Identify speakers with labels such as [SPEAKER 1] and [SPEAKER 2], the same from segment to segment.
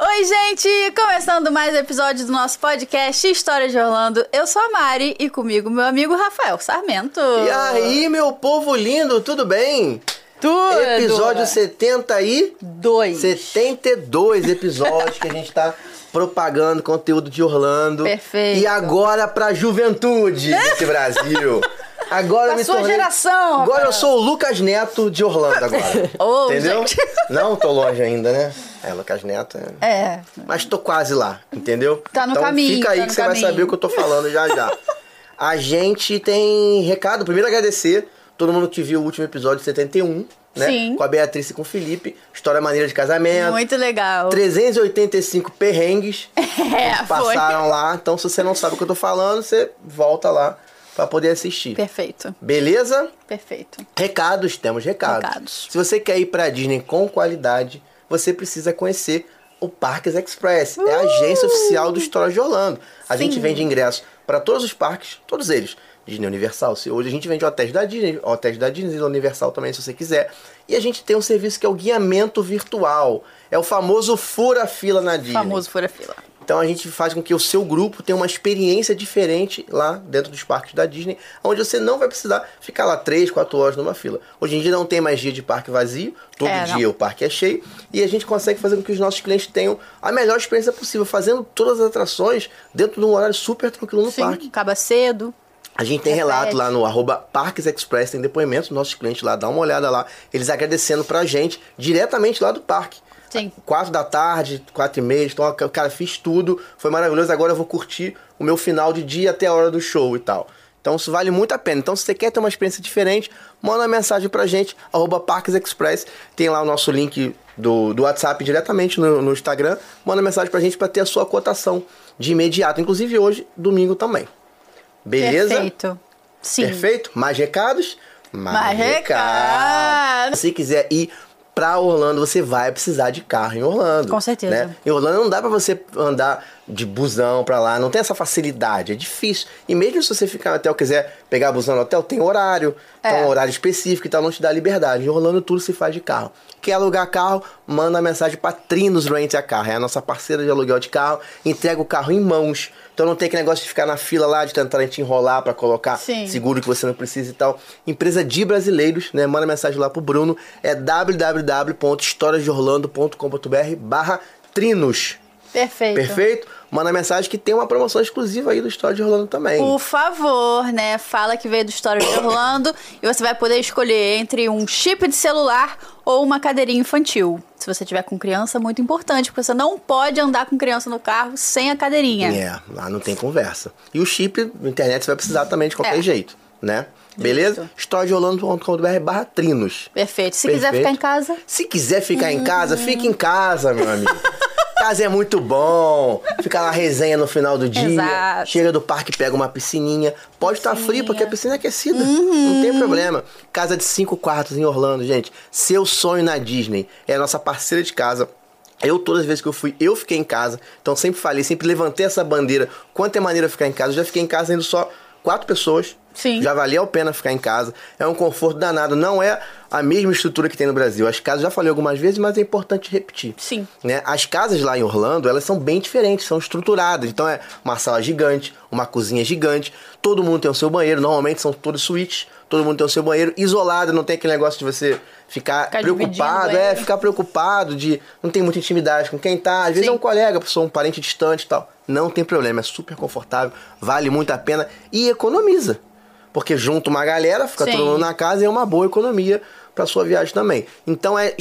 [SPEAKER 1] Oi, gente! Começando mais um episódio do nosso podcast História de Orlando. Eu sou a Mari e comigo meu amigo Rafael Sarmento.
[SPEAKER 2] E aí, meu povo lindo, tudo bem?
[SPEAKER 1] Tudo!
[SPEAKER 2] Episódio 70 e...
[SPEAKER 1] Dois.
[SPEAKER 2] 72 episódios que a gente tá propagando conteúdo de Orlando.
[SPEAKER 1] Perfeito.
[SPEAKER 2] E agora pra juventude desse Brasil. Agora
[SPEAKER 1] Pra tá
[SPEAKER 2] eu tá me
[SPEAKER 1] sua
[SPEAKER 2] tornei...
[SPEAKER 1] geração,
[SPEAKER 2] Agora
[SPEAKER 1] Rafael.
[SPEAKER 2] eu sou o Lucas Neto de Orlando agora.
[SPEAKER 1] Ô,
[SPEAKER 2] entendeu?
[SPEAKER 1] gente.
[SPEAKER 2] Não tô longe ainda, né? É, Lucas Neto... é-
[SPEAKER 1] É.
[SPEAKER 2] Mas tô quase lá, entendeu?
[SPEAKER 1] Tá no
[SPEAKER 2] então
[SPEAKER 1] caminho,
[SPEAKER 2] Fica aí
[SPEAKER 1] tá
[SPEAKER 2] que
[SPEAKER 1] no
[SPEAKER 2] você
[SPEAKER 1] caminho.
[SPEAKER 2] vai saber o que eu tô falando já já. A gente tem recado. Primeiro, agradecer todo mundo que viu o último episódio 71, né?
[SPEAKER 1] Sim.
[SPEAKER 2] Com a Beatriz e com o Felipe. História maneira de casamento.
[SPEAKER 1] Muito legal.
[SPEAKER 2] 385 perrengues
[SPEAKER 1] É, foi.
[SPEAKER 2] passaram lá. Então, se você não sabe o que eu tô falando, você volta lá pra poder assistir.
[SPEAKER 1] Perfeito,
[SPEAKER 2] Beleza?
[SPEAKER 1] perfeito.
[SPEAKER 2] Recados, temos recados.
[SPEAKER 1] Recados.
[SPEAKER 2] Se você quer ir pra Disney com qualidade, você precisa conhecer o Parques Express. É a agência oficial do História de Orlando. A
[SPEAKER 1] Uh! Sim.
[SPEAKER 2] gente vende ingresso pra todos os parques, todos eles. Disney Universal. Se- Hoje a gente vende hotéis da Disney, hotéis da Disney Universal também, se você quiser. E a gente tem um serviço que é o guiamento virtual. É o famoso fura-fila na Disney.
[SPEAKER 1] Famoso fura fila.
[SPEAKER 2] Então a gente faz com que o seu grupo tenha uma experiência diferente lá dentro dos parques da Disney, onde você não vai precisar ficar lá 3, 4 horas numa fila. Hoje em dia não tem mais dia de parque vazio, todo
[SPEAKER 1] É,
[SPEAKER 2] dia o parque é cheio, e a gente consegue fazer com que os nossos clientes tenham a melhor experiência possível, fazendo todas as atrações dentro de um horário super tranquilo no
[SPEAKER 1] Sim,
[SPEAKER 2] parque.
[SPEAKER 1] acaba cedo.
[SPEAKER 2] A gente tem
[SPEAKER 1] Repete.
[SPEAKER 2] relato lá no arroba Parques Express, tem depoimentos dos nossos clientes lá, dá uma olhada lá. Eles agradecendo pra gente diretamente lá do parque.
[SPEAKER 1] Sim.
[SPEAKER 2] Quatro da tarde, quatro e meia, então, cara, fiz tudo, foi maravilhoso, agora eu vou curtir o meu final de dia até a hora do show e tal. Então isso vale muito a pena. Então se você quer ter uma experiência diferente, manda uma mensagem pra gente, arroba Parques Express, tem lá o nosso link do, do WhatsApp diretamente no, no Instagram, manda mensagem pra gente pra ter a sua cotação de imediato, inclusive hoje, domingo também. Beleza?
[SPEAKER 1] Perfeito. Sim.
[SPEAKER 2] Perfeito? Mais recados?
[SPEAKER 1] Mais recados.
[SPEAKER 2] Se quiser ir pra Orlando, você vai precisar de carro em Orlando.
[SPEAKER 1] Com certeza.
[SPEAKER 2] né? Em Orlando não dá pra você andar de busão pra lá, não tem essa facilidade, é difícil. E mesmo se você ficar no hotel, quiser pegar busão no hotel, tem horário,
[SPEAKER 1] É.
[SPEAKER 2] tem um horário específico, então não te dá liberdade. Em Orlando tudo se faz de carro. Quer alugar carro? Manda mensagem pra Trinos Rent a Carro, é a nossa parceira de aluguel de carro, entrega o carro em mãos. Então não tem aquele negócio de ficar na fila lá, de tentar te enrolar pra colocar
[SPEAKER 1] Sim.
[SPEAKER 2] seguro que você não precisa e tal. Empresa de brasileiros, né? Manda mensagem lá pro Bruno. É www.historiasdeorlando.com.br barra trinos.
[SPEAKER 1] Perfeito.
[SPEAKER 2] Perfeito? Manda mensagem que tem uma promoção exclusiva aí do História de Orlando também.
[SPEAKER 1] Por favor, né? Fala que veio do História de Orlando e você vai poder escolher entre um chip de celular ou uma cadeirinha infantil. Se você tiver com criança, muito importante, porque você não pode andar com criança no carro sem a cadeirinha.
[SPEAKER 2] É, lá não tem conversa. E o chip, na internet, você vai precisar também de qualquer
[SPEAKER 1] É.
[SPEAKER 2] jeito, né? Beleza? historiadeorlando.com.br barra trinos.
[SPEAKER 1] Perfeito. Se quiser
[SPEAKER 2] Perfeito.
[SPEAKER 1] ficar em casa, Hum.
[SPEAKER 2] Se quiser ficar em casa, fica em casa, meu amigo. Casa é muito bom. Fica lá resenha no final do dia.
[SPEAKER 1] Exato.
[SPEAKER 2] Chega do parque, pega uma piscininha. Pode estar frio, porque a piscina é aquecida. Não tem problema. Casa de cinco quartos em Orlando, gente. Seu sonho na Disney. É a nossa parceira de casa. Eu, todas as vezes que eu fui, eu fiquei em casa. Então, sempre falei, sempre levantei essa bandeira. Quanto é maneiro ficar em casa. Eu já fiquei em casa indo só quatro pessoas.
[SPEAKER 1] Sim.
[SPEAKER 2] Já valia a pena ficar em casa. É um conforto danado. Não é a mesma estrutura que tem no Brasil. As casas, já falei algumas vezes, mas é importante repetir.
[SPEAKER 1] Sim.
[SPEAKER 2] Né? As casas lá em Orlando, elas são bem diferentes, são estruturadas. Então é uma sala gigante, uma cozinha gigante, todo mundo tem o seu banheiro. Normalmente são todas suítes, todo mundo tem o seu banheiro isolado. Não tem aquele negócio de você ficar,
[SPEAKER 1] Ficar dividindo o
[SPEAKER 2] preocupado. É,
[SPEAKER 1] banheiro.
[SPEAKER 2] ficar preocupado de não tem muita intimidade com quem tá. Às vezes
[SPEAKER 1] Sim.
[SPEAKER 2] é um colega, pessoa, um parente distante e tal. Não tem problema, é super confortável, vale muito a pena e economiza. Porque junta uma galera, fica
[SPEAKER 1] Sim.
[SPEAKER 2] todo mundo na casa e é uma boa economia para sua viagem também. Então é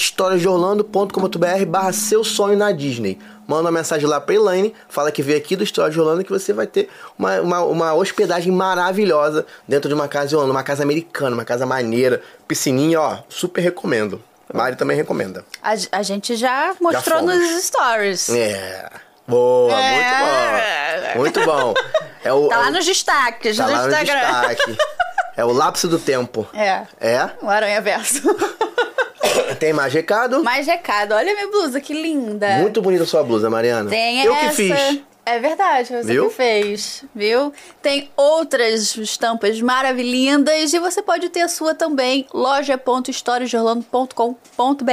[SPEAKER 2] historiasdeorlando.com.br barra seu sonho na Disney. Manda uma mensagem lá pra Elaine, fala que veio aqui do História de Orlando que você vai ter uma, uma, uma hospedagem maravilhosa dentro de uma casa em Orlando, uma casa americana, uma casa maneira, piscininha, ó, super recomendo. Mari também recomenda.
[SPEAKER 1] a, a gente já mostrou
[SPEAKER 2] fomos.
[SPEAKER 1] nos stories.
[SPEAKER 2] É. Boa,
[SPEAKER 1] É.
[SPEAKER 2] muito bom. Muito bom. É o,
[SPEAKER 1] Tá
[SPEAKER 2] é
[SPEAKER 1] lá
[SPEAKER 2] o-
[SPEAKER 1] nos destaques
[SPEAKER 2] tá
[SPEAKER 1] do
[SPEAKER 2] lá no
[SPEAKER 1] Instagram.
[SPEAKER 2] destaque. É o lapso do tempo.
[SPEAKER 1] É.
[SPEAKER 2] É?
[SPEAKER 1] O Aranha Verso.
[SPEAKER 2] Tem mais recado?
[SPEAKER 1] Mais recado. Olha minha blusa, que linda.
[SPEAKER 2] Muito bonita a sua blusa, Mariana.
[SPEAKER 1] Tem
[SPEAKER 2] Eu
[SPEAKER 1] essa.
[SPEAKER 2] que fiz.
[SPEAKER 1] É verdade, foi você
[SPEAKER 2] Viu?
[SPEAKER 1] que fez, viu? Tem outras estampas maravilhindas e você pode ter a sua também, loja.historiasdeorlando.com.br,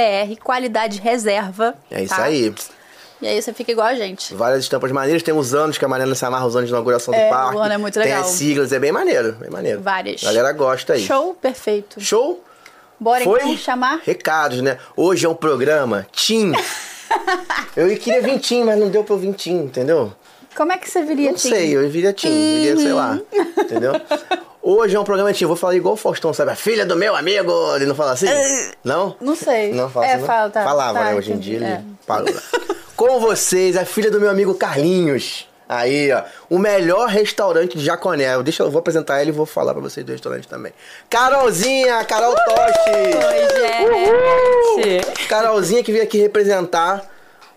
[SPEAKER 1] qualidade reserva.
[SPEAKER 2] É isso
[SPEAKER 1] tá?
[SPEAKER 2] aí.
[SPEAKER 1] E aí você fica igual a gente.
[SPEAKER 2] Várias estampas maneiras. Tem os anos que a Mariana se amarra, os anos de inauguração
[SPEAKER 1] É,
[SPEAKER 2] do parque.
[SPEAKER 1] o ano é muito legal.
[SPEAKER 2] Tem as siglas, é bem maneiro, bem maneiro.
[SPEAKER 1] Várias.
[SPEAKER 2] A galera gosta É aí.
[SPEAKER 1] Show perfeito.
[SPEAKER 2] Show?
[SPEAKER 1] Bora
[SPEAKER 2] Foi?
[SPEAKER 1] então chamar.
[SPEAKER 2] Recados, né? Hoje é um programa Tim. eu queria vir Tim, mas não deu pra eu vir Tim, entendeu?
[SPEAKER 1] Como é que você viria
[SPEAKER 2] Não sei, eu viria Tim, viria, sei lá,
[SPEAKER 1] Uhum.
[SPEAKER 2] entendeu? Hoje é um programa Tim, eu vou falar igual o Faustão, sabe? A filha do meu amigo, ele não fala assim? Não?
[SPEAKER 1] Uh, Não sei.
[SPEAKER 2] Não fala
[SPEAKER 1] É,
[SPEAKER 2] assim, não?
[SPEAKER 1] fala, tá,
[SPEAKER 2] Falava,
[SPEAKER 1] tá,
[SPEAKER 2] né? Hoje em
[SPEAKER 1] entendi,
[SPEAKER 2] dia ele
[SPEAKER 1] é.
[SPEAKER 2] parou. Com vocês, a filha do meu amigo Carlinhos. Aí, ó, o melhor restaurante de Jaconé. Eu- Deixa eu vou apresentar ele e vou falar pra vocês do restaurante também. Carolzinha, Carol Toches.
[SPEAKER 1] Oi, é, né, gente.
[SPEAKER 2] Carolzinha que veio aqui representar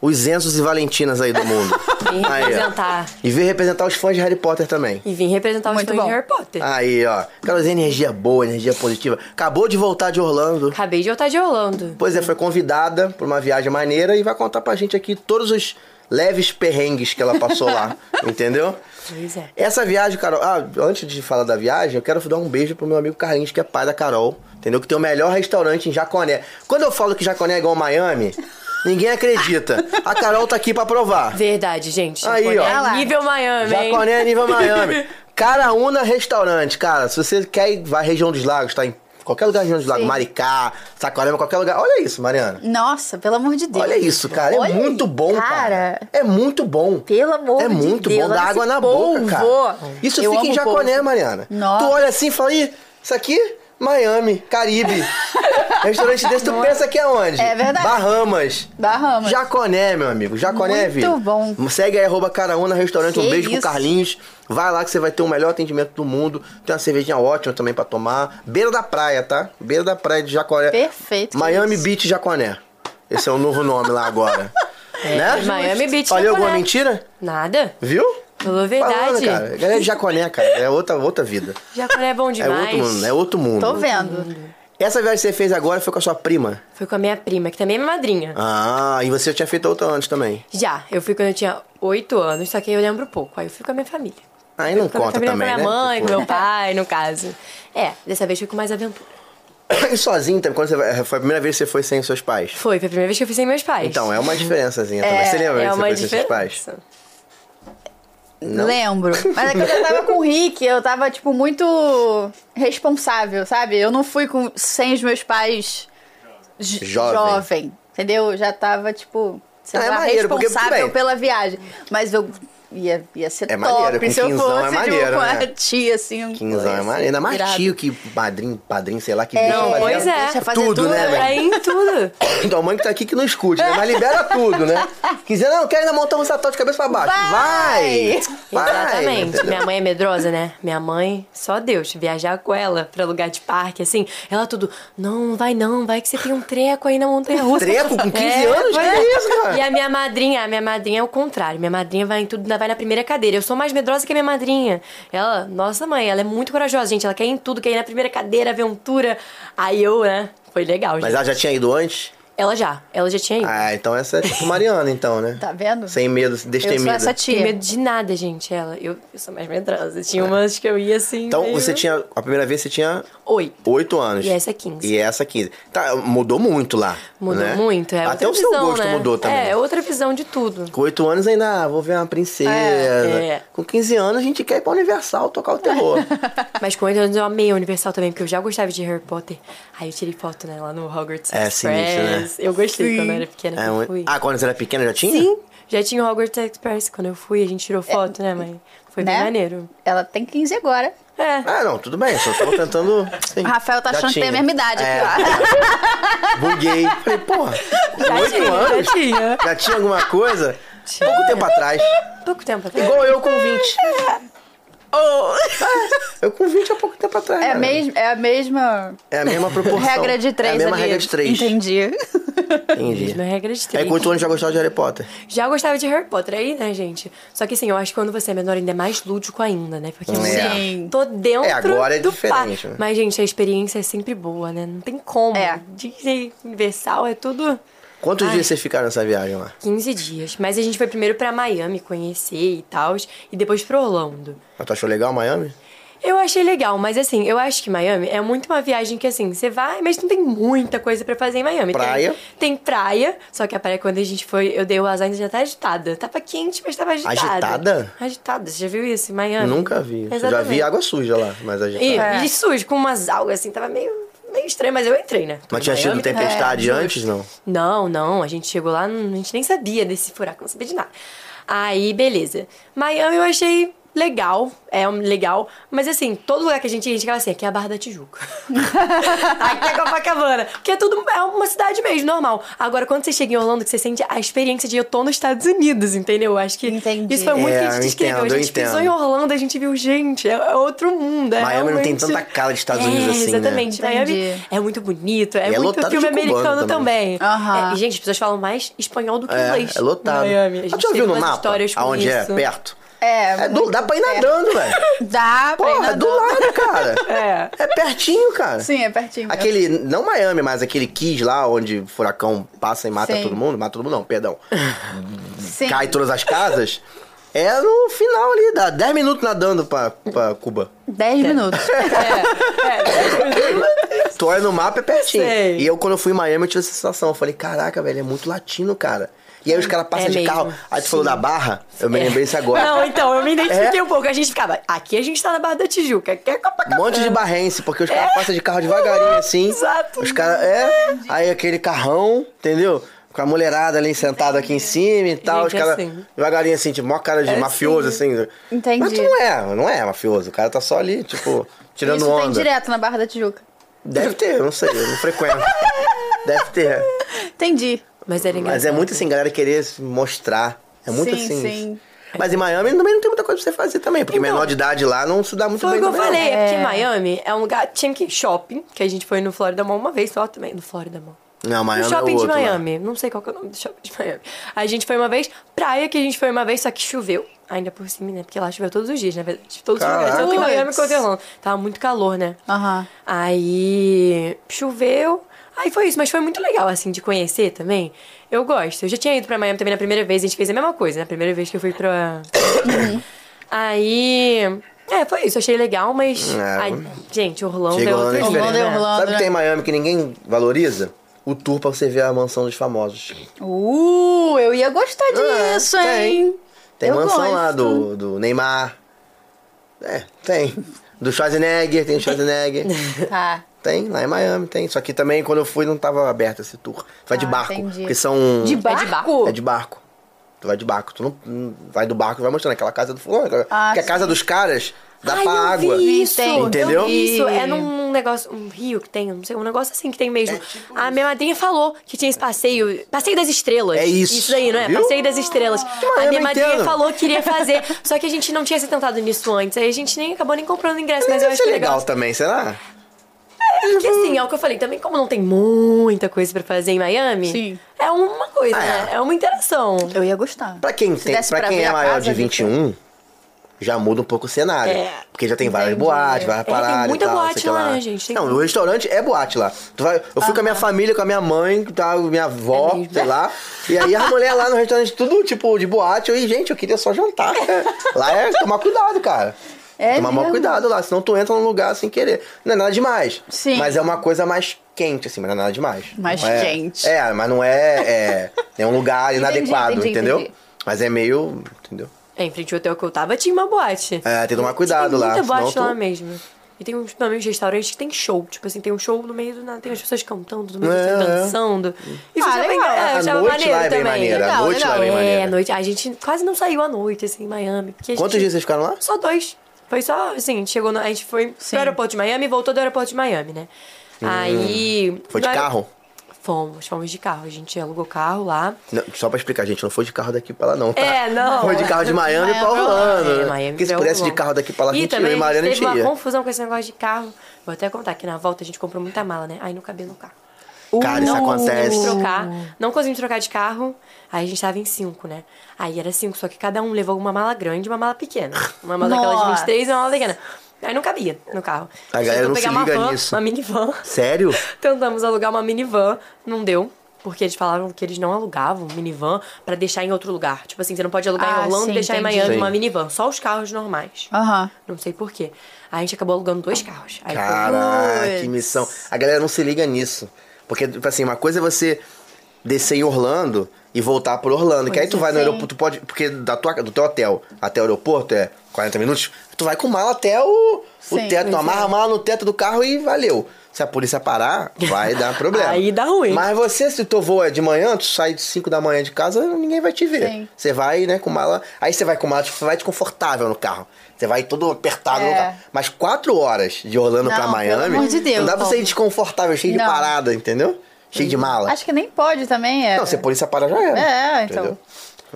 [SPEAKER 2] os Enzos e Valentinas aí do mundo.
[SPEAKER 3] Vim
[SPEAKER 2] Aí, ó.
[SPEAKER 3] representar.
[SPEAKER 2] E veio representar os fãs de Harry Potter também.
[SPEAKER 3] E vim representar o
[SPEAKER 1] Muito
[SPEAKER 3] fãs de
[SPEAKER 1] bom.
[SPEAKER 3] Harry Potter.
[SPEAKER 2] Aí, ó. Carolzinha, energia boa, energia positiva. Acabou de voltar de Orlando.
[SPEAKER 3] Acabei de voltar de Orlando.
[SPEAKER 2] Pois é, foi convidada pra uma viagem maneira e vai contar pra gente aqui todos os leves perrengues que ela passou lá, entendeu?
[SPEAKER 3] Pois é.
[SPEAKER 2] Essa viagem, Carol. Ah, antes de falar da viagem, eu quero dar um beijo pro meu amigo Carlinhos, que é pai da Carol, entendeu? Que tem o melhor restaurante em Jaconé. Quando eu falo que Jaconé é igual Miami, ninguém acredita. A Carol tá aqui pra provar.
[SPEAKER 3] Verdade, gente.
[SPEAKER 2] Aí,
[SPEAKER 3] Jaconé
[SPEAKER 2] ó.
[SPEAKER 3] é
[SPEAKER 1] Olha lá.
[SPEAKER 3] Nível Miami, hein?
[SPEAKER 2] Jaconé é nível Miami. Caraúna Restaurante, cara. Se você quer ir, vai à região dos lagos, tá em qualquer lugar da região dos lagos, Maricá, Saquarema, qualquer lugar. Olha isso, Mariana.
[SPEAKER 1] Nossa, pelo amor de Deus.
[SPEAKER 2] Olha isso, cara. É
[SPEAKER 1] Olha,
[SPEAKER 2] muito bom, cara.
[SPEAKER 1] cara.
[SPEAKER 2] É muito bom.
[SPEAKER 1] Pelo amor
[SPEAKER 2] É
[SPEAKER 1] de
[SPEAKER 2] muito
[SPEAKER 1] Deus,
[SPEAKER 2] bom. Dá
[SPEAKER 1] olha
[SPEAKER 2] água
[SPEAKER 1] esse
[SPEAKER 2] na boca,
[SPEAKER 1] polvo.
[SPEAKER 2] cara. Isso
[SPEAKER 1] Eu
[SPEAKER 2] fica em
[SPEAKER 1] amo
[SPEAKER 2] Jaconé,
[SPEAKER 1] polvo.
[SPEAKER 2] Mariana.
[SPEAKER 1] Nossa.
[SPEAKER 2] Tu olha assim e fala, Ih, isso aqui? Miami, Caribe. Restaurante desse, tu pensa que é onde?
[SPEAKER 1] É verdade.
[SPEAKER 2] Bahamas.
[SPEAKER 1] Bahamas.
[SPEAKER 2] Jaconé, meu amigo. Jaconé,
[SPEAKER 1] Muito
[SPEAKER 2] vida.
[SPEAKER 1] bom.
[SPEAKER 2] Segue aí, arroba Caraúna Restaurante. um
[SPEAKER 1] Que
[SPEAKER 2] beijo pro
[SPEAKER 1] isso.
[SPEAKER 2] Carlinhos. Vai lá que você vai ter o melhor atendimento do mundo. Tem uma cervejinha ótima também pra tomar. Beira da praia, tá? Beira da praia de Jaconé.
[SPEAKER 1] Perfeito, que
[SPEAKER 2] Miami
[SPEAKER 1] isso.
[SPEAKER 2] Beach Jaconé. Esse é o novo nome lá agora. né?
[SPEAKER 1] É,
[SPEAKER 3] Miami Beach
[SPEAKER 2] Olha
[SPEAKER 3] Jaconé.
[SPEAKER 2] alguma mentira?
[SPEAKER 3] Nada.
[SPEAKER 2] Viu?
[SPEAKER 3] Falou a verdade.
[SPEAKER 2] Falando, cara. A galera de Jaconé, cara. É outra, outra vida.
[SPEAKER 3] Jaconé é bom
[SPEAKER 2] É
[SPEAKER 3] demais.
[SPEAKER 2] outro mundo. É outro mundo.
[SPEAKER 1] Tô vendo.
[SPEAKER 2] Essa viagem que você fez agora foi com a sua prima.
[SPEAKER 3] Fui com a minha prima, que também é minha madrinha.
[SPEAKER 2] Ah, e você tinha feito outra antes também.
[SPEAKER 3] Já, eu fui quando eu tinha oito anos, só que eu lembro pouco. Aí eu fui com a minha família.
[SPEAKER 2] Aí Ah, não
[SPEAKER 3] Fui com a
[SPEAKER 2] conta
[SPEAKER 3] minha família,
[SPEAKER 2] também,
[SPEAKER 3] com
[SPEAKER 2] né?
[SPEAKER 3] a minha mãe,
[SPEAKER 2] Tipo,
[SPEAKER 3] com meu pai, no caso. É, dessa vez fui com mais aventura.
[SPEAKER 2] E sozinho também, quando você vai- foi a primeira vez que você foi sem os seus pais.
[SPEAKER 3] Foi, foi a primeira vez que eu fui sem meus pais.
[SPEAKER 2] Então, é uma diferençazinha também. Você lembra
[SPEAKER 3] é
[SPEAKER 2] que você
[SPEAKER 3] uma
[SPEAKER 2] foi sem seus pais?
[SPEAKER 3] diferença.
[SPEAKER 1] Lembro. Mas é que eu já tava com o Rick, eu tava, tipo, muito responsável, sabe? Eu não fui com, sem os meus pais j-
[SPEAKER 2] Jovem.
[SPEAKER 1] jovem, entendeu? Eu Já tava, tipo, sei
[SPEAKER 2] Ah, é
[SPEAKER 1] lá,
[SPEAKER 2] maneiro, porque, tudo
[SPEAKER 1] responsável
[SPEAKER 2] bem.
[SPEAKER 1] pela viagem. Mas eu ia, ia ser
[SPEAKER 2] É
[SPEAKER 1] top
[SPEAKER 2] maneiro, com
[SPEAKER 1] se eu
[SPEAKER 2] 15 é
[SPEAKER 1] fosse de uma,
[SPEAKER 2] maneiro,
[SPEAKER 1] com
[SPEAKER 2] né?
[SPEAKER 1] a tia, assim. um-
[SPEAKER 2] Quinzão é
[SPEAKER 1] assim,
[SPEAKER 2] maneiro. Ainda mais
[SPEAKER 1] irado.
[SPEAKER 2] tio que padrinho, padrinho, sei lá, que tá
[SPEAKER 1] É,
[SPEAKER 2] deixa fazer
[SPEAKER 3] pois é.
[SPEAKER 1] deixa fazer
[SPEAKER 2] tudo, né,
[SPEAKER 1] tudo,
[SPEAKER 2] velho?
[SPEAKER 3] É em tudo.
[SPEAKER 2] Então, a mãe que tá aqui que não escute, né? Mas libera tudo, né? Quiser, não, quer ainda montar um satã de cabeça pra baixo. Vai!
[SPEAKER 1] Vai!
[SPEAKER 2] Vai!
[SPEAKER 3] Exatamente.
[SPEAKER 2] entendeu?
[SPEAKER 3] Minha mãe é medrosa, né? Minha mãe, só Deus, viajar com ela pra lugar de parque, assim, ela tudo, não, não vai não, vai que você tem um treco aí na montanha russa. É,
[SPEAKER 2] Treco com 15 anos? Que
[SPEAKER 3] pois
[SPEAKER 2] isso, cara?
[SPEAKER 3] E a minha madrinha, a minha madrinha é o contrário. Minha madrinha vai em tudo, vai na primeira cadeira. Eu sou mais medrosa que a minha madrinha. Ela, nossa mãe, ela é muito corajosa, gente. Ela quer ir em tudo, quer ir na primeira cadeira, aventura. Aí eu, né? Foi legal, gente.
[SPEAKER 2] Mas ela já tinha ido antes?
[SPEAKER 3] Ela já, ela já tinha ido.
[SPEAKER 2] Ah, então essa é tipo Mariana, então, né?
[SPEAKER 1] Tá vendo?
[SPEAKER 2] Sem medo,
[SPEAKER 1] Eu sou
[SPEAKER 2] destemida.
[SPEAKER 1] essa
[SPEAKER 3] Não tenho
[SPEAKER 1] tia.
[SPEAKER 3] medo de nada, gente. Ela, eu, eu sou mais medrosa. Tinha umas que eu ia assim.
[SPEAKER 2] É. Então,
[SPEAKER 3] meio-
[SPEAKER 2] você tinha... A primeira vez você tinha
[SPEAKER 3] Oi.
[SPEAKER 2] 8 anos.
[SPEAKER 3] E essa é 15.
[SPEAKER 2] E essa 15. Tá, mudou muito lá,
[SPEAKER 3] Mudou
[SPEAKER 2] né?
[SPEAKER 3] muito, é
[SPEAKER 2] Até
[SPEAKER 3] outra
[SPEAKER 2] o seu
[SPEAKER 3] visão,
[SPEAKER 2] gosto
[SPEAKER 3] né?
[SPEAKER 2] mudou também.
[SPEAKER 3] É, outra visão de tudo.
[SPEAKER 2] Com 8 anos ainda, ah, vou ver uma princesa.
[SPEAKER 3] É, é.
[SPEAKER 2] Com 15 anos a gente quer ir pra Universal tocar o terror.
[SPEAKER 3] Mas com 8 anos eu amei a Universal também, porque eu já gostava de Harry Potter. Aí eu tirei foto, né, lá no Hogwarts
[SPEAKER 2] É,
[SPEAKER 3] Express.
[SPEAKER 2] sinistro,
[SPEAKER 3] Eu gostei
[SPEAKER 1] Sim.
[SPEAKER 3] quando eu era pequena.
[SPEAKER 2] É,
[SPEAKER 3] que eu
[SPEAKER 2] um-
[SPEAKER 3] fui.
[SPEAKER 2] Ah, quando você era pequena já tinha?
[SPEAKER 3] Sim, já tinha o Hogwarts Express quando eu fui. A gente tirou foto, né, mãe? Foi
[SPEAKER 1] né?
[SPEAKER 3] bem maneiro.
[SPEAKER 1] Ela tem 15 agora.
[SPEAKER 3] É.
[SPEAKER 2] Ah, não, tudo bem, só tô tentando. Sim,
[SPEAKER 1] O Rafael tá
[SPEAKER 2] já
[SPEAKER 1] achando que tem a
[SPEAKER 2] tinha.
[SPEAKER 1] mesma idade
[SPEAKER 2] É,
[SPEAKER 1] aqui, ó.
[SPEAKER 2] Buguei. Falei, porra, com
[SPEAKER 3] Já
[SPEAKER 2] 8
[SPEAKER 3] tinha,
[SPEAKER 2] anos?
[SPEAKER 3] já tinha.
[SPEAKER 2] Já tinha alguma coisa?
[SPEAKER 3] Tinha.
[SPEAKER 2] Pouco tempo atrás.
[SPEAKER 3] Pouco tempo atrás.
[SPEAKER 2] Igual eu com 20. Oh. Eu com 20 há pouco tempo atrás.
[SPEAKER 1] É a,
[SPEAKER 2] cara.
[SPEAKER 1] mes- é a mesma
[SPEAKER 2] É a mesma proporção.
[SPEAKER 1] regra de três
[SPEAKER 2] É a mesma
[SPEAKER 1] ali.
[SPEAKER 2] regra de três.
[SPEAKER 1] Entendi.
[SPEAKER 2] Entendi.
[SPEAKER 3] Mesma regra de três.
[SPEAKER 2] Aí com 8 anos já gostava de Harry Potter.
[SPEAKER 3] Já gostava de Harry Potter aí, né, gente? Só que assim, eu acho que quando você é menor ainda é mais lúdico ainda, né? Porque
[SPEAKER 2] É.
[SPEAKER 3] eu tô dentro
[SPEAKER 2] É, agora é
[SPEAKER 3] do
[SPEAKER 2] diferente,
[SPEAKER 3] par-
[SPEAKER 2] né?
[SPEAKER 3] Mas, gente, a experiência é sempre boa, né? Não tem como.
[SPEAKER 1] É.
[SPEAKER 3] Disney, Universal, é tudo
[SPEAKER 2] Quantos
[SPEAKER 3] Ai.
[SPEAKER 2] dias vocês ficaram nessa viagem lá?
[SPEAKER 3] 15 dias. Mas a gente foi primeiro pra Miami conhecer e tal, e depois pra Orlando.
[SPEAKER 2] Mas tu achou legal Miami?
[SPEAKER 3] Eu achei legal, mas assim, eu acho que Miami é muito uma viagem que assim, você vai, mas não tem muita coisa pra fazer em Miami. Tem-
[SPEAKER 2] Praia.
[SPEAKER 3] Tem, praia, só que a praia quando a gente foi, eu dei o azar ainda já tá agitada. Tava quente, mas tava agitada.
[SPEAKER 2] Agitada?
[SPEAKER 3] Agitada, você já viu isso em
[SPEAKER 1] É.
[SPEAKER 3] Miami?
[SPEAKER 2] Nunca vi. Eu Já vi
[SPEAKER 3] Exatamente.
[SPEAKER 2] água suja lá, mas a gente.
[SPEAKER 3] E,
[SPEAKER 2] tá-
[SPEAKER 3] e sujo, com umas algas assim, tava meio, meio estranho, mas eu entrei, né? Tô
[SPEAKER 2] Mas
[SPEAKER 3] em
[SPEAKER 2] tinha tido
[SPEAKER 3] Miami,
[SPEAKER 2] tempestade
[SPEAKER 3] é,
[SPEAKER 2] antes, não?
[SPEAKER 3] não, não, a gente chegou lá, não- a gente nem sabia desse furaco, não sabia de nada. Aí, beleza. Miami eu achei legal, é um legal, mas assim, todo lugar que a gente ia, a gente ficava assim, aqui é a Barra da Tijuca. aqui é Copacabana, porque é tudo é uma cidade mesmo, normal. Agora, quando você chega em Orlando, que você sente a experiência de eu tô nos Estados Unidos, entendeu? Eu Acho que
[SPEAKER 1] Entendi.
[SPEAKER 3] isso foi muito
[SPEAKER 2] É,
[SPEAKER 3] que a
[SPEAKER 2] eu
[SPEAKER 3] gente descreveu.
[SPEAKER 2] entendo, eu
[SPEAKER 3] a gente pisou
[SPEAKER 2] entendo.
[SPEAKER 3] em Orlando, a gente viu, gente, é, é outro mundo. É
[SPEAKER 2] Miami não tem
[SPEAKER 3] realmente-
[SPEAKER 2] tanta cara de Estados
[SPEAKER 3] É,
[SPEAKER 2] Unidos assim, né?
[SPEAKER 3] Exatamente. Miami
[SPEAKER 1] Entendi.
[SPEAKER 3] é muito bonito, é,
[SPEAKER 2] E é
[SPEAKER 3] muito
[SPEAKER 2] lotado de
[SPEAKER 3] filme
[SPEAKER 2] cubano
[SPEAKER 3] americano
[SPEAKER 2] também.
[SPEAKER 3] também.
[SPEAKER 1] Aham.
[SPEAKER 3] É, e, gente, as pessoas falam mais espanhol do que
[SPEAKER 2] É,
[SPEAKER 3] inglês.
[SPEAKER 2] é lotado.
[SPEAKER 3] em Miami. A gente
[SPEAKER 2] Ah, tu já
[SPEAKER 3] teve
[SPEAKER 2] viu no
[SPEAKER 3] umas
[SPEAKER 2] mapa?
[SPEAKER 3] histórias com
[SPEAKER 2] Aonde
[SPEAKER 3] isso.
[SPEAKER 2] é? Perto.
[SPEAKER 1] É,
[SPEAKER 2] É do- dá pra ir nadando, velho.
[SPEAKER 1] dá pra ir
[SPEAKER 2] Porra, é
[SPEAKER 1] nadando.
[SPEAKER 2] do lado, cara.
[SPEAKER 3] É.
[SPEAKER 2] É pertinho, cara.
[SPEAKER 1] Sim, é pertinho. mesmo.
[SPEAKER 2] Aquele, não Miami, mas aquele Kiss lá, onde o furacão passa e mata
[SPEAKER 1] Sim.
[SPEAKER 2] todo mundo. Mata todo mundo, não, perdão.
[SPEAKER 1] Sim.
[SPEAKER 2] Cai todas as casas. É no final ali, dá 10 minutos nadando pra, pra Cuba.
[SPEAKER 1] 10 minutos.
[SPEAKER 2] Tu olha no mapa, é pertinho.
[SPEAKER 3] Sei.
[SPEAKER 2] E eu, quando eu fui em Miami, eu tive essa sensação. Eu falei, caraca, velho, é muito latino, cara. E aí os caras passam
[SPEAKER 3] É
[SPEAKER 2] de
[SPEAKER 3] mesmo.
[SPEAKER 2] carro. Aí tu falou da barra, eu me lembrei isso agora.
[SPEAKER 3] Não, então, eu me identifiquei
[SPEAKER 2] É.
[SPEAKER 3] um pouco. A gente ficava, aqui a gente tá na Barra da Tijuca, aqui é
[SPEAKER 2] Um
[SPEAKER 3] Copacabana.
[SPEAKER 2] monte de barrense, porque os caras passam de carro devagarinho assim.
[SPEAKER 3] Exato.
[SPEAKER 2] Os caras, é. Aí aquele carrão, entendeu? Com a mulherada ali sentada aqui em cima e tal. os
[SPEAKER 3] Gente,
[SPEAKER 2] caras
[SPEAKER 3] é assim.
[SPEAKER 2] devagarinho assim, tipo, mó cara de
[SPEAKER 3] É
[SPEAKER 2] mafioso, assim.
[SPEAKER 1] Entendi.
[SPEAKER 2] Mas tu não é, não é mafioso. O cara tá só ali, tipo, tirando
[SPEAKER 3] tá
[SPEAKER 1] Isso tem
[SPEAKER 2] onda.
[SPEAKER 1] direto na Barra da Tijuca.
[SPEAKER 2] Deve ter, eu não sei, eu não frequento. Deve ter.
[SPEAKER 1] Entendi.
[SPEAKER 3] Mas era
[SPEAKER 2] Mas é muito assim, galera querer se mostrar. É muito
[SPEAKER 1] Sim,
[SPEAKER 2] assim.
[SPEAKER 1] sim.
[SPEAKER 2] isso. Mas em Miami também não tem muita coisa pra você fazer também, porque
[SPEAKER 3] Então.
[SPEAKER 2] menor de idade lá não se dá muito
[SPEAKER 3] Foi o
[SPEAKER 2] bem
[SPEAKER 3] que eu
[SPEAKER 2] também, não.
[SPEAKER 3] falei, é porque
[SPEAKER 1] É.
[SPEAKER 3] Miami é um lugar. Tinha que ir shopping, que a gente foi no Florida Mall uma vez só também, no Florida Mall.
[SPEAKER 2] Não, Miami é
[SPEAKER 3] no shopping
[SPEAKER 2] outro,
[SPEAKER 3] de
[SPEAKER 2] né?
[SPEAKER 3] Miami. Não sei qual que é o nome do shopping de Miami. A gente foi uma vez, praia que a gente foi uma vez, só que choveu. Ainda por cima, né? Porque lá choveu todos os dias, na verdade. Todos os
[SPEAKER 2] Caraca.
[SPEAKER 3] lugares, tanto em Miami
[SPEAKER 1] Puts.
[SPEAKER 3] quanto em Orlando. Tava muito calor, né?
[SPEAKER 1] Aham.
[SPEAKER 3] Aí choveu. Aí foi isso, mas foi muito legal, assim, de conhecer também. Eu gosto. Eu já tinha ido pra Miami também na primeira vez, a gente fez a mesma coisa, na primeira vez que eu fui pra. Aí. É, foi isso, achei legal, mas.
[SPEAKER 2] É.
[SPEAKER 3] ai, gente, Orlando
[SPEAKER 2] Chega
[SPEAKER 3] é
[SPEAKER 2] Orlando
[SPEAKER 3] outro
[SPEAKER 2] é
[SPEAKER 1] Orlando
[SPEAKER 2] diferente.
[SPEAKER 3] nível,
[SPEAKER 1] é
[SPEAKER 3] né?
[SPEAKER 1] Orlando,
[SPEAKER 2] Sabe o
[SPEAKER 1] né?
[SPEAKER 2] que tem em Miami que ninguém valoriza? O tour pra você ver a mansão dos famosos.
[SPEAKER 1] Uh, eu ia gostar
[SPEAKER 2] É,
[SPEAKER 1] disso,
[SPEAKER 2] tem.
[SPEAKER 1] hein?
[SPEAKER 2] Tem
[SPEAKER 1] Eu
[SPEAKER 2] mansão
[SPEAKER 1] gosto.
[SPEAKER 2] lá do, do Neymar. É, tem. Do Schwarzenegger, tem Schwarzenegger.
[SPEAKER 1] Tá.
[SPEAKER 2] tem, lá em Miami tem. Só que também quando eu fui não tava aberto esse tour. Vai de
[SPEAKER 1] Ah,
[SPEAKER 2] barco.
[SPEAKER 1] entendi.
[SPEAKER 2] Porque são.
[SPEAKER 1] De
[SPEAKER 3] barco?
[SPEAKER 1] barco?
[SPEAKER 2] É de barco. Tu vai de barco. Tu não, não vai do barco e vai mostrando aquela casa do fulano. aquela-
[SPEAKER 1] Ah,
[SPEAKER 2] porque a
[SPEAKER 1] sim.
[SPEAKER 2] casa dos caras dá
[SPEAKER 3] Ai,
[SPEAKER 2] pra
[SPEAKER 3] eu
[SPEAKER 2] água.
[SPEAKER 3] vi isso.
[SPEAKER 1] Entendi.
[SPEAKER 2] Entendeu?
[SPEAKER 3] Eu vi isso. É
[SPEAKER 1] E-
[SPEAKER 3] num negócio, um rio que tem, não sei, um negócio assim que tem mesmo. a minha madrinha falou que tinha esse passeio, passeio das estrelas.
[SPEAKER 2] É isso.
[SPEAKER 3] Isso aí, não é?
[SPEAKER 2] Viu? Ah,
[SPEAKER 3] Passeio das estrelas.
[SPEAKER 2] Miami
[SPEAKER 3] a minha madrinha
[SPEAKER 2] inteiro.
[SPEAKER 3] falou que queria fazer, só que a gente não tinha se tentado nisso antes. Aí a gente nem acabou nem comprando ingresso, mas eu
[SPEAKER 2] Deve
[SPEAKER 3] acho
[SPEAKER 2] ser
[SPEAKER 3] que é
[SPEAKER 2] legal
[SPEAKER 3] legal.
[SPEAKER 2] também, será?
[SPEAKER 3] Porque assim, é o que eu falei, também como não tem muita coisa pra fazer em Miami,
[SPEAKER 1] Sim.
[SPEAKER 3] é uma coisa,
[SPEAKER 2] Ah, é.
[SPEAKER 3] né? É uma interação.
[SPEAKER 1] Eu ia gostar.
[SPEAKER 2] Pra quem,
[SPEAKER 1] Se
[SPEAKER 2] tem,
[SPEAKER 1] desse
[SPEAKER 2] pra
[SPEAKER 1] pra
[SPEAKER 2] quem
[SPEAKER 1] ver
[SPEAKER 2] é
[SPEAKER 1] a
[SPEAKER 2] maior
[SPEAKER 1] casa,
[SPEAKER 2] de 21, já muda um pouco o cenário.
[SPEAKER 3] É.
[SPEAKER 2] Porque já tem várias
[SPEAKER 1] Entendi.
[SPEAKER 2] boates, várias
[SPEAKER 3] É, tem
[SPEAKER 2] paradas.
[SPEAKER 3] muita
[SPEAKER 2] e tal, não sei
[SPEAKER 3] boate
[SPEAKER 2] o que
[SPEAKER 3] lá, né, gente? Tem
[SPEAKER 2] não,
[SPEAKER 3] muita.
[SPEAKER 2] o restaurante é boate lá. Tu vai, eu fui com a minha família, com a minha mãe, tá, minha avó,
[SPEAKER 3] É mesmo.
[SPEAKER 2] sei lá. E aí as mulheres lá no restaurante, tudo tipo de boate. Eu, "Ih, gente, eu queria só jantar. lá é tomar cuidado, cara.
[SPEAKER 1] É
[SPEAKER 2] tomar
[SPEAKER 1] mesmo?
[SPEAKER 2] maior cuidado lá, senão tu entra num lugar sem querer. Não é nada demais.
[SPEAKER 1] Sim.
[SPEAKER 2] Mas é uma coisa mais quente, assim, mas não é nada demais.
[SPEAKER 1] Mais
[SPEAKER 2] Não é-
[SPEAKER 1] quente.
[SPEAKER 2] É, mas não é. É, é um lugar inadequado,
[SPEAKER 1] entendi,
[SPEAKER 2] entendeu?
[SPEAKER 1] entendi.
[SPEAKER 2] Mas é meio. Entendeu?
[SPEAKER 3] É, em frente ao hotel que eu tava tinha uma boate.
[SPEAKER 2] É, tem que tomar cuidado
[SPEAKER 3] tem
[SPEAKER 2] lá,
[SPEAKER 3] Tipo, muita
[SPEAKER 2] senão
[SPEAKER 3] boate
[SPEAKER 2] tu-
[SPEAKER 3] lá mesmo. E tem uns, também uns restaurantes que tem show. Tipo assim, tem um show no meio do nada. Tem as pessoas cantando, no meio do
[SPEAKER 2] É,
[SPEAKER 3] nada,
[SPEAKER 2] é.
[SPEAKER 3] dançando. Isso
[SPEAKER 1] Ah,
[SPEAKER 3] já
[SPEAKER 1] legal.
[SPEAKER 3] é, eu
[SPEAKER 2] a
[SPEAKER 3] achava
[SPEAKER 2] noite
[SPEAKER 3] maneiro
[SPEAKER 2] lá é bem
[SPEAKER 3] também.
[SPEAKER 2] maneira.
[SPEAKER 1] Legal,
[SPEAKER 2] a noite lá é bem
[SPEAKER 1] legal.
[SPEAKER 3] É, à
[SPEAKER 2] maneira.
[SPEAKER 3] noite. A gente quase não saiu à noite, assim, em Miami. Porque a
[SPEAKER 2] Quantos
[SPEAKER 3] gente-
[SPEAKER 2] dias vocês ficaram lá?
[SPEAKER 3] Só dois. Foi só, assim, a gente chegou... na- A gente foi
[SPEAKER 1] Sim.
[SPEAKER 3] pro aeroporto de Miami e voltou do aeroporto de Miami, né? Aí...
[SPEAKER 2] Hum. Foi de
[SPEAKER 3] no aer-
[SPEAKER 2] carro?
[SPEAKER 3] Fomos, fomos de carro. A gente alugou carro lá.
[SPEAKER 2] Não, só pra explicar, gente, não foi de carro daqui pra lá, não. Tá?
[SPEAKER 3] É, não.
[SPEAKER 2] Foi de carro de Miami
[SPEAKER 1] Miami
[SPEAKER 2] pra Orlando.
[SPEAKER 3] É,
[SPEAKER 2] né?
[SPEAKER 3] Miami
[SPEAKER 2] Porque se
[SPEAKER 3] pra
[SPEAKER 2] pudesse de
[SPEAKER 3] Orlando.
[SPEAKER 2] carro daqui pra lá, a
[SPEAKER 3] e
[SPEAKER 2] gente ia.
[SPEAKER 3] também
[SPEAKER 2] Em Miami
[SPEAKER 3] a
[SPEAKER 2] não
[SPEAKER 3] gente teve
[SPEAKER 2] tinha.
[SPEAKER 3] uma confusão com esse negócio de carro. Vou até contar que na volta a gente comprou muita mala, né? Aí não cabia no carro.
[SPEAKER 2] Cara, isso
[SPEAKER 3] não conseguimos
[SPEAKER 2] acontece.
[SPEAKER 3] trocar. Não conseguimos trocar de carro. Aí a gente tava em cinco, né? Aí era cinco, só que cada um levou uma mala grande e uma mala pequena. Uma mala daquela de 23 e uma mala pequena. Aí não cabia no carro.
[SPEAKER 2] A galera
[SPEAKER 3] Tentou
[SPEAKER 2] não se
[SPEAKER 3] pegar uma
[SPEAKER 2] liga
[SPEAKER 3] van,
[SPEAKER 2] nisso.
[SPEAKER 3] Uma minivan.
[SPEAKER 2] Sério?
[SPEAKER 3] Tentamos alugar uma minivan, não deu. Porque eles falaram que eles não alugavam minivan pra deixar em outro lugar. Tipo assim, você não pode alugar
[SPEAKER 1] Ah,
[SPEAKER 3] em Orlando
[SPEAKER 1] sim,
[SPEAKER 3] e deixar
[SPEAKER 1] entendi.
[SPEAKER 3] em Miami
[SPEAKER 2] Sim.
[SPEAKER 3] uma minivan. Só os carros normais.
[SPEAKER 1] Aham.
[SPEAKER 3] Não sei porquê. Aí a gente acabou alugando dois carros. Aí ficou-
[SPEAKER 2] Caraca, que
[SPEAKER 1] Puts.
[SPEAKER 2] missão. A galera não se liga nisso. Porque, tipo assim, uma coisa é você descer em Orlando e voltar pro Orlando. que aí tu vai no
[SPEAKER 1] sim.
[SPEAKER 2] aeroporto, tu pode. Porque da tua, do teu hotel até o aeroporto é 40 minutos, tu vai com mala até o, o
[SPEAKER 1] Sim,
[SPEAKER 2] teto, tu
[SPEAKER 1] pois
[SPEAKER 2] amarra
[SPEAKER 1] é.
[SPEAKER 2] a mala no teto do carro e valeu. Se a polícia parar, vai dar problema.
[SPEAKER 3] Aí dá ruim.
[SPEAKER 2] Mas você, se tu voa de manhã, tu sai de 5 da manhã de casa, ninguém vai te ver.
[SPEAKER 1] Sim.
[SPEAKER 2] Você vai, né, com mala. Aí você vai com mala, tipo, você vai desconfortável no carro. Você vai todo apertado no
[SPEAKER 1] É.
[SPEAKER 2] carro. Mas quatro horas de Orlando
[SPEAKER 1] Não,
[SPEAKER 2] pra
[SPEAKER 1] pelo
[SPEAKER 2] Miami.
[SPEAKER 1] amor de Deus,
[SPEAKER 2] não dá pra você ir
[SPEAKER 1] Paulo.
[SPEAKER 2] desconfortável, cheio
[SPEAKER 1] Não. Uhum.
[SPEAKER 2] de parada, entendeu? Cheio de mala.
[SPEAKER 1] Acho que nem pode também, é.
[SPEAKER 2] Não, se a polícia parar já era.
[SPEAKER 1] É, então.
[SPEAKER 2] entendeu?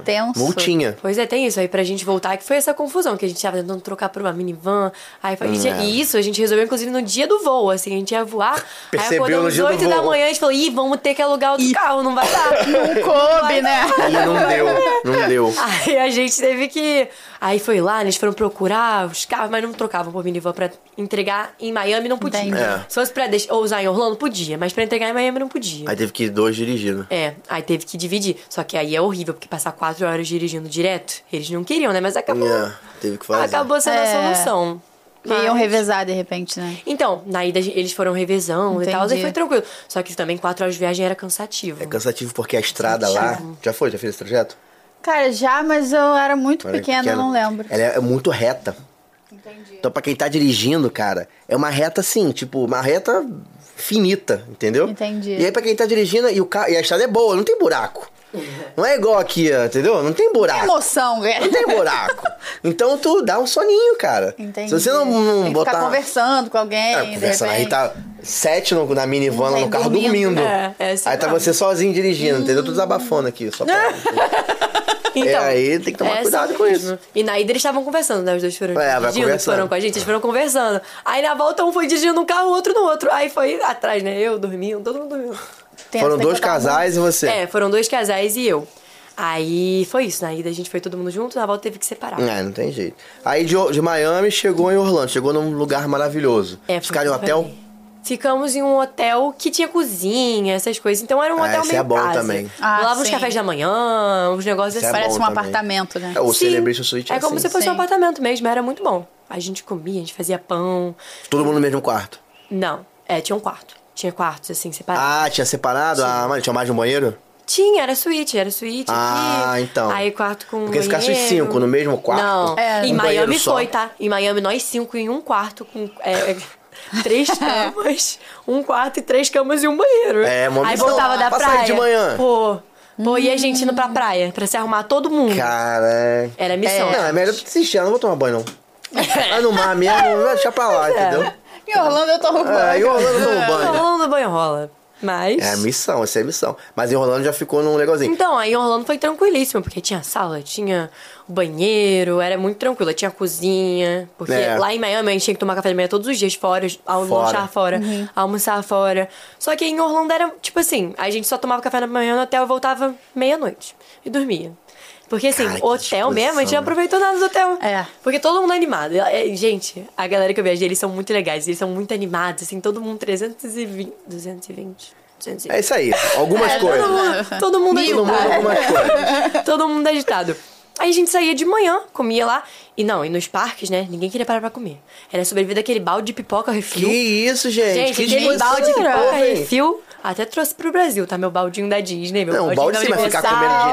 [SPEAKER 1] Tenso.
[SPEAKER 2] Multinha.
[SPEAKER 3] Pois é, tem isso aí pra gente voltar, que foi essa confusão, que a gente tava tentando trocar por uma minivan. Aí, foi- e,
[SPEAKER 2] é.
[SPEAKER 3] e isso a gente resolveu, inclusive, no dia do voo, assim, a gente ia voar. aí
[SPEAKER 2] Percebeu
[SPEAKER 3] acordamos
[SPEAKER 2] no dia do
[SPEAKER 3] às 8 da
[SPEAKER 2] voo.
[SPEAKER 3] manhã, a gente falou, ih, vamos ter que alugar outro carro, não vai dar.
[SPEAKER 1] Não coube, né?
[SPEAKER 2] E não deu, não deu.
[SPEAKER 3] Aí a gente teve que. Aí foi lá, eles foram procurar os carros, mas não trocavam por minivan pra entregar em Miami, não podia.
[SPEAKER 1] Entendi.
[SPEAKER 2] É.
[SPEAKER 3] Se fosse pra deixar, ou usar em Orlando, podia, mas pra entregar em Miami não podia.
[SPEAKER 2] Aí teve que ir dois dirigindo.
[SPEAKER 3] É, aí teve que dividir. Só que aí é horrível, porque passar quatro horas dirigindo direto, eles não queriam, né? Mas acabou.
[SPEAKER 2] É, teve que fazer.
[SPEAKER 3] Acabou sendo
[SPEAKER 1] É.
[SPEAKER 3] a solução.
[SPEAKER 1] Que Iam
[SPEAKER 3] Mas-
[SPEAKER 1] revezar de repente, né?
[SPEAKER 3] Então, na ida eles foram revezando e tal,
[SPEAKER 1] Entendi.
[SPEAKER 3] e foi tranquilo. Só que também quatro horas de viagem era cansativo.
[SPEAKER 2] É cansativo porque a estrada lá. Já foi? Já fez esse trajeto?
[SPEAKER 1] Cara, já, mas eu era muito
[SPEAKER 2] Era
[SPEAKER 1] pequena, eu não lembro.
[SPEAKER 2] Ela é é muito reta.
[SPEAKER 1] Entendi.
[SPEAKER 2] Então, pra quem tá dirigindo, cara, é uma reta assim, tipo, uma reta finita, entendeu?
[SPEAKER 1] Entendi.
[SPEAKER 2] E aí, pra quem tá dirigindo, e, o ca... e a estrada é boa, não tem buraco. Não é igual aqui, ó, entendeu? Não tem
[SPEAKER 1] Que
[SPEAKER 2] buraco.
[SPEAKER 1] emoção, cara.
[SPEAKER 2] Não tem buraco. Então, tu dá um soninho, cara.
[SPEAKER 1] Entendi.
[SPEAKER 2] Se você não, não
[SPEAKER 1] Tem que
[SPEAKER 2] botar.
[SPEAKER 1] ficar conversando com alguém,
[SPEAKER 2] É,
[SPEAKER 1] de
[SPEAKER 2] conversando. Aí
[SPEAKER 1] repente.
[SPEAKER 2] tá sete no, na minivan, lá
[SPEAKER 1] Aí
[SPEAKER 2] no carro
[SPEAKER 1] dormindo.
[SPEAKER 2] dormindo.
[SPEAKER 3] É, é assim
[SPEAKER 2] aí tá
[SPEAKER 3] mesmo.
[SPEAKER 2] você sozinho dirigindo, entendeu? Tô desabafando aqui, só pra...
[SPEAKER 3] Então,
[SPEAKER 2] É, aí tem que tomar
[SPEAKER 3] é
[SPEAKER 2] cuidado
[SPEAKER 3] assim
[SPEAKER 2] com
[SPEAKER 3] mesmo.
[SPEAKER 2] isso.
[SPEAKER 3] E na ida eles estavam conversando, né? Os dois foram
[SPEAKER 2] É, vai
[SPEAKER 3] dirigindo,
[SPEAKER 2] conversando.
[SPEAKER 3] foram com a gente, eles foram conversando. Aí na volta um foi dirigindo um carro, o outro no outro. Aí foi atrás, né? Eu dormindo, todo mundo dormindo.
[SPEAKER 1] Tem-
[SPEAKER 2] Foram
[SPEAKER 1] tem que
[SPEAKER 2] dois
[SPEAKER 1] botar
[SPEAKER 2] casais e você.
[SPEAKER 3] É, foram dois casais e eu. Aí foi isso, na ida a gente foi todo mundo junto, na volta teve que separar.
[SPEAKER 2] É, não tem jeito. Aí de, de Miami chegou em Orlando, chegou num lugar maravilhoso.
[SPEAKER 3] É, foi
[SPEAKER 2] Ficaram em
[SPEAKER 3] muito
[SPEAKER 2] um hotel?
[SPEAKER 3] bem. Ficamos em um hotel que tinha cozinha, essas coisas. Então era um
[SPEAKER 2] Ah,
[SPEAKER 3] hotel
[SPEAKER 2] esse
[SPEAKER 3] meio
[SPEAKER 2] é bom
[SPEAKER 3] casa.
[SPEAKER 2] também.
[SPEAKER 1] Ah,
[SPEAKER 3] Rolava uns
[SPEAKER 1] sim.
[SPEAKER 3] cafés da manhã, uns negócios
[SPEAKER 2] Esse é
[SPEAKER 3] assim.
[SPEAKER 1] Parece
[SPEAKER 2] bom
[SPEAKER 1] um
[SPEAKER 2] também.
[SPEAKER 1] apartamento, né?
[SPEAKER 2] É, o
[SPEAKER 3] Sim.
[SPEAKER 2] Celebration Suite
[SPEAKER 3] É
[SPEAKER 2] assim.
[SPEAKER 3] como se fosse um
[SPEAKER 1] Sim.
[SPEAKER 3] apartamento mesmo, era muito bom. A gente comia, a gente fazia pão.
[SPEAKER 2] Todo mundo no mesmo quarto.
[SPEAKER 3] Não, é, tinha um quarto. Tinha quartos, assim, separados.
[SPEAKER 2] Ah, tinha separado? Ah, mano, tinha mais de um banheiro?
[SPEAKER 3] Tinha, era suíte, era suíte
[SPEAKER 2] Ah,
[SPEAKER 3] aqui.
[SPEAKER 2] então.
[SPEAKER 3] Aí quarto com
[SPEAKER 2] Porque se
[SPEAKER 3] banheiro.
[SPEAKER 2] ficasse os cinco no mesmo quarto,
[SPEAKER 3] Não,
[SPEAKER 1] É.
[SPEAKER 3] em
[SPEAKER 2] um banheiro
[SPEAKER 3] Miami
[SPEAKER 2] só.
[SPEAKER 3] foi, tá? Em Miami nós cinco em um quarto com... é, é, Três camas, um quarto e três camas e um banheiro.
[SPEAKER 2] É, uma
[SPEAKER 3] Aí
[SPEAKER 2] missão.
[SPEAKER 3] voltava da
[SPEAKER 2] Pra
[SPEAKER 3] praia.
[SPEAKER 2] sair de manhã.
[SPEAKER 3] Pô, pô e a gente indo pra praia, pra se arrumar todo mundo.
[SPEAKER 2] Cara.
[SPEAKER 3] Era missão. É.
[SPEAKER 2] Não, é melhor desistir, eu não vou tomar banho, não. Vai no mar mesmo, vai deixar pra lá, entendeu?
[SPEAKER 1] Em Orlando eu tô roubando.
[SPEAKER 2] É, em Orlando eu tomo banho. né?
[SPEAKER 3] Rolando banho rola. Mas...
[SPEAKER 2] É missão, essa é missão. Mas em Orlando já ficou num legalzinho.
[SPEAKER 3] Então, aí em Orlando foi tranquilíssimo, porque tinha sala, tinha o banheiro, era muito tranquilo, tinha a cozinha. Porque
[SPEAKER 2] É.
[SPEAKER 3] lá em Miami a gente tinha que tomar café da manhã todos os dias fora, almoçar fora, almoçar fora. Só que em Orlando era, tipo assim, a gente só tomava café da manhã no hotel, voltava meia-noite e dormia. Porque assim,
[SPEAKER 2] Cara, que
[SPEAKER 3] hotel mesmo, a gente
[SPEAKER 2] disposição,
[SPEAKER 3] não aproveitou nada do hotel.
[SPEAKER 1] É.
[SPEAKER 3] Porque todo mundo é animado. É, Gente, a galera que eu viajei, eles são muito legais, eles são muito animados, assim, todo mundo 320, 220, 220.
[SPEAKER 2] É isso aí, algumas
[SPEAKER 1] É,
[SPEAKER 2] coisas.
[SPEAKER 3] Todo
[SPEAKER 2] Todo
[SPEAKER 3] mundo, todo mundo
[SPEAKER 2] mundo
[SPEAKER 3] agitado.
[SPEAKER 2] algumas coisas.
[SPEAKER 3] Todo mundo agitado. Aí a gente saía de manhã, comia lá. E não, e nos parques, né? Ninguém queria parar pra comer. Era sobreviver aquele balde de pipoca
[SPEAKER 2] Que
[SPEAKER 3] refil.
[SPEAKER 2] isso, gente?
[SPEAKER 3] Gente,
[SPEAKER 2] que
[SPEAKER 3] aquele
[SPEAKER 2] disposição
[SPEAKER 3] balde é de
[SPEAKER 2] do
[SPEAKER 3] pipoca
[SPEAKER 2] povo, hein?
[SPEAKER 3] refil. Até trouxe pro Brasil, tá? Meu baldinho da Disney, meu
[SPEAKER 2] Não, o balde
[SPEAKER 3] da
[SPEAKER 2] sim, mas ficar comendo
[SPEAKER 3] Universal.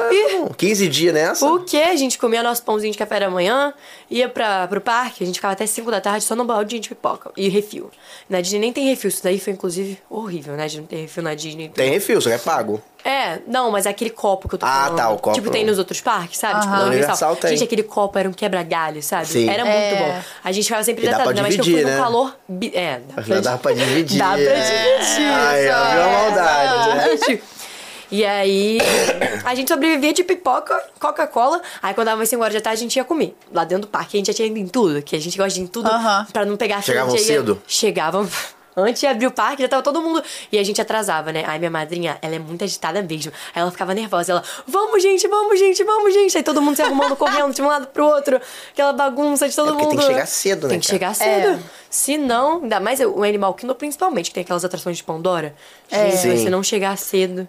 [SPEAKER 2] direto
[SPEAKER 3] Ih.
[SPEAKER 2] é um 15 dias nessa.
[SPEAKER 3] O que? A gente comia nosso pãozinho de café da manhã, ia pra, pro parque, a gente ficava até 5 da tarde só no baldinho de pipoca e refil. Na Disney nem tem refil, isso daí foi inclusive horrível, né? De não ter refil na Disney.
[SPEAKER 2] Tem refil, só que é pago.
[SPEAKER 3] É, não, mas é aquele copo que eu tô
[SPEAKER 2] Ah,
[SPEAKER 3] falando.
[SPEAKER 2] tá, o copo.
[SPEAKER 3] Tipo, tem nos outros parques, sabe? Tipo,
[SPEAKER 1] Aham.
[SPEAKER 3] na
[SPEAKER 2] No Universal tem.
[SPEAKER 3] Gente, aquele copo era um quebra-galho, sabe?
[SPEAKER 2] Sim.
[SPEAKER 3] Era
[SPEAKER 1] É.
[SPEAKER 3] muito bom. A gente ficava sempre
[SPEAKER 2] E dá
[SPEAKER 3] tentando,
[SPEAKER 2] pra
[SPEAKER 3] ainda mais que eu fui
[SPEAKER 2] dividir,
[SPEAKER 3] no
[SPEAKER 2] né?
[SPEAKER 3] um calor... bi- É, dá pra,
[SPEAKER 2] Dá pra dividir. É.
[SPEAKER 3] Dá pra dividir.
[SPEAKER 1] só
[SPEAKER 2] Ai, é uma
[SPEAKER 1] essa.
[SPEAKER 2] maldade. né?
[SPEAKER 3] Gente, E aí, a gente sobrevivia de pipoca, Coca-Cola. Aí, quando dava 5 horas da tarde, a gente ia comer. Lá dentro do parque, a gente já tinha ido em tudo, que a gente gosta de ir em tudo
[SPEAKER 1] Aham.
[SPEAKER 3] pra não pegar
[SPEAKER 2] Chegavam
[SPEAKER 3] fila, a gente ia-
[SPEAKER 2] cedo?
[SPEAKER 3] Chegavam. Antes de abrir o parque, já tava todo mundo. E a gente atrasava, né? Aí minha madrinha, ela é muito agitada mesmo. Aí ela ficava nervosa. Ela, vamos, gente, vamos, gente, vamos, gente. Aí todo mundo se arrumando, correndo de um lado pro outro. Aquela bagunça de
[SPEAKER 2] É
[SPEAKER 3] todo
[SPEAKER 2] porque
[SPEAKER 3] mundo. É.
[SPEAKER 2] tem que chegar cedo, né,
[SPEAKER 3] Tem que
[SPEAKER 2] cara?
[SPEAKER 3] chegar cedo. Se não, ainda mais o Animal Kingdom, principalmente, que tem aquelas atrações de Pandora. Gente,
[SPEAKER 2] Sim.
[SPEAKER 3] se você não chegar cedo,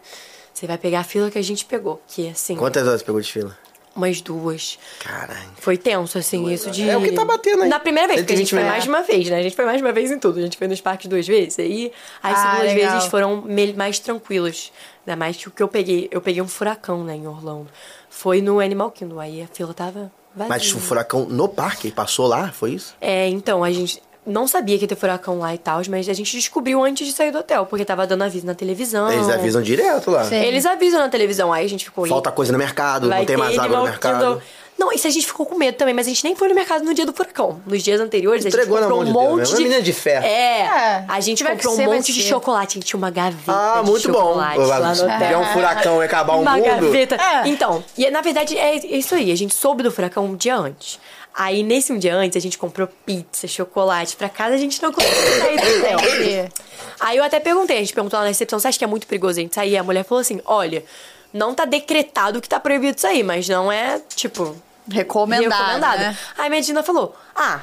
[SPEAKER 3] você vai pegar a fila que a gente pegou. Que assim,
[SPEAKER 2] Quantas horas pegou de fila?
[SPEAKER 3] umas duas.
[SPEAKER 2] Caralho.
[SPEAKER 3] Foi tenso, assim, isso de.
[SPEAKER 2] É o que tá batendo aí.
[SPEAKER 3] Na primeira vez, porque a gente foi
[SPEAKER 2] 120
[SPEAKER 3] mais de uma vez, né? A gente foi mais de uma vez em tudo. A gente foi nos parques duas vezes. Aí as
[SPEAKER 1] Ah,
[SPEAKER 3] segundas
[SPEAKER 1] legal.
[SPEAKER 3] vezes foram me- mais tranquilos. Ainda mais que o que eu peguei. Eu peguei um furacão, né, em Orlando. Foi no Animal Kingdom. Aí a fila tava vazia.
[SPEAKER 2] Mas o furacão no parque passou lá, foi isso?
[SPEAKER 3] É, então, a gente não sabia que ia ter furacão lá e tal, mas a gente descobriu antes de sair do hotel, porque tava dando aviso na televisão.
[SPEAKER 2] Eles avisam direto lá.
[SPEAKER 1] Sim.
[SPEAKER 3] Eles avisam na televisão, aí a gente ficou.
[SPEAKER 2] Falta coisa no mercado,
[SPEAKER 3] Vai
[SPEAKER 2] não tem
[SPEAKER 3] ter
[SPEAKER 2] mais água no
[SPEAKER 3] Animal
[SPEAKER 2] mercado.
[SPEAKER 3] Kingdom. Não, isso a gente ficou com medo também, mas a gente nem foi no mercado no dia do furacão. Nos dias anteriores,
[SPEAKER 2] Entregou
[SPEAKER 3] a
[SPEAKER 2] na
[SPEAKER 3] gente comprou
[SPEAKER 2] mão de
[SPEAKER 3] um
[SPEAKER 2] Deus,
[SPEAKER 3] monte
[SPEAKER 2] né? Uma
[SPEAKER 3] de...
[SPEAKER 2] menina de fé.
[SPEAKER 3] É,
[SPEAKER 1] É,
[SPEAKER 3] a gente
[SPEAKER 1] tiver que
[SPEAKER 3] comprou um
[SPEAKER 1] ser, vai
[SPEAKER 3] monte de
[SPEAKER 1] ser.
[SPEAKER 3] chocolate. Tinha uma gaveta
[SPEAKER 2] Ah,
[SPEAKER 3] de
[SPEAKER 2] muito bom.
[SPEAKER 3] chocolate lá no
[SPEAKER 2] Se tiver
[SPEAKER 3] hotel.
[SPEAKER 2] um furacão e acabar o
[SPEAKER 3] uma
[SPEAKER 2] mundo.
[SPEAKER 3] gaveta.
[SPEAKER 1] É.
[SPEAKER 3] Então, e na verdade é isso aí. A gente soube do furacão um dia antes. Aí, nesse um dia antes, a gente comprou pizza, chocolate. Pra casa, a gente não conseguiu sair do hotel.
[SPEAKER 1] Entendi.
[SPEAKER 3] Aí eu até perguntei, a gente perguntou lá na recepção, você acha que é muito perigoso a gente sair? A mulher falou assim, olha, não tá decretado que tá proibido sair, mas não é, tipo,
[SPEAKER 1] Recomendado.
[SPEAKER 3] recomendado.
[SPEAKER 1] né?
[SPEAKER 3] Aí minha Dina falou, ah,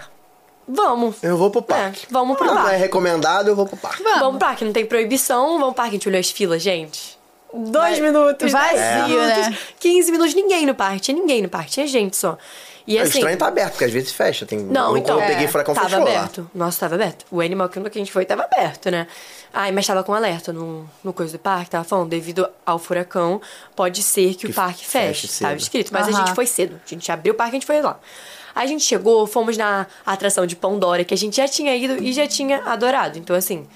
[SPEAKER 3] vamos.
[SPEAKER 2] Eu vou pro
[SPEAKER 3] É,
[SPEAKER 2] parque.
[SPEAKER 3] vamos pro
[SPEAKER 2] Ah, Não é
[SPEAKER 3] parque.
[SPEAKER 2] recomendado, eu vou pro parque.
[SPEAKER 3] Vamos. pro parque, não tem proibição, vamos pro parque. A gente olhou as filas, gente. Dois minutos,
[SPEAKER 1] vazio,
[SPEAKER 3] dez minutos,
[SPEAKER 1] né?
[SPEAKER 3] 15 minutos, ninguém no parque, tinha ninguém no parque, tinha gente só. E
[SPEAKER 2] É,
[SPEAKER 3] assim...
[SPEAKER 2] estranho tá aberto, porque às vezes fecha. Tem...
[SPEAKER 3] Não,
[SPEAKER 2] eu,
[SPEAKER 3] então.
[SPEAKER 2] Eu peguei
[SPEAKER 3] é,
[SPEAKER 2] furacão,
[SPEAKER 3] Tava
[SPEAKER 2] fechou lá.
[SPEAKER 3] aberto. Nossa, tava aberto. O Animal Kingdom que a gente foi tava aberto, né? Ai, mas tava com alerta no, no coisa do parque, tava falando, devido ao furacão, pode ser que, o
[SPEAKER 2] Que
[SPEAKER 3] parque
[SPEAKER 2] feche
[SPEAKER 3] feche, tava
[SPEAKER 2] cedo.
[SPEAKER 3] escrito. Mas a
[SPEAKER 1] Aham.
[SPEAKER 3] gente foi cedo. A gente abriu o parque, a gente foi lá. A gente chegou, fomos na atração de Pandora, que a gente já tinha ido e já tinha adorado. Então, assim,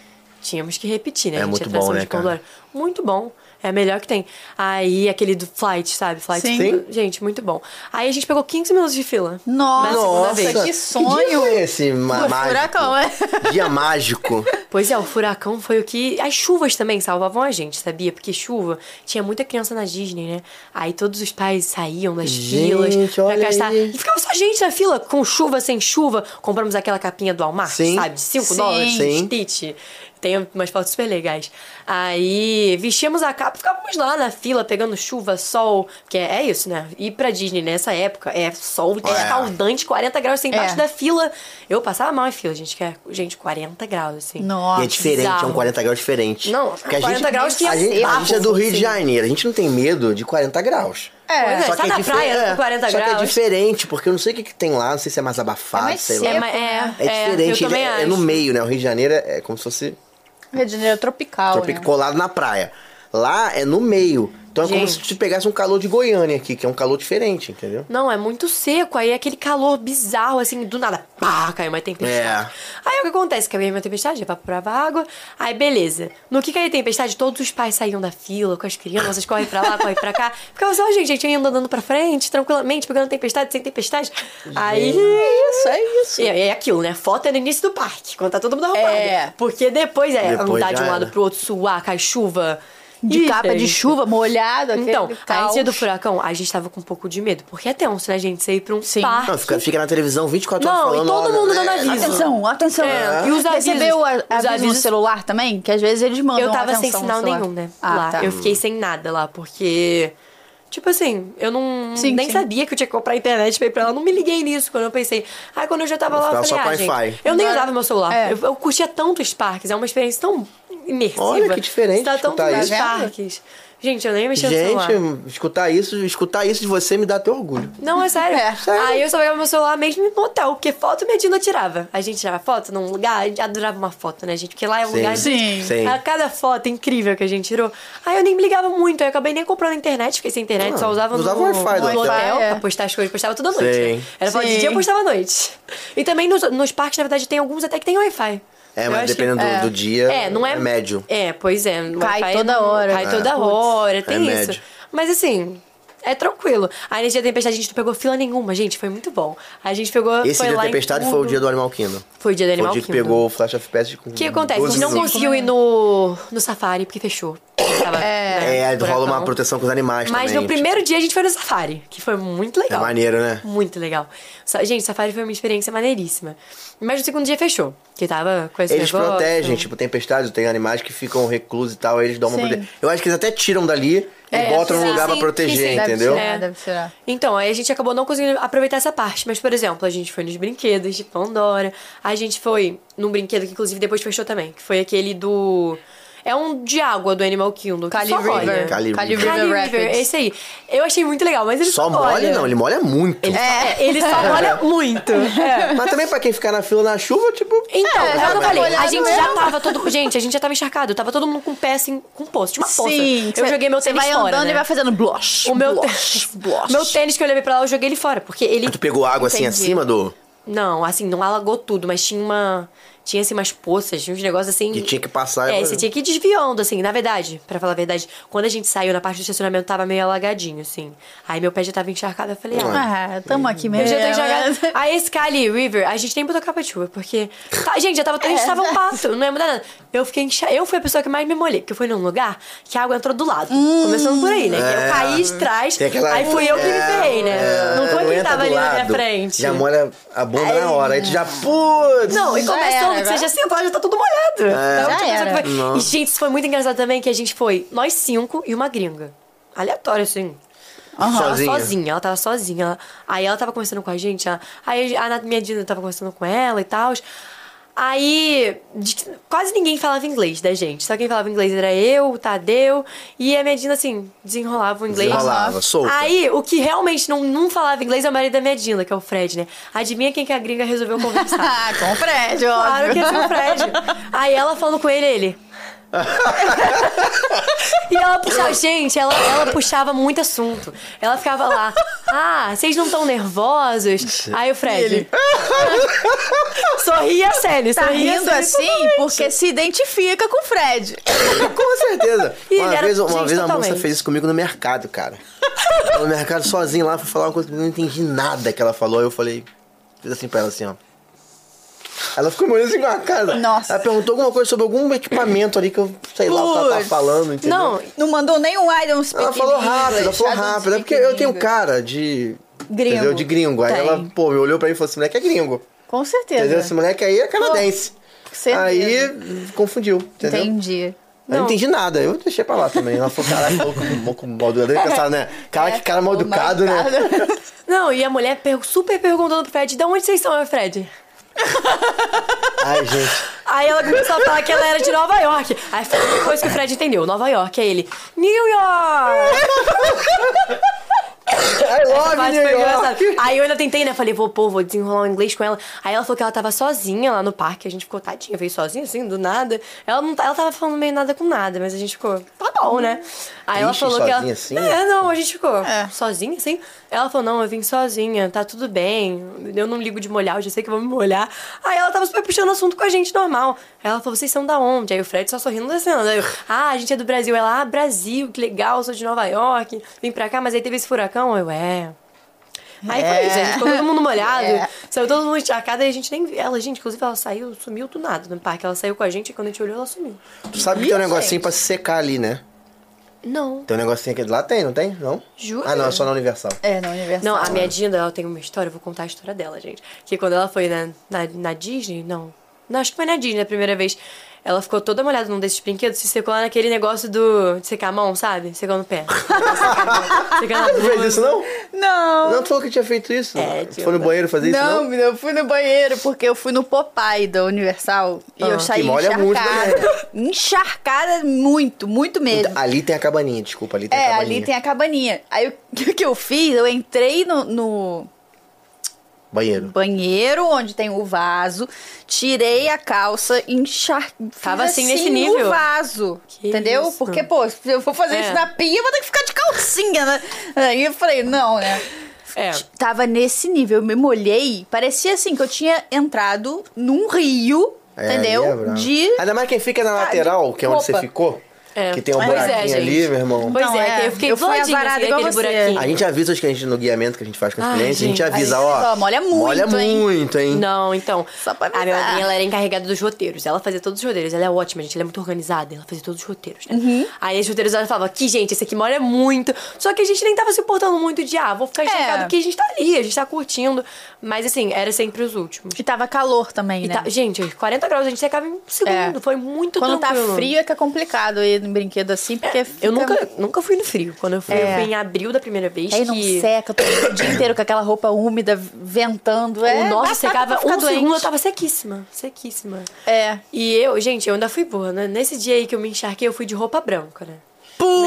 [SPEAKER 3] tínhamos que repetir, né?
[SPEAKER 2] É
[SPEAKER 3] gente,
[SPEAKER 2] muito
[SPEAKER 3] a atração
[SPEAKER 2] bom, né,
[SPEAKER 3] de
[SPEAKER 2] cara?
[SPEAKER 3] Pandora. Muito bom. É a melhor que tem. Aí, aquele do flight, sabe? Flight.
[SPEAKER 1] Sim.
[SPEAKER 2] Sim.
[SPEAKER 3] Gente, muito bom. Aí a gente pegou 15 minutos de fila.
[SPEAKER 1] Nossa,
[SPEAKER 3] Na Ah, segunda
[SPEAKER 1] Nossa,
[SPEAKER 3] vez. é
[SPEAKER 1] que sonho.
[SPEAKER 2] dia foi esse ma-
[SPEAKER 1] Do
[SPEAKER 2] mágico?
[SPEAKER 1] né? furacão, é.
[SPEAKER 2] Dia mágico.
[SPEAKER 3] Pois é, o furacão foi o que. As chuvas também salvavam a gente, sabia? Porque chuva tinha muita criança na Disney, né? Aí todos os pais saíam das
[SPEAKER 2] Gente,
[SPEAKER 3] filas pra
[SPEAKER 2] olha
[SPEAKER 3] gastar.
[SPEAKER 2] aí.
[SPEAKER 3] E ficava só gente na fila, com chuva, sem chuva. Compramos aquela capinha do Almar,
[SPEAKER 2] Sim.
[SPEAKER 3] sabe? De 5
[SPEAKER 1] Sim.
[SPEAKER 3] dólares,
[SPEAKER 2] Sim.
[SPEAKER 3] Stitch. Tem umas fotos super legais. Aí vestíamos a capa, ficávamos lá na fila, pegando chuva, sol. Porque é isso, né? Ir pra Disney nessa época é sol escaldante, 40 graus, sem embaixo
[SPEAKER 1] É.
[SPEAKER 3] da fila. Eu passava mal em fila, gente, que é, gente, 40 graus, assim.
[SPEAKER 1] Nossa.
[SPEAKER 2] E é diferente, é um
[SPEAKER 3] bizarro.
[SPEAKER 2] 40 graus diferente.
[SPEAKER 3] Não,
[SPEAKER 2] Porque a
[SPEAKER 3] 40
[SPEAKER 2] gente,
[SPEAKER 3] graus tinha
[SPEAKER 2] a gente, a
[SPEAKER 3] barro,
[SPEAKER 2] gente é do Rio de
[SPEAKER 3] assim.
[SPEAKER 2] Janeiro, a gente não tem medo de 40 graus.
[SPEAKER 1] É.
[SPEAKER 3] Pois é, tá na
[SPEAKER 2] dife-
[SPEAKER 3] praia
[SPEAKER 2] é,
[SPEAKER 3] com 40
[SPEAKER 2] só que é
[SPEAKER 3] graus.
[SPEAKER 2] diferente, porque eu não sei o que, que tem lá, não sei se é mais abafado,
[SPEAKER 1] É mais
[SPEAKER 2] sei
[SPEAKER 1] seco. né?
[SPEAKER 2] lá.
[SPEAKER 3] É, ma- é,
[SPEAKER 2] É, diferente,
[SPEAKER 3] eu
[SPEAKER 2] ele
[SPEAKER 3] também
[SPEAKER 2] é,
[SPEAKER 3] acho.
[SPEAKER 2] é no meio, né? O Rio de Janeiro é é como se fosse
[SPEAKER 1] Rio de Janeiro é tropical,
[SPEAKER 2] tropical
[SPEAKER 1] né?
[SPEAKER 2] colado na praia. Lá é no meio. Então é como se
[SPEAKER 3] Gente.
[SPEAKER 2] te pegasse um calor de Goiânia aqui, que é um calor diferente, entendeu?
[SPEAKER 3] Não, é muito seco, aí é aquele calor bizarro, assim, do nada, pá, caiu uma tempestade.
[SPEAKER 2] É.
[SPEAKER 3] Aí o que acontece? Caiu uma tempestade, evaporava a água, aí beleza. No que caiu a tempestade, todos os pais saíam da fila com as crianças, correm pra lá, correm pra cá. Ficava só, gente, a gente ainda andando pra frente, tranquilamente, pegando tempestade, sem tempestade. Aí...
[SPEAKER 1] Isso, é isso.
[SPEAKER 3] E é aquilo, né? Foto é no início do parque, quando tá todo mundo arrumado.
[SPEAKER 1] É.
[SPEAKER 3] Porque depois é
[SPEAKER 2] Depois
[SPEAKER 3] andar de
[SPEAKER 2] já
[SPEAKER 3] um lado
[SPEAKER 2] era.
[SPEAKER 3] pro outro, suar, cai chuva.
[SPEAKER 1] De
[SPEAKER 3] Ih,
[SPEAKER 1] capa de
[SPEAKER 3] gente.
[SPEAKER 1] chuva, molhado, aquele
[SPEAKER 3] Então, aí
[SPEAKER 1] caos.
[SPEAKER 3] no dia do furacão, a gente tava com um pouco de medo. Porque é tenso, né, gente? Você ir pra um
[SPEAKER 1] Sim.
[SPEAKER 3] parque.
[SPEAKER 2] Não, fica, fica na televisão 24 horas
[SPEAKER 3] Não, e
[SPEAKER 2] falando.
[SPEAKER 3] todo
[SPEAKER 2] olha,
[SPEAKER 3] mundo
[SPEAKER 2] né,
[SPEAKER 3] dando aviso.
[SPEAKER 1] Atenção, atenção.
[SPEAKER 3] É, e os avisos?
[SPEAKER 1] Recebeu a,
[SPEAKER 3] Os
[SPEAKER 1] aviso no
[SPEAKER 3] avisos?
[SPEAKER 1] celular também? Que às vezes eles mandam
[SPEAKER 3] Eu tava sem
[SPEAKER 1] atenção no
[SPEAKER 3] sinal
[SPEAKER 1] celular.
[SPEAKER 3] nenhum, né?
[SPEAKER 1] Ah,
[SPEAKER 3] lá.
[SPEAKER 1] tá.
[SPEAKER 3] Eu fiquei sem nada lá, porque. Tipo assim, eu não
[SPEAKER 1] Sim,
[SPEAKER 3] nem
[SPEAKER 1] sim.
[SPEAKER 3] sabia que eu tinha que comprar internet pra ir pra lá. Eu Não me liguei nisso quando eu pensei. Aí quando eu já tava
[SPEAKER 2] Vou
[SPEAKER 3] lá, eu
[SPEAKER 2] ficar
[SPEAKER 3] falei, ah,
[SPEAKER 2] só com Wi-Fi.
[SPEAKER 3] gente, eu nem
[SPEAKER 1] Agora-
[SPEAKER 3] usava meu celular.
[SPEAKER 1] É.
[SPEAKER 3] Eu, eu curtia tanto os parques, é uma experiência tão imersiva.
[SPEAKER 2] Olha, que diferente
[SPEAKER 3] Você tá tanto
[SPEAKER 2] escutar
[SPEAKER 3] nos
[SPEAKER 1] isso. Tá vendo?
[SPEAKER 3] parques. Gente, eu nem mexia no celular.
[SPEAKER 2] Gente, escutar isso, escutar isso de você me dá até orgulho.
[SPEAKER 3] Não, é sério.
[SPEAKER 1] É, sério.
[SPEAKER 3] Aí eu só pegava meu celular mesmo no hotel, porque foto minha Dina tirava. A gente tirava foto num lugar, a gente adorava uma foto, né, gente? Porque lá é um
[SPEAKER 2] Sim.
[SPEAKER 3] lugar. Ah,
[SPEAKER 1] Sim.
[SPEAKER 2] Sim.
[SPEAKER 3] A cada foto incrível que a gente tirou. Aí eu nem me ligava muito, aí eu acabei nem comprando internet, fiquei sem internet,
[SPEAKER 2] Ah,
[SPEAKER 3] só usava,
[SPEAKER 2] usava
[SPEAKER 3] no,
[SPEAKER 2] o Wi-Fi do
[SPEAKER 3] no
[SPEAKER 1] hotel.
[SPEAKER 3] hotel
[SPEAKER 1] É.
[SPEAKER 3] pra postar as coisas, postava toda noite.
[SPEAKER 2] Sim.
[SPEAKER 3] né? Era foto de
[SPEAKER 1] Sim.
[SPEAKER 3] dia, eu postava à noite. E também nos, nos parques, na verdade, tem alguns até que tem Wi-Fi.
[SPEAKER 2] É,
[SPEAKER 3] Eu
[SPEAKER 2] mas
[SPEAKER 3] acho que-
[SPEAKER 2] dependendo do- do dia,
[SPEAKER 3] É, não é,
[SPEAKER 2] é médio.
[SPEAKER 3] É, pois é. o
[SPEAKER 1] Cai
[SPEAKER 3] Wi-Fi
[SPEAKER 1] toda hora.
[SPEAKER 3] Cai
[SPEAKER 1] É.
[SPEAKER 3] toda
[SPEAKER 1] Putz.
[SPEAKER 3] hora, tem
[SPEAKER 2] É
[SPEAKER 3] isso.
[SPEAKER 2] médio.
[SPEAKER 3] Mas assim, é tranquilo. Aí nesse dia da tempestade a gente não pegou fila nenhuma, gente. Foi muito bom. Aí a gente pegou.
[SPEAKER 2] Esse
[SPEAKER 3] foi
[SPEAKER 2] dia da
[SPEAKER 3] lá em
[SPEAKER 2] tempestade foi o
[SPEAKER 3] tudo.
[SPEAKER 2] dia do Animal Kingdom.
[SPEAKER 3] Foi o dia do Animal
[SPEAKER 2] Foi o dia que
[SPEAKER 3] Kingdom.
[SPEAKER 2] pegou o Flash of Pass com
[SPEAKER 3] O que acontece? A gente
[SPEAKER 2] 12
[SPEAKER 3] não
[SPEAKER 2] minutos.
[SPEAKER 3] conseguiu ir no, no safari porque fechou. Tava, né,
[SPEAKER 2] É,
[SPEAKER 3] furacão.
[SPEAKER 2] rola uma proteção com os animais
[SPEAKER 3] Mas
[SPEAKER 2] também. tipo,
[SPEAKER 3] no primeiro dia a gente foi no safari, que foi muito legal.
[SPEAKER 2] É maneiro, né?
[SPEAKER 3] Muito legal. Sa- Gente, safari foi uma experiência maneiríssima. Mas no segundo dia fechou, que tava com esse
[SPEAKER 2] Eles
[SPEAKER 3] negócio.
[SPEAKER 2] protegem, tipo, tempestades, tem animais que ficam reclusos e tal, aí eles dão uma
[SPEAKER 1] Sim.
[SPEAKER 2] prote... Eu acho que eles até tiram dali
[SPEAKER 1] É,
[SPEAKER 2] e botam num
[SPEAKER 1] sim,
[SPEAKER 2] lugar
[SPEAKER 1] sim,
[SPEAKER 2] pra proteger,
[SPEAKER 3] sim, É. sim.
[SPEAKER 1] Deve
[SPEAKER 2] entendeu?
[SPEAKER 1] tirar, deve tirar.
[SPEAKER 3] Então, aí a gente acabou não conseguindo aproveitar essa parte. Mas, por exemplo, a gente foi nos brinquedos de Pandora. A gente foi num brinquedo que, inclusive, depois fechou também. Que foi aquele do... É um de água do Animal Kingdom. Que
[SPEAKER 1] Cali
[SPEAKER 3] só molha.
[SPEAKER 1] River.
[SPEAKER 2] Cali
[SPEAKER 1] Cali
[SPEAKER 2] River.
[SPEAKER 1] River,
[SPEAKER 3] Cali River,
[SPEAKER 1] Rapids.
[SPEAKER 3] esse aí. Eu achei muito legal, mas ele
[SPEAKER 2] Só
[SPEAKER 3] só
[SPEAKER 2] molha, não, ele molha muito.
[SPEAKER 3] É, ele só molha muito. É.
[SPEAKER 2] Mas também pra quem ficar na fila na chuva, tipo.
[SPEAKER 3] Então,
[SPEAKER 1] É,
[SPEAKER 3] é,
[SPEAKER 1] já
[SPEAKER 3] o que eu
[SPEAKER 1] tá
[SPEAKER 3] falei, a
[SPEAKER 1] molhado
[SPEAKER 3] gente
[SPEAKER 1] mesmo.
[SPEAKER 3] já tava todo. Gente, a gente já tava encharcado. Tava todo mundo com pé assim, com poço. Tinha uma poça.
[SPEAKER 1] Sim,
[SPEAKER 3] eu
[SPEAKER 1] cê-
[SPEAKER 3] joguei meu
[SPEAKER 1] cê
[SPEAKER 3] tênis
[SPEAKER 1] vai
[SPEAKER 3] fora.
[SPEAKER 1] andando
[SPEAKER 3] né?
[SPEAKER 1] e vai fazendo blush.
[SPEAKER 3] O meu
[SPEAKER 1] blush,
[SPEAKER 3] tênis.
[SPEAKER 1] blush.
[SPEAKER 3] Meu tênis que eu levei pra lá, eu joguei ele fora. Porque ele.
[SPEAKER 2] Tu pegou água assim
[SPEAKER 1] Entendi.
[SPEAKER 2] acima do.
[SPEAKER 3] Não, assim, não alagou tudo, mas tinha uma. Tinha assim umas poças, tinha uns negócios assim.
[SPEAKER 2] Que tinha que passar, né?
[SPEAKER 3] É,
[SPEAKER 2] eu-
[SPEAKER 3] você tinha que ir desviando, assim, na verdade, pra falar a verdade. Quando a gente saiu na parte do estacionamento, tava meio alagadinho, assim. Aí meu pé já tava encharcado, eu falei, ah,
[SPEAKER 1] Ah, tamo aqui mesmo.
[SPEAKER 3] Eu já tenho jogado. A Scali River, a gente tem botou capa de chuva, porque. Tá, gente, já tava, a
[SPEAKER 1] É.
[SPEAKER 3] gente tava um pato, não ia mudar nada. Eu fiquei encha... Eu fui a pessoa que mais me molhei, porque eu fui num lugar que a água entrou do lado.
[SPEAKER 1] Hum.
[SPEAKER 3] Começando por aí, né?
[SPEAKER 2] É.
[SPEAKER 3] Eu caí de trás,
[SPEAKER 2] Tem aquela-
[SPEAKER 3] aí fui eu que me
[SPEAKER 2] É,
[SPEAKER 3] ferrei, né?
[SPEAKER 2] é,
[SPEAKER 3] não foi quem
[SPEAKER 2] entra
[SPEAKER 3] tava
[SPEAKER 2] do
[SPEAKER 3] ali na minha
[SPEAKER 2] lado.
[SPEAKER 3] frente. É.
[SPEAKER 2] Já molha a bunda na hora. Aí tu já. Putz!
[SPEAKER 3] Não, e
[SPEAKER 1] Já
[SPEAKER 3] começando,
[SPEAKER 1] era,
[SPEAKER 3] que você
[SPEAKER 1] né?
[SPEAKER 3] já sentou, já tá tudo molhado.
[SPEAKER 2] É.
[SPEAKER 1] Já
[SPEAKER 3] Então, tipo, só que
[SPEAKER 1] era.
[SPEAKER 3] foi- E, gente, isso foi muito engraçado também, que a gente foi nós cinco e uma gringa. Aleatório, assim. Ela tava
[SPEAKER 2] Sozinha.
[SPEAKER 3] sozinha, ela tava sozinha. Ela- Aí ela tava conversando com a gente, ela- aí a Nat- minha Dina tava conversando com ela e tal. Aí diz que quase ninguém falava inglês da gente. Só quem falava inglês era eu, o Tadeu. E a minha Dina, assim, desenrolava o inglês.
[SPEAKER 2] Desenrolava, solta.
[SPEAKER 3] Aí o que realmente não, não falava inglês é o marido da minha Dina, que é o Fred, né? Adivinha quem que a gringa resolveu conversar?
[SPEAKER 1] Ah, com o prédio,
[SPEAKER 3] Claro que
[SPEAKER 1] óbvio.
[SPEAKER 3] esse é o Fred. Aí ela falando com ele, ele. e ela puxava, gente, ela, ela puxava muito assunto. Ela ficava lá, ah, vocês não estão nervosos? Aí o Fred.
[SPEAKER 1] Ele.
[SPEAKER 3] sorria a sério,
[SPEAKER 1] Tá
[SPEAKER 3] sorria
[SPEAKER 1] rindo
[SPEAKER 3] sério.
[SPEAKER 1] assim porque se identifica com o Fred.
[SPEAKER 2] Com certeza.
[SPEAKER 3] E
[SPEAKER 2] uma
[SPEAKER 3] ele era-
[SPEAKER 2] vez, uma
[SPEAKER 3] gente,
[SPEAKER 2] vez a moça
[SPEAKER 3] totalmente.
[SPEAKER 2] fez isso comigo no mercado, cara. no mercado sozinho lá, fui falar uma coisa que eu não entendi nada que ela falou. Aí eu falei, fiz assim pra ela assim, ó. Ela ficou morando assim com a cara.
[SPEAKER 1] Nossa.
[SPEAKER 2] Ela perguntou alguma coisa sobre algum equipamento ali que eu sei lá o que ela tava
[SPEAKER 1] Putz.
[SPEAKER 2] falando, entendeu?
[SPEAKER 3] Não,
[SPEAKER 1] Não mandou nem um I don't speak
[SPEAKER 2] Ela falou
[SPEAKER 1] in
[SPEAKER 2] rápido, ela
[SPEAKER 1] English,
[SPEAKER 2] falou
[SPEAKER 1] I don't
[SPEAKER 2] rápido. É
[SPEAKER 1] speak
[SPEAKER 2] porque eu
[SPEAKER 1] in
[SPEAKER 2] tenho
[SPEAKER 1] English.
[SPEAKER 2] cara de.
[SPEAKER 1] Gringo.
[SPEAKER 2] Entendeu? De gringo. Aí
[SPEAKER 1] Tem.
[SPEAKER 2] ela, pô, me olhou pra mim e falou: esse moleque é gringo.
[SPEAKER 1] Com
[SPEAKER 2] Entendeu?
[SPEAKER 1] certeza.
[SPEAKER 2] Esse moleque aí é canadense.
[SPEAKER 1] certeza.
[SPEAKER 2] Aí confundiu, entendeu?
[SPEAKER 1] Entendi.
[SPEAKER 2] Eu não entendi nada, eu deixei pra lá também. Ela falou, caralho, louco, louco, mal educado.
[SPEAKER 1] É.
[SPEAKER 2] Deve pensar, né? Cara, que cara mal educado, né?
[SPEAKER 3] não, e a mulher per- super perguntando pro Fred, de onde vocês são, Aí o Fred?
[SPEAKER 2] Ai, gente.
[SPEAKER 3] Aí ela começou a falar que ela era de Nova York. Aí foi uma coisa que o Fred entendeu, Nova York, é ele. New York!
[SPEAKER 2] I love
[SPEAKER 3] Mas
[SPEAKER 2] New
[SPEAKER 3] foi
[SPEAKER 2] York.
[SPEAKER 3] engraçado. Aí eu ainda tentei, né? Falei, vou, pô, vou desenrolar um inglês com ela. Aí ela falou que ela tava sozinha lá no parque. A gente ficou, tadinha, veio sozinha, assim, do nada. Ela, não, tá- ela tava falando meio nada com nada, mas a gente ficou, tá bom, né? Aí ela
[SPEAKER 2] Triste,
[SPEAKER 3] falou que ela.
[SPEAKER 2] sozinha assim?
[SPEAKER 3] É, não, a gente ficou
[SPEAKER 1] É.
[SPEAKER 3] sozinha, assim. Ela falou, não, eu vim sozinha, tá tudo bem. Eu não ligo de molhar, eu já sei que eu vou me molhar. Aí ela tava super puxando assunto com a gente, normal. Aí ela falou, vocês são da onde? Aí o Fred só sorrindo, descendo. Aí eu, ah, a gente é do Brasil. Ela, ah, Brasil, que legal, sou de Nova York. Vim pra cá, mas aí teve esse furacão. Eu, é... Aí foi isso, a gente ficou todo mundo molhado,
[SPEAKER 1] É.
[SPEAKER 3] saiu todo mundo encharcado e a gente nem viu. Ela, gente, inclusive ela saiu, sumiu do nada no parque. Ela saiu com a gente e quando a gente olhou, ela sumiu.
[SPEAKER 2] Tu sabe que tem um
[SPEAKER 1] Ih,
[SPEAKER 2] negocinho
[SPEAKER 1] gente.
[SPEAKER 2] pra se secar ali, né?
[SPEAKER 3] Não.
[SPEAKER 2] Tem um negocinho aqui lá? Tem, não tem? Não?
[SPEAKER 3] Jura?
[SPEAKER 2] Ah, não, é só na Universal.
[SPEAKER 1] É, na Universal.
[SPEAKER 3] Não, a minha Dinda, ela tem uma história, eu vou contar a história dela, gente. Que quando ela foi na, na, na Disney, não. Não, acho que foi na Disney a primeira vez. Ela ficou toda molhada num desses brinquedos, se secou lá naquele negócio do. de secar a mão, sabe? Secando o pé. Secando a
[SPEAKER 2] Tu fez isso, não?
[SPEAKER 1] Não.
[SPEAKER 2] Não, tu falou que tinha feito isso?
[SPEAKER 3] É,
[SPEAKER 2] tu
[SPEAKER 3] tio.
[SPEAKER 2] foi no banheiro fazer isso,
[SPEAKER 1] um Não,
[SPEAKER 2] não?
[SPEAKER 1] menina, eu fui no banheiro porque eu fui no Popeye da Universal e
[SPEAKER 3] Ah,
[SPEAKER 1] eu saí
[SPEAKER 2] que molha muito
[SPEAKER 1] encharcada. Encharcada muito, muito mesmo.
[SPEAKER 2] Ali tem a cabaninha, desculpa, ali tem a
[SPEAKER 1] É,
[SPEAKER 2] cabaninha.
[SPEAKER 1] ali tem a cabaninha. Aí o que que eu fiz? Eu entrei no- no,
[SPEAKER 2] Banheiro.
[SPEAKER 1] banheiro onde tem o vaso, tirei a calça, encharquei.
[SPEAKER 3] Tava assim nesse nível.
[SPEAKER 1] No vaso.
[SPEAKER 3] Que
[SPEAKER 1] entendeu?
[SPEAKER 3] isso.
[SPEAKER 1] Porque, pô, se eu for fazer
[SPEAKER 3] É.
[SPEAKER 1] isso na pia, eu vou ter que ficar de calcinha, né? Aí eu falei, não, né?
[SPEAKER 3] É.
[SPEAKER 1] Tava nesse nível, eu me molhei. Parecia assim que eu tinha entrado num rio,
[SPEAKER 2] É, ali
[SPEAKER 1] entendeu?
[SPEAKER 2] é brabo.
[SPEAKER 1] de. Ah,
[SPEAKER 2] Ainda mais quem fica na lateral, que é onde você
[SPEAKER 1] roupa.
[SPEAKER 2] ficou.
[SPEAKER 3] É.
[SPEAKER 2] Que tem um
[SPEAKER 1] Pois é,
[SPEAKER 2] buraquinho
[SPEAKER 1] gente.
[SPEAKER 2] ali, meu irmão.
[SPEAKER 3] Pois
[SPEAKER 1] Então,
[SPEAKER 3] é,
[SPEAKER 1] é,
[SPEAKER 3] eu fiquei
[SPEAKER 1] eu fui
[SPEAKER 3] doidinha
[SPEAKER 1] azarada
[SPEAKER 3] assim,
[SPEAKER 1] igual
[SPEAKER 3] naquele
[SPEAKER 1] você.
[SPEAKER 3] buraquinho.
[SPEAKER 2] A gente avisa os clientes no guiamento que a gente faz com os
[SPEAKER 3] Ai,
[SPEAKER 2] clientes, a gente
[SPEAKER 3] gente,
[SPEAKER 2] avisa,
[SPEAKER 1] a gente
[SPEAKER 2] ó.
[SPEAKER 1] só molha muito,
[SPEAKER 2] Molha
[SPEAKER 1] hein?
[SPEAKER 2] muito, hein?
[SPEAKER 3] Não, então.
[SPEAKER 1] Só pra
[SPEAKER 3] a minha
[SPEAKER 1] avisar.
[SPEAKER 3] madrinha, ela era encarregada dos roteiros. Ela fazia todos os roteiros. Ela é ótima, gente. Ela é muito organizada. Ela fazia todos os roteiros, né?
[SPEAKER 1] Uhum.
[SPEAKER 3] Aí os roteiros ela falava, aqui, gente, esse aqui molha muito. Só que a gente nem tava se importando muito de, ah, vou
[SPEAKER 1] É.
[SPEAKER 3] ficar encharcado porque a gente tá ali, a gente tá curtindo. Mas assim, era sempre os últimos.
[SPEAKER 1] E tava calor também,
[SPEAKER 3] E
[SPEAKER 1] né? É.
[SPEAKER 3] tá- gente, 40 graus, a gente secava em um segundo. Foi muito
[SPEAKER 1] Quando
[SPEAKER 3] tranquilo. É,
[SPEAKER 1] tá frio é que é complicado ir num brinquedo assim, porque fica...
[SPEAKER 3] Eu nunca, nunca fui no frio. Quando eu fui,
[SPEAKER 1] É.
[SPEAKER 3] eu fui em abril da primeira vez.
[SPEAKER 1] Aí não
[SPEAKER 3] que...
[SPEAKER 1] seca, eu tô o dia inteiro com aquela roupa úmida, ventando. É,
[SPEAKER 3] O
[SPEAKER 1] dá
[SPEAKER 3] nosso secava
[SPEAKER 1] pra
[SPEAKER 3] um
[SPEAKER 1] ficar doente.
[SPEAKER 3] segundo, eu tava sequíssima. Sequíssima.
[SPEAKER 1] É.
[SPEAKER 3] E eu, gente, eu ainda fui boa, né? Nesse dia aí que eu me encharquei, eu fui de roupa branca, né?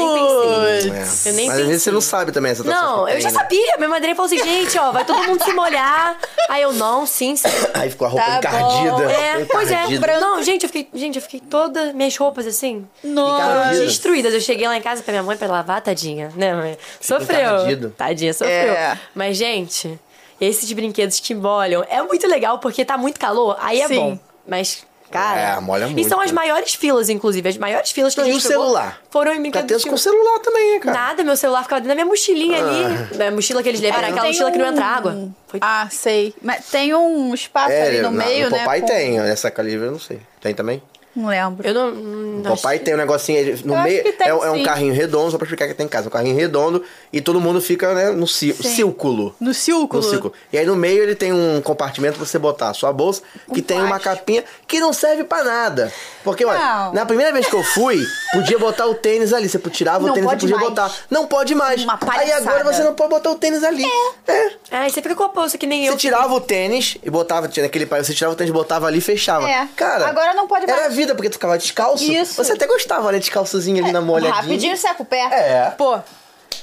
[SPEAKER 2] É.
[SPEAKER 3] Nem pensei. Eu nem
[SPEAKER 2] Mas às vezes você
[SPEAKER 3] pensei.
[SPEAKER 2] não sabe também essa
[SPEAKER 3] Não,
[SPEAKER 2] que
[SPEAKER 3] eu já
[SPEAKER 2] tem, né?
[SPEAKER 3] sabia. Minha madrinha falou assim, gente, ó, vai todo mundo se molhar. Aí eu, não, sim, sim.
[SPEAKER 2] Aí ficou a roupa
[SPEAKER 1] Tá
[SPEAKER 2] encardida.
[SPEAKER 1] bom,
[SPEAKER 3] É, pois é.
[SPEAKER 2] encardida.
[SPEAKER 3] Não, gente, eu fiquei, gente, eu fiquei todas minhas roupas assim,
[SPEAKER 1] Nossa.
[SPEAKER 2] Encardido.
[SPEAKER 3] destruídas. Eu cheguei lá em casa pra minha mãe pra lavar, tadinha, né, mãe?
[SPEAKER 2] encardido.
[SPEAKER 3] Sofreu. Tadinha, sofreu.
[SPEAKER 1] É.
[SPEAKER 3] Mas, gente, esses brinquedos que molham é muito legal porque tá muito calor, aí é
[SPEAKER 1] Sim.
[SPEAKER 3] bom. Mas, cara.
[SPEAKER 2] É, molha
[SPEAKER 3] E são
[SPEAKER 2] muito.
[SPEAKER 3] as maiores filas, inclusive. As maiores filas que a
[SPEAKER 2] E
[SPEAKER 3] gente
[SPEAKER 2] o
[SPEAKER 3] pegou
[SPEAKER 2] celular?
[SPEAKER 3] Foram em
[SPEAKER 2] Fica
[SPEAKER 3] brinquedos
[SPEAKER 2] tenso
[SPEAKER 3] que
[SPEAKER 2] com o celular também, hein, cara.
[SPEAKER 3] Nada, meu celular ficava dentro da minha mochilinha ali. Da mochila que eles levaram,
[SPEAKER 1] Cara,
[SPEAKER 3] aquela
[SPEAKER 1] tem
[SPEAKER 3] mochila que não entra
[SPEAKER 1] um-
[SPEAKER 3] água. Foi
[SPEAKER 1] Ah, sei. Mas tem um espaço ali no
[SPEAKER 2] É, na-
[SPEAKER 1] meio,
[SPEAKER 2] no
[SPEAKER 1] né?
[SPEAKER 2] Popeye
[SPEAKER 1] com-
[SPEAKER 2] tem, essa calibre eu não sei. Tem também?
[SPEAKER 1] Não lembro.
[SPEAKER 3] Eu não. não
[SPEAKER 2] O papai tem um negocinho ele- no
[SPEAKER 1] Eu acho
[SPEAKER 2] meio.
[SPEAKER 1] que tem,
[SPEAKER 2] é, um- é um
[SPEAKER 1] sim.
[SPEAKER 2] carrinho redondo, só pra explicar que tem em casa. Um carrinho redondo e todo mundo fica né, no ci- círculo.
[SPEAKER 1] No círculo.
[SPEAKER 2] No círculo. E aí no meio ele tem um compartimento pra você botar a sua bolsa,
[SPEAKER 1] Um
[SPEAKER 2] que tem uma
[SPEAKER 1] plástico.
[SPEAKER 2] capinha que não serve pra nada. Porque, olha,
[SPEAKER 1] Não.
[SPEAKER 2] na primeira vez que eu fui, podia botar o tênis ali. Você tirava o
[SPEAKER 1] Não
[SPEAKER 2] tênis e
[SPEAKER 1] pode
[SPEAKER 2] podia
[SPEAKER 1] mais.
[SPEAKER 2] botar. Não pode mais.
[SPEAKER 1] Uma
[SPEAKER 2] aí agora
[SPEAKER 1] palhaçada.
[SPEAKER 2] você não pode botar o tênis ali. é.
[SPEAKER 3] Ai, você fica com a bolsa que nem eu.
[SPEAKER 2] Você tirava o tênis e botava, tinha aquele pai, você tirava o tênis, botava ali e fechava.
[SPEAKER 1] É.
[SPEAKER 2] Cara,
[SPEAKER 1] Agora não pode
[SPEAKER 2] Era
[SPEAKER 1] mais.
[SPEAKER 2] vida, porque tu ficava descalço.
[SPEAKER 1] Isso. É,
[SPEAKER 2] Você até gostava, né? Descalçozinho ali na molhadinha.
[SPEAKER 1] Rapidinho seca o pé.
[SPEAKER 2] É.
[SPEAKER 1] Pô,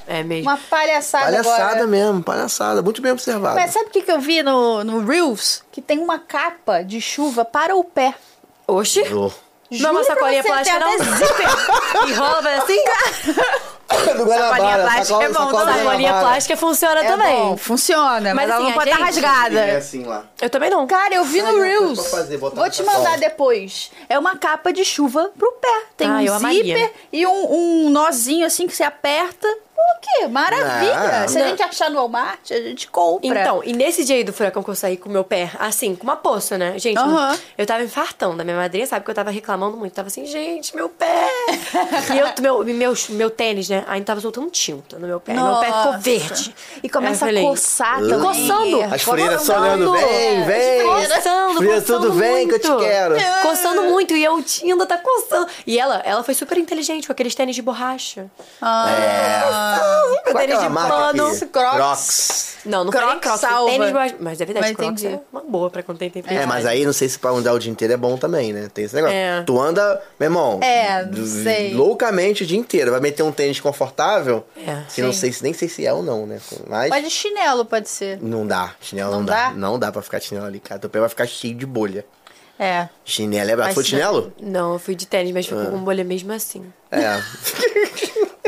[SPEAKER 3] É mesmo.
[SPEAKER 1] uma palhaçada,
[SPEAKER 2] Palhaçada
[SPEAKER 1] agora.
[SPEAKER 2] mesmo, palhaçada. Muito bem observado.
[SPEAKER 1] Mas sabe o que, que eu vi no, no Reels? Que tem uma capa de chuva para o pé.
[SPEAKER 3] Oxi.
[SPEAKER 2] Oh.
[SPEAKER 3] Não é
[SPEAKER 1] Juro pra
[SPEAKER 3] uma sacolinha
[SPEAKER 1] você,
[SPEAKER 3] plástica,
[SPEAKER 1] tem
[SPEAKER 3] não?
[SPEAKER 1] até zíper.
[SPEAKER 3] E rola vai assim?
[SPEAKER 2] Do Guanabara,
[SPEAKER 1] plástica
[SPEAKER 2] sacola-
[SPEAKER 1] é bom, não,
[SPEAKER 2] sacola do
[SPEAKER 3] Sacolinha
[SPEAKER 2] Guanabara.
[SPEAKER 3] plástica funciona
[SPEAKER 1] É
[SPEAKER 3] também.
[SPEAKER 1] bom, funciona, mas,
[SPEAKER 3] Mas
[SPEAKER 1] ela
[SPEAKER 3] assim,
[SPEAKER 1] não
[SPEAKER 3] a
[SPEAKER 1] pode estar
[SPEAKER 3] gente-
[SPEAKER 1] rasgada.
[SPEAKER 2] É assim lá.
[SPEAKER 3] Eu também não.
[SPEAKER 1] Cara, eu vi
[SPEAKER 2] Ai,
[SPEAKER 1] no
[SPEAKER 2] eu-
[SPEAKER 1] Reels.
[SPEAKER 2] eu vou fazer, botar
[SPEAKER 1] Vou
[SPEAKER 2] na
[SPEAKER 1] te mandar
[SPEAKER 2] sacola.
[SPEAKER 1] depois. É uma capa de chuva pro pé. Tem
[SPEAKER 3] Ah, eu
[SPEAKER 1] um
[SPEAKER 3] amaria.
[SPEAKER 1] zíper e um, um nozinho assim que você aperta. O quê? Maravilha!
[SPEAKER 2] Não.
[SPEAKER 1] Se a
[SPEAKER 3] Não.
[SPEAKER 1] gente achar no Walmart, a gente compra.
[SPEAKER 3] Então, e nesse dia aí do furacão que eu saí com o meu pé, assim, com uma poça, né? Gente,
[SPEAKER 1] Aham.
[SPEAKER 3] eu tava infartando. A minha madrinha sabe que eu tava reclamando muito. Tava assim, gente, meu pé! e eu, meu, meu, meu tênis, né? Ainda tava soltando tinta é, no meu pé. Meu pé ficou
[SPEAKER 1] Nossa.
[SPEAKER 3] verde.
[SPEAKER 1] E começa
[SPEAKER 3] Aí eu
[SPEAKER 1] a
[SPEAKER 3] falei,
[SPEAKER 1] coçar também.
[SPEAKER 3] coçando.
[SPEAKER 1] É,
[SPEAKER 2] As freiras só
[SPEAKER 3] coçando.
[SPEAKER 2] olhando, vem, vem.
[SPEAKER 3] Coçando,
[SPEAKER 2] Freiras,
[SPEAKER 3] coçando
[SPEAKER 2] tudo vem que eu te
[SPEAKER 3] muito.
[SPEAKER 2] quero.
[SPEAKER 1] É.
[SPEAKER 3] Coçando muito, e eu ainda tá coçando. E ela, ela foi super inteligente com aqueles tênis de borracha.
[SPEAKER 1] Ah,
[SPEAKER 2] Qual é
[SPEAKER 3] tênis
[SPEAKER 2] aquela
[SPEAKER 3] de
[SPEAKER 2] marca
[SPEAKER 3] pano,
[SPEAKER 2] aqui?
[SPEAKER 1] Crocs.
[SPEAKER 2] Crocs.
[SPEAKER 3] Não, não
[SPEAKER 1] Crocs
[SPEAKER 3] falei Crocs,
[SPEAKER 1] salva.
[SPEAKER 3] foi tênis de borracha. Mas é verdade,
[SPEAKER 1] Mas
[SPEAKER 3] Crocs
[SPEAKER 1] entendi.
[SPEAKER 3] é uma boa pra quando tem tempo.
[SPEAKER 2] É, mas aí não sei se pra andar o dia inteiro é bom também, né? Tem esse negócio.
[SPEAKER 3] É.
[SPEAKER 2] Tu anda, meu irmão,
[SPEAKER 1] É, não
[SPEAKER 2] d-
[SPEAKER 1] sei.
[SPEAKER 2] loucamente o dia inteiro. Vai meter um tênis confortável,
[SPEAKER 3] É.
[SPEAKER 2] que não sei se nem sei se é ou não, né? Mas
[SPEAKER 1] Mas de chinelo pode ser.
[SPEAKER 2] não dá. Chinelo não,
[SPEAKER 1] Não
[SPEAKER 2] dá.
[SPEAKER 1] dá?
[SPEAKER 2] Não dá pra ficar de chinelo ali, cara. Teu pé vai ficar cheio de bolha.
[SPEAKER 1] É.
[SPEAKER 2] Chinelo é brabo.
[SPEAKER 1] Mas
[SPEAKER 2] Foi de chinelo?
[SPEAKER 3] Não, eu fui de tênis, mas
[SPEAKER 2] Ah.
[SPEAKER 3] ficou com bolha mesmo assim.
[SPEAKER 2] É.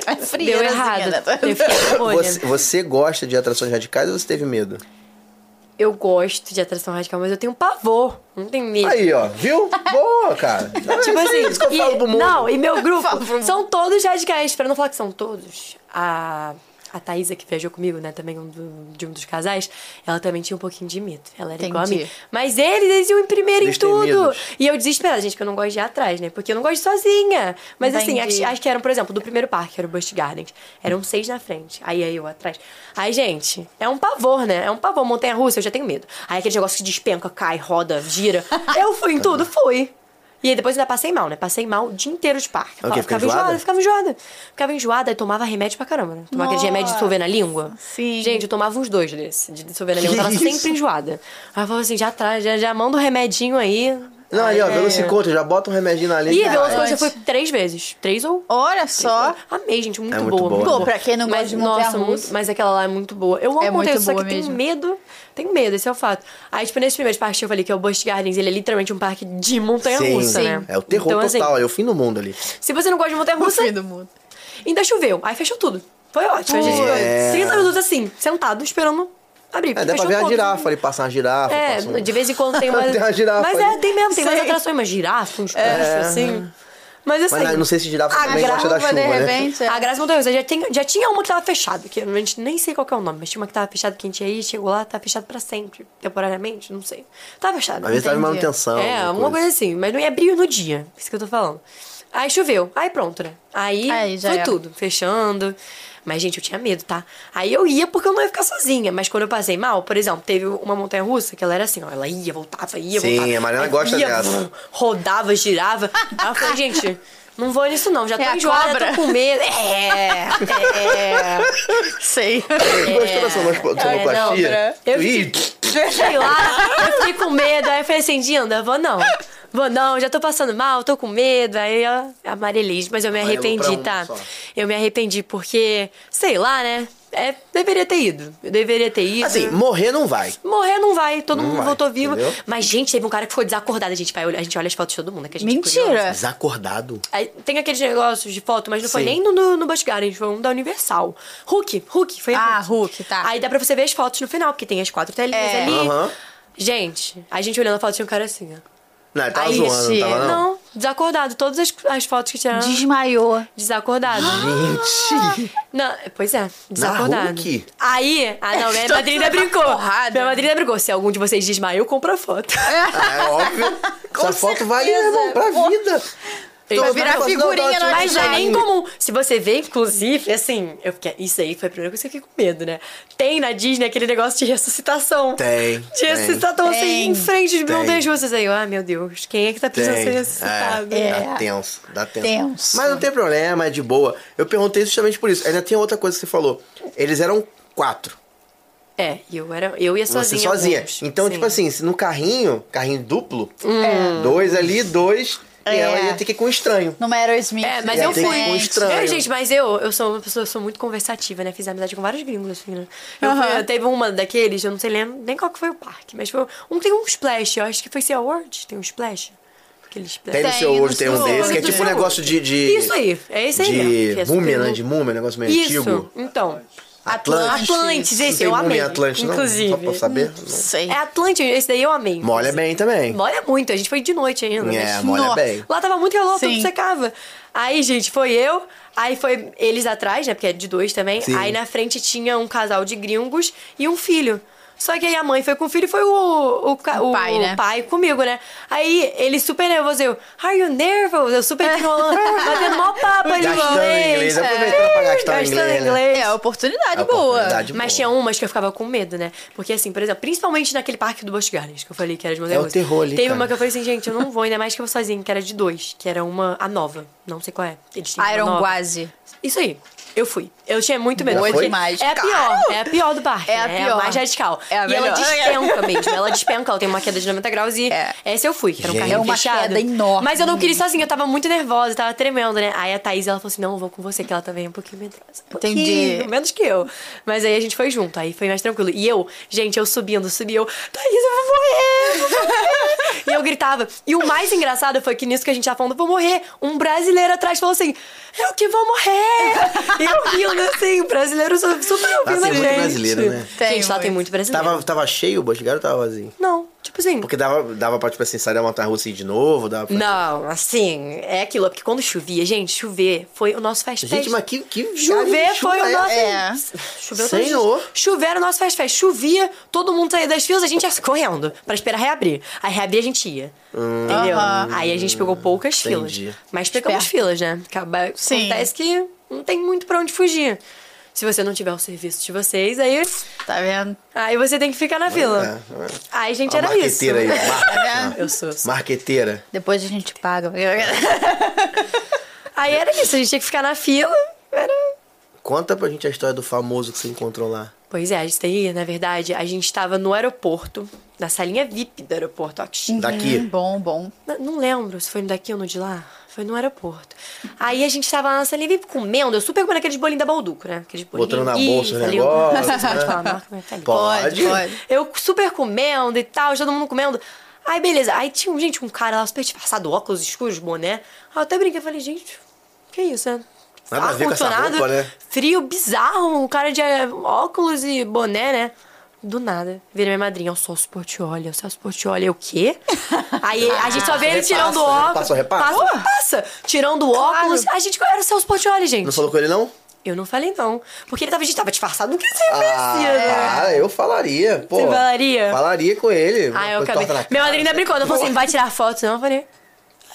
[SPEAKER 1] É frio.
[SPEAKER 3] Deu errado. Eu fiquei com um bolha.
[SPEAKER 2] Você, você gosta de atrações radicais ou você teve medo?
[SPEAKER 3] Eu gosto de atração radical, mas eu tenho pavor. Não tenho medo.
[SPEAKER 2] Aí, ó, viu? Boa, cara.
[SPEAKER 3] Tipo
[SPEAKER 2] é isso aí,
[SPEAKER 3] assim,
[SPEAKER 2] isso que eu
[SPEAKER 3] e-
[SPEAKER 2] falo pro mundo.
[SPEAKER 3] não, e meu grupo
[SPEAKER 1] Fala pro mundo.
[SPEAKER 3] são todos radicais, pra não falar que são todos. A, a Thaísa, que viajou comigo, né, também um do- de um dos casais, ela também tinha um pouquinho de medo. Ela era igual a
[SPEAKER 1] Entendi.
[SPEAKER 3] mim. Mas eles, eles iam em primeiro em tudo.
[SPEAKER 2] Destemidos.
[SPEAKER 3] E eu desesperada, gente, que eu não gosto de ir atrás, né? Porque eu não gosto de ir sozinha. Mas assim,
[SPEAKER 1] Entendi.
[SPEAKER 3] acho, acho que eram, por exemplo, do primeiro parque, que era o Busch Gardens. Eram seis na frente. Aí, aí eu atrás. Aí, gente, é um pavor, né? É um pavor. Montanha-russa, eu já tenho medo. Aí aquele negócio que despenca, cai, roda, gira. Eu fui em tudo, fui. E aí depois ainda passei mal, né? Passei mal o dia inteiro de parque.
[SPEAKER 2] O quê? Fica
[SPEAKER 3] ficava
[SPEAKER 2] enjoada?
[SPEAKER 3] enjoada, ficava enjoada. Ficava enjoada e tomava remédio pra caramba, né? Tomava aquele remédio de dissolver na língua.
[SPEAKER 1] Sim.
[SPEAKER 3] Gente, eu tomava uns dois desse, de dissolver na língua. Eu tava
[SPEAKER 2] isso?
[SPEAKER 3] sempre enjoada. Aí eu falava assim, já atrás, já, já manda o remedinho aí. É.
[SPEAKER 2] Não, ali, ó,
[SPEAKER 1] É.
[SPEAKER 2] Velocicoto, já bota um remedinho na
[SPEAKER 3] Ih,
[SPEAKER 2] linha.
[SPEAKER 3] Velocicoto já
[SPEAKER 1] Antes.
[SPEAKER 3] foi três vezes. Três ou
[SPEAKER 1] Olha só.
[SPEAKER 3] Amei, gente, muito,
[SPEAKER 2] É muito boa,
[SPEAKER 1] Pô, pra quem não gosta
[SPEAKER 3] Mas,
[SPEAKER 1] de
[SPEAKER 3] nossa,
[SPEAKER 1] montanha-russa...
[SPEAKER 3] muito, mas aquela lá é muito boa. Eu amo
[SPEAKER 1] É
[SPEAKER 3] montanha
[SPEAKER 1] muito
[SPEAKER 3] só que
[SPEAKER 1] boa
[SPEAKER 3] eu tenho
[SPEAKER 1] mesmo.
[SPEAKER 3] medo. Tenho medo, esse é o fato. Aí, tipo, nesse primeiro parque que eu falei que é o Busch Gardens, ele é literalmente um parque de montanha-russa,
[SPEAKER 2] Sim.
[SPEAKER 3] né?
[SPEAKER 2] É o terror
[SPEAKER 3] então,
[SPEAKER 2] total,
[SPEAKER 3] Assim,
[SPEAKER 2] é o fim do mundo ali.
[SPEAKER 3] se você não gosta de montanha-russa,
[SPEAKER 1] fim do mundo.
[SPEAKER 3] ainda choveu. Aí fechou tudo. Foi ótimo. A gente ficou
[SPEAKER 2] É.
[SPEAKER 3] 30 minutos assim, sentado, esperando abrir.
[SPEAKER 2] É,
[SPEAKER 3] porque
[SPEAKER 2] dá pra
[SPEAKER 3] fechou
[SPEAKER 2] ver a
[SPEAKER 3] tudo.
[SPEAKER 2] girafa ali, passar uma girafa.
[SPEAKER 3] É,
[SPEAKER 2] passa um-
[SPEAKER 3] de vez em quando tem mais.
[SPEAKER 2] Tem uma girafa
[SPEAKER 3] Mas
[SPEAKER 2] ali.
[SPEAKER 3] é, tem mesmo, tem mais
[SPEAKER 1] Sei.
[SPEAKER 3] atrações, mas girafa, uns bichos, assim. Mas assim.
[SPEAKER 2] Mas eu não sei se girafa
[SPEAKER 1] A
[SPEAKER 2] também gosta da
[SPEAKER 1] graúva,
[SPEAKER 2] chuva,
[SPEAKER 1] de
[SPEAKER 2] né?
[SPEAKER 1] repente. é.
[SPEAKER 3] A Graça mudou. Eu já tinha, já tinha uma que tava fechada, que eu não- nem sei qual que é o nome, mas tinha uma que tava fechada que a gente ia ir, chegou lá, tava fechada pra sempre, temporariamente, não sei. Tava fechada.
[SPEAKER 2] Às vezes tava em
[SPEAKER 1] Entendi.
[SPEAKER 2] manutenção.
[SPEAKER 3] é, alguma coisa assim, mas não ia abrir no dia, isso que eu tô falando. Aí choveu, aí pronto, né? Aí,
[SPEAKER 1] Aí já
[SPEAKER 3] foi
[SPEAKER 1] era.
[SPEAKER 3] tudo, fechando. Mas, gente, eu tinha medo, tá? Aí eu ia porque eu não ia ficar sozinha. Mas quando eu passei mal, por exemplo, teve uma montanha russa que ela era assim, ó. Ela ia, voltava, ia,
[SPEAKER 2] Sim,
[SPEAKER 3] voltava.
[SPEAKER 2] a Mariana
[SPEAKER 3] aí
[SPEAKER 2] gosta
[SPEAKER 3] ia,
[SPEAKER 2] dessa.
[SPEAKER 3] vum, Rodava, girava. Aí eu falei, gente, não vou nisso não. Já
[SPEAKER 1] É
[SPEAKER 3] tô
[SPEAKER 1] a
[SPEAKER 3] enjoada,
[SPEAKER 1] cobra.
[SPEAKER 3] tô com medo. É, é.
[SPEAKER 1] Sei.
[SPEAKER 2] Gostou da sono- sonoplastia?
[SPEAKER 1] não,
[SPEAKER 3] Eu
[SPEAKER 2] Tu ia-
[SPEAKER 3] Fiquei lá, eu fiquei com medo. Aí eu falei assim, Dinda, vou não. Vou não, já tô passando mal, tô com medo. Aí ó, amareliz, mas eu me
[SPEAKER 2] Amarelo pra
[SPEAKER 3] arrependi,
[SPEAKER 2] um
[SPEAKER 3] tá?
[SPEAKER 2] só.
[SPEAKER 3] Eu me arrependi porque, sei lá, né? É, deveria ter ido. Eu deveria ter ido.
[SPEAKER 2] Assim, morrer não vai.
[SPEAKER 3] Morrer não vai, todo mundo
[SPEAKER 2] vai,
[SPEAKER 3] voltou vivo.
[SPEAKER 2] entendeu?
[SPEAKER 3] Mas, gente, teve um cara que ficou desacordado. A gente, vai, olhar- a gente olha as fotos de todo mundo, né? Que a gente é curioso.
[SPEAKER 1] Mentira.
[SPEAKER 2] Desacordado.
[SPEAKER 3] Aí, tem aqueles negócios de foto, mas não foi
[SPEAKER 2] Sim.
[SPEAKER 3] nem no, no, no Busch Gardens, foi um da Universal. Hulk, Hulk, foi
[SPEAKER 1] Ah, Hulk, tá.
[SPEAKER 3] Aí dá pra você ver as fotos no final, porque tem as quatro telinhas
[SPEAKER 1] É.
[SPEAKER 3] ali.
[SPEAKER 2] Aham.
[SPEAKER 3] Gente, a gente olhando a foto tinha um cara assim, ó.
[SPEAKER 2] Não, ele tava
[SPEAKER 1] Aí,
[SPEAKER 2] zoando, não
[SPEAKER 1] sim.
[SPEAKER 2] tava não?
[SPEAKER 3] Não, desacordado. Todas as, as fotos que tiraram,
[SPEAKER 1] Desmaiou.
[SPEAKER 3] desacordado.
[SPEAKER 1] Ah.
[SPEAKER 2] Gente.
[SPEAKER 3] Não, pois é, desacordado.
[SPEAKER 2] Hulk?
[SPEAKER 3] Aí, ah não, minha
[SPEAKER 1] Tô
[SPEAKER 3] madrinha
[SPEAKER 1] toda
[SPEAKER 3] brincou.
[SPEAKER 1] porrada.
[SPEAKER 3] Minha madrinha brincou. Se algum de vocês desmaiou, compra a foto.
[SPEAKER 2] Ah, É óbvio. Essa foto vai,
[SPEAKER 1] certeza.
[SPEAKER 2] irmão, pra vida.
[SPEAKER 1] Vai virar
[SPEAKER 2] Não, tá, tipo, não,
[SPEAKER 1] figurinha
[SPEAKER 2] não,
[SPEAKER 1] no
[SPEAKER 3] Mas é
[SPEAKER 1] WhatsApp.
[SPEAKER 3] bem comum. Se você vê, inclusive, assim, eu fiquei, isso aí foi a primeira coisa que eu fiquei com medo, né? Tem na Disney aquele negócio de ressuscitação.
[SPEAKER 2] Tem,
[SPEAKER 3] De
[SPEAKER 2] tem.
[SPEAKER 3] ressuscitação, assim,
[SPEAKER 1] Tem.
[SPEAKER 3] em frente de
[SPEAKER 2] Tem.
[SPEAKER 3] montanhas russas. Aí, eu, ah, meu Deus, quem é que tá precisando ser
[SPEAKER 2] Tem,
[SPEAKER 3] ressuscitado?
[SPEAKER 2] É,
[SPEAKER 1] É.
[SPEAKER 2] Dá tenso, dá tenso.
[SPEAKER 1] Tenso.
[SPEAKER 2] Mas não tem problema, é de boa. Eu perguntei justamente por isso. Ainda tem outra coisa que você falou. Eles eram quatro.
[SPEAKER 3] É, e eu, era, eu ia sozinha.
[SPEAKER 2] Você sozinha.
[SPEAKER 3] alguns.
[SPEAKER 2] Então,
[SPEAKER 3] Sim. É.
[SPEAKER 2] tipo assim, se no carrinho, carrinho duplo, dois ali, dois, e
[SPEAKER 1] Hum. É.
[SPEAKER 2] ela ia ter que ir com um estranho.
[SPEAKER 1] Numa Aerosmith.
[SPEAKER 3] É, mas
[SPEAKER 2] Já
[SPEAKER 3] eu
[SPEAKER 2] tem
[SPEAKER 3] fui.
[SPEAKER 2] que com um estranho.
[SPEAKER 3] É, gente, mas eu, eu sou uma pessoa, eu sou muito conversativa, né? Fiz amizade com vários gringos, assim, né? Eu fui-
[SPEAKER 1] Aham.
[SPEAKER 3] eu teve uma daqueles, eu não sei lem- nem qual que foi o parque, mas foi um tem um splash, eu acho que foi Sea World, tem um splash. Aquele splash.
[SPEAKER 2] Tem, no
[SPEAKER 1] Tem,
[SPEAKER 2] seu
[SPEAKER 1] no
[SPEAKER 2] hoje, tem um
[SPEAKER 1] seu
[SPEAKER 2] desse, que é
[SPEAKER 1] olho,
[SPEAKER 2] tipo um
[SPEAKER 1] tem.
[SPEAKER 2] negócio de. de
[SPEAKER 3] Isso aí, é esse aí mesmo, que
[SPEAKER 2] De
[SPEAKER 3] é super
[SPEAKER 2] múmia, né?
[SPEAKER 3] novo.
[SPEAKER 2] De múmia, negócio meio
[SPEAKER 3] Isso,
[SPEAKER 2] antigo. Ah,
[SPEAKER 3] então.
[SPEAKER 1] Atlantis.
[SPEAKER 3] Atlantis, esse eu
[SPEAKER 2] não tem múmia
[SPEAKER 3] amei.
[SPEAKER 2] em Atlântico, não?
[SPEAKER 3] inclusive.
[SPEAKER 2] Só pra saber.
[SPEAKER 1] Sei.
[SPEAKER 3] É Atlantis, esse daí eu amei.
[SPEAKER 2] Molha
[SPEAKER 3] inclusive.
[SPEAKER 2] bem também.
[SPEAKER 3] Molha né? muito, a gente foi de noite ainda.
[SPEAKER 2] É,
[SPEAKER 3] mas-
[SPEAKER 2] molha
[SPEAKER 1] Nossa.
[SPEAKER 2] bem.
[SPEAKER 3] Lá tava muito calor,
[SPEAKER 1] Sim.
[SPEAKER 3] tudo secava. Aí, gente, foi eu, aí foi eles atrás, né? Porque é de dois também.
[SPEAKER 2] Sim.
[SPEAKER 3] Aí na frente tinha um casal de gringos e um filho. Só que aí a mãe foi com o filho e foi o, o, ca-
[SPEAKER 1] O
[SPEAKER 3] o
[SPEAKER 1] pai,
[SPEAKER 3] pai,
[SPEAKER 1] né?
[SPEAKER 3] comigo, né? Aí ele super nervoso, eu, are you nervous? Eu super enrolando, batendo mó papo ali,
[SPEAKER 2] Gastando
[SPEAKER 3] inglês.
[SPEAKER 2] inglês, aproveitando pra gastar
[SPEAKER 3] Gastando
[SPEAKER 2] inglês, né?
[SPEAKER 1] É, a oportunidade
[SPEAKER 2] É a
[SPEAKER 1] boa.
[SPEAKER 2] oportunidade.
[SPEAKER 3] mas
[SPEAKER 2] boa.
[SPEAKER 3] tinha um- umas que eu ficava com medo, né? Porque, assim, por exemplo, principalmente naquele parque do Busch Gardens, que eu falei que era de montanha
[SPEAKER 2] É o terror ali,
[SPEAKER 3] Teve
[SPEAKER 2] cara.
[SPEAKER 3] uma que eu falei assim, gente, eu não vou, ainda mais que eu vou sozinha, que era de dois, que era uma, a nova. Não sei qual é. Eles tinham uma
[SPEAKER 1] Iron
[SPEAKER 3] nova.
[SPEAKER 1] Guazi.
[SPEAKER 3] Isso aí. Eu fui. Eu tinha muito medo.
[SPEAKER 2] Boa
[SPEAKER 3] porque
[SPEAKER 1] demais.
[SPEAKER 3] É a pior. É a pior do parque.
[SPEAKER 1] É a
[SPEAKER 3] né?
[SPEAKER 1] pior.
[SPEAKER 3] mais radical.
[SPEAKER 1] É a
[SPEAKER 3] e ela
[SPEAKER 1] melhor.
[SPEAKER 3] despenca mesmo. Ela despenca. Ela tem uma queda de 90 graus e...
[SPEAKER 1] É.
[SPEAKER 3] Essa eu fui, que era um
[SPEAKER 2] Gente.
[SPEAKER 3] carrinho
[SPEAKER 2] É
[SPEAKER 1] uma
[SPEAKER 3] fechado.
[SPEAKER 1] queda enorme.
[SPEAKER 3] Mas eu não queria ir sozinha. Eu tava muito nervosa. eu Tava tremendo, né? Aí a Thaís, ela falou assim, não, eu vou com você, que ela também é um pouquinho medrosa. Um
[SPEAKER 1] Entendi.
[SPEAKER 3] pouquinho, Menos que eu. Mas aí a gente foi junto. Aí foi mais tranquilo. E eu, gente, eu subindo, subi. Eu, Thaís, eu vou morrer. eu vou morrer." e eu gritava. E o mais engraçado foi que nisso que a gente tava falando, vou morrer. Um brasileiro atrás falou assim, eu que vou morrer. e eu rindo assim, o brasileiro su- super ouvindo
[SPEAKER 2] Tá, tem
[SPEAKER 3] a
[SPEAKER 2] muito
[SPEAKER 3] gente.
[SPEAKER 2] brasileiro, né?
[SPEAKER 1] Tem
[SPEAKER 3] gente, lá tem
[SPEAKER 1] muito.
[SPEAKER 3] muito brasileiro.
[SPEAKER 2] Tava, tava cheio o Bosgaro ou tava vazio?
[SPEAKER 3] Não, tipo assim...
[SPEAKER 2] Porque dava, dava pra, tipo assim, sair da montanha russa e ir de novo, dava pra...
[SPEAKER 3] Não, assim, é aquilo. Porque quando chovia, gente, chover foi o nosso fast
[SPEAKER 2] Gente,
[SPEAKER 3] fest.
[SPEAKER 2] mas que, que
[SPEAKER 3] Chover
[SPEAKER 2] chuva
[SPEAKER 3] foi o
[SPEAKER 2] é-
[SPEAKER 3] nosso.
[SPEAKER 1] é.
[SPEAKER 3] Choveu
[SPEAKER 2] Senhor.
[SPEAKER 3] Senhor. Chover era o nosso fast fest. Chovia, todo mundo saía das filas, a gente ia correndo pra esperar reabrir. Aí reabrir a gente ia. entendeu?
[SPEAKER 1] Aham.
[SPEAKER 3] Aí a gente pegou poucas
[SPEAKER 2] Hum. Entendi.
[SPEAKER 3] filas. Mas pegamos
[SPEAKER 1] Esperto.
[SPEAKER 3] filas, né? Acaba,
[SPEAKER 1] Sim.
[SPEAKER 3] Acontece que não tem muito pra onde fugir. Se você não tiver o serviço de vocês, aí,
[SPEAKER 1] Tá vendo?
[SPEAKER 3] aí você tem que ficar na fila.
[SPEAKER 2] É, é.
[SPEAKER 3] Aí, gente,
[SPEAKER 2] Ó a
[SPEAKER 3] era isso.
[SPEAKER 2] marqueteira aí, né? mar-
[SPEAKER 1] vendo?
[SPEAKER 3] Eu sou. sou.
[SPEAKER 2] Marqueteira.
[SPEAKER 1] Depois a gente paga.
[SPEAKER 3] Aí era isso, a gente tinha que ficar na fila. Era
[SPEAKER 2] Conta pra gente a história do famoso que você encontrou lá.
[SPEAKER 3] Pois é, a gente tem, na verdade, a gente tava no aeroporto, na salinha VIP do aeroporto, ó, que chique.
[SPEAKER 2] Daqui.
[SPEAKER 1] Hum, bom, bom.
[SPEAKER 3] N- Não lembro se foi no daqui ou no de lá. Foi no aeroporto. Aí a gente tava lá na salinha VIP comendo, eu super comendo aqueles bolinhos da Balduco, né? Aqueles bolinhos.
[SPEAKER 2] Botando na
[SPEAKER 3] Ih,
[SPEAKER 2] bolsa o
[SPEAKER 3] falei,
[SPEAKER 2] negócio,
[SPEAKER 3] Não sei se
[SPEAKER 2] né?
[SPEAKER 3] pode falar a marca, mas tá falei.
[SPEAKER 2] Pode?
[SPEAKER 1] pode.
[SPEAKER 3] Eu super comendo e tal, todo mundo comendo. Aí, beleza. Aí tinha, um- gente, um cara lá super disfarçado, óculos escuros, boné. Aí eu até brinquei, falei, gente, que isso, né?
[SPEAKER 2] Nada a ver com essa
[SPEAKER 3] Ar-condicionado,
[SPEAKER 2] roupa, né?
[SPEAKER 3] Frio, bizarro, um cara de eh, óculos e boné, né? do nada, vira minha madrinha. O Celso Portioli, o Celso Portioli, eu o quê? Aí a gente só vê ele
[SPEAKER 2] Repassa,
[SPEAKER 3] tirando o
[SPEAKER 2] repassa,
[SPEAKER 3] óculos.
[SPEAKER 2] repassa.
[SPEAKER 3] Passa, repassa. Tirando o óculos. A gente era o Celso Portioli, gente.
[SPEAKER 2] Não falou com ele, não?
[SPEAKER 3] Eu não falei não. Porque ele tava, a gente tava disfarçado, não queria ser
[SPEAKER 2] Ah,
[SPEAKER 3] ah,
[SPEAKER 2] tá, eu falaria, pô.
[SPEAKER 3] Você falaria?
[SPEAKER 2] Falaria com ele.
[SPEAKER 3] Ah, eu
[SPEAKER 2] Uma
[SPEAKER 3] acabei.
[SPEAKER 2] torta tá na
[SPEAKER 3] Minha
[SPEAKER 2] cara.
[SPEAKER 3] madrinha ainda brincou. Ela falou assim,
[SPEAKER 2] Porra.
[SPEAKER 3] vai tirar foto, não? Eu falei,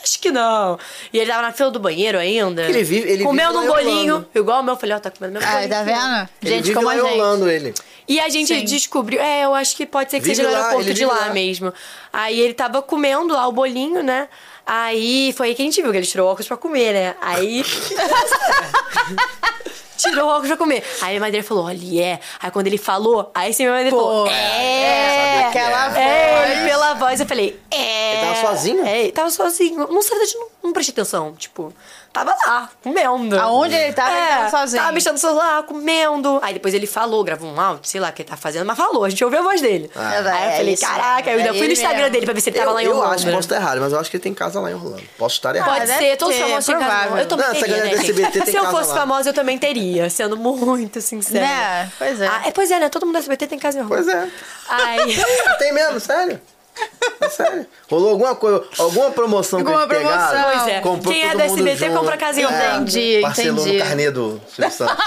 [SPEAKER 3] acho que não. E ele tava na fila do banheiro ainda.
[SPEAKER 2] Ele vive- ele
[SPEAKER 3] Comeu
[SPEAKER 2] vive
[SPEAKER 3] num
[SPEAKER 2] lá em
[SPEAKER 3] bolinho,
[SPEAKER 2] Orlando.
[SPEAKER 3] igual o meu. Eu falei, ó, tá comendo meu
[SPEAKER 1] Ai,
[SPEAKER 3] bolinho.
[SPEAKER 1] tá vendo?
[SPEAKER 2] Ele
[SPEAKER 1] gente
[SPEAKER 2] vive
[SPEAKER 1] como
[SPEAKER 2] lá
[SPEAKER 1] a
[SPEAKER 2] em
[SPEAKER 1] gente.
[SPEAKER 2] Orlando, ele.
[SPEAKER 3] E a gente
[SPEAKER 1] Sim.
[SPEAKER 3] descobriu, é, eu acho que pode ser que
[SPEAKER 2] Vive
[SPEAKER 3] seja no
[SPEAKER 2] lá,
[SPEAKER 3] aeroporto
[SPEAKER 2] ele
[SPEAKER 3] de
[SPEAKER 2] vive
[SPEAKER 3] lá,
[SPEAKER 2] lá.
[SPEAKER 3] mesmo. Aí ele tava comendo lá o bolinho, né? Aí foi aí que a gente viu que ele tirou o óculos pra comer, né? Aí. tirou o óculos pra comer. Aí a madeira falou, olha, é. Aí quando ele falou, aí sim minha madeira falou, é.
[SPEAKER 2] é, sabe o que
[SPEAKER 1] Aquela
[SPEAKER 3] É,
[SPEAKER 1] voz.
[SPEAKER 3] ele pela voz, eu falei, é.
[SPEAKER 2] Ele tava sozinho?
[SPEAKER 3] É, ele tava sozinho. Não sei, eu não, não prestei atenção. Tipo, tava lá, comendo. É,
[SPEAKER 1] Aonde ele tava, ele tava sozinho.
[SPEAKER 3] Tava mexendo no celular, comendo. Aí depois ele falou, gravou um áudio, sei lá o que ele tá fazendo, mas falou, a gente ouviu a voz dele.
[SPEAKER 2] Ah.
[SPEAKER 3] Aí eu falei,
[SPEAKER 1] isso,
[SPEAKER 3] caraca, eu
[SPEAKER 1] é
[SPEAKER 3] ainda fui
[SPEAKER 1] ele
[SPEAKER 3] no Instagram
[SPEAKER 1] mesmo.
[SPEAKER 3] dele pra ver se ele tava
[SPEAKER 2] eu
[SPEAKER 3] lá em
[SPEAKER 2] eu
[SPEAKER 3] Orlando.
[SPEAKER 2] acho que posso estar errado, mas eu acho que ele tem casa lá em Orlando. Posso estar errado.
[SPEAKER 3] Pode
[SPEAKER 1] Ah, deve
[SPEAKER 3] ser, todos
[SPEAKER 1] ter,
[SPEAKER 3] famosos têm
[SPEAKER 1] provável.
[SPEAKER 3] casa. Eu também
[SPEAKER 2] Não, essa
[SPEAKER 3] teria,
[SPEAKER 2] galera
[SPEAKER 3] né,
[SPEAKER 2] do SBT
[SPEAKER 3] gente?
[SPEAKER 2] tem
[SPEAKER 3] Se eu
[SPEAKER 2] casa
[SPEAKER 3] fosse
[SPEAKER 2] lá.
[SPEAKER 3] famosa, eu também teria, sendo muito sincera.
[SPEAKER 1] Né? Pois é.
[SPEAKER 3] Ah, pois é, né? Todo mundo do SBT tem casa em Orlando.
[SPEAKER 2] Pois é.
[SPEAKER 3] Aí...
[SPEAKER 2] tem mesmo, sério? É Sério? Rolou alguma coisa, alguma promoção
[SPEAKER 1] Alguma
[SPEAKER 2] que eles
[SPEAKER 1] promoção.
[SPEAKER 2] pegaram?
[SPEAKER 1] Pois
[SPEAKER 3] é.
[SPEAKER 2] Comprou
[SPEAKER 3] Quem é
[SPEAKER 2] todo
[SPEAKER 3] da
[SPEAKER 2] mundo
[SPEAKER 3] SBT
[SPEAKER 2] junto.
[SPEAKER 3] compra casa em
[SPEAKER 1] Orlando. Entendi,
[SPEAKER 2] Parcelou
[SPEAKER 1] entendi.
[SPEAKER 2] no carnê do Silvio Santos.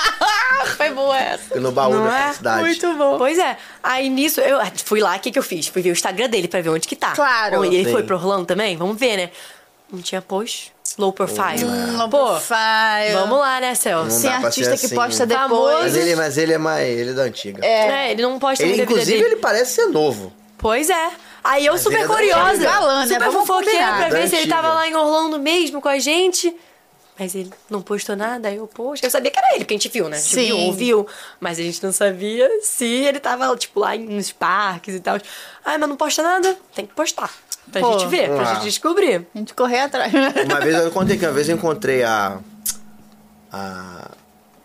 [SPEAKER 1] Foi boa essa. né?
[SPEAKER 2] e no baú
[SPEAKER 3] Não
[SPEAKER 2] da
[SPEAKER 3] é?
[SPEAKER 2] cidade.
[SPEAKER 3] Muito bom. Pois é. Aí nisso, eu ah, fui lá, o que, que eu fiz? Fui ver o Instagram dele pra ver onde que tá.
[SPEAKER 1] Claro.
[SPEAKER 3] Bom, e ele
[SPEAKER 2] Sim.
[SPEAKER 3] foi pro Orlando também? Vamos ver, né? Não tinha post. Low profile.
[SPEAKER 1] Hum, Low
[SPEAKER 3] Pô,
[SPEAKER 1] profile.
[SPEAKER 3] Vamos lá, né, Celso?
[SPEAKER 2] Não
[SPEAKER 1] Tem
[SPEAKER 2] dá pra
[SPEAKER 1] artista
[SPEAKER 2] ser
[SPEAKER 1] que
[SPEAKER 2] assim.
[SPEAKER 1] posta
[SPEAKER 2] Mas
[SPEAKER 1] depois.
[SPEAKER 3] Famoso.
[SPEAKER 2] ele, mas ele é mais. Ele é da antiga.
[SPEAKER 1] É.
[SPEAKER 3] É, ele não posta
[SPEAKER 2] Ele,
[SPEAKER 3] muita vida
[SPEAKER 2] inclusive,
[SPEAKER 3] dele.
[SPEAKER 2] ele parece ser novo.
[SPEAKER 3] Pois é. Aí eu
[SPEAKER 2] ele
[SPEAKER 3] super
[SPEAKER 2] é
[SPEAKER 3] curiosa.
[SPEAKER 2] da antiga.
[SPEAKER 1] Galã, né?
[SPEAKER 3] Super
[SPEAKER 1] Vamos
[SPEAKER 3] fofoqueira
[SPEAKER 1] combinar.
[SPEAKER 3] pra ver
[SPEAKER 2] Da
[SPEAKER 3] se ele
[SPEAKER 2] antiga.
[SPEAKER 3] tava lá em Orlando mesmo com a gente. Mas ele não postou nada, aí eu, poxa, eu sabia que era ele, porque a gente viu, né? A gente
[SPEAKER 1] Sim.
[SPEAKER 3] viu, ouviu, mas a gente não sabia se ele tava, tipo, lá nos parques e tal. Ai, mas não posta nada? Tem que postar. Pra
[SPEAKER 1] Pô.
[SPEAKER 3] gente ver, pra
[SPEAKER 2] Ah.
[SPEAKER 3] gente descobrir.
[SPEAKER 1] A gente correr atrás.
[SPEAKER 2] Uma vez eu contei que uma vez eu encontrei a. A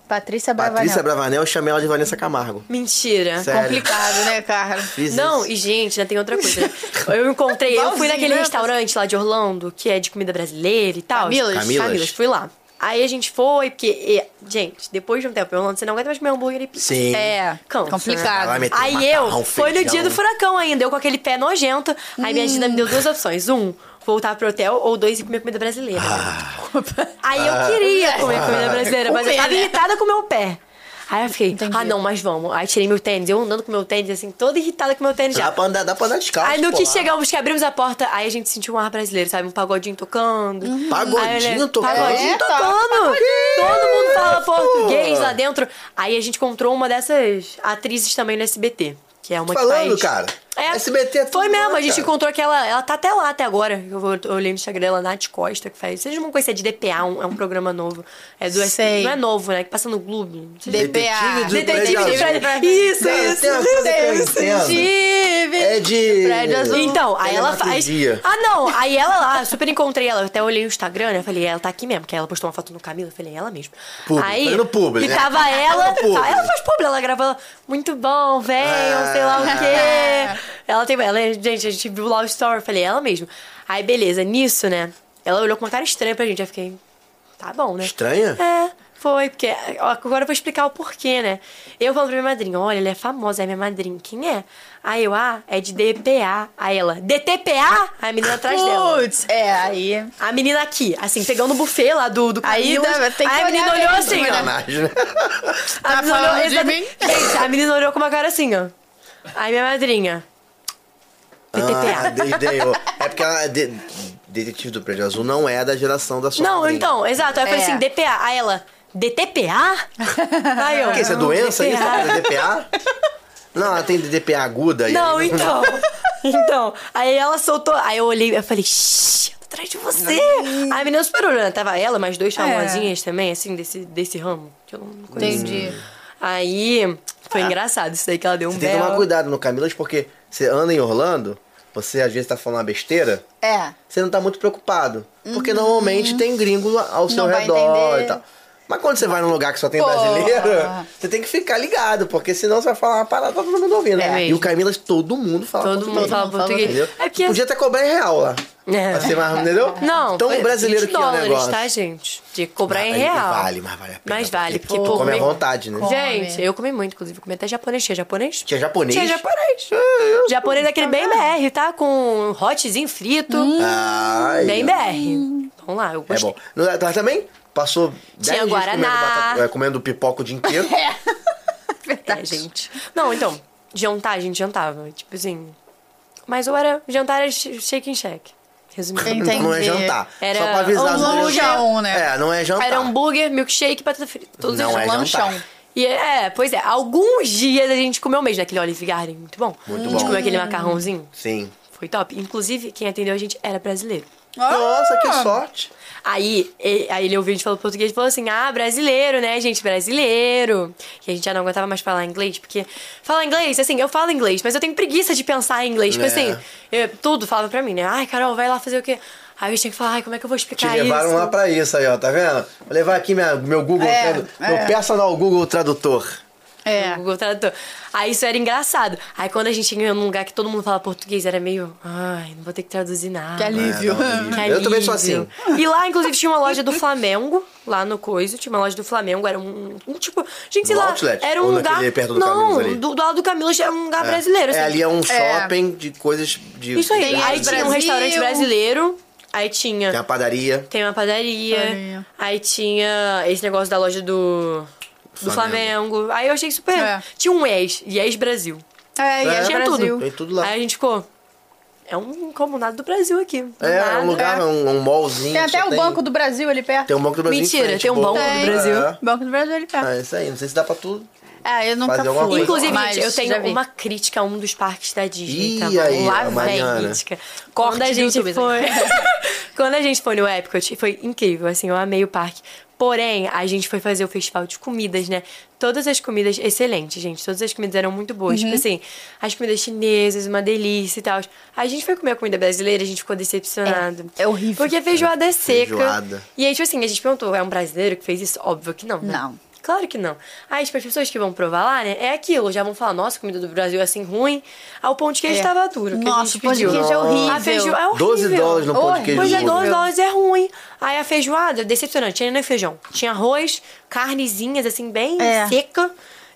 [SPEAKER 1] Patrícia Bravanel.
[SPEAKER 2] Patrícia Bravanel e chamei ela de Vanessa Camargo.
[SPEAKER 3] Mentira.
[SPEAKER 2] Sério.
[SPEAKER 1] Complicado, né, cara?
[SPEAKER 2] Fiz
[SPEAKER 3] Não,
[SPEAKER 2] isso.
[SPEAKER 3] e gente, né, tem outra coisa. né? Eu encontrei, eu fui
[SPEAKER 1] Igualzinho,
[SPEAKER 3] naquele
[SPEAKER 1] né?
[SPEAKER 3] restaurante lá de Orlando, que é de comida brasileira e tal.
[SPEAKER 1] Camilas?
[SPEAKER 2] Camilas.
[SPEAKER 3] fui lá. Aí a gente foi, porque, e, gente, depois de um tempo em Orlando, você não aguenta mais comer hambúrguer e pizza.
[SPEAKER 2] Sim.
[SPEAKER 1] É,
[SPEAKER 3] Cansa,
[SPEAKER 1] complicado.
[SPEAKER 2] Ela vai meter um
[SPEAKER 3] Aí eu,
[SPEAKER 2] macarrão,
[SPEAKER 3] foi no
[SPEAKER 2] feijão.
[SPEAKER 3] dia do furacão ainda, eu com aquele pé nojento. Aí minha Gina me deu duas opções. Um, voltar pro hotel, ou dois, ir comer comida brasileira.
[SPEAKER 2] Ah.
[SPEAKER 3] Aí eu queria comer comida brasileira, mas eu
[SPEAKER 1] Comer,
[SPEAKER 3] tava
[SPEAKER 1] né?
[SPEAKER 3] irritada com o meu pé. Aí eu fiquei,
[SPEAKER 1] Entendi.
[SPEAKER 3] ah não, mas vamos. Aí tirei meu tênis, eu andando com meu tênis, assim, toda irritada com meu tênis já.
[SPEAKER 2] Dá pra andar, dá pra andar descalço.
[SPEAKER 3] Aí no
[SPEAKER 2] pô,
[SPEAKER 3] que
[SPEAKER 2] lá.
[SPEAKER 3] chegamos, que abrimos a porta, aí a gente sentiu um ar brasileiro, sabe? Um pagodinho tocando.
[SPEAKER 1] Uhum.
[SPEAKER 2] Pagodinho
[SPEAKER 3] Aí,
[SPEAKER 2] Tá
[SPEAKER 3] né?
[SPEAKER 2] tocando?
[SPEAKER 3] Pagodinho
[SPEAKER 1] Eita,
[SPEAKER 3] tocando! Todo mundo fala português
[SPEAKER 2] pô.
[SPEAKER 3] lá dentro. Aí a gente encontrou uma dessas atrizes também no SBT. Que é uma que
[SPEAKER 2] Falando,
[SPEAKER 3] faz-
[SPEAKER 2] cara.
[SPEAKER 3] É,
[SPEAKER 2] SBT é tudo
[SPEAKER 3] Foi mesmo,
[SPEAKER 2] lá,
[SPEAKER 3] a gente
[SPEAKER 2] cara.
[SPEAKER 3] encontrou aquela. Ela tá até lá até agora. Eu, vou- eu olhei no Instagram dela, Nath Costa, que faz. Vocês não vão conhecer de DPA, um- é um programa novo. É do
[SPEAKER 1] Sei.
[SPEAKER 3] SBT. Não é novo, né? Que passa no Globo. Vocês
[SPEAKER 1] DPA.
[SPEAKER 2] Detetive do Detetive
[SPEAKER 3] Detetive
[SPEAKER 2] Prédio
[SPEAKER 3] Fred.
[SPEAKER 2] Azul.
[SPEAKER 3] Isso,
[SPEAKER 2] Cara,
[SPEAKER 3] isso.
[SPEAKER 2] tem uma coisa que eu entendo.
[SPEAKER 1] Detetive.
[SPEAKER 2] É de.
[SPEAKER 1] Prédio Azul.
[SPEAKER 3] Então, aí ela faz.
[SPEAKER 2] Telematesia.
[SPEAKER 3] Ah, não. Aí ela lá, super encontrei ela. Eu até olhei o Instagram, né? Eu falei, ela tá aqui mesmo. Porque ela postou uma foto no Camila. Eu falei, ela mesmo.
[SPEAKER 2] Publi,
[SPEAKER 3] aí.
[SPEAKER 2] foi no publi,
[SPEAKER 3] E
[SPEAKER 2] né?
[SPEAKER 3] tava ela. tá,
[SPEAKER 2] Foi no publi.
[SPEAKER 3] Ela faz publi, ela grava. ela, Muito bom, venham,
[SPEAKER 2] Ah.
[SPEAKER 3] sei lá o quê. Ela tem. Ela, é, gente, a gente viu lá o story. Eu falei, ela mesmo. Aí, beleza, nisso, né? Ela olhou com uma cara estranha pra gente. Eu fiquei. Tá bom, né?
[SPEAKER 2] Estranha?
[SPEAKER 3] É, foi, porque. ó, Agora eu vou explicar o porquê, né? Eu falo pra minha madrinha, olha, ela é famosa, é minha madrinha. Quem é? Aí eu, ah, é de DPA. Aí ela, DTPA? Aí a menina atrás dela.
[SPEAKER 1] Putz, é, aí.
[SPEAKER 3] A menina aqui, assim, pegando o buffet lá do, do
[SPEAKER 1] Aí
[SPEAKER 3] Camilas.
[SPEAKER 1] dá- tem que
[SPEAKER 3] Aí a menina
[SPEAKER 1] olhar
[SPEAKER 3] olhou
[SPEAKER 1] mesmo,
[SPEAKER 3] assim, ó.
[SPEAKER 1] né?
[SPEAKER 2] Sacanagem, né?
[SPEAKER 3] A
[SPEAKER 1] Tá
[SPEAKER 3] menina
[SPEAKER 1] falando de
[SPEAKER 3] exata-
[SPEAKER 1] mim?
[SPEAKER 3] Gente, a menina olhou com uma cara assim, ó. Aí minha madrinha. DTPA.
[SPEAKER 2] Ah, desdenhou. É porque ela. de- Detetive do Prédio Azul não é da geração da sua.
[SPEAKER 3] Não,
[SPEAKER 2] madrinha.
[SPEAKER 3] então, exato. Aí eu falei
[SPEAKER 1] É.
[SPEAKER 3] assim, DPA. Aí ela, DTPA? Aí eu.
[SPEAKER 2] O que? Isso é
[SPEAKER 3] "Não,
[SPEAKER 2] doença? Isso
[SPEAKER 3] DPA."
[SPEAKER 2] é DPA? Não, ela tem DPA aguda aí.
[SPEAKER 3] Não, então. então. Aí ela soltou. Aí eu olhei eu falei, shh, eu tô atrás de você. Aí a menina superou, né? Tava ela, mais
[SPEAKER 2] É.
[SPEAKER 3] dois famosinhas também, assim, desse, desse ramo. Que eu não conheço.
[SPEAKER 1] Entendi.
[SPEAKER 3] Aí foi engraçado isso daí que ela deu um
[SPEAKER 2] Ah. Você tem que tomar
[SPEAKER 3] belo.
[SPEAKER 2] cuidado no Camilas, porque você anda em Orlando, você às vezes tá falando uma besteira,
[SPEAKER 1] É.
[SPEAKER 2] você não tá muito preocupado. Porque normalmente tem gringo ao seu
[SPEAKER 1] Uhum. vai
[SPEAKER 2] redor
[SPEAKER 1] entender.
[SPEAKER 2] e tal. Mas quando você vai num lugar que só tem
[SPEAKER 1] Porra.
[SPEAKER 2] brasileiro, você tem que ficar ligado, porque senão você vai falar uma parada tá todo mundo ouvindo.
[SPEAKER 3] É
[SPEAKER 2] e o
[SPEAKER 3] mesmo.
[SPEAKER 2] Camila, todo mundo fala
[SPEAKER 3] Todo
[SPEAKER 2] português,
[SPEAKER 3] mundo fala
[SPEAKER 1] fala
[SPEAKER 3] português.
[SPEAKER 2] Entendeu?
[SPEAKER 3] É porque.
[SPEAKER 2] Podia até cobrar em real lá.
[SPEAKER 3] É.
[SPEAKER 2] Pra ser mais, entendeu?
[SPEAKER 3] Não,
[SPEAKER 2] Tão
[SPEAKER 3] foi
[SPEAKER 2] brasileiro
[SPEAKER 3] 20
[SPEAKER 2] que é o
[SPEAKER 3] dólares,
[SPEAKER 2] negócio.
[SPEAKER 3] tá, gente? De cobrar em
[SPEAKER 2] Aí
[SPEAKER 3] real.
[SPEAKER 2] Vale, mas vale a pena.
[SPEAKER 3] Mas vale,
[SPEAKER 2] porque,
[SPEAKER 3] porque,
[SPEAKER 2] tu
[SPEAKER 3] pô,
[SPEAKER 2] come à
[SPEAKER 3] comi-
[SPEAKER 2] vontade, né?
[SPEAKER 1] Come.
[SPEAKER 3] Gente, eu comi muito, inclusive. Comi até japonês. Tinha japonês?
[SPEAKER 2] Tinha japonês? É,
[SPEAKER 3] Tinha japonês. japonês daquele bem BR, tá? Com hotzinho frito.
[SPEAKER 2] Ai,
[SPEAKER 3] bem
[SPEAKER 2] Hum. ó.
[SPEAKER 3] Br. Vamos lá, eu
[SPEAKER 2] É
[SPEAKER 3] gostei.
[SPEAKER 2] bom. No, mas também passou 10
[SPEAKER 3] Tinha
[SPEAKER 2] dias
[SPEAKER 3] guaraná.
[SPEAKER 2] comendo, batata- é, comendo pipoca o dia inteiro.
[SPEAKER 3] É, gente. Não, então, jantar, a gente jantava. Tipo assim. Mas eu era. Jantar era sh- shake and shake. Resumindo.
[SPEAKER 1] Entendi.
[SPEAKER 2] Não é jantar.
[SPEAKER 3] Era
[SPEAKER 2] Só pra avisar
[SPEAKER 3] um
[SPEAKER 2] os dois.
[SPEAKER 1] lanchão, né?
[SPEAKER 2] É, não é jantar.
[SPEAKER 3] Era um hambúrguer, milkshake, batata frita. Todos
[SPEAKER 2] Não
[SPEAKER 3] eles
[SPEAKER 2] é
[SPEAKER 3] no
[SPEAKER 2] jantar.
[SPEAKER 3] lanchão. E é, pois é, alguns dias a gente comeu mesmo naquele Olive Garden, muito bom.
[SPEAKER 2] Muito
[SPEAKER 3] A gente
[SPEAKER 2] bom.
[SPEAKER 3] comeu aquele macarrãozinho,
[SPEAKER 2] Sim.
[SPEAKER 3] foi top. Inclusive, quem atendeu a gente era brasileiro.
[SPEAKER 2] Nossa, que sorte.
[SPEAKER 3] Aí, e- aí ele ouviu a gente falando português e falou assim: Ah, brasileiro, né, gente? Brasileiro. E a gente já não aguentava mais falar inglês, porque falar inglês, assim, eu falo inglês, mas eu tenho preguiça de pensar em inglês. Tipo
[SPEAKER 2] É.
[SPEAKER 3] assim, eu- tudo falava pra mim, né? Ai, Carol, vai lá fazer o quê? Aí eu tinha que falar, ai, como é que eu vou
[SPEAKER 2] Te
[SPEAKER 3] explicar
[SPEAKER 2] levaram
[SPEAKER 3] isso?
[SPEAKER 2] lá pra isso aí, ó, tá vendo? Vou levar aqui minha, meu Google,
[SPEAKER 1] É,
[SPEAKER 2] tradu-
[SPEAKER 1] é.
[SPEAKER 2] meu personal Google Tradutor.
[SPEAKER 1] É.
[SPEAKER 3] O Google Tradutor. Aí isso era engraçado. Aí quando a gente ia num lugar que todo mundo fala português, era meio. Ai, não vou ter que traduzir nada.
[SPEAKER 1] Que alívio.
[SPEAKER 2] É, não,
[SPEAKER 3] Que
[SPEAKER 2] Eu também sou
[SPEAKER 3] alívio. E lá, inclusive, tinha uma loja do Flamengo, lá no Coiso, tinha uma loja do Flamengo, era um, um tipo, gente, sei
[SPEAKER 2] No
[SPEAKER 3] lá,
[SPEAKER 2] outlet?
[SPEAKER 3] era um
[SPEAKER 2] Ou
[SPEAKER 3] lugar,
[SPEAKER 2] naquele perto do
[SPEAKER 3] não,
[SPEAKER 2] Camilos ali?
[SPEAKER 3] do, do lado do Camilo era um lugar brasileiro, assim.
[SPEAKER 2] É, ali é um shopping de coisas de.
[SPEAKER 3] Isso aí,
[SPEAKER 2] de-
[SPEAKER 3] aí
[SPEAKER 1] do
[SPEAKER 3] tinha um
[SPEAKER 1] Brasil.
[SPEAKER 3] restaurante brasileiro, aí tinha,
[SPEAKER 2] Tem a padaria.
[SPEAKER 3] tem uma padaria,
[SPEAKER 1] Padaria.
[SPEAKER 3] aí tinha esse negócio da loja do, do
[SPEAKER 2] Flamengo.
[SPEAKER 3] Flamengo. aí eu achei super,
[SPEAKER 1] É.
[SPEAKER 3] tinha um ex, ex Brasil,
[SPEAKER 1] É, e é,
[SPEAKER 2] É.
[SPEAKER 3] tinha
[SPEAKER 1] Brasil.
[SPEAKER 3] tudo,
[SPEAKER 2] Tem tudo lá.
[SPEAKER 3] aí a gente ficou, é um comunado do Brasil aqui, do
[SPEAKER 2] É, é
[SPEAKER 3] nada.
[SPEAKER 2] um lugar,
[SPEAKER 1] É.
[SPEAKER 2] um, um mallzinho.
[SPEAKER 1] Tem
[SPEAKER 2] que
[SPEAKER 1] até
[SPEAKER 2] só
[SPEAKER 1] o Banco do Brasil ali perto.
[SPEAKER 2] Tem um banco do Brasil. em
[SPEAKER 3] Mentira,
[SPEAKER 2] frente,
[SPEAKER 3] tem um
[SPEAKER 2] boa.
[SPEAKER 3] Banco do Brasil.
[SPEAKER 2] É.
[SPEAKER 1] Banco do Brasil ali perto.
[SPEAKER 2] É isso aí, não sei se dá pra tudo.
[SPEAKER 1] É, eu nunca
[SPEAKER 2] Fazer alguma
[SPEAKER 1] fui.
[SPEAKER 2] coisa.
[SPEAKER 3] Inclusive,
[SPEAKER 1] mas
[SPEAKER 3] gente, eu
[SPEAKER 1] já
[SPEAKER 3] tenho
[SPEAKER 1] vi.
[SPEAKER 3] uma crítica a um dos parques da Disney.
[SPEAKER 2] Ih,
[SPEAKER 3] tá bom?
[SPEAKER 2] aí,
[SPEAKER 3] Lá
[SPEAKER 2] a
[SPEAKER 3] vem
[SPEAKER 2] Mariana.
[SPEAKER 3] crítica. Quando a
[SPEAKER 1] do
[SPEAKER 3] gente
[SPEAKER 1] YouTube,
[SPEAKER 3] foi. né? Quando a gente foi no Epcot, foi incrível, assim, eu amei o parque. Porém, a gente foi fazer o festival de comidas, né? Todas as comidas excelentes, gente. Todas as comidas eram muito boas. Tipo assim, as comidas chinesas, uma delícia e tal. A gente foi comer a comida brasileira, a gente ficou decepcionado.
[SPEAKER 1] É, é horrível.
[SPEAKER 3] Porque a feijoada é seca.
[SPEAKER 2] Feijoada.
[SPEAKER 3] E aí, tipo assim, a gente perguntou, é um brasileiro que fez isso? Óbvio que não, né?
[SPEAKER 1] Não.
[SPEAKER 3] Claro que não. Aí, tipo, as pessoas que vão provar lá, né? É aquilo. Já vão falar, nossa, a comida do Brasil é assim ruim. Aí o pão de queijo
[SPEAKER 1] É.
[SPEAKER 3] tava duro. que a
[SPEAKER 1] Nossa,
[SPEAKER 3] gente
[SPEAKER 1] o pão de
[SPEAKER 3] pediu.
[SPEAKER 1] queijo é horrível.
[SPEAKER 3] A feijo... É horrível.
[SPEAKER 2] 12 dólares no pão de
[SPEAKER 1] Oi,
[SPEAKER 2] queijo.
[SPEAKER 3] Pois é,
[SPEAKER 2] duro.
[SPEAKER 3] 12 dólares é ruim. Aí a feijoada, decepcionante. Tinha nem feijão. Tinha arroz, carnezinhas, assim, bem
[SPEAKER 1] É.
[SPEAKER 3] seca.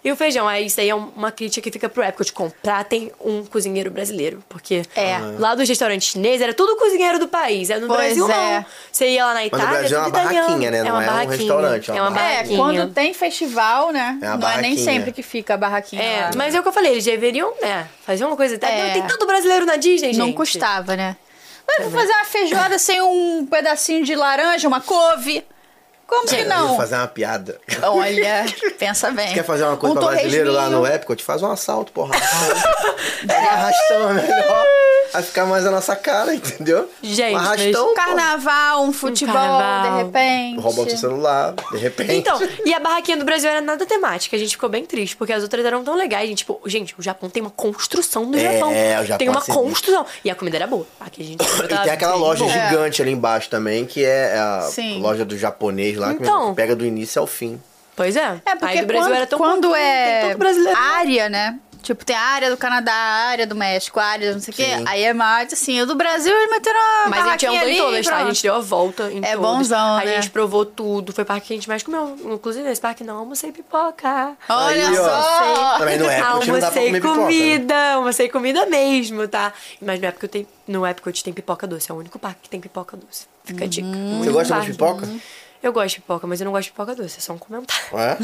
[SPEAKER 3] E o feijão. Aí isso aí é uma crítica que fica pro Epcot. Contratem um cozinheiro brasileiro. Porque
[SPEAKER 1] É.
[SPEAKER 3] lá dos restaurantes chineses era tudo cozinheiro do país. É no
[SPEAKER 1] Pois
[SPEAKER 3] Brasil,
[SPEAKER 1] é.
[SPEAKER 3] não. Você ia lá na
[SPEAKER 2] no
[SPEAKER 3] Itália,
[SPEAKER 2] Brasil é
[SPEAKER 3] tudo
[SPEAKER 2] uma
[SPEAKER 3] italiano.
[SPEAKER 2] barraquinha, né? Não
[SPEAKER 3] uma
[SPEAKER 2] é um
[SPEAKER 3] barraquinha.
[SPEAKER 2] restaurante, é uma
[SPEAKER 3] É uma
[SPEAKER 1] É,
[SPEAKER 3] barraquinha.
[SPEAKER 1] quando tem festival, né?
[SPEAKER 2] É
[SPEAKER 1] não
[SPEAKER 2] a
[SPEAKER 1] é nem
[SPEAKER 2] barraquinha.
[SPEAKER 1] sempre que fica a barraquinha. lá.
[SPEAKER 3] É, mas é o que eu falei, eles deveriam, né, fazer uma coisa.
[SPEAKER 1] É.
[SPEAKER 3] Tem tanto brasileiro na Disney, gente. é
[SPEAKER 1] Não custava, né? Mas eu vou fazer uma feijoada sem um pedacinho de laranja, uma couve. Como que
[SPEAKER 2] Eu ia
[SPEAKER 1] não?
[SPEAKER 2] fazer uma piada.
[SPEAKER 1] Olha, pensa bem.
[SPEAKER 2] Quer fazer uma coisa
[SPEAKER 1] um
[SPEAKER 2] pra brasileiro lá no
[SPEAKER 1] torresminho.
[SPEAKER 2] Epcot? Faz um assalto, porra. Dá um arrastão é melhor. Vai ficar mais a nossa cara, entendeu?
[SPEAKER 3] Gente,
[SPEAKER 2] um arrastão.
[SPEAKER 1] Um carnaval, um futebol,
[SPEAKER 3] carnaval.
[SPEAKER 1] de repente.
[SPEAKER 2] pô. Rouba o seu celular, Um de repente.
[SPEAKER 3] Então, e a barraquinha do Brasil era nada temática. A gente ficou bem triste, porque as outras eram tão legais. gente, tipo, gente, o Japão tem uma construção do
[SPEAKER 2] É,
[SPEAKER 3] Japão.
[SPEAKER 2] o Japão
[SPEAKER 3] Tem uma
[SPEAKER 2] é sinistro.
[SPEAKER 3] construção. E a comida era boa. Aqui a gente comeu,
[SPEAKER 2] E
[SPEAKER 3] tava
[SPEAKER 2] tem aquela
[SPEAKER 3] bem
[SPEAKER 2] loja
[SPEAKER 3] boa.
[SPEAKER 2] gigante ali embaixo também, que é a
[SPEAKER 1] Sim.
[SPEAKER 2] loja do japonês lá, que
[SPEAKER 3] Então.
[SPEAKER 2] pega do início ao fim.
[SPEAKER 3] Pois é.
[SPEAKER 1] É, porque
[SPEAKER 3] Aí do Brasil
[SPEAKER 1] quando,
[SPEAKER 3] era tão
[SPEAKER 1] quando
[SPEAKER 3] pouquinho,
[SPEAKER 1] é
[SPEAKER 3] Tem tanto brasileiro.
[SPEAKER 1] área, né? Tipo, tem a área do Canadá, a área do México, a área do não sei o quê.
[SPEAKER 2] Sim.
[SPEAKER 1] Aí é mais assim, o do Brasil eles meteram uma
[SPEAKER 3] Mas a gente
[SPEAKER 1] barraquinha
[SPEAKER 3] andou
[SPEAKER 1] ali,
[SPEAKER 3] em todas, tá? A
[SPEAKER 1] pronto.
[SPEAKER 3] gente deu a volta em
[SPEAKER 1] É
[SPEAKER 3] todas.
[SPEAKER 1] bonzão,
[SPEAKER 3] A
[SPEAKER 1] né?
[SPEAKER 3] gente provou tudo. Foi o parque que a gente mais comeu. Inclusive, nesse parque não almocei pipoca.
[SPEAKER 1] Olha
[SPEAKER 2] Aí, ó.
[SPEAKER 1] só!
[SPEAKER 2] Também no Epcot não é, dá pra
[SPEAKER 3] Ah, Almocei
[SPEAKER 2] comer pipoca. né?
[SPEAKER 3] comida, almocei comida mesmo, tá? Mas no Epcot, tem, no Epcot tem pipoca doce, é o único parque que tem pipoca doce. Fica a dica.
[SPEAKER 2] Hum. Você
[SPEAKER 3] Muito
[SPEAKER 2] gosta de
[SPEAKER 3] parque.
[SPEAKER 2] pipoca?
[SPEAKER 3] Eu gosto de pipoca, mas eu não gosto de pipoca doce, é só um comentário.
[SPEAKER 2] Ué?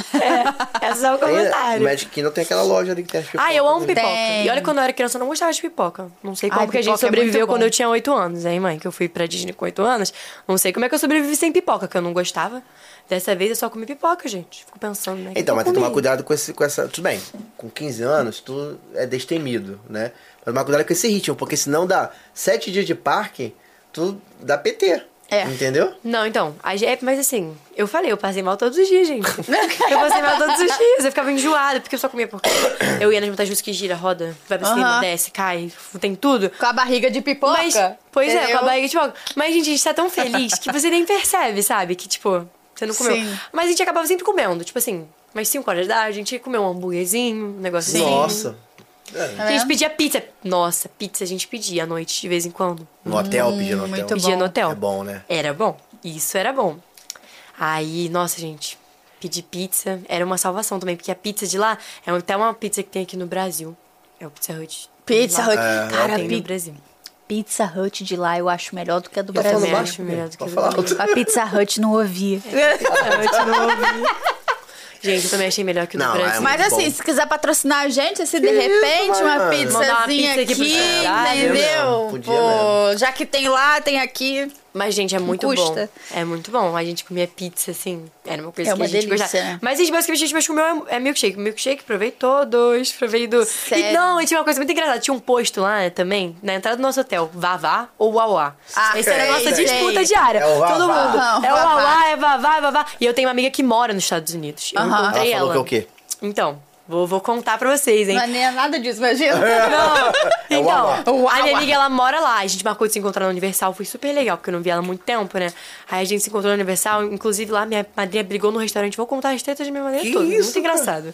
[SPEAKER 3] É, é só um
[SPEAKER 2] Tem, no
[SPEAKER 3] comentário.
[SPEAKER 2] Magic Kingdom tem aquela loja ali que tem as pipocas.
[SPEAKER 3] Ah, eu amo
[SPEAKER 2] né?
[SPEAKER 3] pipoca.
[SPEAKER 1] Tem.
[SPEAKER 3] E olha, quando eu era criança, eu não gostava de pipoca. Não sei como
[SPEAKER 1] Ai,
[SPEAKER 3] que a gente
[SPEAKER 1] pipoca é muito
[SPEAKER 3] sobreviveu
[SPEAKER 1] bom.
[SPEAKER 3] quando eu tinha 8 anos, hein, mãe? Que eu fui pra Disney com 8 anos. Não sei como é que eu sobrevivi sem pipoca, que eu não gostava. Dessa vez eu só comi pipoca, gente. Fico pensando, né? que
[SPEAKER 2] Então,
[SPEAKER 3] eu
[SPEAKER 2] mas tem que tomar
[SPEAKER 3] comi.
[SPEAKER 2] cuidado com, esse, com essa. Tudo bem, com 15 anos, tu é destemido, né? Mas tomar cuidado com esse ritmo, porque senão dá 7 dias de parque, tu dá PT.
[SPEAKER 1] É.
[SPEAKER 2] Entendeu?
[SPEAKER 3] Não, então, a ge- é, mas assim, eu falei, eu passei mal todos os dias, gente. eu passei mal todos os dias, eu ficava enjoada, porque eu só comia porque eu ia nas montagens russas que gira, roda, vai pra cima,
[SPEAKER 1] Aham.
[SPEAKER 3] desce, cai, tem tudo.
[SPEAKER 1] Com a barriga de pipoca.
[SPEAKER 3] Mas, pois é,
[SPEAKER 1] entendeu?
[SPEAKER 3] com a barriga de pipoca. Mas, gente, a gente tá tão feliz que você nem percebe, sabe? Que, tipo, Você não comeu.
[SPEAKER 1] Sim.
[SPEAKER 3] Mas a gente acabava sempre comendo. Tipo assim, umas 5 horas da tarde, a gente ia comer um hambúrguerzinho, um negócio assim.
[SPEAKER 2] Nossa.
[SPEAKER 1] Tá
[SPEAKER 3] A gente
[SPEAKER 1] vendo?
[SPEAKER 3] pedia pizza. Nossa, pizza a gente pedia à noite, de vez em quando.
[SPEAKER 2] No hotel, pedir no hotel.
[SPEAKER 1] muito bom.
[SPEAKER 3] Pedia Hum, no hotel.
[SPEAKER 2] É bom, né?
[SPEAKER 3] Era bom. Isso era bom. Aí, nossa, gente, pedir pizza era uma salvação também, porque a pizza de lá é até uma pizza que tem aqui no Brasil. É o Pizza Hut.
[SPEAKER 1] Pizza
[SPEAKER 3] Lá
[SPEAKER 1] Hut.
[SPEAKER 2] É,
[SPEAKER 1] Cara,
[SPEAKER 3] tem no
[SPEAKER 1] pi-
[SPEAKER 3] Brasil.
[SPEAKER 1] Pizza Hut de lá eu acho melhor do que a do
[SPEAKER 2] Tá falando
[SPEAKER 1] Brasil.
[SPEAKER 2] baixo?
[SPEAKER 3] acho melhor do que
[SPEAKER 2] Pode
[SPEAKER 3] o
[SPEAKER 2] falar
[SPEAKER 3] Brasil.
[SPEAKER 2] alto.
[SPEAKER 1] A Pizza Hut não ouvia.
[SPEAKER 3] É Gente, eu também achei melhor que o
[SPEAKER 2] Não,
[SPEAKER 3] do Brasil.
[SPEAKER 2] é
[SPEAKER 1] Mas
[SPEAKER 2] muito
[SPEAKER 1] assim,
[SPEAKER 2] bom.
[SPEAKER 1] se quiser patrocinar a gente, assim, de
[SPEAKER 2] Que isso,
[SPEAKER 1] repente, uma
[SPEAKER 2] Mariana.
[SPEAKER 1] pizzazinha
[SPEAKER 3] Mandar uma pizza aqui
[SPEAKER 1] aqui,
[SPEAKER 3] pro né, cidade,
[SPEAKER 1] entendeu?
[SPEAKER 2] mesmo, podia
[SPEAKER 1] Pô, já que tem lá, tem aqui.
[SPEAKER 3] Mas, gente, é muito
[SPEAKER 1] custa.
[SPEAKER 3] bom. É muito bom. A gente comia pizza, assim. Era uma coisa
[SPEAKER 1] É
[SPEAKER 3] que
[SPEAKER 1] uma
[SPEAKER 3] a gente
[SPEAKER 1] delícia,
[SPEAKER 3] gostava.
[SPEAKER 1] né?
[SPEAKER 3] Mas, gente, basicamente, a gente mais comeu é é milkshake. Milkshake, provei todos. Provei do...
[SPEAKER 1] Sério?
[SPEAKER 3] E, não, e tinha uma coisa muito engraçada. Tinha um posto lá né, também, na entrada do nosso hotel. Vavá ou Uauá.
[SPEAKER 1] Ah,
[SPEAKER 3] Essa era a nossa
[SPEAKER 1] sei,
[SPEAKER 3] disputa
[SPEAKER 1] sei.
[SPEAKER 3] diária.
[SPEAKER 2] É o Vavá.
[SPEAKER 3] Todo mundo.
[SPEAKER 1] Não,
[SPEAKER 3] é
[SPEAKER 1] Vavá.
[SPEAKER 3] Uauá, é Vavá, é Vavá. E eu tenho uma amiga que mora nos Estados Unidos. Eu
[SPEAKER 1] Aham. Ela
[SPEAKER 3] encontrei
[SPEAKER 2] falou
[SPEAKER 3] ela.
[SPEAKER 2] que é o quê?
[SPEAKER 3] Então, vou, vou contar pra vocês, hein.
[SPEAKER 1] Não é nem nada disso, imagina.
[SPEAKER 3] Não.
[SPEAKER 2] É Uauá.
[SPEAKER 3] Então,
[SPEAKER 1] Uauá.
[SPEAKER 3] a minha amiga, ela mora lá. A gente marcou de se encontrar no Universal. Foi super legal, porque eu não vi ela há muito tempo, né? Aí a gente se encontrou no Universal. Inclusive, lá minha madrinha brigou no restaurante. Vou contar as tetas da minha madrinha
[SPEAKER 2] Que
[SPEAKER 3] toda.
[SPEAKER 2] isso,
[SPEAKER 3] muito
[SPEAKER 2] cara?
[SPEAKER 3] engraçado.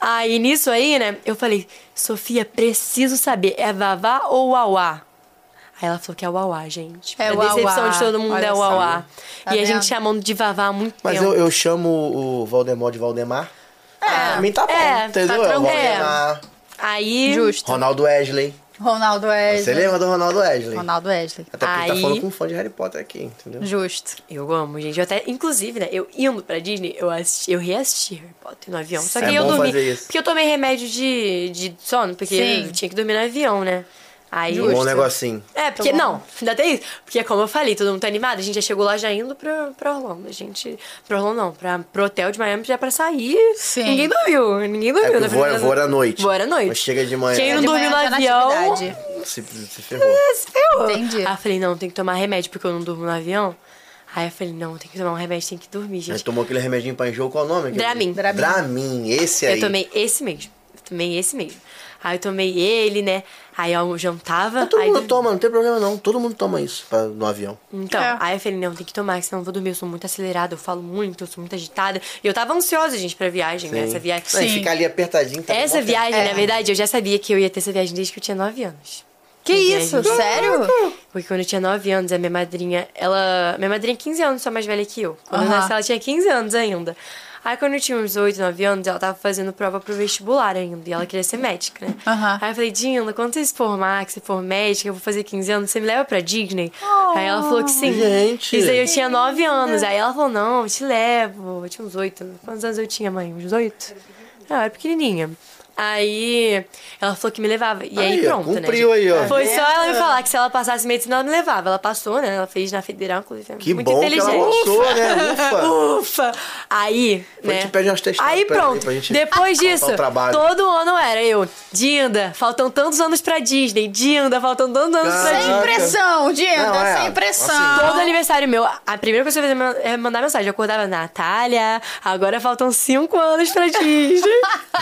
[SPEAKER 3] Aí, nisso aí, né? Eu falei, Sofia, preciso saber. É Vavá ou Uauá? Aí ela falou que é Uauá, gente.
[SPEAKER 1] É
[SPEAKER 3] a
[SPEAKER 1] Uauá.
[SPEAKER 3] decepção de todo mundo
[SPEAKER 1] Olha
[SPEAKER 3] é
[SPEAKER 1] só.
[SPEAKER 3] Uauá.
[SPEAKER 1] Tá
[SPEAKER 3] e a
[SPEAKER 1] vendo?
[SPEAKER 3] gente chamando de Vavá há muito
[SPEAKER 2] Mas
[SPEAKER 3] tempo.
[SPEAKER 2] eu, eu chamo o Valdemar de Valdemar. É, pra mim tá bom,
[SPEAKER 3] é,
[SPEAKER 2] entendeu?
[SPEAKER 3] tá
[SPEAKER 2] É o
[SPEAKER 3] tranquilo.
[SPEAKER 2] Valdemar,
[SPEAKER 3] Aí...
[SPEAKER 1] Justo.
[SPEAKER 2] Ronaldo Wesley.
[SPEAKER 1] Ronaldo Wesley.
[SPEAKER 2] Você lembra do Ronaldo Wesley?
[SPEAKER 1] Ronaldo Wesley.
[SPEAKER 2] Até porque
[SPEAKER 3] Aí-
[SPEAKER 2] tá falando com um fã de Harry Potter aqui, entendeu?
[SPEAKER 1] Justo.
[SPEAKER 3] Eu amo, gente. Eu até, inclusive, né? Eu indo pra Disney, eu, assisti, eu reassisti Harry Potter no avião. Só que
[SPEAKER 2] É
[SPEAKER 3] aí eu
[SPEAKER 2] bom
[SPEAKER 3] dormi.
[SPEAKER 2] fazer isso.
[SPEAKER 3] Porque eu tomei remédio de, de sono, porque
[SPEAKER 1] Sim.
[SPEAKER 3] eu tinha que dormir no avião, né? Aí.
[SPEAKER 2] Um bom negocinho.
[SPEAKER 3] É, porque.
[SPEAKER 1] Tá bom.
[SPEAKER 3] Não, ainda tem isso. Porque, como eu falei, todo mundo tá animado. A gente já chegou lá já indo pra, pra Orlando. A gente. Pra Orlando não, pra, pro hotel de Miami já pra sair.
[SPEAKER 1] Sim.
[SPEAKER 3] Ninguém dormiu. Ninguém
[SPEAKER 2] É
[SPEAKER 3] dormiu.
[SPEAKER 2] porque
[SPEAKER 3] na
[SPEAKER 2] eu vou, eu
[SPEAKER 3] primeira-
[SPEAKER 2] vou à noite.
[SPEAKER 3] Vou era à noite.
[SPEAKER 2] Mas chega de manhã.
[SPEAKER 3] Quem não
[SPEAKER 1] De
[SPEAKER 3] dormiu no
[SPEAKER 1] manhã tá na
[SPEAKER 3] avião.
[SPEAKER 1] atividade.
[SPEAKER 2] Se, se ferrou.
[SPEAKER 3] Mas eu-
[SPEAKER 1] Entendi.
[SPEAKER 3] Aí eu falei, não, tem que tomar remédio, porque eu não durmo no avião. Aí eu falei, não, tem que tomar um remédio, tem que dormir,
[SPEAKER 2] Aí
[SPEAKER 3] gente.
[SPEAKER 2] tomou aquele remedinho pra enjoo, qual é o nome? aquele?
[SPEAKER 3] Dramin.
[SPEAKER 1] Dramin.
[SPEAKER 2] Dramin, esse aí.
[SPEAKER 3] Eu tomei esse mesmo. Eu tomei esse mesmo. Aí eu tomei ele, né? Aí eu jantava.
[SPEAKER 2] Todo
[SPEAKER 3] aí
[SPEAKER 2] mundo
[SPEAKER 3] dormia.
[SPEAKER 2] toma, não tem problema não. Todo mundo toma isso pra- no avião.
[SPEAKER 3] Então,
[SPEAKER 1] É.
[SPEAKER 3] aí eu falei, não, tem que tomar, que senão eu vou dormir. Eu sou muito acelerada, eu falo muito, eu sou muito agitada. E eu tava ansiosa, gente, pra viagem, né? Essa viagem.
[SPEAKER 2] Aí
[SPEAKER 1] Sim.
[SPEAKER 2] fica ali apertadinho. Tá
[SPEAKER 3] Essa
[SPEAKER 2] bom, tá?
[SPEAKER 3] viagem,
[SPEAKER 1] É.
[SPEAKER 3] na verdade, eu já sabia que eu ia ter essa viagem desde que eu tinha 9 anos.
[SPEAKER 1] Que
[SPEAKER 3] Minha
[SPEAKER 1] isso?
[SPEAKER 3] viagem-
[SPEAKER 1] Sério?
[SPEAKER 3] Porque quando eu tinha 9 anos, a minha madrinha, ela. Minha madrinha é 15 anos, só mais velha que eu. Quando
[SPEAKER 1] Aham.
[SPEAKER 3] eu nasci, ela tinha 15 anos ainda. Aí quando eu tinha uns 8, 9 anos, ela tava fazendo prova pro vestibular ainda. E ela queria ser médica, né?
[SPEAKER 1] Aham.
[SPEAKER 3] Aí eu falei, Dinda, quando você se formar, que você for médica, eu vou fazer 15 anos, você me leva pra Disney? Aí ela falou que sim.
[SPEAKER 2] Oh, Gente.
[SPEAKER 3] Isso aí eu tinha 9 anos. Aí ela falou, não, eu te levo. Eu tinha uns 8. Quantos anos eu tinha, mãe? Uns 8? Ah, eu era pequenininha. Aí ela falou que me levava. E aí,
[SPEAKER 2] Aí, ó,
[SPEAKER 3] pronto, né?
[SPEAKER 2] cumpriu aí, ó.
[SPEAKER 3] Foi só ela me falar que se ela passasse medicina, ela me levava. Ela passou, né? Ela fez na federal, inclusive.
[SPEAKER 2] Que
[SPEAKER 3] muito
[SPEAKER 2] bom que
[SPEAKER 3] inteligente.
[SPEAKER 2] ela passou, né? Ufa.
[SPEAKER 3] Ufa! Aí,
[SPEAKER 2] Depois
[SPEAKER 3] né?
[SPEAKER 2] a gente pede umas testadas
[SPEAKER 3] aí
[SPEAKER 2] pra-
[SPEAKER 3] pronto.
[SPEAKER 2] pra gente
[SPEAKER 3] Depois disso,
[SPEAKER 2] o trabalho.
[SPEAKER 3] todo ano era eu. Dinda, faltam tantos anos pra Disney. Dinda, faltam tantos anos pra
[SPEAKER 2] Caraca.
[SPEAKER 3] Disney.
[SPEAKER 1] Sem pressão, Dinda,
[SPEAKER 2] Não, é,
[SPEAKER 1] sem pressão.
[SPEAKER 3] Todo aniversário meu, a primeira coisa que eu fazia é mandar mensagem. Eu acordava, Natália, agora faltam cinco anos pra Disney.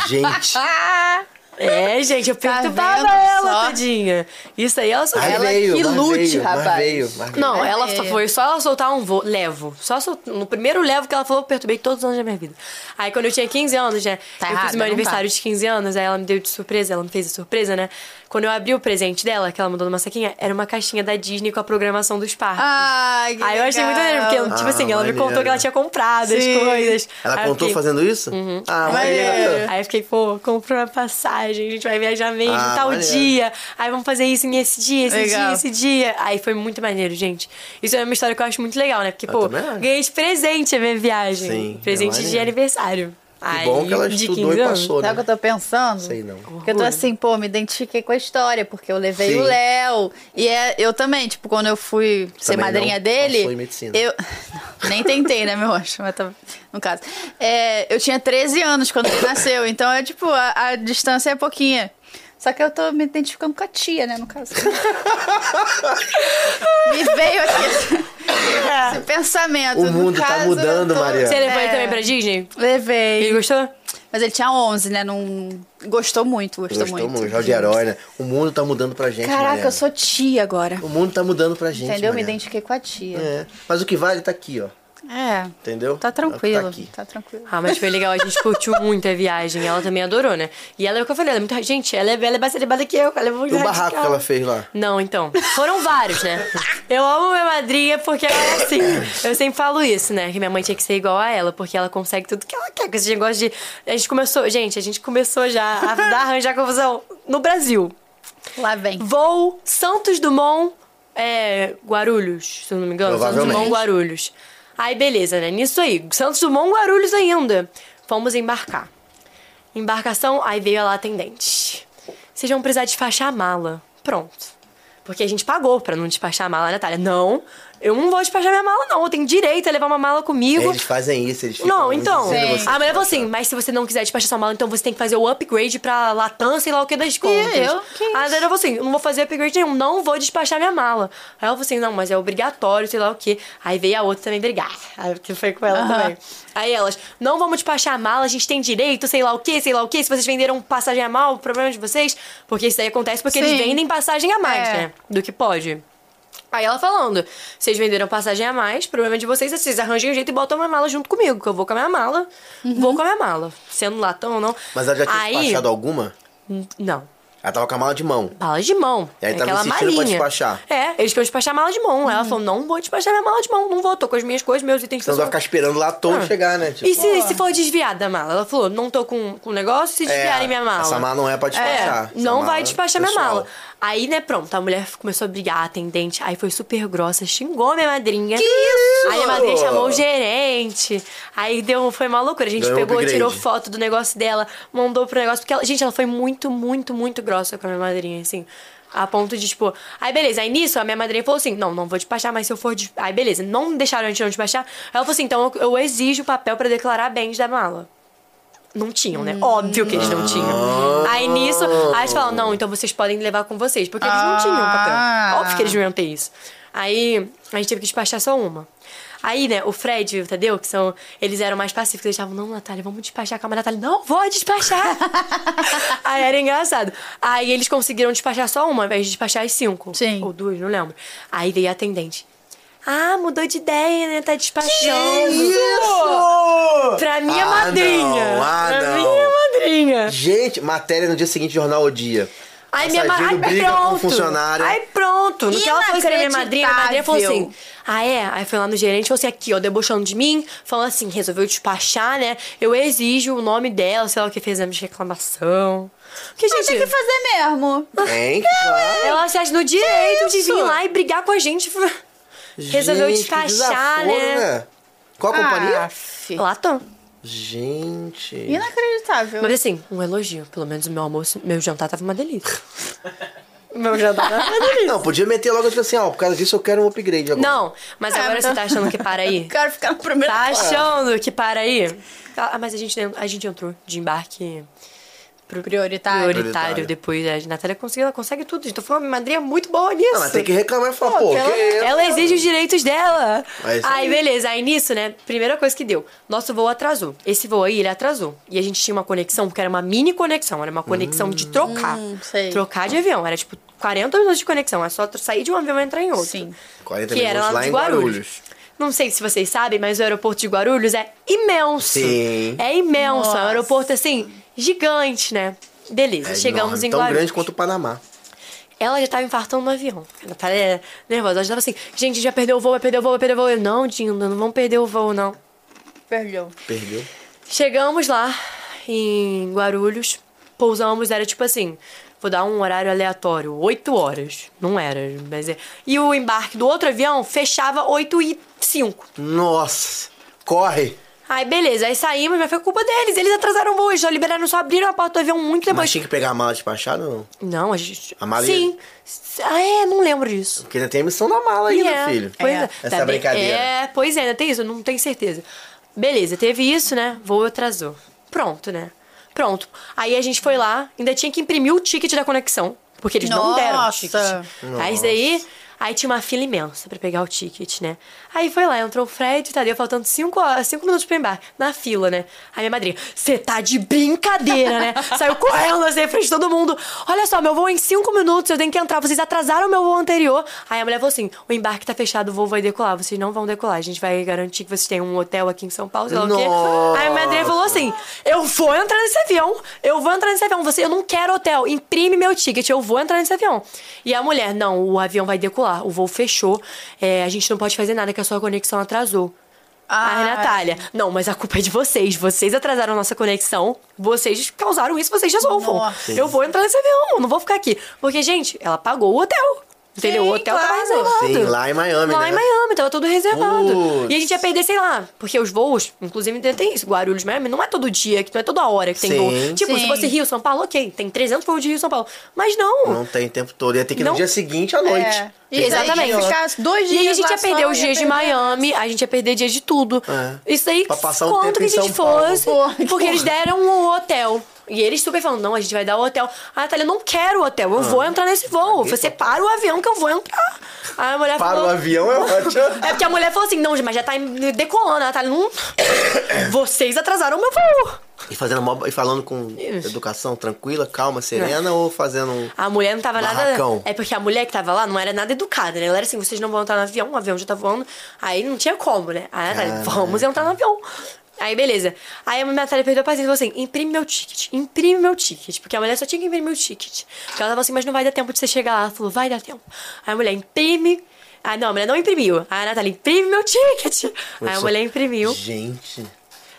[SPEAKER 2] Gente.
[SPEAKER 1] Ah,
[SPEAKER 3] é, gente, eu
[SPEAKER 1] Tá
[SPEAKER 3] perturbava
[SPEAKER 1] vendo
[SPEAKER 3] ela,
[SPEAKER 1] só?
[SPEAKER 3] tadinha. Isso aí ela só
[SPEAKER 2] Aí
[SPEAKER 1] Ela
[SPEAKER 2] veio,
[SPEAKER 1] que
[SPEAKER 2] mas
[SPEAKER 1] lute,
[SPEAKER 2] veio, mas
[SPEAKER 1] rapaz.
[SPEAKER 2] veio, mas veio.
[SPEAKER 3] Não,
[SPEAKER 1] É.
[SPEAKER 3] ela só foi só ela soltar um voo. Levo. Só sol- No primeiro levo que ela falou, eu perturbei todos os anos da minha vida. Aí quando eu tinha 15 anos, né?
[SPEAKER 1] Tá
[SPEAKER 3] eu
[SPEAKER 1] errada,
[SPEAKER 3] fiz
[SPEAKER 1] não
[SPEAKER 3] meu aniversário de 15 anos, aí ela me deu de surpresa, ela me fez a surpresa, né? Quando eu abri o presente dela, que ela mandou numa saquinha, era uma caixinha da Disney com a programação dos parques.
[SPEAKER 1] Ai, ah, que
[SPEAKER 3] Aí eu achei muito
[SPEAKER 1] legal.
[SPEAKER 3] maneiro, porque, tipo
[SPEAKER 2] Ah,
[SPEAKER 3] assim, ela me
[SPEAKER 2] maneiro.
[SPEAKER 3] contou que ela tinha comprado
[SPEAKER 1] Sim.
[SPEAKER 3] as coisas.
[SPEAKER 2] Ela
[SPEAKER 3] Aí eu
[SPEAKER 2] contou
[SPEAKER 3] fiquei-
[SPEAKER 2] fazendo isso?
[SPEAKER 1] Uhum.
[SPEAKER 2] Ah, maneiro.
[SPEAKER 3] Aí eu fiquei, pô, comprou uma passagem, a gente vai viajar mesmo,
[SPEAKER 2] Ah,
[SPEAKER 3] tal
[SPEAKER 2] maneiro.
[SPEAKER 3] dia. Aí vamos fazer isso nesse dia, esse
[SPEAKER 1] Legal.
[SPEAKER 3] dia, esse dia. Aí foi muito maneiro, gente. Isso é uma história que eu acho muito legal, né? Porque, pô,
[SPEAKER 2] também acho.
[SPEAKER 3] ganhei de presente a minha viagem.
[SPEAKER 2] Sim, é
[SPEAKER 3] presente de
[SPEAKER 2] maneiro.
[SPEAKER 3] aniversário.
[SPEAKER 2] Que bom que ela estudou e passou,
[SPEAKER 1] Sabe
[SPEAKER 2] né?
[SPEAKER 1] o que eu tô pensando?
[SPEAKER 2] Sei não.
[SPEAKER 1] Porque eu tô assim, pô, me identifiquei com a história, porque eu levei
[SPEAKER 2] Sim.
[SPEAKER 1] o Léo. E é, eu também, tipo, quando eu fui ser
[SPEAKER 2] Também
[SPEAKER 1] madrinha
[SPEAKER 2] não
[SPEAKER 1] dele.
[SPEAKER 2] passou em medicina.
[SPEAKER 1] Eu. Nem tentei, né, meu anjo? Mas tá- no caso. É, eu tinha 13 anos quando ele nasceu, então é tipo, a, a distância é pouquinha. Só que eu tô me identificando com a tia, né, no caso. me veio aqui esse, esse pensamento.
[SPEAKER 2] O
[SPEAKER 1] No
[SPEAKER 2] mundo tá
[SPEAKER 1] caso, eu
[SPEAKER 2] mudando,
[SPEAKER 1] tô-
[SPEAKER 2] Maria.
[SPEAKER 3] É. Você levou ele
[SPEAKER 1] É.
[SPEAKER 3] também pra Disney?
[SPEAKER 1] Levei.
[SPEAKER 3] Ele gostou?
[SPEAKER 1] Mas ele tinha 11, né? Não... Gostou muito, gostou,
[SPEAKER 2] Gostou muito.
[SPEAKER 1] muito.
[SPEAKER 2] Jorge de herói, né? O mundo tá mudando pra gente,
[SPEAKER 1] Caraca,
[SPEAKER 2] Mariana.
[SPEAKER 1] eu sou tia agora.
[SPEAKER 2] O mundo tá mudando pra gente,
[SPEAKER 1] entendeu? Me
[SPEAKER 2] Mariana.
[SPEAKER 1] identifiquei com a tia.
[SPEAKER 2] É. Mas o que vale tá aqui, ó.
[SPEAKER 1] É.
[SPEAKER 2] Entendeu?
[SPEAKER 1] Tá
[SPEAKER 2] Tá
[SPEAKER 1] tranquilo.
[SPEAKER 2] aqui.
[SPEAKER 1] Tá tranquilo.
[SPEAKER 3] Ah, mas foi legal, a gente curtiu muito a viagem. Ela também adorou, né? E ela é o que eu falei, ela é muito. Gente, ela é, ela é mais celebrada que eu. Ela é muito
[SPEAKER 2] E o barraco
[SPEAKER 3] radical.
[SPEAKER 2] que ela fez lá.
[SPEAKER 3] Não, então. Foram vários, né? Eu amo minha madrinha porque ela é assim. Eu sempre falo isso, né? Que minha mãe tinha que ser igual a ela, porque ela consegue tudo que ela quer. Com esse negócio de. A gente começou. Gente, a gente começou já a dar- arranjar confusão no Brasil.
[SPEAKER 1] Lá vem.
[SPEAKER 3] Voo Santos Dumont é, Guarulhos, se eu não me engano. Santos
[SPEAKER 2] Provavelmente.
[SPEAKER 3] Dumont Guarulhos. Aí, beleza, né? Nisso aí. Santos Dumont Guarulhos ainda. Fomos embarcar. Embarcação, aí veio lá a atendente. Vocês vão precisar despachar a mala. Pronto. Porque a gente pagou pra não despachar a mala, Natália. Não, eu não vou despachar minha mala, não. Eu tenho direito a levar uma mala
[SPEAKER 2] É,
[SPEAKER 3] comigo.
[SPEAKER 2] Eles fazem isso, eles ficam
[SPEAKER 3] Não, então.
[SPEAKER 2] induzindo
[SPEAKER 1] Sim.
[SPEAKER 2] você.
[SPEAKER 3] A mulher falou assim: mas se você não quiser despachar sua mala, então você tem que fazer o upgrade pra Latam, sei lá o que das contas.
[SPEAKER 1] eu? Que
[SPEAKER 3] a Dana falou assim: eu não vou fazer upgrade nenhum, não vou despachar minha mala. Aí ela falou assim: não, mas é obrigatório, sei lá o que. Aí veio a outra também brigar, aí que foi com ela
[SPEAKER 1] Aham.
[SPEAKER 3] também. Aí elas: não vamos despachar a mala, a gente tem direito, sei lá o que, sei lá o que. Se vocês venderam passagem a mal, o problema é de vocês, porque isso aí acontece porque eles
[SPEAKER 1] Sim.
[SPEAKER 3] vendem passagem a mais,
[SPEAKER 1] É.
[SPEAKER 3] né? Do que pode. Aí ela falando, vocês venderam passagem a mais, problema de vocês, é vocês arranjem um jeito e botam uma mala junto comigo, que eu vou com a minha mala, vou com a minha mala. Sendo latão ou não.
[SPEAKER 2] Mas ela já tinha
[SPEAKER 3] Aí-
[SPEAKER 2] despachado alguma?
[SPEAKER 3] Não,
[SPEAKER 2] Ela tava com a mala de mão.
[SPEAKER 3] mala de mão.
[SPEAKER 2] E aí
[SPEAKER 3] é
[SPEAKER 2] tava
[SPEAKER 3] aquela
[SPEAKER 2] insistindo pra
[SPEAKER 3] malinha.
[SPEAKER 2] despachar.
[SPEAKER 3] É, eles queriam despachar a mala de mão. Aí Ela falou, não vou despachar minha mala de mão, não vou, tô com as minhas coisas, meus itens
[SPEAKER 2] Senão vai
[SPEAKER 3] pessoais.
[SPEAKER 2] ficar esperando lá todo
[SPEAKER 3] Ah.
[SPEAKER 2] chegar, né? Tipo,
[SPEAKER 3] E se, se for desviada a mala? Ela falou, não tô com com o negócio, se desviarem minha
[SPEAKER 2] É,
[SPEAKER 3] mala.
[SPEAKER 2] Essa mala não é pra despachar.
[SPEAKER 3] É, não
[SPEAKER 2] Essa
[SPEAKER 3] vai
[SPEAKER 2] mala,
[SPEAKER 3] despachar minha
[SPEAKER 2] pessoal.
[SPEAKER 3] mala. Aí, né, pronto, a mulher começou a brigar, a atendente. Aí foi super grossa, xingou minha madrinha. Que
[SPEAKER 2] isso?
[SPEAKER 3] Aí minha madrinha chamou o gerente. Aí deu, foi uma loucura. A gente
[SPEAKER 2] Ganhou
[SPEAKER 3] pegou,
[SPEAKER 2] upgrade.
[SPEAKER 3] tirou foto do negócio dela, mandou pro negócio. Porque, ela, gente, ela foi muito, muito, muito grossa com a minha madrinha, assim. A ponto de, tipo... Aí, beleza. Aí, nisso, a minha madrinha falou assim... Não, não vou despachar, mas se eu for... des- Aí, beleza. Não deixaram a gente não despachar. Ela falou assim... Então, eu, eu exijo o papel pra declarar bens da mala. Não tinham,
[SPEAKER 1] Hum.
[SPEAKER 3] né? Óbvio que eles não tinham.
[SPEAKER 1] Ah.
[SPEAKER 3] Aí nisso, aí eles falam, não, então vocês podem levar com vocês. Porque eles não tinham
[SPEAKER 1] Ah.
[SPEAKER 3] papel. Óbvio que eles não iam ter isso. Aí a gente teve que despachar só uma. Aí, né, o Fred e o Tadeu, que são. Eles eram mais pacíficos, eles estavam, não, Natália, vamos despachar. Calma, Natália, não, vou despachar. aí era engraçado. Aí eles conseguiram despachar só uma, ao invés de despachar as cinco.
[SPEAKER 1] Sim.
[SPEAKER 3] Ou duas, não lembro. Aí veio a atendente. Ah, mudou de ideia, né? Tá despachando.
[SPEAKER 2] Isso!
[SPEAKER 3] Pra minha
[SPEAKER 2] Ah,
[SPEAKER 3] madrinha.
[SPEAKER 2] não, ah,
[SPEAKER 3] pra
[SPEAKER 2] não.
[SPEAKER 3] minha madrinha.
[SPEAKER 2] Gente, matéria no dia seguinte, jornal O Dia.
[SPEAKER 3] Aí minha ma-
[SPEAKER 2] Passageiro
[SPEAKER 3] Aí
[SPEAKER 2] briga com
[SPEAKER 3] pronto.
[SPEAKER 2] funcionária.
[SPEAKER 3] Aí pronto. No que ela foi escrever minha madrinha, minha madrinha falou assim. Ah, é? Aí foi lá no gerente, falou assim, aqui, ó, debochando de mim, falando assim, resolveu despachar, né? Eu exijo o nome dela, sei lá o que fez exame de reclamação. Porque,
[SPEAKER 1] Mas tem que
[SPEAKER 3] gente,
[SPEAKER 1] fazer mesmo.
[SPEAKER 2] Hein? Claro.
[SPEAKER 3] ela se acha no direito de vir
[SPEAKER 1] isso?
[SPEAKER 3] lá e brigar com a gente. Resolveu
[SPEAKER 2] Gente, que
[SPEAKER 3] despachar,
[SPEAKER 2] desaforo,
[SPEAKER 3] né?
[SPEAKER 2] Qual a companhia?
[SPEAKER 1] Aff.
[SPEAKER 3] Latam.
[SPEAKER 2] Gente.
[SPEAKER 1] Inacreditável.
[SPEAKER 3] Mas assim, um elogio. Pelo menos o meu almoço, meu jantar tava uma delícia. meu jantar tava uma delícia.
[SPEAKER 2] Não, podia meter logo tipo assim, ó, por causa disso eu quero um upgrade agora.
[SPEAKER 3] É Não, mas
[SPEAKER 1] É,
[SPEAKER 3] agora
[SPEAKER 1] então-
[SPEAKER 3] você tá achando que para aí?
[SPEAKER 1] Quero ficar no primeiro
[SPEAKER 3] Tá
[SPEAKER 1] plano.
[SPEAKER 3] achando que para aí? Ah, mas a gente, a gente entrou de embarque
[SPEAKER 1] Prioritário.
[SPEAKER 3] prioritário,
[SPEAKER 2] Prioritário.
[SPEAKER 3] depois. A Natália conseguiu, ela consegue tudo. Então foi uma madrinha muito boa nisso.
[SPEAKER 2] Não, mas tem que reclamar e falar, pô,
[SPEAKER 3] ela,
[SPEAKER 2] que isso?
[SPEAKER 3] ela exige os direitos dela.
[SPEAKER 2] É isso
[SPEAKER 3] aí,
[SPEAKER 2] aí.
[SPEAKER 3] beleza. Aí nisso, né? Primeira coisa que deu. Nosso voo atrasou. Esse voo aí, ele atrasou. E a gente tinha uma conexão, porque era uma mini conexão. Era uma conexão de trocar.
[SPEAKER 1] Hum, sei.
[SPEAKER 3] Trocar de avião. Era tipo 40 minutos de conexão. É só tro- sair de um avião e entrar em outro.
[SPEAKER 1] Sim.
[SPEAKER 2] 40
[SPEAKER 3] que era
[SPEAKER 2] minutos
[SPEAKER 3] lá
[SPEAKER 2] lá
[SPEAKER 3] de
[SPEAKER 2] em
[SPEAKER 3] Guarulhos.
[SPEAKER 2] Guarulhos.
[SPEAKER 3] Não sei se vocês sabem, mas o aeroporto de Guarulhos é imenso.
[SPEAKER 2] Sim.
[SPEAKER 3] É imenso. É
[SPEAKER 1] Nossa.
[SPEAKER 3] um aeroporto, assim, gigante, né? Beleza,
[SPEAKER 2] É
[SPEAKER 3] chegamos
[SPEAKER 2] enorme,
[SPEAKER 3] em
[SPEAKER 2] tão
[SPEAKER 3] Guarulhos.
[SPEAKER 2] grande quanto o Panamá.
[SPEAKER 3] Ela já tava infartando no avião. Ela tava é, nervosa. Ela já tava assim, gente, já perdeu o voo, vai perder o voo, vai perder o voo. Eu, não, Dinda, não vamos perder o voo, não.
[SPEAKER 1] Perdeu.
[SPEAKER 2] Perdeu.
[SPEAKER 3] Chegamos lá em Guarulhos, pousamos, era tipo assim, vou dar um horário aleatório, 8 horas. Não era, mas é. E o embarque do outro avião fechava 8 e 5.
[SPEAKER 2] Nossa. Corre.
[SPEAKER 3] Aí beleza, aí saímos, mas foi culpa deles. Eles atrasaram o voo, eles só liberaram, só abriram a porta do avião muito
[SPEAKER 2] Mas
[SPEAKER 3] depois.
[SPEAKER 2] tinha que pegar a mala despachada ou não?
[SPEAKER 3] Não, a gente.
[SPEAKER 2] A mala ia-
[SPEAKER 3] Sim. Ah, é, não lembro disso.
[SPEAKER 2] Porque ainda tem a missão da mala ainda,
[SPEAKER 3] é,
[SPEAKER 2] filho.
[SPEAKER 3] Pois
[SPEAKER 1] É.
[SPEAKER 3] é.
[SPEAKER 2] Essa
[SPEAKER 3] Tá bem-
[SPEAKER 2] brincadeira.
[SPEAKER 3] É, pois é, ainda tem isso, eu não tenho certeza. Beleza, teve isso, né? Voo atrasou. Pronto, né? Pronto. Aí a gente foi lá, ainda tinha que imprimir o ticket da conexão. Porque eles não deram o
[SPEAKER 1] Nossa.
[SPEAKER 3] ticket. Aí isso daí. Aí tinha uma fila imensa pra pegar o ticket, né? Aí foi lá, entrou o Fred e Tadeu, faltando cinco, horas- cinco minutos pro embarque, na fila, né? Aí minha madrinha, você tá de brincadeira, né? Saiu correndo assim, em frente de todo mundo. Olha só, meu voo é em cinco minutos, eu tenho que entrar, vocês atrasaram o meu voo anterior. Aí a mulher falou assim: o embarque tá fechado, o voo vai decolar, vocês não vão decolar, a gente vai garantir que vocês têm um hotel aqui em São Paulo, sei lá o quê.
[SPEAKER 2] Nossa.
[SPEAKER 3] Aí a minha madrinha falou assim: eu vou entrar nesse avião, eu vou entrar nesse avião, você, eu não quero hotel, imprime meu ticket, eu vou entrar nesse avião. E a mulher, não, o avião vai decolar, o voo fechou, é, a gente não pode fazer nada que a sua conexão atrasou. Ai,
[SPEAKER 1] Ai.
[SPEAKER 3] Natália, não, mas a culpa é de vocês. Vocês atrasaram a nossa conexão, vocês causaram isso, vocês resolvam.
[SPEAKER 1] Nossa.
[SPEAKER 3] Eu vou entrar nesse avião, não vou ficar aqui. Porque, gente, ela pagou o hotel. Entendeu?
[SPEAKER 1] Sim,
[SPEAKER 3] o hotel tá
[SPEAKER 1] claro.
[SPEAKER 3] tava reservado.
[SPEAKER 2] Sim, lá em Miami,
[SPEAKER 3] é. Lá
[SPEAKER 2] né?
[SPEAKER 3] em Miami, tava tudo reservado.
[SPEAKER 2] Putz.
[SPEAKER 3] E a gente ia perder, sei lá, porque os voos, inclusive ainda tem isso, Guarulhos, Miami, não é todo dia, que não é toda hora que tem
[SPEAKER 2] Sim.
[SPEAKER 3] voo. Tipo,
[SPEAKER 1] Sim.
[SPEAKER 3] se fosse Rio, São Paulo, ok, tem 300 voos de Rio, São Paulo. Mas não,
[SPEAKER 2] Não tem o tempo todo. Ia ter que ir no
[SPEAKER 3] Não.
[SPEAKER 2] dia seguinte à noite.
[SPEAKER 1] É.
[SPEAKER 2] Tem que-
[SPEAKER 3] Exatamente.
[SPEAKER 1] Ia ficar dois
[SPEAKER 3] E aí
[SPEAKER 1] dias
[SPEAKER 3] a gente
[SPEAKER 1] lá
[SPEAKER 3] ia
[SPEAKER 1] só,
[SPEAKER 3] perder os
[SPEAKER 1] ia
[SPEAKER 3] dias de
[SPEAKER 1] perder.
[SPEAKER 3] Miami, a gente ia perder dias de tudo.
[SPEAKER 2] É.
[SPEAKER 3] Isso aí,
[SPEAKER 2] Pra passar um
[SPEAKER 3] quanto
[SPEAKER 2] tempo
[SPEAKER 3] que
[SPEAKER 2] em
[SPEAKER 3] a gente
[SPEAKER 2] São Paulo.
[SPEAKER 3] fosse.
[SPEAKER 1] Porra, que
[SPEAKER 3] porque eles
[SPEAKER 1] porra.
[SPEAKER 3] deram um hotel. E eles super falando, não, a gente vai dar o hotel. Ah, Natália, eu não quero o hotel, eu
[SPEAKER 2] Ah.
[SPEAKER 3] vou entrar nesse voo. Você para o avião que eu vou entrar. Aí a mulher
[SPEAKER 2] Para o
[SPEAKER 3] falou...
[SPEAKER 2] avião é ótimo.
[SPEAKER 3] É porque a mulher falou assim, não, mas já tá decolando. A Natália, não... Vocês atrasaram o meu voo.
[SPEAKER 2] E, fazendo mó- e falando com educação tranquila, calma, serena ou fazendo um.
[SPEAKER 3] A mulher não tava
[SPEAKER 2] Barracão.
[SPEAKER 3] nada. É porque a mulher que tava lá não era nada educada, né? Ela era assim: vocês não vão entrar no avião, o avião já tá voando. Aí não tinha como, né? Aí a Natália,
[SPEAKER 2] Caraca.
[SPEAKER 3] vamos entrar no avião. Aí beleza. Aí a Natália perdeu a paciência e falou assim: imprime meu ticket, imprime meu ticket. Porque a mulher só tinha que imprimir o ticket. Porque ela tava assim, mas não vai dar tempo de você chegar lá. Ela falou: vai dar tempo. Aí a mulher imprime. Ah, não, a mulher não imprimiu. Aí a Natália, imprime meu ticket. Aí a
[SPEAKER 2] Começou-
[SPEAKER 3] mulher imprimiu.
[SPEAKER 2] Gente.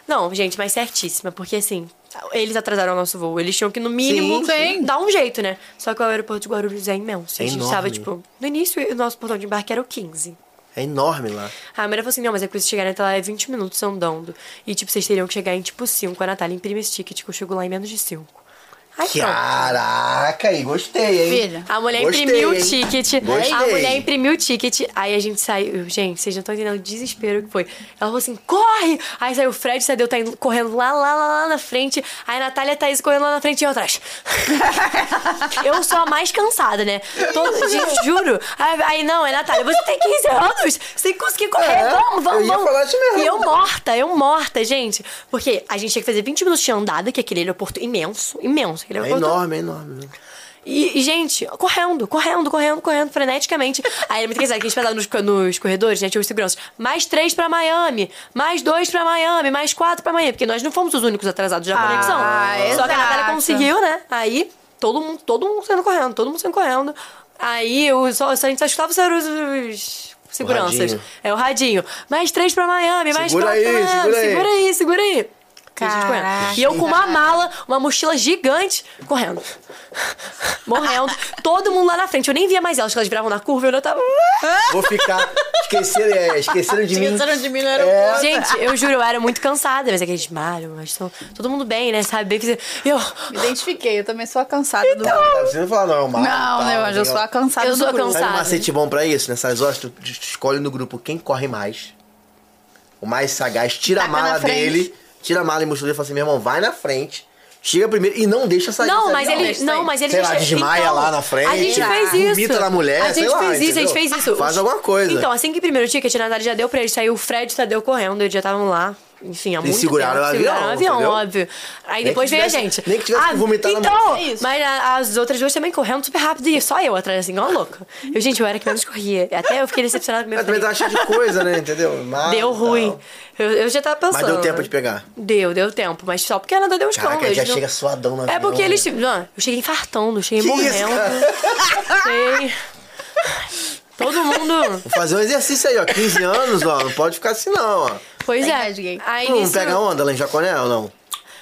[SPEAKER 3] Não, gente, mas certíssima, porque assim, eles atrasaram o nosso voo. Eles tinham que, no mínimo,
[SPEAKER 1] Sim, sim.
[SPEAKER 3] dar um jeito, né? Só que o aeroporto de Guarulhos é imenso.
[SPEAKER 2] É
[SPEAKER 3] a gente
[SPEAKER 2] enorme.
[SPEAKER 3] tava, tipo, no início, o nosso portão de embarque era o 15.
[SPEAKER 2] É enorme lá.
[SPEAKER 3] A Amanda falou assim: não, mas é que vocês chegarem até lá é 20 minutos andando. E, tipo, vocês teriam que chegar em, tipo, 5. A Natália imprime esse ticket que eu chego lá em menos de 5. Aí pronto.
[SPEAKER 2] Caraca, aí gostei, hein?
[SPEAKER 1] Filha.
[SPEAKER 3] A mulher
[SPEAKER 2] Gostei,
[SPEAKER 3] imprimiu
[SPEAKER 2] hein?
[SPEAKER 3] o ticket.
[SPEAKER 2] Gostei.
[SPEAKER 3] A mulher imprimiu o ticket. Aí a gente saiu. Gente, vocês não estão entendendo o desespero que foi. Ela falou assim: corre! Aí saiu o Fred, saiu tá indo, correndo lá, lá, lá, lá na frente. Aí a Natália e a Thaís correndo lá na frente e eu atrás. eu sou a mais cansada, né? Todo dia, juro. Aí, aí, não, é Natália, você tem 15 anos, você tem que conseguir correr.
[SPEAKER 2] É,
[SPEAKER 3] vamos,
[SPEAKER 2] eu
[SPEAKER 3] vamos,
[SPEAKER 2] ia
[SPEAKER 3] vamos.
[SPEAKER 2] falar isso mesmo.
[SPEAKER 3] E eu morta, eu morta, gente. Porque a gente tinha que fazer 20 minutos de andada, que é aquele aeroporto imenso, imenso. Aquele
[SPEAKER 2] É
[SPEAKER 3] aeroporto
[SPEAKER 2] enorme, é enorme. né?
[SPEAKER 3] e, e, gente, correndo, correndo, correndo, correndo, freneticamente. Aí era muito engraçado que a gente passava nos, nos corredores, né? Tinha os seguranças. Mais três pra Miami, mais dois pra Miami, mais quatro pra Miami. Porque nós não fomos os únicos atrasados da
[SPEAKER 1] Ah,
[SPEAKER 3] conexão. Só que a
[SPEAKER 1] exato.
[SPEAKER 3] Natália conseguiu, né? Aí, todo mundo, todo mundo saindo correndo, todo mundo saindo correndo. Aí, eu só, só- a gente só escutava os, os seguranças.
[SPEAKER 2] radinho.
[SPEAKER 3] é o radinho. Mais três pra Miami, mais
[SPEAKER 2] Segura
[SPEAKER 3] quatro pra
[SPEAKER 2] aí,
[SPEAKER 3] Miami.
[SPEAKER 2] segura aí.
[SPEAKER 3] segura aí, segura aí. E a gente correndo.
[SPEAKER 1] Caraca.
[SPEAKER 3] E eu com uma mala, uma mochila gigante, correndo. Morrendo. Todo mundo lá na frente. Eu nem via mais elas, que elas viravam na curva e eu tava.
[SPEAKER 2] Vou ficar. Esqueceram, é, esqueceram de mim. É.
[SPEAKER 1] Esqueceram de mim no aeroporto.
[SPEAKER 3] Gente, eu juro, eu era muito cansada. Mas é que eles malham, mas estão todo mundo bem, né? Sabe? Bem que- E eu.
[SPEAKER 1] Me identifiquei, eu também sou a cansada do.
[SPEAKER 2] Tá, Você não fala, não, é o Marco,
[SPEAKER 1] Então. Não,
[SPEAKER 2] tal,
[SPEAKER 1] né, mas eu
[SPEAKER 2] tem-
[SPEAKER 1] sou a cansada
[SPEAKER 3] Eu
[SPEAKER 1] do
[SPEAKER 3] sou a
[SPEAKER 1] grupo.
[SPEAKER 3] cansada.
[SPEAKER 2] Sabe um
[SPEAKER 3] sabe?
[SPEAKER 2] macete bom pra isso? Nessas horas, tu tu escolhe no grupo quem corre mais. O mais sagaz. Tira
[SPEAKER 1] Taca
[SPEAKER 2] a
[SPEAKER 1] na
[SPEAKER 2] mala
[SPEAKER 1] frente.
[SPEAKER 2] dele. Tira a mala e mostrou ele e fala assim, meu irmão, vai na frente. Chega primeiro e não é deixa sair.
[SPEAKER 3] Não,
[SPEAKER 2] sabe?
[SPEAKER 3] mas
[SPEAKER 1] ele-
[SPEAKER 3] eles. Não, mas eles.
[SPEAKER 2] Sei lá, desmaia
[SPEAKER 3] Então,
[SPEAKER 2] lá na frente, ah,
[SPEAKER 3] A gente fez isso.
[SPEAKER 2] vomita na mulher,
[SPEAKER 3] A gente
[SPEAKER 2] sei lá,
[SPEAKER 3] fez isso, a
[SPEAKER 2] entendeu?
[SPEAKER 3] gente fez isso.
[SPEAKER 2] Faz alguma coisa.
[SPEAKER 3] Então, assim que primeiro o ticket, a Natália já deu pra eles, saiu o Fred e o Tadeu correndo, eles já estavam lá. Enfim, há muito
[SPEAKER 2] seguraram
[SPEAKER 3] tempo,
[SPEAKER 2] o
[SPEAKER 3] seguraram
[SPEAKER 2] avião,
[SPEAKER 3] o avião,
[SPEAKER 2] entendeu?
[SPEAKER 3] óbvio. Aí
[SPEAKER 2] que
[SPEAKER 3] depois veio a
[SPEAKER 2] tivesse-
[SPEAKER 3] gente.
[SPEAKER 2] nem que tivesse que vomitar na
[SPEAKER 3] Então,
[SPEAKER 1] mão. É isso.
[SPEAKER 3] mas a- as outras duas também correndo super rápido e só eu atrás, assim, igual uma louca. Eu, gente, eu era que menos corria. Até eu fiquei decepcionada
[SPEAKER 2] Mas
[SPEAKER 3] comigo.
[SPEAKER 2] também tá cheio de coisa, né? Entendeu? Mala
[SPEAKER 3] Deu
[SPEAKER 2] e
[SPEAKER 3] ruim.
[SPEAKER 2] tal.
[SPEAKER 3] Eu, eu já tava pensando.
[SPEAKER 2] Mas deu tempo de pegar.
[SPEAKER 3] Deu, deu tempo. Mas só porque a Nanda deu uns
[SPEAKER 2] Caraca,
[SPEAKER 3] cão,
[SPEAKER 2] ele já
[SPEAKER 3] eles não-
[SPEAKER 2] chega suadão na né?
[SPEAKER 3] É porque eles. Não, eu cheguei infartando, eu cheguei
[SPEAKER 2] Que isso,
[SPEAKER 3] morrendo. Cheguei- Todo mundo.
[SPEAKER 2] Vou fazer um exercício aí, ó. 15 anos, ó. Não pode ficar assim, não, ó.
[SPEAKER 3] Pois
[SPEAKER 1] Tem
[SPEAKER 3] é.
[SPEAKER 1] mais gay.
[SPEAKER 3] Aí
[SPEAKER 2] Tu não
[SPEAKER 3] nisso-
[SPEAKER 2] Hum, pega onda lá em Jaconé ou não?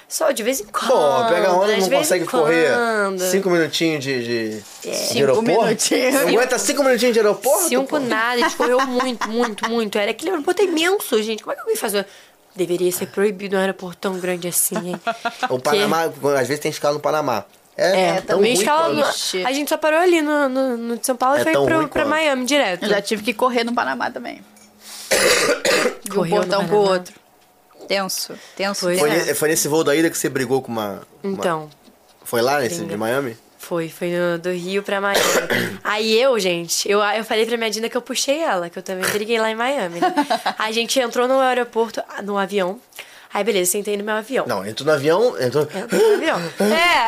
[SPEAKER 3] Só de vez em quando.
[SPEAKER 2] Pô, pega onda
[SPEAKER 3] né, de
[SPEAKER 2] não
[SPEAKER 3] vez em
[SPEAKER 2] consegue correr
[SPEAKER 3] quando. É,
[SPEAKER 2] cinco minutinhos de, de, de
[SPEAKER 1] Cinco
[SPEAKER 2] aeroporto.
[SPEAKER 1] minutinhos.
[SPEAKER 2] Não aguenta cinco minutinhos de aeroporto?
[SPEAKER 3] Cinco
[SPEAKER 2] pô?
[SPEAKER 3] nada, a gente correu muito, muito, muito. Era aquele aeroporto imenso, gente. Como é que alguém faz? Deveria ser proibido um aeroporto tão grande assim, hein?
[SPEAKER 2] O Panamá, às vezes tem escala no Panamá. É,
[SPEAKER 3] É,
[SPEAKER 2] tão
[SPEAKER 3] também
[SPEAKER 2] ruim
[SPEAKER 3] escala.
[SPEAKER 2] quanto.
[SPEAKER 1] Ixi.
[SPEAKER 3] A gente só parou ali no, no, no de São Paulo
[SPEAKER 2] É
[SPEAKER 3] e foi
[SPEAKER 2] tão
[SPEAKER 3] pro,
[SPEAKER 2] ruim é
[SPEAKER 3] pra
[SPEAKER 2] quanto.
[SPEAKER 3] Miami direto.
[SPEAKER 1] Eu já tive que correr no Panamá também. De um
[SPEAKER 3] Correu no
[SPEAKER 1] portão pro
[SPEAKER 3] Panamá.
[SPEAKER 1] outro. Tenso, tenso. tenso.
[SPEAKER 3] Pois
[SPEAKER 2] Foi,
[SPEAKER 3] É.
[SPEAKER 2] ne- foi nesse voo da ida que você brigou com uma... uma-
[SPEAKER 3] Então,
[SPEAKER 2] Foi lá, nesse de Miami?
[SPEAKER 3] Foi, foi no- do Rio pra Miami. Aí eu, gente, eu, eu falei pra minha Dina que eu puxei ela, que eu também briguei lá em Miami, né? A gente entrou no aeroporto, no avião. Aí, beleza, sentei no meu avião.
[SPEAKER 2] Não, entrou no avião, entrou...
[SPEAKER 3] Entrou no avião.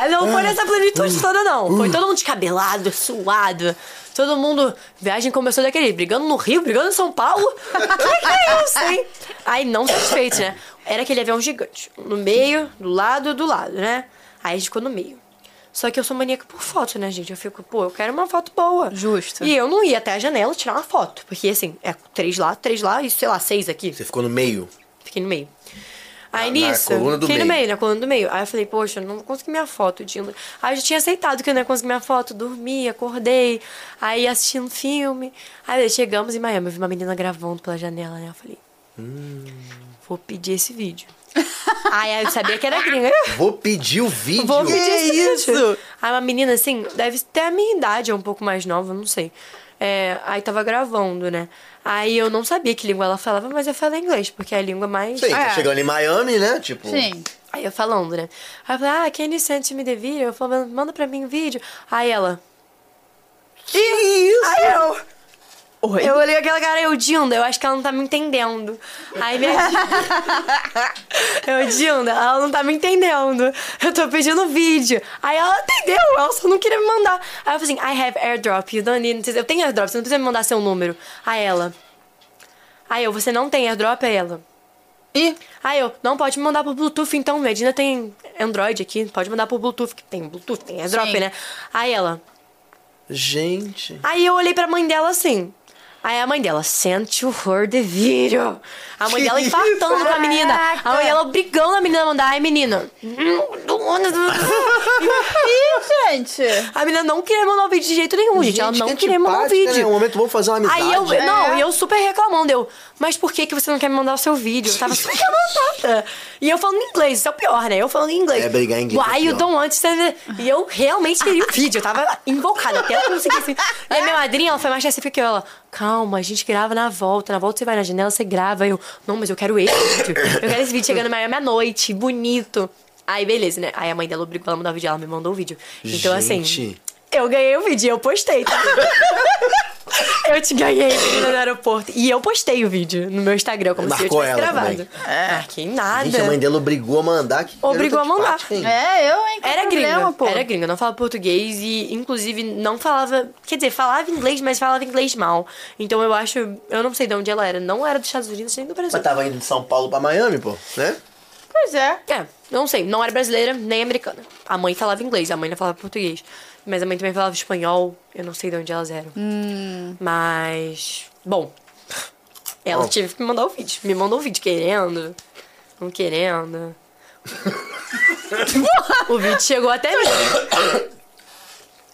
[SPEAKER 3] É, não foi nessa plenitude toda, não. Foi todo mundo descabelado, suado. Todo mundo. Viagem começou daquele, brigando no Rio, brigando em São Paulo. que que é isso, hein? Aí não satisfeito, né? Era aquele avião gigante. No meio, do lado, do lado, né? Aí a gente ficou no meio. Só que eu sou maníaca por foto, né, gente? Eu fico, pô, eu quero uma foto boa.
[SPEAKER 1] Justo.
[SPEAKER 3] E eu não ia até a janela tirar uma foto. Porque, assim, é três lá, três lá e, sei lá, seis aqui.
[SPEAKER 2] Você ficou no meio.
[SPEAKER 3] Fiquei no meio. Aí
[SPEAKER 2] Na- na
[SPEAKER 3] nisso.
[SPEAKER 2] coluna do
[SPEAKER 3] fiquei no
[SPEAKER 2] meio.
[SPEAKER 3] meio, na coluna do meio. Aí eu falei, poxa, eu não vou conseguir minha foto, Dina. Aí eu já tinha aceitado que eu não ia conseguir minha foto, dormi, acordei. Aí assisti um filme. Aí chegamos em Miami, eu vi uma menina gravando pela janela, né? Eu falei,
[SPEAKER 2] Hum.
[SPEAKER 3] vou pedir esse vídeo. aí eu sabia que era gringa.
[SPEAKER 2] Vou pedir o vídeo.
[SPEAKER 3] Vou pedir esse vídeo.
[SPEAKER 1] isso?
[SPEAKER 3] Aí uma menina, assim, deve ter a minha idade, é um pouco mais nova, não sei. É, aí tava gravando, né? Aí eu não sabia que língua ela falava, mas eu falei inglês, porque é a língua mais.
[SPEAKER 2] Sim, tá
[SPEAKER 1] É.
[SPEAKER 2] chegando em Miami, né? Tipo...
[SPEAKER 1] Sim.
[SPEAKER 3] Aí eu falando, né? Aí eu falei, ah, can you send me the video? Eu falei, manda pra mim um vídeo. Aí ela.
[SPEAKER 2] Que isso?
[SPEAKER 3] Aí eu. Eu olhei aquela cara, eu, Dinda, eu acho que ela não tá me entendendo. Aí minha. eu, Dinda, ela não tá me entendendo. Eu tô pedindo vídeo. Aí ela entendeu, ela só não queria me mandar. Aí eu falei assim, I have airdrop, you don't need. Eu tenho airdrop, você não precisa me mandar seu número. Aí ela. Aí eu, você não tem airdrop? Aí ela.
[SPEAKER 1] Ih,
[SPEAKER 3] Aí eu, não, pode me mandar por Bluetooth então, Medina tem Android aqui, pode mandar por Bluetooth, que tem Bluetooth, tem airdrop,
[SPEAKER 1] Sim.
[SPEAKER 3] né? Aí ela,
[SPEAKER 2] Gente...
[SPEAKER 3] aí eu olhei pra mãe dela assim. Aí a mãe dela, send to her the video. A mãe
[SPEAKER 2] Que
[SPEAKER 3] dela
[SPEAKER 2] isso?
[SPEAKER 3] infartando com a menina. A mãe dela brigando a menina a mandar. Ai, menina.
[SPEAKER 1] Ih, gente.
[SPEAKER 3] A menina não queria mandar o vídeo de jeito nenhum, gente. Ela não queria mandar o
[SPEAKER 2] antipática, né?
[SPEAKER 3] vídeo.
[SPEAKER 2] Um momento bom pra fazer uma amizade.
[SPEAKER 3] Aí eu,
[SPEAKER 1] É.
[SPEAKER 3] não, e eu super reclamando, eu, mas por que que você não quer me mandar o seu vídeo? Eu tava super revoltada. E eu falando em inglês, isso é o pior, né? Eu falando em inglês.
[SPEAKER 2] É, brigar em inglês é
[SPEAKER 3] Why
[SPEAKER 2] pior.
[SPEAKER 3] you don't want to send it? E eu realmente queria o vídeo, eu tava invocada, até ela conseguir assim. E a minha madrinha, ela foi mais específica que eu, ela, calma, a gente grava na volta, na volta você vai na janela, você grava. Eu, não, mas eu quero esse vídeo. Eu quero esse vídeo chegando na Miami à noite, bonito. Aí, beleza, né? Aí a mãe dela obrigou ela a mandar o vídeo, ela me mandou o vídeo. Então, assim,
[SPEAKER 2] Gente.
[SPEAKER 3] eu ganhei o vídeo e eu postei, tá? Eu te ganhei menina, no aeroporto. E eu postei o vídeo no meu Instagram, como se eu
[SPEAKER 2] Marcou
[SPEAKER 3] tivesse
[SPEAKER 2] ela
[SPEAKER 3] gravado. É. Marquei nada.
[SPEAKER 2] Gente, a mãe dela obrigou a mandar. Que
[SPEAKER 3] Obrigou a mandar.
[SPEAKER 2] É.
[SPEAKER 1] É, eu, hein? que
[SPEAKER 3] Era
[SPEAKER 1] problema,
[SPEAKER 3] gringa,
[SPEAKER 1] pô.
[SPEAKER 3] era gringa, não falava português e, inclusive, não falava. Quer dizer, falava inglês, mas falava inglês mal. Então eu acho. Eu não sei de onde ela era. Não era dos Estados Unidos nem do Brasil.
[SPEAKER 2] Mas tava indo de São Paulo pra Miami, pô, né?
[SPEAKER 1] Pois é.
[SPEAKER 3] É, não sei. Não era brasileira nem americana. A mãe falava inglês, a mãe não falava português. Mas a mãe também falava espanhol. Eu não sei de onde elas eram.
[SPEAKER 1] Hum.
[SPEAKER 3] Mas. Bom. Ela
[SPEAKER 2] Bom.
[SPEAKER 3] teve que me mandar o vídeo. Me mandou o vídeo querendo. Não querendo. o vídeo chegou até mim.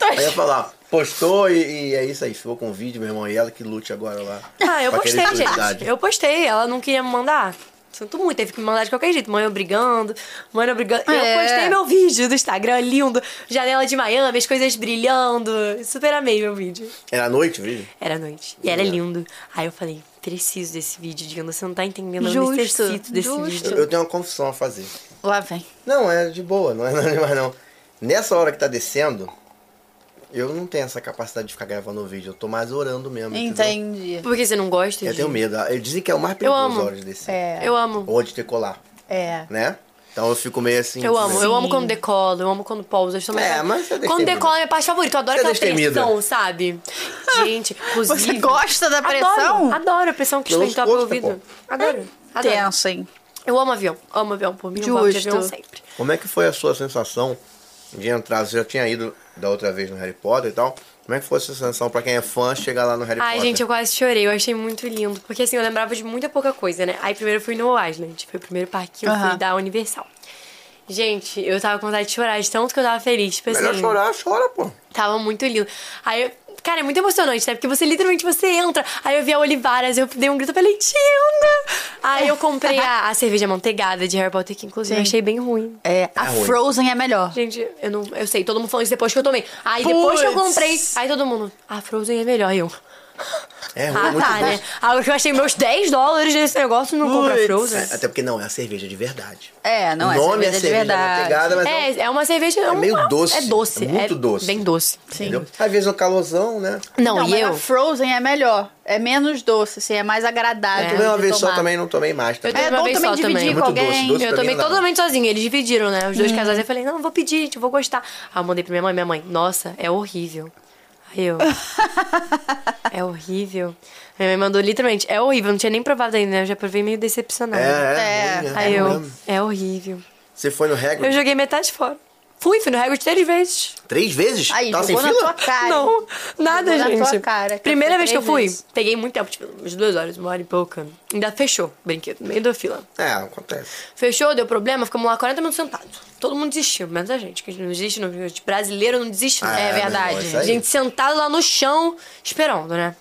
[SPEAKER 2] Aí eu ia falar, postou e, e é isso aí, ficou com o vídeo, meu irmão, e ela que lute agora lá.
[SPEAKER 3] Ah, eu
[SPEAKER 2] Com aquele
[SPEAKER 3] postei,
[SPEAKER 2] prioridade.
[SPEAKER 3] gente. Eu postei. Ela não queria me mandar. Sinto muito, teve que me mandar de qualquer jeito. Mãe obrigando, mãe obrigando. Eu
[SPEAKER 1] É.
[SPEAKER 3] postei meu vídeo do Instagram, lindo. Janela de Miami, as coisas brilhando. Super amei meu vídeo.
[SPEAKER 2] Era à noite o vídeo?
[SPEAKER 3] Era noite. E era lindo. Aí eu falei, preciso desse vídeo, Dina. Você não tá entendendo. Eu
[SPEAKER 1] Justo,
[SPEAKER 3] necessito desse
[SPEAKER 1] justo.
[SPEAKER 3] vídeo.
[SPEAKER 2] Eu, eu tenho uma confissão a fazer.
[SPEAKER 1] Lá vem.
[SPEAKER 2] Não, é de boa, não é nada demais não. Nessa hora que tá descendo, eu não tenho essa capacidade de ficar gravando o vídeo, eu tô mais orando mesmo. entendeu?
[SPEAKER 1] Entendi.
[SPEAKER 3] Porque você não gosta
[SPEAKER 2] Eu um
[SPEAKER 3] de-
[SPEAKER 2] tenho medo, eu dizem que é o mais perigoso
[SPEAKER 3] amo.
[SPEAKER 2] a hora de descer.
[SPEAKER 1] É.
[SPEAKER 3] Eu amo.
[SPEAKER 2] Ou de decolar,
[SPEAKER 1] É.
[SPEAKER 2] né? Então eu fico meio assim.
[SPEAKER 3] Eu amo, eu amo
[SPEAKER 1] Sim.
[SPEAKER 3] quando decolo, eu amo quando pousa. Eu sou mais-
[SPEAKER 2] É, mas você é
[SPEAKER 3] quando
[SPEAKER 2] destemida.
[SPEAKER 3] decola é minha parte favorita, eu adoro
[SPEAKER 2] Você é
[SPEAKER 3] aquela
[SPEAKER 2] destemida.
[SPEAKER 3] pressão, sabe? Gente, inclusive...
[SPEAKER 1] Você gosta da pressão?
[SPEAKER 3] Adoro, adoro a pressão que
[SPEAKER 2] Eu
[SPEAKER 3] esquenta o
[SPEAKER 2] gosto,
[SPEAKER 3] ouvido. É, Adoro, adoro.
[SPEAKER 1] Tenso, hein?
[SPEAKER 3] Eu amo avião, amo avião, por mim eu gosto de
[SPEAKER 1] Justo.
[SPEAKER 3] avião sempre.
[SPEAKER 2] Como é que foi a sua sensação de entrar? Você já tinha ido da outra vez no Harry Potter e tal. Como é que foi a sua sensação pra quem é fã chegar lá no Harry
[SPEAKER 3] Ai,
[SPEAKER 2] Potter?
[SPEAKER 3] gente, eu quase chorei. Eu achei muito lindo. Porque, assim, eu lembrava de muita pouca coisa, né? Aí, primeiro eu fui no Island. Foi o primeiro parque que eu
[SPEAKER 1] Aham.
[SPEAKER 3] fui da Universal. Gente, eu tava com vontade de chorar, de tanto que eu tava feliz. Tipo assim,
[SPEAKER 2] Melhor chorar, chora, pô.
[SPEAKER 3] tava muito lindo. Aí, eu- cara, é muito emocionante, né? Porque você literalmente você entra. Aí eu vi a Olivaras, eu dei um grito, eu falei, Tilda! Aí eu comprei a, a cerveja manteigada de Harry Potter, que inclusive eu
[SPEAKER 1] Sim.
[SPEAKER 3] achei bem ruim.
[SPEAKER 1] É, a
[SPEAKER 2] ruim.
[SPEAKER 1] Frozen é melhor.
[SPEAKER 3] Gente, eu não. Eu sei, todo mundo "Ah, falou isso depois que eu tomei. Aí depois que eu
[SPEAKER 1] Puts.
[SPEAKER 3] comprei, aí todo mundo. A Frozen é melhor, aí eu.
[SPEAKER 2] É ruim,
[SPEAKER 3] ah,
[SPEAKER 2] muito
[SPEAKER 3] tá,
[SPEAKER 2] gosto.
[SPEAKER 3] né? Ah, eu achei meus 10 dólares nesse negócio não compra
[SPEAKER 2] Puts.
[SPEAKER 3] Frozen.
[SPEAKER 2] É, Até porque não é a cerveja de verdade.
[SPEAKER 1] É, não
[SPEAKER 2] o
[SPEAKER 1] é
[SPEAKER 2] nome
[SPEAKER 1] cerveja
[SPEAKER 2] é
[SPEAKER 1] de
[SPEAKER 2] cerveja
[SPEAKER 1] verdade.
[SPEAKER 2] Pegada, mas é,
[SPEAKER 3] É, é uma cerveja. É
[SPEAKER 2] é
[SPEAKER 3] um-
[SPEAKER 2] meio doce.
[SPEAKER 3] É doce.
[SPEAKER 2] É muito doce.
[SPEAKER 3] Bem doce.
[SPEAKER 1] Sim.
[SPEAKER 2] entendeu? Às vezes um calorzão, né?
[SPEAKER 3] Não,
[SPEAKER 1] Não,
[SPEAKER 3] e
[SPEAKER 1] mas
[SPEAKER 3] eu.
[SPEAKER 1] a Frozen é melhor. É menos doce, assim, é mais agradável.
[SPEAKER 3] É.
[SPEAKER 2] Tomei uma
[SPEAKER 1] de
[SPEAKER 2] vez só
[SPEAKER 1] tomar.
[SPEAKER 2] também, não tomei mais tá? também.
[SPEAKER 3] Eu
[SPEAKER 1] É
[SPEAKER 3] Uma
[SPEAKER 1] bom
[SPEAKER 3] vez
[SPEAKER 1] também
[SPEAKER 3] só também.
[SPEAKER 1] dividir
[SPEAKER 2] Muito
[SPEAKER 1] com
[SPEAKER 2] doce,
[SPEAKER 1] alguém.
[SPEAKER 2] doce. pra
[SPEAKER 3] Eu
[SPEAKER 2] mim
[SPEAKER 3] tomei
[SPEAKER 2] não Hum. dá.
[SPEAKER 3] totalmente sozinha, eles dividiram, né? Os dois casais. Eu falei, não, vou pedir, gente, vou gostar. Aí eu mandei pra minha mãe, minha mãe, nossa, é horrível. Aí eu. é horrível. Minha mãe mandou literalmente, é horrível, não tinha nem provado ainda, né? Eu já provei meio decepcionada.
[SPEAKER 1] É,
[SPEAKER 2] É, é. ruim, né?
[SPEAKER 3] Aí
[SPEAKER 2] É
[SPEAKER 3] eu,
[SPEAKER 2] mesmo.
[SPEAKER 3] é horrível.
[SPEAKER 2] Você foi no
[SPEAKER 3] Eu
[SPEAKER 2] Hagrid
[SPEAKER 3] joguei metade fora. Fui, fui no Hagrid três vezes.
[SPEAKER 2] três vezes?
[SPEAKER 1] Aí,
[SPEAKER 2] Tava Tá sem
[SPEAKER 1] jogou na
[SPEAKER 2] fila?
[SPEAKER 1] tua cara.
[SPEAKER 3] Não, nada,
[SPEAKER 1] Jogou na
[SPEAKER 3] gente.
[SPEAKER 1] tua cara, que
[SPEAKER 3] Primeira
[SPEAKER 1] eu fui
[SPEAKER 3] vez que eu
[SPEAKER 1] três
[SPEAKER 3] fui,
[SPEAKER 1] vezes.
[SPEAKER 3] peguei muito tempo, tipo, umas duas horas, uma hora e pouca. Ainda fechou o brinquedo, no meio da fila.
[SPEAKER 2] É, acontece.
[SPEAKER 3] Fechou, deu problema, ficamos lá 40 minutos sentados. Todo mundo desistiu, menos a gente, que a gente não desiste, não, gente, brasileiro não desiste. não.
[SPEAKER 2] Ah,
[SPEAKER 1] É
[SPEAKER 2] meu
[SPEAKER 1] verdade.
[SPEAKER 2] irmão, isso
[SPEAKER 3] A
[SPEAKER 2] aí.
[SPEAKER 3] gente sentado lá no chão, esperando, né?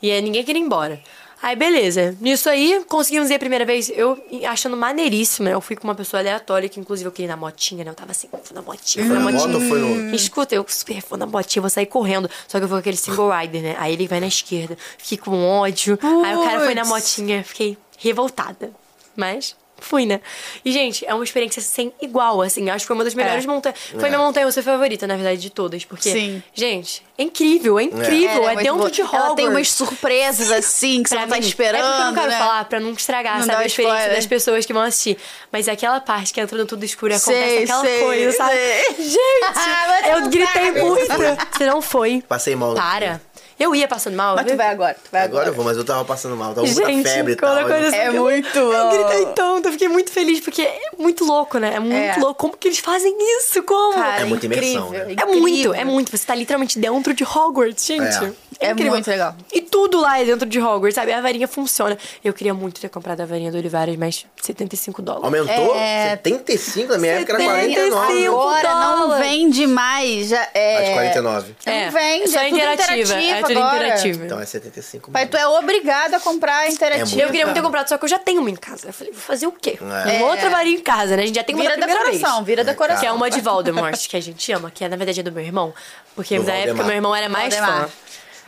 [SPEAKER 3] E aí ninguém queria ir embora. Aí, beleza. Nisso aí, conseguimos ir a primeira vez. Eu achando maneiríssimo, né? Eu fui com uma pessoa aleatória, que inclusive eu queria ir na motinha, né? Eu tava assim, fui na motinha, fui
[SPEAKER 2] Foi
[SPEAKER 3] na
[SPEAKER 2] na
[SPEAKER 3] motinha.
[SPEAKER 2] Hum. moto ou foi no...
[SPEAKER 3] Escuta, eu super fã da botinha, vou sair correndo. Só que eu vou com aquele single rider, né? Aí ele vai na esquerda, fiquei com ódio. Aí o cara foi na
[SPEAKER 1] Puts.
[SPEAKER 3] motinha, é, fiquei revoltada. Mas fui, né? E, gente, é uma experiência sem igual, assim. Acho que foi uma das melhores
[SPEAKER 1] É.
[SPEAKER 3] montanhas. Foi minha montanha russa favorita, na verdade, de todas. Porque,
[SPEAKER 1] Sim.
[SPEAKER 3] gente, é incrível, é incrível.
[SPEAKER 1] ela
[SPEAKER 3] É,
[SPEAKER 1] muito
[SPEAKER 3] dentro
[SPEAKER 1] boa.
[SPEAKER 3] de Hogwarts.
[SPEAKER 1] Ela tem umas surpresas, assim, que você
[SPEAKER 3] Pra
[SPEAKER 1] não tá
[SPEAKER 3] mim.
[SPEAKER 1] esperando,
[SPEAKER 3] É porque eu não quero
[SPEAKER 1] né?
[SPEAKER 3] falar, pra não estragar,
[SPEAKER 1] Não dá
[SPEAKER 3] sabe, a experiência
[SPEAKER 1] spoiler.
[SPEAKER 3] das pessoas que vão assistir. Mas é aquela parte que entra no tudo escuro e acontece
[SPEAKER 1] Sei,
[SPEAKER 3] aquela
[SPEAKER 1] sei,
[SPEAKER 3] coisa, sabe?
[SPEAKER 1] sei.
[SPEAKER 3] Gente,
[SPEAKER 1] Você
[SPEAKER 3] eu
[SPEAKER 1] não
[SPEAKER 3] gritei
[SPEAKER 1] sabe.
[SPEAKER 3] muito. Você não foi.
[SPEAKER 2] Passei mal.
[SPEAKER 3] Para. Eu ia passando mal.
[SPEAKER 1] Mas tu vai agora, tu vai
[SPEAKER 2] Agora
[SPEAKER 1] agora.
[SPEAKER 2] eu vou, mas eu tava passando mal. Tava com
[SPEAKER 3] Gente,
[SPEAKER 2] muita febre e tal. né?
[SPEAKER 3] quando
[SPEAKER 2] eu não-
[SPEAKER 3] aconteceu
[SPEAKER 1] É
[SPEAKER 3] aquilo,
[SPEAKER 1] muito
[SPEAKER 3] Eu
[SPEAKER 1] bom.
[SPEAKER 3] gritei tanto, eu fiquei muito feliz, porque é muito louco, né? É muito
[SPEAKER 1] É.
[SPEAKER 3] louco. Como que eles fazem isso? Como?
[SPEAKER 1] Cara,
[SPEAKER 2] É muita
[SPEAKER 1] incrível,
[SPEAKER 2] imersão, né?
[SPEAKER 3] É
[SPEAKER 1] incrível.
[SPEAKER 3] muito, é muito. Você tá literalmente dentro de Hogwarts, gente.
[SPEAKER 1] É. É
[SPEAKER 3] incrível.
[SPEAKER 1] muito legal.
[SPEAKER 3] E tudo lá é dentro de Hogwarts, sabe? A varinha funciona. Eu queria muito ter comprado a varinha do Olivares, mas 75 dólares.
[SPEAKER 2] Aumentou?
[SPEAKER 1] É.
[SPEAKER 2] 75, na minha época era
[SPEAKER 3] 75.
[SPEAKER 2] 49.
[SPEAKER 1] Agora não
[SPEAKER 3] dólares.
[SPEAKER 1] vende mais, já é...
[SPEAKER 2] As 49.
[SPEAKER 1] Não vende,
[SPEAKER 3] só
[SPEAKER 1] é tudo
[SPEAKER 3] interativa. É
[SPEAKER 1] interativo
[SPEAKER 3] tudo
[SPEAKER 1] agora.
[SPEAKER 3] interativo.
[SPEAKER 2] Então é 75
[SPEAKER 1] Pai, tu é obrigado a comprar interativo.
[SPEAKER 2] É
[SPEAKER 3] eu queria muito ter
[SPEAKER 2] cara.
[SPEAKER 3] comprado, só que eu já tenho uma em casa. Eu falei, vou fazer o quê?
[SPEAKER 2] É.
[SPEAKER 3] Uma outra varinha em casa, né? A gente já tem uma
[SPEAKER 1] Vira
[SPEAKER 3] da primeira vez.
[SPEAKER 1] decoração, vira decoração.
[SPEAKER 3] Que é uma de Voldemort, que a gente ama, que é na verdade é do meu irmão. Porque
[SPEAKER 2] Do
[SPEAKER 3] na época
[SPEAKER 2] Valdemar.
[SPEAKER 3] meu irmão era mais
[SPEAKER 1] Valdemar.
[SPEAKER 3] fã.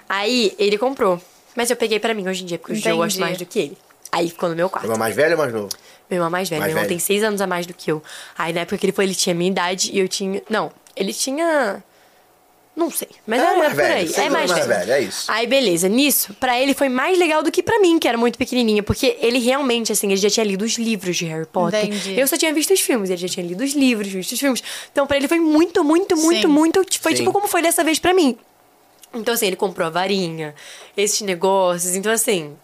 [SPEAKER 3] Aí ele comprou. Mas eu peguei pra mim hoje em dia, porque hoje em dia eu gosto
[SPEAKER 1] Entendi.
[SPEAKER 3] mais do que ele. Aí ficou no meu quarto.
[SPEAKER 2] Irmão mais velho ou mais novo?
[SPEAKER 3] Meu irmão é mais velho.
[SPEAKER 2] Mais
[SPEAKER 3] meu
[SPEAKER 2] velho.
[SPEAKER 3] irmão tem seis anos a mais do que eu. Aí na época que ele foi, ele tinha a minha idade e eu tinha. Não, ele tinha. Não sei. Mas
[SPEAKER 2] É
[SPEAKER 3] era
[SPEAKER 2] mais
[SPEAKER 3] por
[SPEAKER 2] velho,
[SPEAKER 3] aí.
[SPEAKER 2] seis
[SPEAKER 3] É
[SPEAKER 2] anos
[SPEAKER 3] mais,
[SPEAKER 2] mais
[SPEAKER 3] velho.
[SPEAKER 2] velho, é isso.
[SPEAKER 3] Aí beleza, nisso, pra ele foi mais legal do que pra mim, que era muito pequenininha. Porque ele realmente, assim, ele já tinha lido os livros de Harry Potter.
[SPEAKER 1] Entendi.
[SPEAKER 3] Eu só tinha visto os filmes, ele já tinha lido os livros, visto os filmes. Então pra ele foi muito, muito, muito,
[SPEAKER 1] Sim.
[SPEAKER 3] muito. Foi
[SPEAKER 2] Sim.
[SPEAKER 3] tipo como foi dessa vez pra mim. Então, assim, ele comprou a varinha, esses negócios. Então, assim.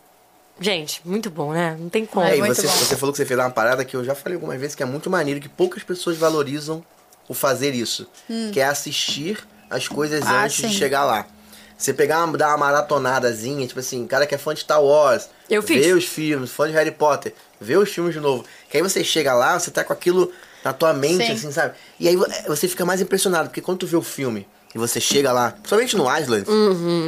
[SPEAKER 3] Gente, muito bom, né? Não tem como.
[SPEAKER 1] É,
[SPEAKER 2] Aí,
[SPEAKER 1] muito
[SPEAKER 2] você,
[SPEAKER 1] bom.
[SPEAKER 2] você falou que você fez uma parada que eu já falei algumas vezes que é muito maneiro, que poucas pessoas valorizam o fazer isso. Que é assistir as coisas
[SPEAKER 1] Hum. Ah,
[SPEAKER 2] antes de
[SPEAKER 1] sim.
[SPEAKER 2] chegar lá. Você pegar uma, dar uma maratonadazinha, tipo assim, cara que é fã de Star Wars,
[SPEAKER 3] Eu fiz.
[SPEAKER 2] vê os filmes, fã de Harry Potter, vê os filmes de novo. Que aí você chega lá, você tá com aquilo na tua mente,
[SPEAKER 1] Sim.
[SPEAKER 2] assim, sabe? E aí é, você fica mais impressionado, porque quando tu vê o filme e você chega lá, principalmente no Island,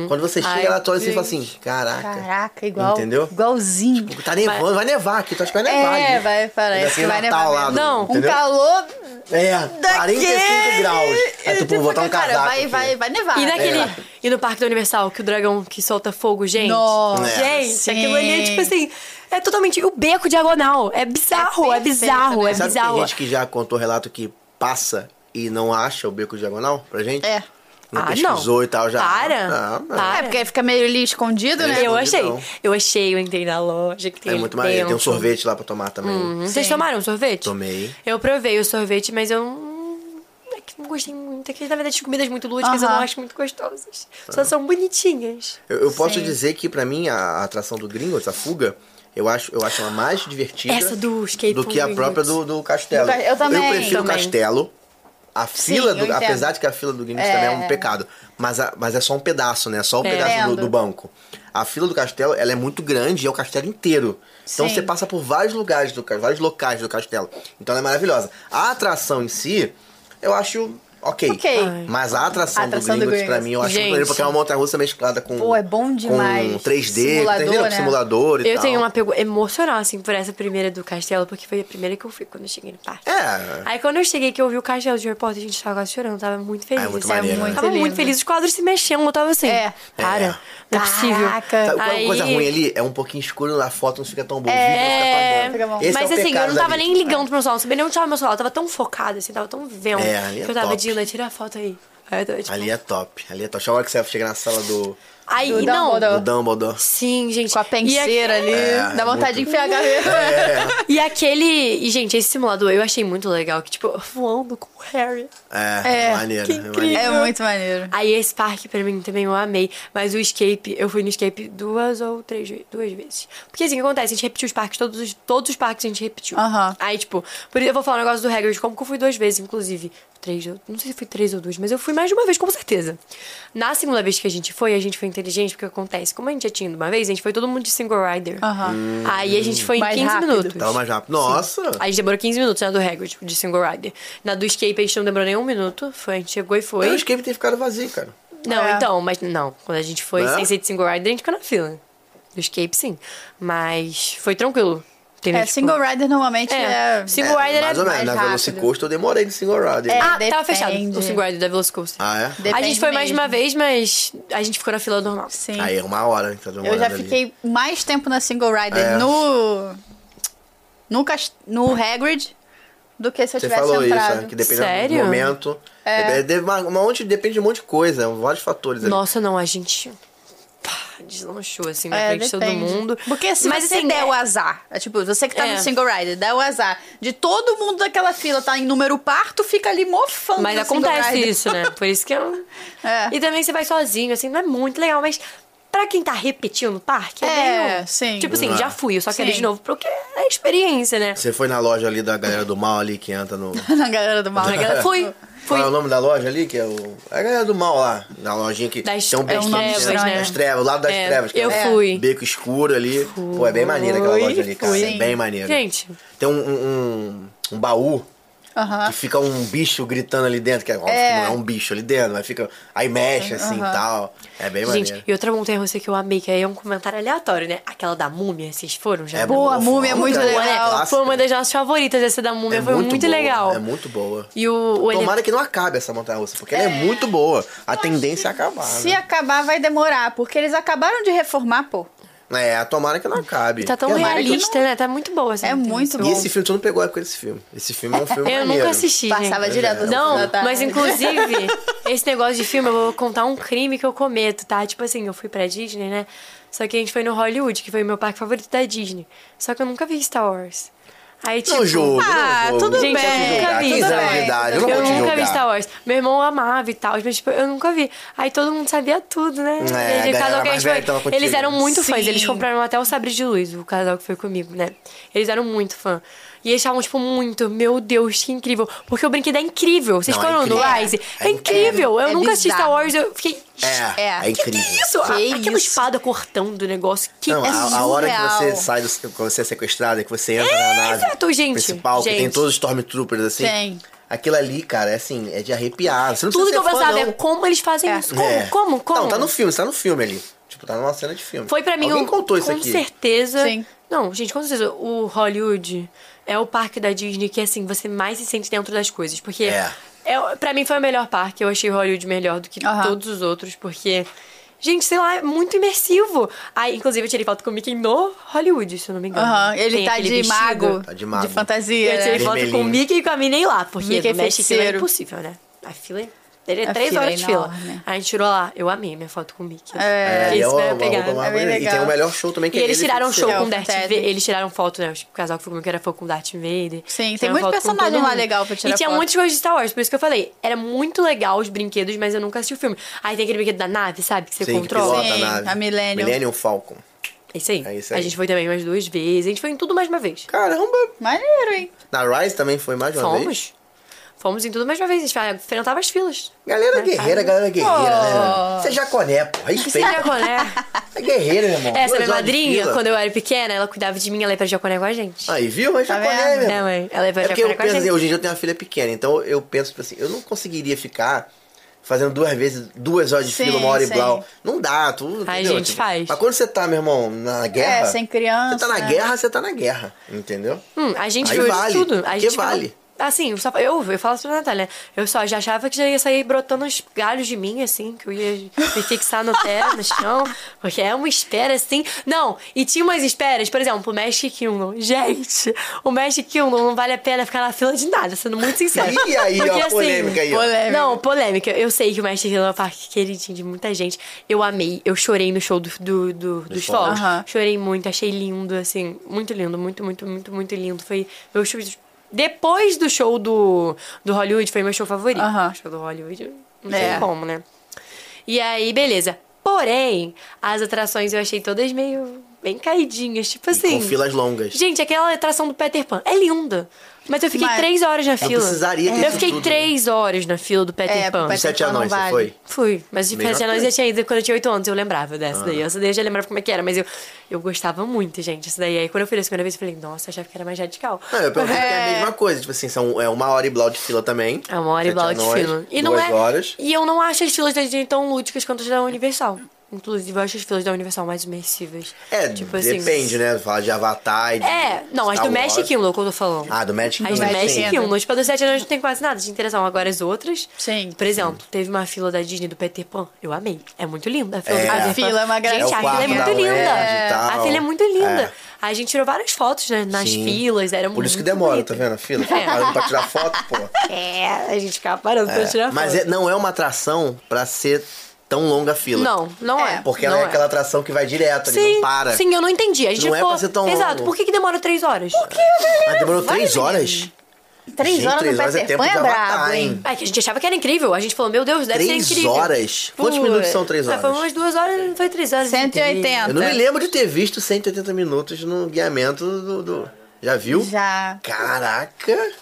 [SPEAKER 2] quando você chega
[SPEAKER 3] Ai,
[SPEAKER 2] lá, tu olha assim e fala assim, caraca.
[SPEAKER 1] Uhum. Caraca, igual,
[SPEAKER 2] Entendeu?
[SPEAKER 1] igualzinho.
[SPEAKER 2] Tá nevando, vai, nevar aqui, tu acha que vai nevar.
[SPEAKER 1] É,
[SPEAKER 2] gente.
[SPEAKER 1] vai, parece
[SPEAKER 2] Ainda tem
[SPEAKER 1] que vai nevar
[SPEAKER 2] Natal lá
[SPEAKER 1] mesmo.
[SPEAKER 2] no-
[SPEAKER 3] Não, um
[SPEAKER 1] Um
[SPEAKER 2] entendeu?
[SPEAKER 1] calor
[SPEAKER 2] É, 45 graus. Aí tu, pô, vou botar um
[SPEAKER 1] cara,
[SPEAKER 2] casaco
[SPEAKER 1] Vai,
[SPEAKER 2] aqui.
[SPEAKER 1] vai, vai nevar. né?
[SPEAKER 3] E naquele.
[SPEAKER 2] É.
[SPEAKER 3] E no Parque do Universal, que o dragão que solta fogo, gente.
[SPEAKER 1] Nossa.
[SPEAKER 2] É.
[SPEAKER 3] Gente,
[SPEAKER 1] Sim.
[SPEAKER 3] aquilo ali é tipo assim. É totalmente o beco diagonal. É bizarro, é,
[SPEAKER 1] É
[SPEAKER 3] bizarro, é
[SPEAKER 1] perfeito,
[SPEAKER 2] Sabe que tem
[SPEAKER 3] bizarro.
[SPEAKER 2] gente que já contou relato que passa e não acha o beco diagonal pra gente?
[SPEAKER 1] É.
[SPEAKER 2] Não
[SPEAKER 3] Ah,
[SPEAKER 2] pesquisou
[SPEAKER 3] não.
[SPEAKER 2] e tal, já.
[SPEAKER 3] Para.
[SPEAKER 2] Ah, não.
[SPEAKER 3] Para.
[SPEAKER 1] É, porque aí fica meio ali escondido, né?
[SPEAKER 3] Eu
[SPEAKER 2] Não,
[SPEAKER 3] achei.
[SPEAKER 2] não.
[SPEAKER 3] Eu achei, eu entrei na loja que tem.
[SPEAKER 2] É
[SPEAKER 3] ali
[SPEAKER 2] muito maneiro. Tem um
[SPEAKER 3] dentro.
[SPEAKER 2] sorvete lá pra tomar também.
[SPEAKER 3] Hum, Vocês
[SPEAKER 1] Sim.
[SPEAKER 3] tomaram sorvete?
[SPEAKER 2] Tomei.
[SPEAKER 3] Eu provei o sorvete, mas eu não. É que não gostei muito. É que, na verdade, as comidas muito lúdicas eu
[SPEAKER 1] Aham.
[SPEAKER 3] não acho muito gostosas.
[SPEAKER 2] Tá.
[SPEAKER 3] Só são bonitinhas.
[SPEAKER 2] Eu, eu posso
[SPEAKER 1] Sim.
[SPEAKER 2] dizer que pra mim a, a atração do Gringotts, a fuga, eu acho, eu acho ela mais divertida
[SPEAKER 3] Essa do Escape
[SPEAKER 2] do
[SPEAKER 3] from
[SPEAKER 2] que a
[SPEAKER 3] Gringotts.
[SPEAKER 2] própria do, do castelo.
[SPEAKER 1] Do ca- eu também.
[SPEAKER 2] prefiro o
[SPEAKER 3] Também.
[SPEAKER 2] castelo. A fila
[SPEAKER 1] eu
[SPEAKER 2] do,
[SPEAKER 1] entendo.
[SPEAKER 2] apesar de que a fila do Gringotts
[SPEAKER 1] É.
[SPEAKER 2] também é um pecado, mas, a- mas é só um pedaço, né? Só o pedaço do,
[SPEAKER 1] Entendo.
[SPEAKER 2] do banco. A fila do castelo, ela é muito grande e é o castelo inteiro. Então
[SPEAKER 1] Sim.
[SPEAKER 2] você passa por vários lugares do ca- vários locais do castelo. Então ela é maravilhosa. A atração em si, eu acho ok.
[SPEAKER 1] Ok.
[SPEAKER 3] Ai.
[SPEAKER 2] Mas a atração,
[SPEAKER 1] A atração do
[SPEAKER 2] do Gringotts, pra
[SPEAKER 1] Gringotts.
[SPEAKER 2] mim, eu acho
[SPEAKER 3] Gente.
[SPEAKER 2] que primeiro porque é uma montanha-russa mesclada com...
[SPEAKER 1] Pô, é bom demais.
[SPEAKER 2] Com 3D,
[SPEAKER 1] Simulador,
[SPEAKER 2] entendeu? Com
[SPEAKER 1] né?
[SPEAKER 2] simulador e
[SPEAKER 3] Eu
[SPEAKER 2] tal.
[SPEAKER 3] tenho um apego emocional, assim, por essa primeira do castelo, porque foi a primeira que eu fui quando eu cheguei no parque.
[SPEAKER 2] É,
[SPEAKER 3] Aí quando eu cheguei, que eu vi o castelo de Harry Potter, a gente tava quase chorando, tava muito feliz.
[SPEAKER 2] Ah, é muito
[SPEAKER 1] Isso é
[SPEAKER 2] maneiro, né?
[SPEAKER 1] muito
[SPEAKER 3] Tava muito
[SPEAKER 1] lindo.
[SPEAKER 3] feliz, os quadros se mexiam, eu tava assim.
[SPEAKER 1] É.
[SPEAKER 2] É.
[SPEAKER 3] Para, não é possível.
[SPEAKER 1] Caraca.
[SPEAKER 2] Sabe,
[SPEAKER 3] Aí-
[SPEAKER 2] Uma coisa ruim ali é um pouquinho escuro na foto, não fica tão bom.
[SPEAKER 3] É,
[SPEAKER 2] o vídeo não fica tão bom. Esse
[SPEAKER 3] mas
[SPEAKER 2] é o
[SPEAKER 3] assim, eu não
[SPEAKER 2] pecado
[SPEAKER 3] tava
[SPEAKER 2] ali.
[SPEAKER 3] nem ligando pro meu celular, não sabia nem onde tava meu celular, eu tava tão focada, assim, tava tão vendo.
[SPEAKER 2] É, ali é
[SPEAKER 3] que eu tava
[SPEAKER 2] top.
[SPEAKER 3] pedindo, tira a foto aí. Aí eu tava, tipo,
[SPEAKER 2] Ali é top, ali é top. Deixa a hora que você chega na sala do,
[SPEAKER 3] Aí,
[SPEAKER 1] Do
[SPEAKER 3] não.
[SPEAKER 1] Dumbledore.
[SPEAKER 2] do Dumbledore.
[SPEAKER 3] Sim, gente.
[SPEAKER 1] Com a
[SPEAKER 3] E,
[SPEAKER 1] penseira
[SPEAKER 3] a-
[SPEAKER 1] ali.
[SPEAKER 2] É,
[SPEAKER 1] dá vontade de enfiar a garrafa.
[SPEAKER 3] e aquele. E, gente, esse simulador eu achei muito legal, que, tipo, voando com o Harry.
[SPEAKER 2] É,
[SPEAKER 1] É,
[SPEAKER 2] maneiro.
[SPEAKER 3] que
[SPEAKER 2] é maneiro.
[SPEAKER 3] incrível.
[SPEAKER 1] É muito maneiro.
[SPEAKER 3] Aí esse parque pra mim também eu amei. Mas o escape, eu fui no escape duas ou três ve- duas vezes. Porque assim, o que acontece? A gente repetiu os parques, todos os, todos os parques a gente repetiu.
[SPEAKER 1] Aham.
[SPEAKER 3] Aí, tipo, por isso eu vou falar um negócio do Hagrid, como que eu fui duas vezes, inclusive. Três, eu não sei se fui três ou duas, mas eu fui mais de uma vez, com certeza. Na segunda vez que a gente foi, a gente foi inteligente, porque acontece, como a gente já tinha ido uma vez, a gente foi todo mundo de single rider.
[SPEAKER 1] Aham.
[SPEAKER 2] Hum.
[SPEAKER 3] Aí a gente foi em
[SPEAKER 1] Ah. Mais
[SPEAKER 3] 15
[SPEAKER 1] rápido.
[SPEAKER 3] minutos.
[SPEAKER 2] Tava mais rápido. Nossa!
[SPEAKER 3] A gente demorou 15 minutos na do Hagrid, de single rider. Na do escape a gente não demorou nem um minuto, foi, a gente chegou e foi.
[SPEAKER 2] Eu esqueci de ter ficado vazio, cara.
[SPEAKER 3] Não,
[SPEAKER 1] É.
[SPEAKER 3] então, mas não. Quando a gente foi
[SPEAKER 2] Né?
[SPEAKER 3] sem ser de single rider, a gente ficou na fila. Do escape, sim. Mas foi tranquilo. Entendeu?
[SPEAKER 1] É,
[SPEAKER 3] Tipo,
[SPEAKER 1] single rider normalmente é.
[SPEAKER 3] É, single
[SPEAKER 2] É,
[SPEAKER 3] rider
[SPEAKER 2] mais
[SPEAKER 3] é...
[SPEAKER 2] ou menos.
[SPEAKER 1] mais
[SPEAKER 2] Na
[SPEAKER 1] rápido.
[SPEAKER 2] Velocicoaster eu demorei de single rider.
[SPEAKER 1] É.
[SPEAKER 3] Ah,
[SPEAKER 1] Depende.
[SPEAKER 3] tava fechado. O single rider da Velocicoaster.
[SPEAKER 2] Ah, é?
[SPEAKER 3] a
[SPEAKER 1] Depende
[SPEAKER 3] gente foi mais de
[SPEAKER 1] mesmo.
[SPEAKER 3] uma vez, mas a gente ficou na fila normal.
[SPEAKER 1] Sim.
[SPEAKER 2] Aí é uma hora que tá demorando
[SPEAKER 1] Eu já
[SPEAKER 2] ali.
[SPEAKER 1] fiquei mais tempo na single rider
[SPEAKER 2] É.
[SPEAKER 1] no. No, cast... no Hagrid do que se eu
[SPEAKER 2] Você
[SPEAKER 1] tivesse
[SPEAKER 2] falou
[SPEAKER 1] entrado.
[SPEAKER 2] isso, né? Que depende
[SPEAKER 3] Sério?
[SPEAKER 2] do momento. É. de- uma- uma monte- depende de um monte de coisa, vários fatores ali.
[SPEAKER 3] Nossa, não, a gente... Pá, deslanchou, assim, na
[SPEAKER 1] É,
[SPEAKER 3] frente de todo
[SPEAKER 1] depende.
[SPEAKER 3] mundo.
[SPEAKER 1] Porque se
[SPEAKER 3] mas,
[SPEAKER 1] você
[SPEAKER 3] assim,
[SPEAKER 1] der
[SPEAKER 3] é-
[SPEAKER 1] o azar, é tipo, você que tá
[SPEAKER 3] É.
[SPEAKER 1] no single rider, der o azar de todo mundo daquela fila tá em número par, tu fica ali mofando.
[SPEAKER 3] Mas
[SPEAKER 1] no single
[SPEAKER 3] acontece
[SPEAKER 1] rider.
[SPEAKER 3] isso, né? Por isso que eu...
[SPEAKER 1] É.
[SPEAKER 3] E também você vai sozinho, assim, não é muito legal, mas pra quem tá repetindo o parque, é,
[SPEAKER 1] É,
[SPEAKER 3] meio-
[SPEAKER 1] sim.
[SPEAKER 3] Tipo assim,
[SPEAKER 2] Ah.
[SPEAKER 3] já fui, eu só quero ir de
[SPEAKER 1] Sim.
[SPEAKER 3] novo, porque é experiência, né?
[SPEAKER 2] Você foi na loja ali da galera do mal ali que entra no.
[SPEAKER 1] Na galera do mal. né?
[SPEAKER 3] A galera- Fui, fui.
[SPEAKER 2] Qual é o nome da loja ali? Que é o. É a galera do mal lá. Na lojinha que
[SPEAKER 3] Das-
[SPEAKER 2] tem um
[SPEAKER 3] é
[SPEAKER 2] bico
[SPEAKER 1] um nome
[SPEAKER 2] que-
[SPEAKER 1] estranho, né?
[SPEAKER 2] das trevas, o lado das
[SPEAKER 3] É,
[SPEAKER 2] trevas. que
[SPEAKER 3] eu
[SPEAKER 2] é um
[SPEAKER 3] fui.
[SPEAKER 2] Beco escuro ali. Pô, é bem maneiro aquela
[SPEAKER 3] Fui,
[SPEAKER 2] loja ali, cara.
[SPEAKER 3] fui.
[SPEAKER 2] É bem maneiro.
[SPEAKER 3] Gente.
[SPEAKER 2] Tem um, um, um, um baú
[SPEAKER 1] Aham.
[SPEAKER 2] que fica um bicho gritando ali dentro, que é óbvio
[SPEAKER 1] É.
[SPEAKER 2] que não é um bicho ali dentro, mas fica. Aí mexe assim e tal. É bem
[SPEAKER 3] Gente,
[SPEAKER 2] maneiro.
[SPEAKER 3] e outra montanha russa que eu amei, que aí é um comentário aleatório, né? Aquela da múmia, vocês foram já?
[SPEAKER 2] É
[SPEAKER 3] Boa,
[SPEAKER 1] Boa, a múmia é
[SPEAKER 2] Boa,
[SPEAKER 1] muito
[SPEAKER 2] cara.
[SPEAKER 3] né?
[SPEAKER 1] legal.
[SPEAKER 2] Clássica.
[SPEAKER 3] Foi uma das nossas favoritas, essa da múmia. foi muito,
[SPEAKER 2] boa,
[SPEAKER 3] legal.
[SPEAKER 2] É muito boa.
[SPEAKER 3] E o, o elef-
[SPEAKER 2] Tomara que não acabe essa montanha russa, porque ela é muito boa. A tendência é acabar.
[SPEAKER 1] Se acabar, vai demorar, porque eles acabaram de reformar, pô.
[SPEAKER 2] Né? É, tomara que não acabe.
[SPEAKER 3] Tá tão
[SPEAKER 2] Porque é
[SPEAKER 1] Tomara que
[SPEAKER 2] maneiro.
[SPEAKER 3] realista, né? Tá muito boa essa
[SPEAKER 1] É
[SPEAKER 3] montanha
[SPEAKER 1] muito
[SPEAKER 3] russa.
[SPEAKER 1] bom.
[SPEAKER 2] E esse filme, tu não pegou a época desse filme. Esse filme é um filme
[SPEAKER 3] Eu
[SPEAKER 2] maneiro.
[SPEAKER 3] nunca assisti,
[SPEAKER 1] Passava
[SPEAKER 3] gente.
[SPEAKER 1] direto. no
[SPEAKER 3] Não,
[SPEAKER 1] final da
[SPEAKER 3] mas
[SPEAKER 1] tarde.
[SPEAKER 3] inclusive, esse negócio de filme, eu vou contar um crime que eu cometo, tá? Tipo assim, eu fui pra Disney, né? Só que a gente foi no Hollywood, que foi o meu parque favorito da Disney. Só que eu nunca vi Star Wars. Aí, tipo,
[SPEAKER 2] Não jogo,
[SPEAKER 1] Ah,
[SPEAKER 2] não jogo.
[SPEAKER 1] tudo
[SPEAKER 2] Não
[SPEAKER 3] Gente,
[SPEAKER 2] vou te
[SPEAKER 1] bem,
[SPEAKER 2] julgar,
[SPEAKER 3] eu nunca vi,
[SPEAKER 2] 15 anos
[SPEAKER 3] tudo
[SPEAKER 2] de
[SPEAKER 1] bem.
[SPEAKER 2] idade, tá eu não
[SPEAKER 3] Eu
[SPEAKER 2] vou te
[SPEAKER 3] nunca vi
[SPEAKER 2] julgar.
[SPEAKER 3] Star Wars. Meu irmão amava e tal, mas tipo, eu nunca vi. Aí todo mundo sabia tudo, né?
[SPEAKER 2] É,
[SPEAKER 3] E aí,
[SPEAKER 2] a galera
[SPEAKER 3] casal que
[SPEAKER 2] mais
[SPEAKER 3] a gente foi-
[SPEAKER 2] velha tava contigo.
[SPEAKER 3] eles eram muito fãs,
[SPEAKER 1] Sim.
[SPEAKER 3] eles compraram até o Sabre de Luz, o casal que foi comigo, né? Eles eram muito fã. E eles estavam, tipo, muito, meu Deus, que incrível. Porque o brinquedo é incrível. Vocês
[SPEAKER 2] Não, é
[SPEAKER 3] foram no
[SPEAKER 2] incrível.
[SPEAKER 3] Rise?
[SPEAKER 2] É
[SPEAKER 3] É, incrível. Eu
[SPEAKER 1] É
[SPEAKER 3] nunca assisti Star
[SPEAKER 1] bizarro.
[SPEAKER 3] Wars, eu fiquei.
[SPEAKER 2] É,
[SPEAKER 1] É.
[SPEAKER 2] é,
[SPEAKER 1] Que
[SPEAKER 2] incrível.
[SPEAKER 3] Isso,
[SPEAKER 1] Que
[SPEAKER 3] a- aquela
[SPEAKER 1] isso?
[SPEAKER 3] espada cortando o negócio. Que é
[SPEAKER 2] Não, a, a hora que
[SPEAKER 1] surreal.
[SPEAKER 2] você sai, do, que você é sequestrado, que você entra na nave
[SPEAKER 3] exato, gente,
[SPEAKER 2] principal, que tem
[SPEAKER 3] gente.
[SPEAKER 2] todos os Stormtroopers, assim.
[SPEAKER 1] Tem.
[SPEAKER 2] Aquilo ali, cara, é assim, é de arrepiar. Você não
[SPEAKER 3] Tudo que
[SPEAKER 2] precisa
[SPEAKER 3] eu
[SPEAKER 2] ser fã,
[SPEAKER 3] pensava
[SPEAKER 2] não.
[SPEAKER 3] é como eles fazem
[SPEAKER 1] É.
[SPEAKER 3] isso. Como?
[SPEAKER 2] É.
[SPEAKER 3] Como? Como?
[SPEAKER 2] Não, tá no filme, tá no filme ali. Tipo, tá numa cena de filme.
[SPEAKER 3] Foi pra mim
[SPEAKER 2] Alguém
[SPEAKER 3] um-
[SPEAKER 2] contou isso
[SPEAKER 3] com
[SPEAKER 2] aqui.
[SPEAKER 3] certeza.
[SPEAKER 1] Sim.
[SPEAKER 3] Não, gente, com certeza o Hollywood é o parque da Disney que assim você mais se sente dentro das coisas, porque
[SPEAKER 2] É.
[SPEAKER 3] é para mim foi o melhor parque, eu achei o Hollywood melhor do que
[SPEAKER 1] Aham.
[SPEAKER 3] todos os outros, porque Gente, sei lá, é muito imersivo. Aí, inclusive, eu tirei foto com o Mickey no Hollywood, se eu não me engano.
[SPEAKER 1] Aham, Ele
[SPEAKER 3] Tem
[SPEAKER 1] tá
[SPEAKER 3] aquele
[SPEAKER 1] de
[SPEAKER 3] vestido.
[SPEAKER 1] mago.
[SPEAKER 2] Tá de mago.
[SPEAKER 1] fantasia.
[SPEAKER 3] Eu tirei
[SPEAKER 1] né?
[SPEAKER 3] foto com o
[SPEAKER 2] é Vermelhinho.
[SPEAKER 3] Mickey e com a Minnie lá, porque
[SPEAKER 1] Mickey
[SPEAKER 3] no México aquilo é
[SPEAKER 1] feiticeiro.
[SPEAKER 3] impossível, né? A fila é... Ele é
[SPEAKER 1] A
[SPEAKER 3] três
[SPEAKER 1] fila é
[SPEAKER 3] horas de fila.
[SPEAKER 1] enorme.
[SPEAKER 3] A gente tirou lá. Eu amei minha foto com o Mickey.
[SPEAKER 1] É.
[SPEAKER 2] É, e é
[SPEAKER 3] Isso
[SPEAKER 2] uma,
[SPEAKER 3] foi a
[SPEAKER 2] uma roupa
[SPEAKER 3] pegada.
[SPEAKER 2] mais
[SPEAKER 1] É bem
[SPEAKER 2] bonita. E tem
[SPEAKER 1] legal.
[SPEAKER 2] o melhor show também que
[SPEAKER 3] E
[SPEAKER 2] é
[SPEAKER 3] eles
[SPEAKER 2] ele
[SPEAKER 3] tiraram
[SPEAKER 2] feiticeiro.
[SPEAKER 3] show com
[SPEAKER 1] o
[SPEAKER 3] Darth
[SPEAKER 1] Ted.
[SPEAKER 3] Vader. Eles tiraram foto, né? O casal que foi comigo era foi com Darth Vader.
[SPEAKER 1] Sim, tem
[SPEAKER 3] Tiraram
[SPEAKER 1] muito
[SPEAKER 3] foto com
[SPEAKER 1] personagem
[SPEAKER 3] todo
[SPEAKER 1] lá
[SPEAKER 3] mundo.
[SPEAKER 1] legal pra tirar
[SPEAKER 3] E tinha
[SPEAKER 1] foto.
[SPEAKER 3] muitas coisas de Star Wars, por isso que eu falei. Era muito legal os brinquedos, mas eu nunca assisti o filme. Aí tem aquele brinquedo da nave, sabe? Que você
[SPEAKER 2] Sim, que
[SPEAKER 3] controla.
[SPEAKER 2] pilota
[SPEAKER 1] Sim,
[SPEAKER 2] nave.
[SPEAKER 1] a Millennium.
[SPEAKER 2] Millennium Falcon.
[SPEAKER 3] É isso aí.
[SPEAKER 2] É isso
[SPEAKER 3] A
[SPEAKER 2] aí.
[SPEAKER 3] gente foi também mais duas vezes. A gente foi em tudo mais uma vez.
[SPEAKER 2] Caramba!
[SPEAKER 1] Maneiro, hein?
[SPEAKER 2] Na Rise também foi mais de uma
[SPEAKER 3] Fomos.
[SPEAKER 2] vez.
[SPEAKER 3] Fomos em tudo mais uma vez. A gente enfrentava as filas.
[SPEAKER 2] Galera
[SPEAKER 3] Né?
[SPEAKER 2] guerreira, galera guerreira, né? Você já conhece, pô.
[SPEAKER 3] Seja
[SPEAKER 2] Respeita.
[SPEAKER 3] qual é.
[SPEAKER 2] É guerreira, meu irmão.
[SPEAKER 3] Essa
[SPEAKER 2] Duas
[SPEAKER 3] minha
[SPEAKER 2] horas de
[SPEAKER 3] madrinha,
[SPEAKER 2] fila.
[SPEAKER 3] quando eu era pequena, ela cuidava de mim, ela ia pra Jaconé com a gente.
[SPEAKER 2] Aí, viu? Mas
[SPEAKER 1] Tá
[SPEAKER 2] japonês,
[SPEAKER 1] vendo?
[SPEAKER 2] meu irmão.
[SPEAKER 3] É, mãe, ela ia pra
[SPEAKER 2] É porque eu
[SPEAKER 3] Jaconé com a
[SPEAKER 2] penso assim,
[SPEAKER 3] gente.
[SPEAKER 2] hoje em dia eu tenho uma filha pequena, então eu penso tipo assim, eu não conseguiria ficar fazendo duas vezes, duas horas de
[SPEAKER 1] Sim,
[SPEAKER 2] fila, uma hora
[SPEAKER 1] sim.
[SPEAKER 2] e blau. Não dá, tu.
[SPEAKER 3] Ai,
[SPEAKER 2] entendeu?
[SPEAKER 3] gente, faz.
[SPEAKER 2] Mas quando você tá, meu irmão, na guerra.
[SPEAKER 1] É, sem criança,
[SPEAKER 2] Você tá na
[SPEAKER 1] né?
[SPEAKER 2] guerra, você tá na guerra. Entendeu?
[SPEAKER 3] Hum, a gente
[SPEAKER 2] Aí
[SPEAKER 3] viu
[SPEAKER 2] vale,
[SPEAKER 3] de tudo. A
[SPEAKER 2] porque
[SPEAKER 3] gente
[SPEAKER 2] vale.
[SPEAKER 3] Assim, só, eu, eu falo isso pra Natália, né? Eu só já achava que já ia sair brotando uns galhos de mim, assim, que eu ia me fixar no pé, no chão, porque é uma espera, assim. Não, e tinha umas esperas, por exemplo, o Magic Kingdom. Gente, o Magic Kingdom não vale a pena ficar na fila de nada, sendo muito sincero.
[SPEAKER 2] E aí,
[SPEAKER 3] Porque,
[SPEAKER 2] ó, a
[SPEAKER 3] assim,
[SPEAKER 2] polêmica aí, ó.
[SPEAKER 1] polêmica.
[SPEAKER 3] Não, polêmica. Eu sei que o Magic Kingdom é um parque queridinho de muita gente. Eu amei, eu chorei no show do, do, do, dos
[SPEAKER 2] fogos.
[SPEAKER 3] fogos.
[SPEAKER 1] Aham.
[SPEAKER 3] Chorei muito, achei lindo, assim, muito lindo, muito, muito, muito, muito lindo. Foi meu show. de- Depois do show do, do Hollywood, foi meu show favorito.
[SPEAKER 1] Aham.
[SPEAKER 3] Show do Hollywood, não
[SPEAKER 1] É.
[SPEAKER 3] tem como, né? E aí, beleza. Porém, as atrações eu achei todas meio bem caidinhas, tipo assim.
[SPEAKER 2] Com filas longas.
[SPEAKER 3] Gente, aquela atração do Peter Pan é linda. Mas eu fiquei
[SPEAKER 1] Mas-
[SPEAKER 3] três horas na fila.
[SPEAKER 2] precisaria ter
[SPEAKER 3] Eu
[SPEAKER 2] isso
[SPEAKER 3] fiquei
[SPEAKER 2] tudo, né?
[SPEAKER 3] três horas na fila do Peter
[SPEAKER 1] É, pro
[SPEAKER 3] Pan.
[SPEAKER 1] Peter
[SPEAKER 2] Os sete
[SPEAKER 1] Pan não
[SPEAKER 2] anões, você
[SPEAKER 1] vale.
[SPEAKER 2] foi?
[SPEAKER 3] Fui, mas de
[SPEAKER 2] Mesma
[SPEAKER 3] Fete Anões
[SPEAKER 2] coisa. Ah.
[SPEAKER 3] eu tinha ido quando eu tinha 8 anos, eu lembrava dessa daí. Essa daí eu já lembrava como é que era, mas eu, eu gostava muito, gente, essa daí. Aí quando eu fui a segunda vez, eu falei, nossa, eu achava que era mais radical.
[SPEAKER 2] Não, eu perguntei que é a mesma coisa. Tipo assim, são, é uma hora e blau de fila também.
[SPEAKER 3] É uma hora e
[SPEAKER 2] Sete
[SPEAKER 3] blau de
[SPEAKER 2] anões,
[SPEAKER 3] fila. E não
[SPEAKER 2] duas
[SPEAKER 3] é.
[SPEAKER 2] horas.
[SPEAKER 3] E eu não acho as filas da Disney tão lúdicas quanto as da Universal. Inclusive, eu acho as filas da Universal mais imersivas.
[SPEAKER 2] É,
[SPEAKER 3] Tipo assim,
[SPEAKER 2] depende, né? Fala de Avatar e de
[SPEAKER 3] É, não, as
[SPEAKER 2] Star
[SPEAKER 3] do Magic
[SPEAKER 2] Wars.
[SPEAKER 3] Kingdom que eu tô falando.
[SPEAKER 2] Ah, do Magic assim.
[SPEAKER 1] Magic
[SPEAKER 2] também,
[SPEAKER 3] As do
[SPEAKER 2] sim.
[SPEAKER 3] Magic
[SPEAKER 1] Kingdom.
[SPEAKER 3] Kingdom. Tipo, a do Sete Anões não tem quase nada de interação. Agora as outras.
[SPEAKER 1] Sim.
[SPEAKER 3] Por exemplo, teve uma fila da Disney do Peter Pan. Eu amei. É muito linda a fila
[SPEAKER 2] É.
[SPEAKER 3] do Peter
[SPEAKER 2] A
[SPEAKER 1] fila
[SPEAKER 3] Pan.
[SPEAKER 1] é uma gracinha. É
[SPEAKER 3] Gente,
[SPEAKER 1] o
[SPEAKER 3] a fila é
[SPEAKER 1] quarto
[SPEAKER 3] muito
[SPEAKER 1] da
[SPEAKER 3] linda.
[SPEAKER 2] LED e tal.
[SPEAKER 3] A fila é muito linda.
[SPEAKER 2] É.
[SPEAKER 3] A gente tirou várias fotos, né? Nas
[SPEAKER 2] Sim.
[SPEAKER 3] filas. Era
[SPEAKER 2] Por isso que
[SPEAKER 3] É muito
[SPEAKER 2] demora,
[SPEAKER 3] bonito.
[SPEAKER 2] tá vendo? A fila.
[SPEAKER 3] É.
[SPEAKER 2] Parando pra tirar foto, pô.
[SPEAKER 3] É, a gente ficava parando pra tirar
[SPEAKER 2] É,
[SPEAKER 3] foto.
[SPEAKER 2] Mas é- não é uma atração pra ser tão longa a fila.
[SPEAKER 3] Não, não é.
[SPEAKER 1] É,
[SPEAKER 2] Porque
[SPEAKER 3] não
[SPEAKER 2] ela é, aquela atração que vai direto, ele não para.
[SPEAKER 3] Sim, eu não entendi. A gente
[SPEAKER 2] Não é
[SPEAKER 3] ficou...
[SPEAKER 2] pra ser tão
[SPEAKER 3] Exato.
[SPEAKER 2] longo.
[SPEAKER 3] Por que, que demora três horas? Por quê?
[SPEAKER 2] Mas Ah, demorou três horas.
[SPEAKER 1] Três
[SPEAKER 2] Gente,
[SPEAKER 1] horas
[SPEAKER 2] três
[SPEAKER 1] no
[SPEAKER 2] horas é
[SPEAKER 1] Peter Pan
[SPEAKER 2] tempo de
[SPEAKER 1] é
[SPEAKER 2] Avatar,
[SPEAKER 1] brabo, hein?
[SPEAKER 2] hein?
[SPEAKER 3] É que a gente achava que era incrível. A gente falou, meu Deus, deve
[SPEAKER 2] Três
[SPEAKER 3] ser incrível.
[SPEAKER 2] horas? Quantos minutos são três
[SPEAKER 3] Ah, foi
[SPEAKER 2] horas?
[SPEAKER 3] umas duas horas, não foi três horas.
[SPEAKER 1] 180.
[SPEAKER 2] Eu não me lembro de ter visto 180 minutos no guiamento do. do- Já viu?
[SPEAKER 1] Já.
[SPEAKER 2] Caraca!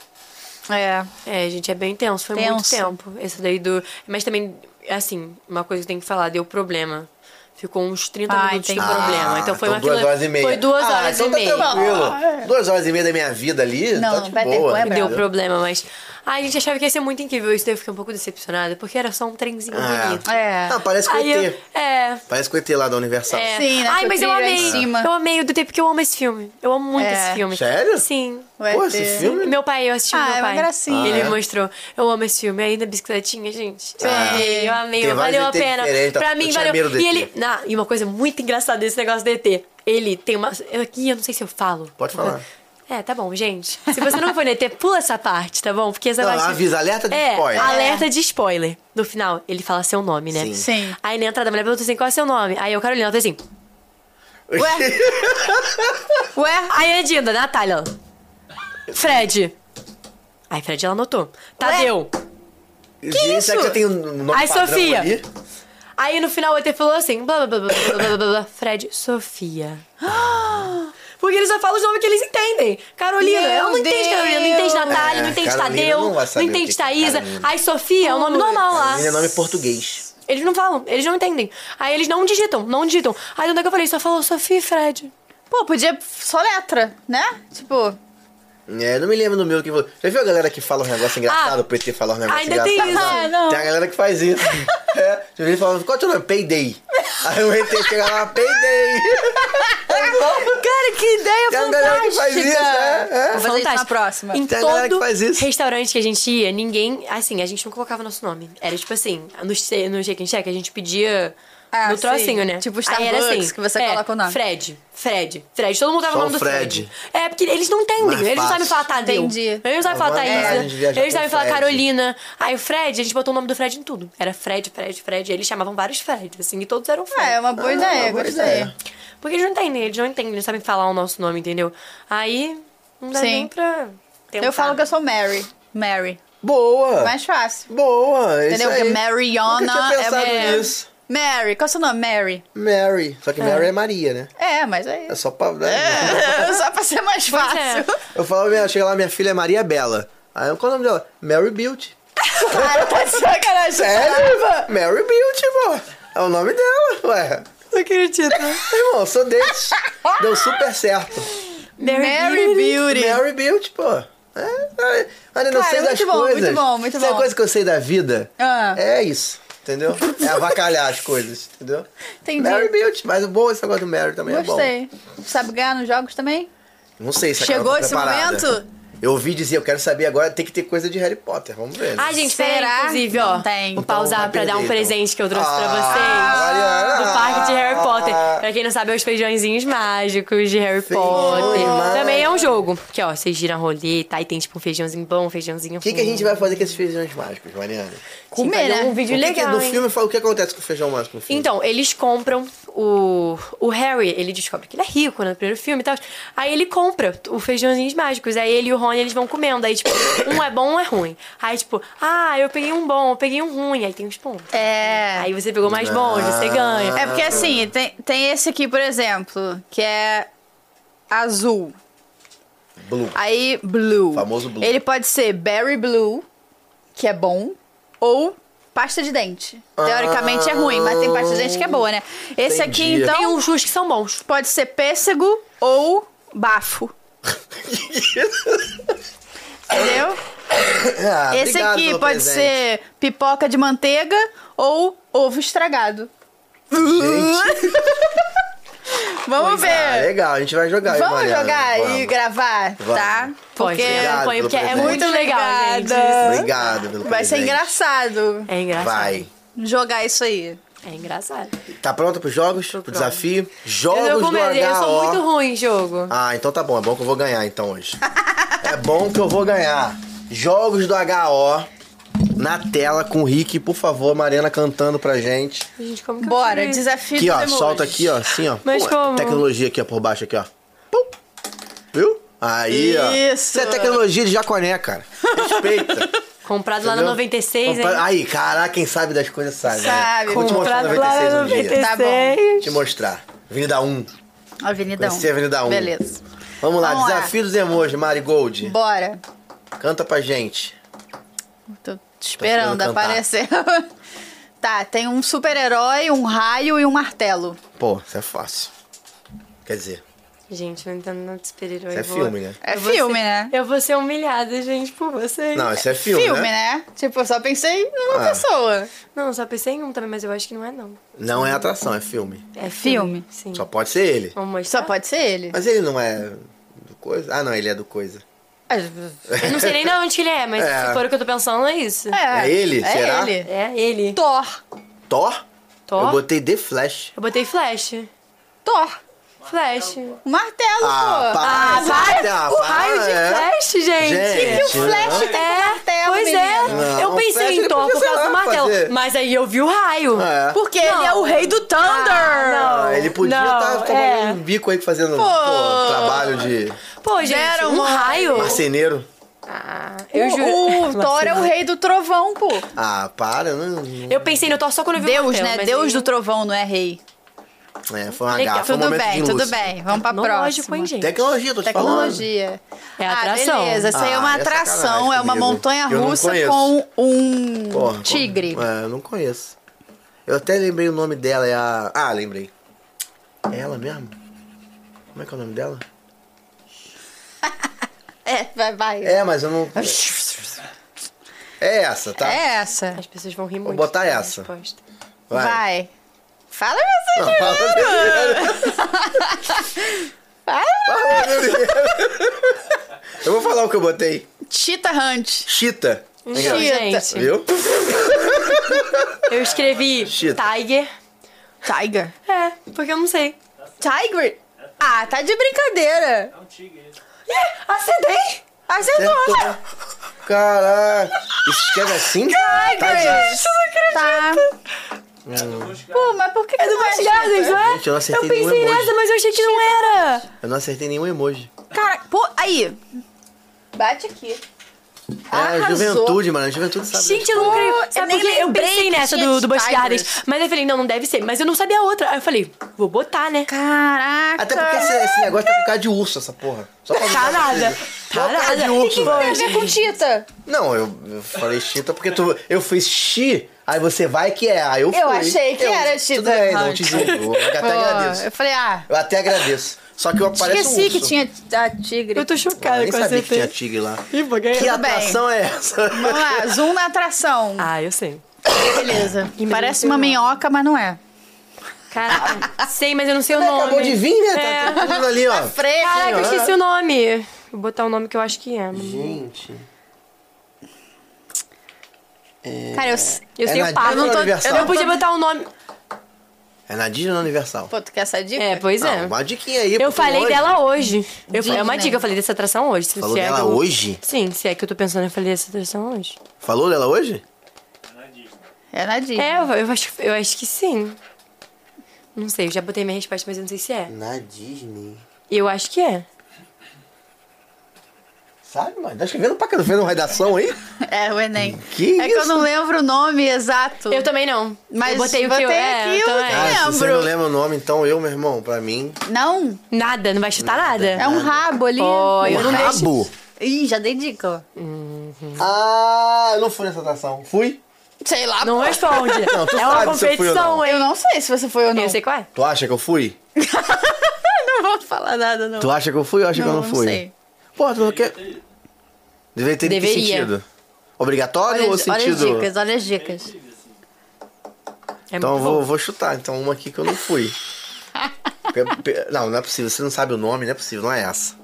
[SPEAKER 1] É.
[SPEAKER 3] É, gente, é bem tenso. Foi muito
[SPEAKER 1] Tenso.
[SPEAKER 3] tempo. Esse daí do. Mas também, assim, uma coisa que tem que falar, deu problema. Ficou uns 30
[SPEAKER 1] Ah,
[SPEAKER 3] minutos
[SPEAKER 1] entendi.
[SPEAKER 3] no problema. Então foi uma
[SPEAKER 2] Ah, duas
[SPEAKER 3] fila.
[SPEAKER 2] horas e meia.
[SPEAKER 3] Foi duas
[SPEAKER 2] Ah,
[SPEAKER 3] horas
[SPEAKER 2] então
[SPEAKER 3] e
[SPEAKER 2] tá
[SPEAKER 3] meia.
[SPEAKER 2] Tranquilo.
[SPEAKER 1] Ah, é.
[SPEAKER 2] Duas horas e meia da minha vida ali.
[SPEAKER 1] Não,
[SPEAKER 2] tá
[SPEAKER 1] no
[SPEAKER 2] de
[SPEAKER 1] Peter
[SPEAKER 2] boa.
[SPEAKER 1] Pan é
[SPEAKER 3] Deu
[SPEAKER 1] brabo.
[SPEAKER 3] problema, mas. Ai, a gente achava que ia ser muito incrível. Isso daí eu fiquei um pouco decepcionada, porque era só um trenzinho
[SPEAKER 2] Ah.
[SPEAKER 3] bonito.
[SPEAKER 1] É.
[SPEAKER 2] Ah, parece que o
[SPEAKER 3] Aí eu,
[SPEAKER 2] ET.
[SPEAKER 3] é,
[SPEAKER 2] Parece que o ET lá da Universal.
[SPEAKER 3] é.
[SPEAKER 1] Sim, né,
[SPEAKER 3] Ai,
[SPEAKER 1] com
[SPEAKER 3] mas eu
[SPEAKER 1] trilha em
[SPEAKER 3] amei.
[SPEAKER 1] cima.
[SPEAKER 3] Eu amei o do tempo que eu amo esse filme. Eu amo muito
[SPEAKER 1] É.
[SPEAKER 3] esse filme.
[SPEAKER 2] Sério?
[SPEAKER 3] Sim.
[SPEAKER 1] Vai
[SPEAKER 2] Pô, esse
[SPEAKER 1] ter.
[SPEAKER 2] filme.
[SPEAKER 3] Meu pai, eu assisti o
[SPEAKER 1] Ah,
[SPEAKER 3] meu
[SPEAKER 1] é uma
[SPEAKER 3] pai.
[SPEAKER 1] gracinha.
[SPEAKER 3] Ele
[SPEAKER 2] Ah, é?
[SPEAKER 3] me mostrou. Eu amo esse filme. Ainda bicicletinha, gente. Eu
[SPEAKER 1] Ah.
[SPEAKER 3] amei, eu amei.
[SPEAKER 2] Tem vários
[SPEAKER 3] valeu a
[SPEAKER 2] ET
[SPEAKER 3] pena.
[SPEAKER 2] diferentes, tá?
[SPEAKER 3] Pra
[SPEAKER 2] Eu
[SPEAKER 3] mim,
[SPEAKER 2] tinha
[SPEAKER 3] valeu.
[SPEAKER 2] medo do
[SPEAKER 3] e
[SPEAKER 2] ET.
[SPEAKER 3] ele. Ah, e uma coisa muito engraçada desse negócio do ET. Ele tem uma. eu Aqui eu não sei se eu falo.
[SPEAKER 2] Pode falar.
[SPEAKER 3] É, tá bom, gente. Se você não for no ET, pula essa parte, tá bom? Porque essa
[SPEAKER 2] Não,
[SPEAKER 3] parte.
[SPEAKER 2] avisa, alerta de
[SPEAKER 3] é,
[SPEAKER 2] spoiler.
[SPEAKER 3] Alerta de spoiler. No final, ele fala seu nome, né?
[SPEAKER 2] Sim.
[SPEAKER 1] Sim.
[SPEAKER 3] Aí na entrada, a mulher pergunta assim: qual é seu nome? Aí eu, Carolina, ela fez assim.
[SPEAKER 1] Ué? Ué?
[SPEAKER 3] Aí a Edinda, Natália. Fred. Aí Fred ela anotou. Tadeu.
[SPEAKER 2] Gente, será que
[SPEAKER 3] isso?
[SPEAKER 2] já tem um nome
[SPEAKER 3] Ai,
[SPEAKER 2] padrão
[SPEAKER 3] Sofia.
[SPEAKER 2] ali?
[SPEAKER 3] Aí no final o ET falou assim: blá blá blá blá blá blá blá, blá Fred, Sofia. Porque eles só falam os nomes que eles entendem. Carolina,
[SPEAKER 1] Meu
[SPEAKER 3] eu não entendo
[SPEAKER 1] Deus.
[SPEAKER 3] Carolina, não entende Natália,
[SPEAKER 2] É,
[SPEAKER 3] não entende
[SPEAKER 2] Carolina
[SPEAKER 3] Tadeu,
[SPEAKER 2] não vai
[SPEAKER 3] não,
[SPEAKER 2] saber o que
[SPEAKER 3] entende
[SPEAKER 2] que é
[SPEAKER 3] Thaísa.
[SPEAKER 2] Carolina.
[SPEAKER 3] Aí Sofia é um nome normal lá.
[SPEAKER 2] Menina, nome é português.
[SPEAKER 3] Eles não falam, eles não entendem. Aí eles não digitam, não digitam. Aí onde é que eu falei? Só falou Sofia e Fred.
[SPEAKER 1] Pô, podia só letra, né? Tipo,
[SPEAKER 2] É, não me lembro do meu que. Já viu a galera que fala um negócio engraçado? o PT falar um negócio
[SPEAKER 3] Ah, ainda tem
[SPEAKER 2] engraçado?
[SPEAKER 3] isso,
[SPEAKER 1] Ah,
[SPEAKER 2] Não.
[SPEAKER 3] é, não.
[SPEAKER 2] Tem a galera que faz isso. é. Já viu ele falando, qual é o teu nome? Payday. Aí o ET chega lá, Payday.
[SPEAKER 3] Cara, que ideia
[SPEAKER 2] Tem uma
[SPEAKER 3] fantástica!
[SPEAKER 2] galera que faz isso, é, é.
[SPEAKER 1] Vou fazer isso na próxima.
[SPEAKER 3] Em
[SPEAKER 2] Tem a galera
[SPEAKER 3] todo
[SPEAKER 2] que faz isso.
[SPEAKER 3] restaurante que a gente ia, ninguém... Assim, a gente não colocava nosso nome. Era tipo assim, no, che- no check-in check, a gente pedia...
[SPEAKER 1] Ah,
[SPEAKER 3] no trocinho,
[SPEAKER 1] sim.
[SPEAKER 3] né?
[SPEAKER 1] Tipo
[SPEAKER 3] Aí era
[SPEAKER 1] Starbucks,
[SPEAKER 3] assim,
[SPEAKER 1] que você
[SPEAKER 3] é,
[SPEAKER 1] coloca o nome.
[SPEAKER 3] Fred, Fred, Fred. Todo mundo dava
[SPEAKER 2] Só
[SPEAKER 3] o nome
[SPEAKER 2] o
[SPEAKER 3] do Fred.
[SPEAKER 2] Fred.
[SPEAKER 3] É, porque eles não entendem.
[SPEAKER 2] Mais
[SPEAKER 3] eles não sabem
[SPEAKER 2] fácil.
[SPEAKER 3] falar Tadeu.
[SPEAKER 1] Entendi.
[SPEAKER 3] Eles não sabem falar
[SPEAKER 2] Agora é a
[SPEAKER 3] Thaísa.
[SPEAKER 2] gente viajar
[SPEAKER 3] Eles
[SPEAKER 2] com
[SPEAKER 3] sabem falar
[SPEAKER 2] Fred.
[SPEAKER 3] Carolina. Aí o Fred, a gente botou o nome do Fred em tudo. Era Fred, Fred, Fred. Eles chamavam vários Fred, assim, e todos eram Fred.
[SPEAKER 1] ah, é uma boa ideia,
[SPEAKER 2] boa
[SPEAKER 1] gostei.
[SPEAKER 2] ideia.
[SPEAKER 3] Porque eles não entendem, eles não entendem, eles sabem falar o nosso nome, entendeu? Aí não dá
[SPEAKER 1] Sim.
[SPEAKER 3] nem pra. Tentar.
[SPEAKER 1] Eu falo que eu sou Mary. Então tá. Mary.
[SPEAKER 2] Boa.
[SPEAKER 1] Mais fácil.
[SPEAKER 2] Boa. é
[SPEAKER 1] Entendeu?
[SPEAKER 2] Isso
[SPEAKER 1] Porque
[SPEAKER 2] aí.
[SPEAKER 1] Mariana
[SPEAKER 2] Nunca tinha
[SPEAKER 1] é
[SPEAKER 2] pensado
[SPEAKER 1] mulher.
[SPEAKER 2] nisso.
[SPEAKER 1] Mary, qual é o seu nome? Mary.
[SPEAKER 2] Mary. Só que Mary é Maria, né?
[SPEAKER 1] É, mas aí.
[SPEAKER 2] É só pra.
[SPEAKER 1] É, só pra ser mais
[SPEAKER 3] Pois
[SPEAKER 1] fácil.
[SPEAKER 2] Eu falava, minha, chega lá, minha filha é Maria Bela. Aí eu, qual é o nome dela? Mary Beauty.
[SPEAKER 1] Cara, tá de sacanagem.
[SPEAKER 2] Sério? Mary Beauty, pô. É o nome É dela, ué.
[SPEAKER 3] Não acredito.
[SPEAKER 2] Irmão, eu sou desses. Deu super certo.
[SPEAKER 1] Mary, Beauty.
[SPEAKER 2] Mary Beauty, pô. É, é, olha, não
[SPEAKER 1] Cara,
[SPEAKER 2] sei
[SPEAKER 1] muito
[SPEAKER 2] das
[SPEAKER 1] bom, muito
[SPEAKER 2] coisas.
[SPEAKER 1] bom, muito
[SPEAKER 2] Se tem
[SPEAKER 1] bom.
[SPEAKER 2] coisa que eu sei da vida,
[SPEAKER 1] Ah.
[SPEAKER 2] é isso. Entendeu? É avacalhar as coisas, entendeu?
[SPEAKER 1] Entedy.
[SPEAKER 2] Mary Beauty, mas o bom é esse negócio do Mary também é bom.
[SPEAKER 1] Gostei. Sabe ganhar nos jogos também?
[SPEAKER 2] Não sei se a
[SPEAKER 1] Chegou
[SPEAKER 2] Carol tá
[SPEAKER 1] esse
[SPEAKER 2] preparada.
[SPEAKER 1] momento?
[SPEAKER 2] Eu ouvi dizer, eu quero saber agora, tem que ter coisa de Harry Potter, vamos ver. né?
[SPEAKER 3] Ah, gente, pera
[SPEAKER 1] Será?
[SPEAKER 3] aí, inclusive, ó.
[SPEAKER 1] Não tem.
[SPEAKER 3] Vou
[SPEAKER 1] Então
[SPEAKER 3] pausar
[SPEAKER 2] vai
[SPEAKER 3] pra dar um
[SPEAKER 2] perder, então.
[SPEAKER 3] presente que eu trouxe pra
[SPEAKER 2] Ah,
[SPEAKER 3] vocês.
[SPEAKER 2] olha.
[SPEAKER 3] do parque de Harry Potter. Pra quem não sabe, é os feijõezinhos mágicos de Harry
[SPEAKER 2] Feijões
[SPEAKER 3] Potter.
[SPEAKER 2] mágicos.
[SPEAKER 3] Também é um jogo. Que, ó, vocês giram a roleta, aí tem tipo um feijãozinho bom, um feijãozinho
[SPEAKER 2] O que, que a gente vai fazer com esses feijões mágicos, Mariana?
[SPEAKER 1] Comer, né?
[SPEAKER 3] um vídeo
[SPEAKER 2] o que é que,
[SPEAKER 3] legal,
[SPEAKER 2] no
[SPEAKER 3] hein?
[SPEAKER 2] filme fala o que acontece com o feijão mágico no filme?
[SPEAKER 3] Então, eles compram o. O Harry, ele descobre que ele é rico né, no primeiro filme e tal. Aí ele compra os feijãozinhos mágicos. Aí ele e o Rony, eles vão comendo. Aí, tipo, um é bom, um é ruim. Aí, tipo, ah, eu peguei um bom, eu peguei um ruim. Aí tem uns pontos.
[SPEAKER 1] É.
[SPEAKER 3] Aí você pegou mais bons,
[SPEAKER 2] Ah.
[SPEAKER 3] você ganha.
[SPEAKER 1] É porque assim, tem, tem esse aqui, por exemplo, que é azul.
[SPEAKER 2] Blue.
[SPEAKER 1] Aí, blue.
[SPEAKER 2] Famoso blue.
[SPEAKER 1] Ele pode ser berry blue, que é bom, ou pasta de dente.
[SPEAKER 2] Ah.
[SPEAKER 1] Teoricamente é ruim, mas tem pasta de dente que é boa, né? Esse
[SPEAKER 2] Entendi.
[SPEAKER 1] aqui, então,
[SPEAKER 3] Tem uns chus que são bons.
[SPEAKER 1] pode ser pêssego ou bafo. Entendeu?
[SPEAKER 2] Ah,
[SPEAKER 1] Esse
[SPEAKER 2] obrigado
[SPEAKER 1] aqui
[SPEAKER 2] pelo
[SPEAKER 1] pode
[SPEAKER 2] presente.
[SPEAKER 1] ser pipoca de manteiga ou ovo estragado.
[SPEAKER 2] Gente,
[SPEAKER 1] Vamos
[SPEAKER 2] ah,
[SPEAKER 1] ver.
[SPEAKER 2] legal, a gente vai jogar. hein,
[SPEAKER 1] Vamos
[SPEAKER 2] Mariana?
[SPEAKER 1] jogar e
[SPEAKER 2] Vamos.
[SPEAKER 1] gravar, tá?
[SPEAKER 2] Vamos.
[SPEAKER 1] Porque
[SPEAKER 2] Obrigado
[SPEAKER 3] acompanho,
[SPEAKER 2] pelo
[SPEAKER 3] porque é
[SPEAKER 2] presente.
[SPEAKER 3] muito legal, gente.
[SPEAKER 1] Obrigada.
[SPEAKER 2] Obrigado pelo
[SPEAKER 1] vai ser
[SPEAKER 2] presente.
[SPEAKER 1] engraçado
[SPEAKER 3] É engraçado.
[SPEAKER 2] Vai.
[SPEAKER 1] jogar isso aí.
[SPEAKER 3] É engraçado.
[SPEAKER 2] Tá pronta pros jogos? Pro
[SPEAKER 3] pronta.
[SPEAKER 2] desafio?
[SPEAKER 3] eu
[SPEAKER 2] Jogos
[SPEAKER 3] não
[SPEAKER 2] do
[SPEAKER 3] comendo, eu sou muito
[SPEAKER 2] HO.
[SPEAKER 3] ruim em jogo.
[SPEAKER 2] Ah, então tá bom. É bom que eu vou ganhar então hoje. é bom que eu vou ganhar. Jogos do HO na tela com o Rick, por favor, Mariana cantando pra gente.
[SPEAKER 3] Gente, como que eu
[SPEAKER 1] Bora,
[SPEAKER 3] tirei?
[SPEAKER 1] desafio
[SPEAKER 2] Aqui,
[SPEAKER 1] do
[SPEAKER 2] ó,
[SPEAKER 1] emoji.
[SPEAKER 2] solta aqui, ó, assim, ó.
[SPEAKER 3] Mas
[SPEAKER 2] Pô,
[SPEAKER 3] como?
[SPEAKER 2] Tecnologia aqui, ó, por baixo aqui, ó. Pum. Viu? Aí, ó.
[SPEAKER 1] Isso.
[SPEAKER 2] Isso é tecnologia de jaconé, cara. Respeita.
[SPEAKER 3] Comprado lá
[SPEAKER 2] entendeu?
[SPEAKER 3] na 96, hein?
[SPEAKER 2] Compra- Aí, caraca, quem sabe das coisas sabe.
[SPEAKER 1] Sabe.
[SPEAKER 2] Né? Vou te mostrar
[SPEAKER 3] Comprado lá
[SPEAKER 2] 96
[SPEAKER 3] na
[SPEAKER 2] um dia.
[SPEAKER 3] 96.
[SPEAKER 1] Tá bom.
[SPEAKER 2] Vou te mostrar. Avenida 1.
[SPEAKER 1] Avenida 1.
[SPEAKER 2] Conhecer a Avenida 1.
[SPEAKER 1] Beleza.
[SPEAKER 2] Vamos lá,
[SPEAKER 1] Vamos lá.
[SPEAKER 2] desafio dos emojis, Mari Gold.
[SPEAKER 1] Bora.
[SPEAKER 2] Canta pra gente.
[SPEAKER 1] Tô te esperando
[SPEAKER 2] Tô esperando
[SPEAKER 1] aparecer. tá, tem um super-herói, um raio e um martelo.
[SPEAKER 2] Pô, isso é fácil. Quer dizer,
[SPEAKER 3] Gente, eu não entendo nada de super-herói.
[SPEAKER 2] isso é
[SPEAKER 3] eu vou-
[SPEAKER 2] filme, né?
[SPEAKER 1] É
[SPEAKER 3] eu vou
[SPEAKER 1] filme,
[SPEAKER 3] ser-
[SPEAKER 1] né?
[SPEAKER 3] Eu vou ser humilhada, gente, por vocês.
[SPEAKER 2] Não, isso é filme, né?
[SPEAKER 1] né? Tipo, eu só pensei numa
[SPEAKER 2] Ah.
[SPEAKER 1] pessoa.
[SPEAKER 3] Não, só pensei em um também, mas eu acho que não é, não.
[SPEAKER 2] Não é atração, é filme.
[SPEAKER 1] É filme?
[SPEAKER 3] Sim.
[SPEAKER 2] Só pode ser ele.
[SPEAKER 3] Vamos mostrar?
[SPEAKER 1] Só pode ser ele.
[SPEAKER 2] Mas ele não é do coisa? Ah, não, ele é do coisa.
[SPEAKER 3] Eu não sei nem de onde que ele é, mas
[SPEAKER 2] É.
[SPEAKER 3] se for o que eu tô pensando, é isso.
[SPEAKER 2] É ele?
[SPEAKER 1] É
[SPEAKER 2] Será?
[SPEAKER 1] ele.
[SPEAKER 3] É ele.
[SPEAKER 1] Thor.
[SPEAKER 2] Thor?
[SPEAKER 3] Thor?
[SPEAKER 2] Eu botei The Flash.
[SPEAKER 3] Eu botei Flash.
[SPEAKER 1] Thor.
[SPEAKER 3] Flash.
[SPEAKER 1] O martelo,
[SPEAKER 2] Ah,
[SPEAKER 1] pô.
[SPEAKER 2] para, para,
[SPEAKER 3] o raio de
[SPEAKER 2] é.
[SPEAKER 3] Flash, gente. É.
[SPEAKER 2] Gente, né?
[SPEAKER 1] E o Flash
[SPEAKER 2] não.
[SPEAKER 1] tem um martelo,
[SPEAKER 3] pois é.
[SPEAKER 1] menino.
[SPEAKER 2] Não,
[SPEAKER 3] eu
[SPEAKER 2] Flash,
[SPEAKER 3] pensei
[SPEAKER 2] ele
[SPEAKER 3] em Thor
[SPEAKER 2] podia,
[SPEAKER 3] por
[SPEAKER 2] sei
[SPEAKER 3] causa
[SPEAKER 2] lá,
[SPEAKER 3] do martelo.
[SPEAKER 2] fazer.
[SPEAKER 3] Mas aí eu vi o raio.
[SPEAKER 2] É.
[SPEAKER 1] Porque
[SPEAKER 3] Não.
[SPEAKER 1] ele é o rei do Thunder.
[SPEAKER 3] Ah,
[SPEAKER 2] Ah, ele podia
[SPEAKER 3] Não,
[SPEAKER 2] estar tá
[SPEAKER 3] é.
[SPEAKER 2] tomando um bico aí fazendo pô, trabalho de
[SPEAKER 3] Pô, gente,
[SPEAKER 1] Deram
[SPEAKER 3] um
[SPEAKER 1] uma-
[SPEAKER 3] raio.
[SPEAKER 2] marceneiro.
[SPEAKER 3] Ah,
[SPEAKER 1] O-
[SPEAKER 3] eu
[SPEAKER 1] O,
[SPEAKER 3] juro.
[SPEAKER 1] Thor é o rei do trovão, pô.
[SPEAKER 2] Ah, para. Não, não-
[SPEAKER 3] Eu pensei no Thor só quando eu vi o
[SPEAKER 1] Deus,
[SPEAKER 3] martelo,
[SPEAKER 1] né?
[SPEAKER 3] mas
[SPEAKER 1] Deus
[SPEAKER 3] aí-
[SPEAKER 1] do trovão não é rei.
[SPEAKER 2] É, foi uma
[SPEAKER 3] Legal.
[SPEAKER 2] gafa. foi um
[SPEAKER 1] Tudo
[SPEAKER 2] momento de
[SPEAKER 1] bem, tudo
[SPEAKER 2] lúcia.
[SPEAKER 1] bem. Vamos pra
[SPEAKER 3] Tecnológico,
[SPEAKER 1] próxima.
[SPEAKER 3] hein, gente?
[SPEAKER 2] Tecnologia, tô te falando.
[SPEAKER 1] Tecnologia.
[SPEAKER 3] É atração.
[SPEAKER 1] Ah, beleza. Isso aí é uma
[SPEAKER 2] Ah, é
[SPEAKER 1] atração,
[SPEAKER 2] sacanagem
[SPEAKER 1] é uma
[SPEAKER 2] comigo.
[SPEAKER 1] montanha
[SPEAKER 2] Eu não
[SPEAKER 1] russa
[SPEAKER 2] conheço.
[SPEAKER 1] com um
[SPEAKER 2] Porra,
[SPEAKER 1] tigre.
[SPEAKER 2] como- É, eu não conheço. Eu até lembrei o nome dela, é a. Ah, lembrei. É ela mesmo? Como é que é o nome dela?
[SPEAKER 1] É, vai, vai. É,
[SPEAKER 2] É, mas eu não. É essa, tá?
[SPEAKER 1] essa.
[SPEAKER 3] As pessoas vão rir muito.
[SPEAKER 2] botar
[SPEAKER 3] da
[SPEAKER 2] essa.
[SPEAKER 3] resposta.
[SPEAKER 1] Vai. Fala
[SPEAKER 2] Não,
[SPEAKER 1] você,
[SPEAKER 2] fala primeiro. Fala primeiro. Eu vou falar o que eu botei.
[SPEAKER 1] Cheetah Hunt.
[SPEAKER 2] Chita.
[SPEAKER 3] Então,
[SPEAKER 1] Chita.
[SPEAKER 3] gente,
[SPEAKER 2] Viu?
[SPEAKER 3] eu escrevi
[SPEAKER 2] Chita.
[SPEAKER 3] Tiger.
[SPEAKER 1] Tiger.
[SPEAKER 3] É, porque eu não sei.
[SPEAKER 1] Tiger? Ah, tá de brincadeira. É,
[SPEAKER 3] Ih, acertei!
[SPEAKER 1] Acertou.
[SPEAKER 2] Caraca. É, Isso escreve assim? Caraca.
[SPEAKER 1] Isso não acredito.
[SPEAKER 2] Ah,
[SPEAKER 1] Tá. Pô, mas por que que
[SPEAKER 3] É do
[SPEAKER 1] não é
[SPEAKER 3] Bastardos, não
[SPEAKER 1] Cheetah?
[SPEAKER 3] é?
[SPEAKER 2] Gente, eu não acertei nenhum
[SPEAKER 3] pensei
[SPEAKER 2] emoji.
[SPEAKER 3] nessa, mas eu achei que não era.
[SPEAKER 2] Eu não acertei nenhum emoji.
[SPEAKER 1] Cara, pô, aí. Bate aqui.
[SPEAKER 2] É,
[SPEAKER 1] Arrasou.
[SPEAKER 2] juventude, mano. Juventude sabe.
[SPEAKER 3] Gente, eu não creio. Sabe
[SPEAKER 1] nem
[SPEAKER 3] por quê? Eu
[SPEAKER 1] lembrei
[SPEAKER 3] pensei
[SPEAKER 1] que
[SPEAKER 3] nessa
[SPEAKER 1] tinha
[SPEAKER 3] do, do Busch
[SPEAKER 1] Tigers.
[SPEAKER 3] Gardens, Mas eu falei, não, não deve ser. Mas eu não sabia a outra. Aí eu falei, vou botar, né?
[SPEAKER 1] Caraca.
[SPEAKER 2] Até porque esse, esse negócio tá com cara de urso, essa porra. Só pra
[SPEAKER 3] Tá
[SPEAKER 2] avisar
[SPEAKER 3] nada.
[SPEAKER 2] vocês. Só
[SPEAKER 3] Tá
[SPEAKER 2] cara
[SPEAKER 3] nada.
[SPEAKER 2] de urso,
[SPEAKER 3] Tem que
[SPEAKER 2] velho.
[SPEAKER 1] Tem a ver com é Tita.
[SPEAKER 2] então Não, eu, eu falei chita porque tu, eu fiz chi, Aí você vai que é. Aí eu fui.
[SPEAKER 1] Eu achei que era Chip
[SPEAKER 2] Tudo bem,
[SPEAKER 1] and
[SPEAKER 2] não te
[SPEAKER 1] Hunter.
[SPEAKER 2] julgo. Eu até agradeço.
[SPEAKER 1] eu falei, ah,
[SPEAKER 2] Eu até agradeço. Só que eu apareço um
[SPEAKER 1] esqueci
[SPEAKER 2] urso.
[SPEAKER 1] que tinha a tigre.
[SPEAKER 3] Eu tô
[SPEAKER 2] Eu
[SPEAKER 3] chocada
[SPEAKER 2] Ah, nem
[SPEAKER 3] com essa
[SPEAKER 2] sabia que tinha
[SPEAKER 3] certeza.
[SPEAKER 2] tigre lá.
[SPEAKER 3] Ih, buguei.
[SPEAKER 2] Que
[SPEAKER 1] bem.
[SPEAKER 2] atração é essa?
[SPEAKER 1] Vamos lá, zoom na atração.
[SPEAKER 3] Ah, eu sei.
[SPEAKER 1] Beleza.
[SPEAKER 3] E
[SPEAKER 1] Parece uma
[SPEAKER 3] não.
[SPEAKER 1] minhoca, mas não é.
[SPEAKER 3] Caraca, sei, mas eu não sei o nome.
[SPEAKER 2] Acabou de vir, né? Tá,
[SPEAKER 1] É.
[SPEAKER 2] tá tudo ali, ó.
[SPEAKER 1] Freca.
[SPEAKER 3] Caraca, eu esqueci o nome. Vou botar o nome que eu acho que é.
[SPEAKER 2] Gente.
[SPEAKER 1] Cara, eu... s-
[SPEAKER 2] É
[SPEAKER 3] Eu sei
[SPEAKER 2] na
[SPEAKER 3] o papo.
[SPEAKER 2] Disney
[SPEAKER 3] Eu não, tô-
[SPEAKER 2] Universal.
[SPEAKER 3] eu não podia botar o nome.
[SPEAKER 2] É na Disney ou na Universal?
[SPEAKER 1] Pô, tu quer essa dica?
[SPEAKER 3] É, pois
[SPEAKER 2] Ah,
[SPEAKER 3] é.
[SPEAKER 2] uma diquinha aí.
[SPEAKER 3] Eu
[SPEAKER 2] pô,
[SPEAKER 3] falei
[SPEAKER 2] hoje.
[SPEAKER 3] dela hoje. Eu,
[SPEAKER 1] Disney.
[SPEAKER 3] é uma dica, eu falei dessa atração hoje. Se,
[SPEAKER 2] Falou
[SPEAKER 3] se é
[SPEAKER 2] dela
[SPEAKER 3] que eu-
[SPEAKER 2] hoje?
[SPEAKER 3] Sim, se é que eu tô pensando, eu falei dessa atração hoje.
[SPEAKER 2] Falou dela hoje?
[SPEAKER 1] É na Disney.
[SPEAKER 3] É, eu, eu acho, eu acho que sim. Não sei, eu já botei minha resposta, mas eu não sei se é.
[SPEAKER 2] Na Disney.
[SPEAKER 3] Eu acho que é.
[SPEAKER 2] Sabe, mano? Tá escrevendo pra caramba, fazendo uma redação aí?
[SPEAKER 1] É, o Enem.
[SPEAKER 2] Que
[SPEAKER 1] é que eu
[SPEAKER 2] isso?
[SPEAKER 1] não lembro o nome exato.
[SPEAKER 3] Eu também não.
[SPEAKER 1] Mas
[SPEAKER 3] eu botei o que
[SPEAKER 1] botei
[SPEAKER 3] eu é,
[SPEAKER 1] aqui, eu
[SPEAKER 3] então é.
[SPEAKER 1] tenho.
[SPEAKER 2] Ah, se você
[SPEAKER 1] lembro.
[SPEAKER 2] não lembra o nome, então eu, meu irmão, pra mim.
[SPEAKER 1] Não,
[SPEAKER 3] Nada, não vai chutar nada.
[SPEAKER 1] é um rabo ali.
[SPEAKER 3] Ó,
[SPEAKER 2] Um
[SPEAKER 3] eu não deixo.
[SPEAKER 2] rabo?
[SPEAKER 1] Ih, já dei dica. ó.
[SPEAKER 2] Ah, eu não fui nessa atração. Fui?
[SPEAKER 1] Sei lá.
[SPEAKER 3] Não responde.
[SPEAKER 2] Não, tu
[SPEAKER 3] é uma
[SPEAKER 2] sabe se eu fui ou não.
[SPEAKER 3] competição, hein?
[SPEAKER 1] Eu não sei se você foi ou não.
[SPEAKER 3] Eu sei qual é.
[SPEAKER 2] Tu acha que eu fui?
[SPEAKER 1] não vou falar nada, não.
[SPEAKER 2] Tu acha que eu fui ou acha que eu não
[SPEAKER 1] não
[SPEAKER 2] fui?
[SPEAKER 1] sei.
[SPEAKER 2] Pô, tu não quer. Deveria ter em que
[SPEAKER 3] Deveria.
[SPEAKER 2] sentido? Obrigatório
[SPEAKER 1] Olha,
[SPEAKER 2] ou
[SPEAKER 1] as- olha as
[SPEAKER 2] sentido?
[SPEAKER 1] dicas, olha as dicas.
[SPEAKER 3] É
[SPEAKER 2] Então eu
[SPEAKER 3] muito
[SPEAKER 2] vou,
[SPEAKER 3] bom.
[SPEAKER 2] vou chutar, então uma aqui que eu não fui. Pe- pe- não, não é possível, você não sabe o nome, não é possível, não é essa.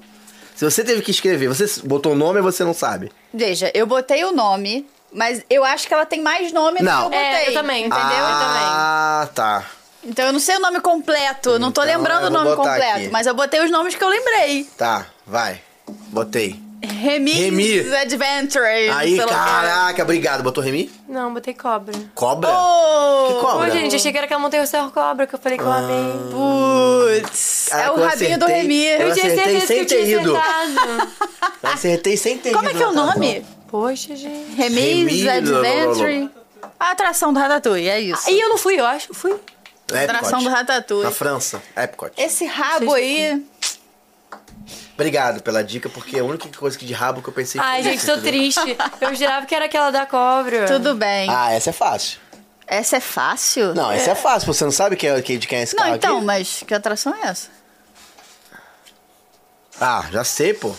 [SPEAKER 2] Se você teve que escrever, você botou o nome e você não sabe.
[SPEAKER 1] Veja, eu botei o nome, mas eu acho que ela tem mais nome
[SPEAKER 2] Não.
[SPEAKER 1] do que eu botei.
[SPEAKER 3] É, eu também. Entendeu?
[SPEAKER 2] Ah, tá.
[SPEAKER 1] Então eu não sei o nome completo, eu não tô
[SPEAKER 2] Então,
[SPEAKER 1] lembrando
[SPEAKER 2] eu
[SPEAKER 1] o
[SPEAKER 2] vou
[SPEAKER 1] nome
[SPEAKER 2] botar
[SPEAKER 1] completo,
[SPEAKER 2] aqui.
[SPEAKER 1] mas eu botei os nomes que eu lembrei.
[SPEAKER 2] Tá, vai. Botei.
[SPEAKER 1] Remi's
[SPEAKER 2] Remy.
[SPEAKER 1] Adventure.
[SPEAKER 2] Aí,
[SPEAKER 1] sei lá.
[SPEAKER 2] caraca, obrigado. Botou Remy?
[SPEAKER 3] Não, botei cobra.
[SPEAKER 2] Cobra?
[SPEAKER 1] Oh,
[SPEAKER 2] Que cobra?
[SPEAKER 3] Ô, gente, achei que era aquela montanha ser cobra que eu falei que eu
[SPEAKER 2] Ah,
[SPEAKER 3] amei.
[SPEAKER 1] Putz, é
[SPEAKER 2] Caraca,
[SPEAKER 1] o
[SPEAKER 2] eu
[SPEAKER 1] rabinho do
[SPEAKER 2] acertei.
[SPEAKER 1] Remy.
[SPEAKER 2] Eu
[SPEAKER 3] tinha
[SPEAKER 2] acertei
[SPEAKER 3] certeza
[SPEAKER 2] sem
[SPEAKER 3] que eu tinha
[SPEAKER 2] ter ido.
[SPEAKER 3] acertado.
[SPEAKER 2] Eu Acertei sem ter
[SPEAKER 1] Como é
[SPEAKER 2] ido
[SPEAKER 1] que é o
[SPEAKER 2] na tabela.
[SPEAKER 1] nome?
[SPEAKER 3] Poxa, gente.
[SPEAKER 1] Remi's
[SPEAKER 2] Remy,
[SPEAKER 1] Adventure. A atração do Ratatouille, é isso.
[SPEAKER 3] E eu não fui, eu acho. Fui.
[SPEAKER 1] atração
[SPEAKER 2] Epcot.
[SPEAKER 1] do
[SPEAKER 2] Na
[SPEAKER 1] Ratatouille.
[SPEAKER 2] França, Epcot.
[SPEAKER 1] Esse rabo aí.
[SPEAKER 2] Obrigado pela dica, porque é a única coisa que de rabo que eu pensei que
[SPEAKER 3] Ai,
[SPEAKER 2] foi
[SPEAKER 3] gente,
[SPEAKER 2] isso,
[SPEAKER 3] tô
[SPEAKER 2] entendeu?
[SPEAKER 3] triste. Eu jurava que era aquela da cobra.
[SPEAKER 1] Tudo bem.
[SPEAKER 2] Ah, essa é fácil.
[SPEAKER 1] Essa é fácil?
[SPEAKER 2] Não, essa é, fácil. Você não sabe quem é, quem- de quem é esse
[SPEAKER 1] Não,
[SPEAKER 2] carro
[SPEAKER 1] então,
[SPEAKER 2] aqui?
[SPEAKER 1] mas que atração é essa?
[SPEAKER 2] Ah, já sei, pô.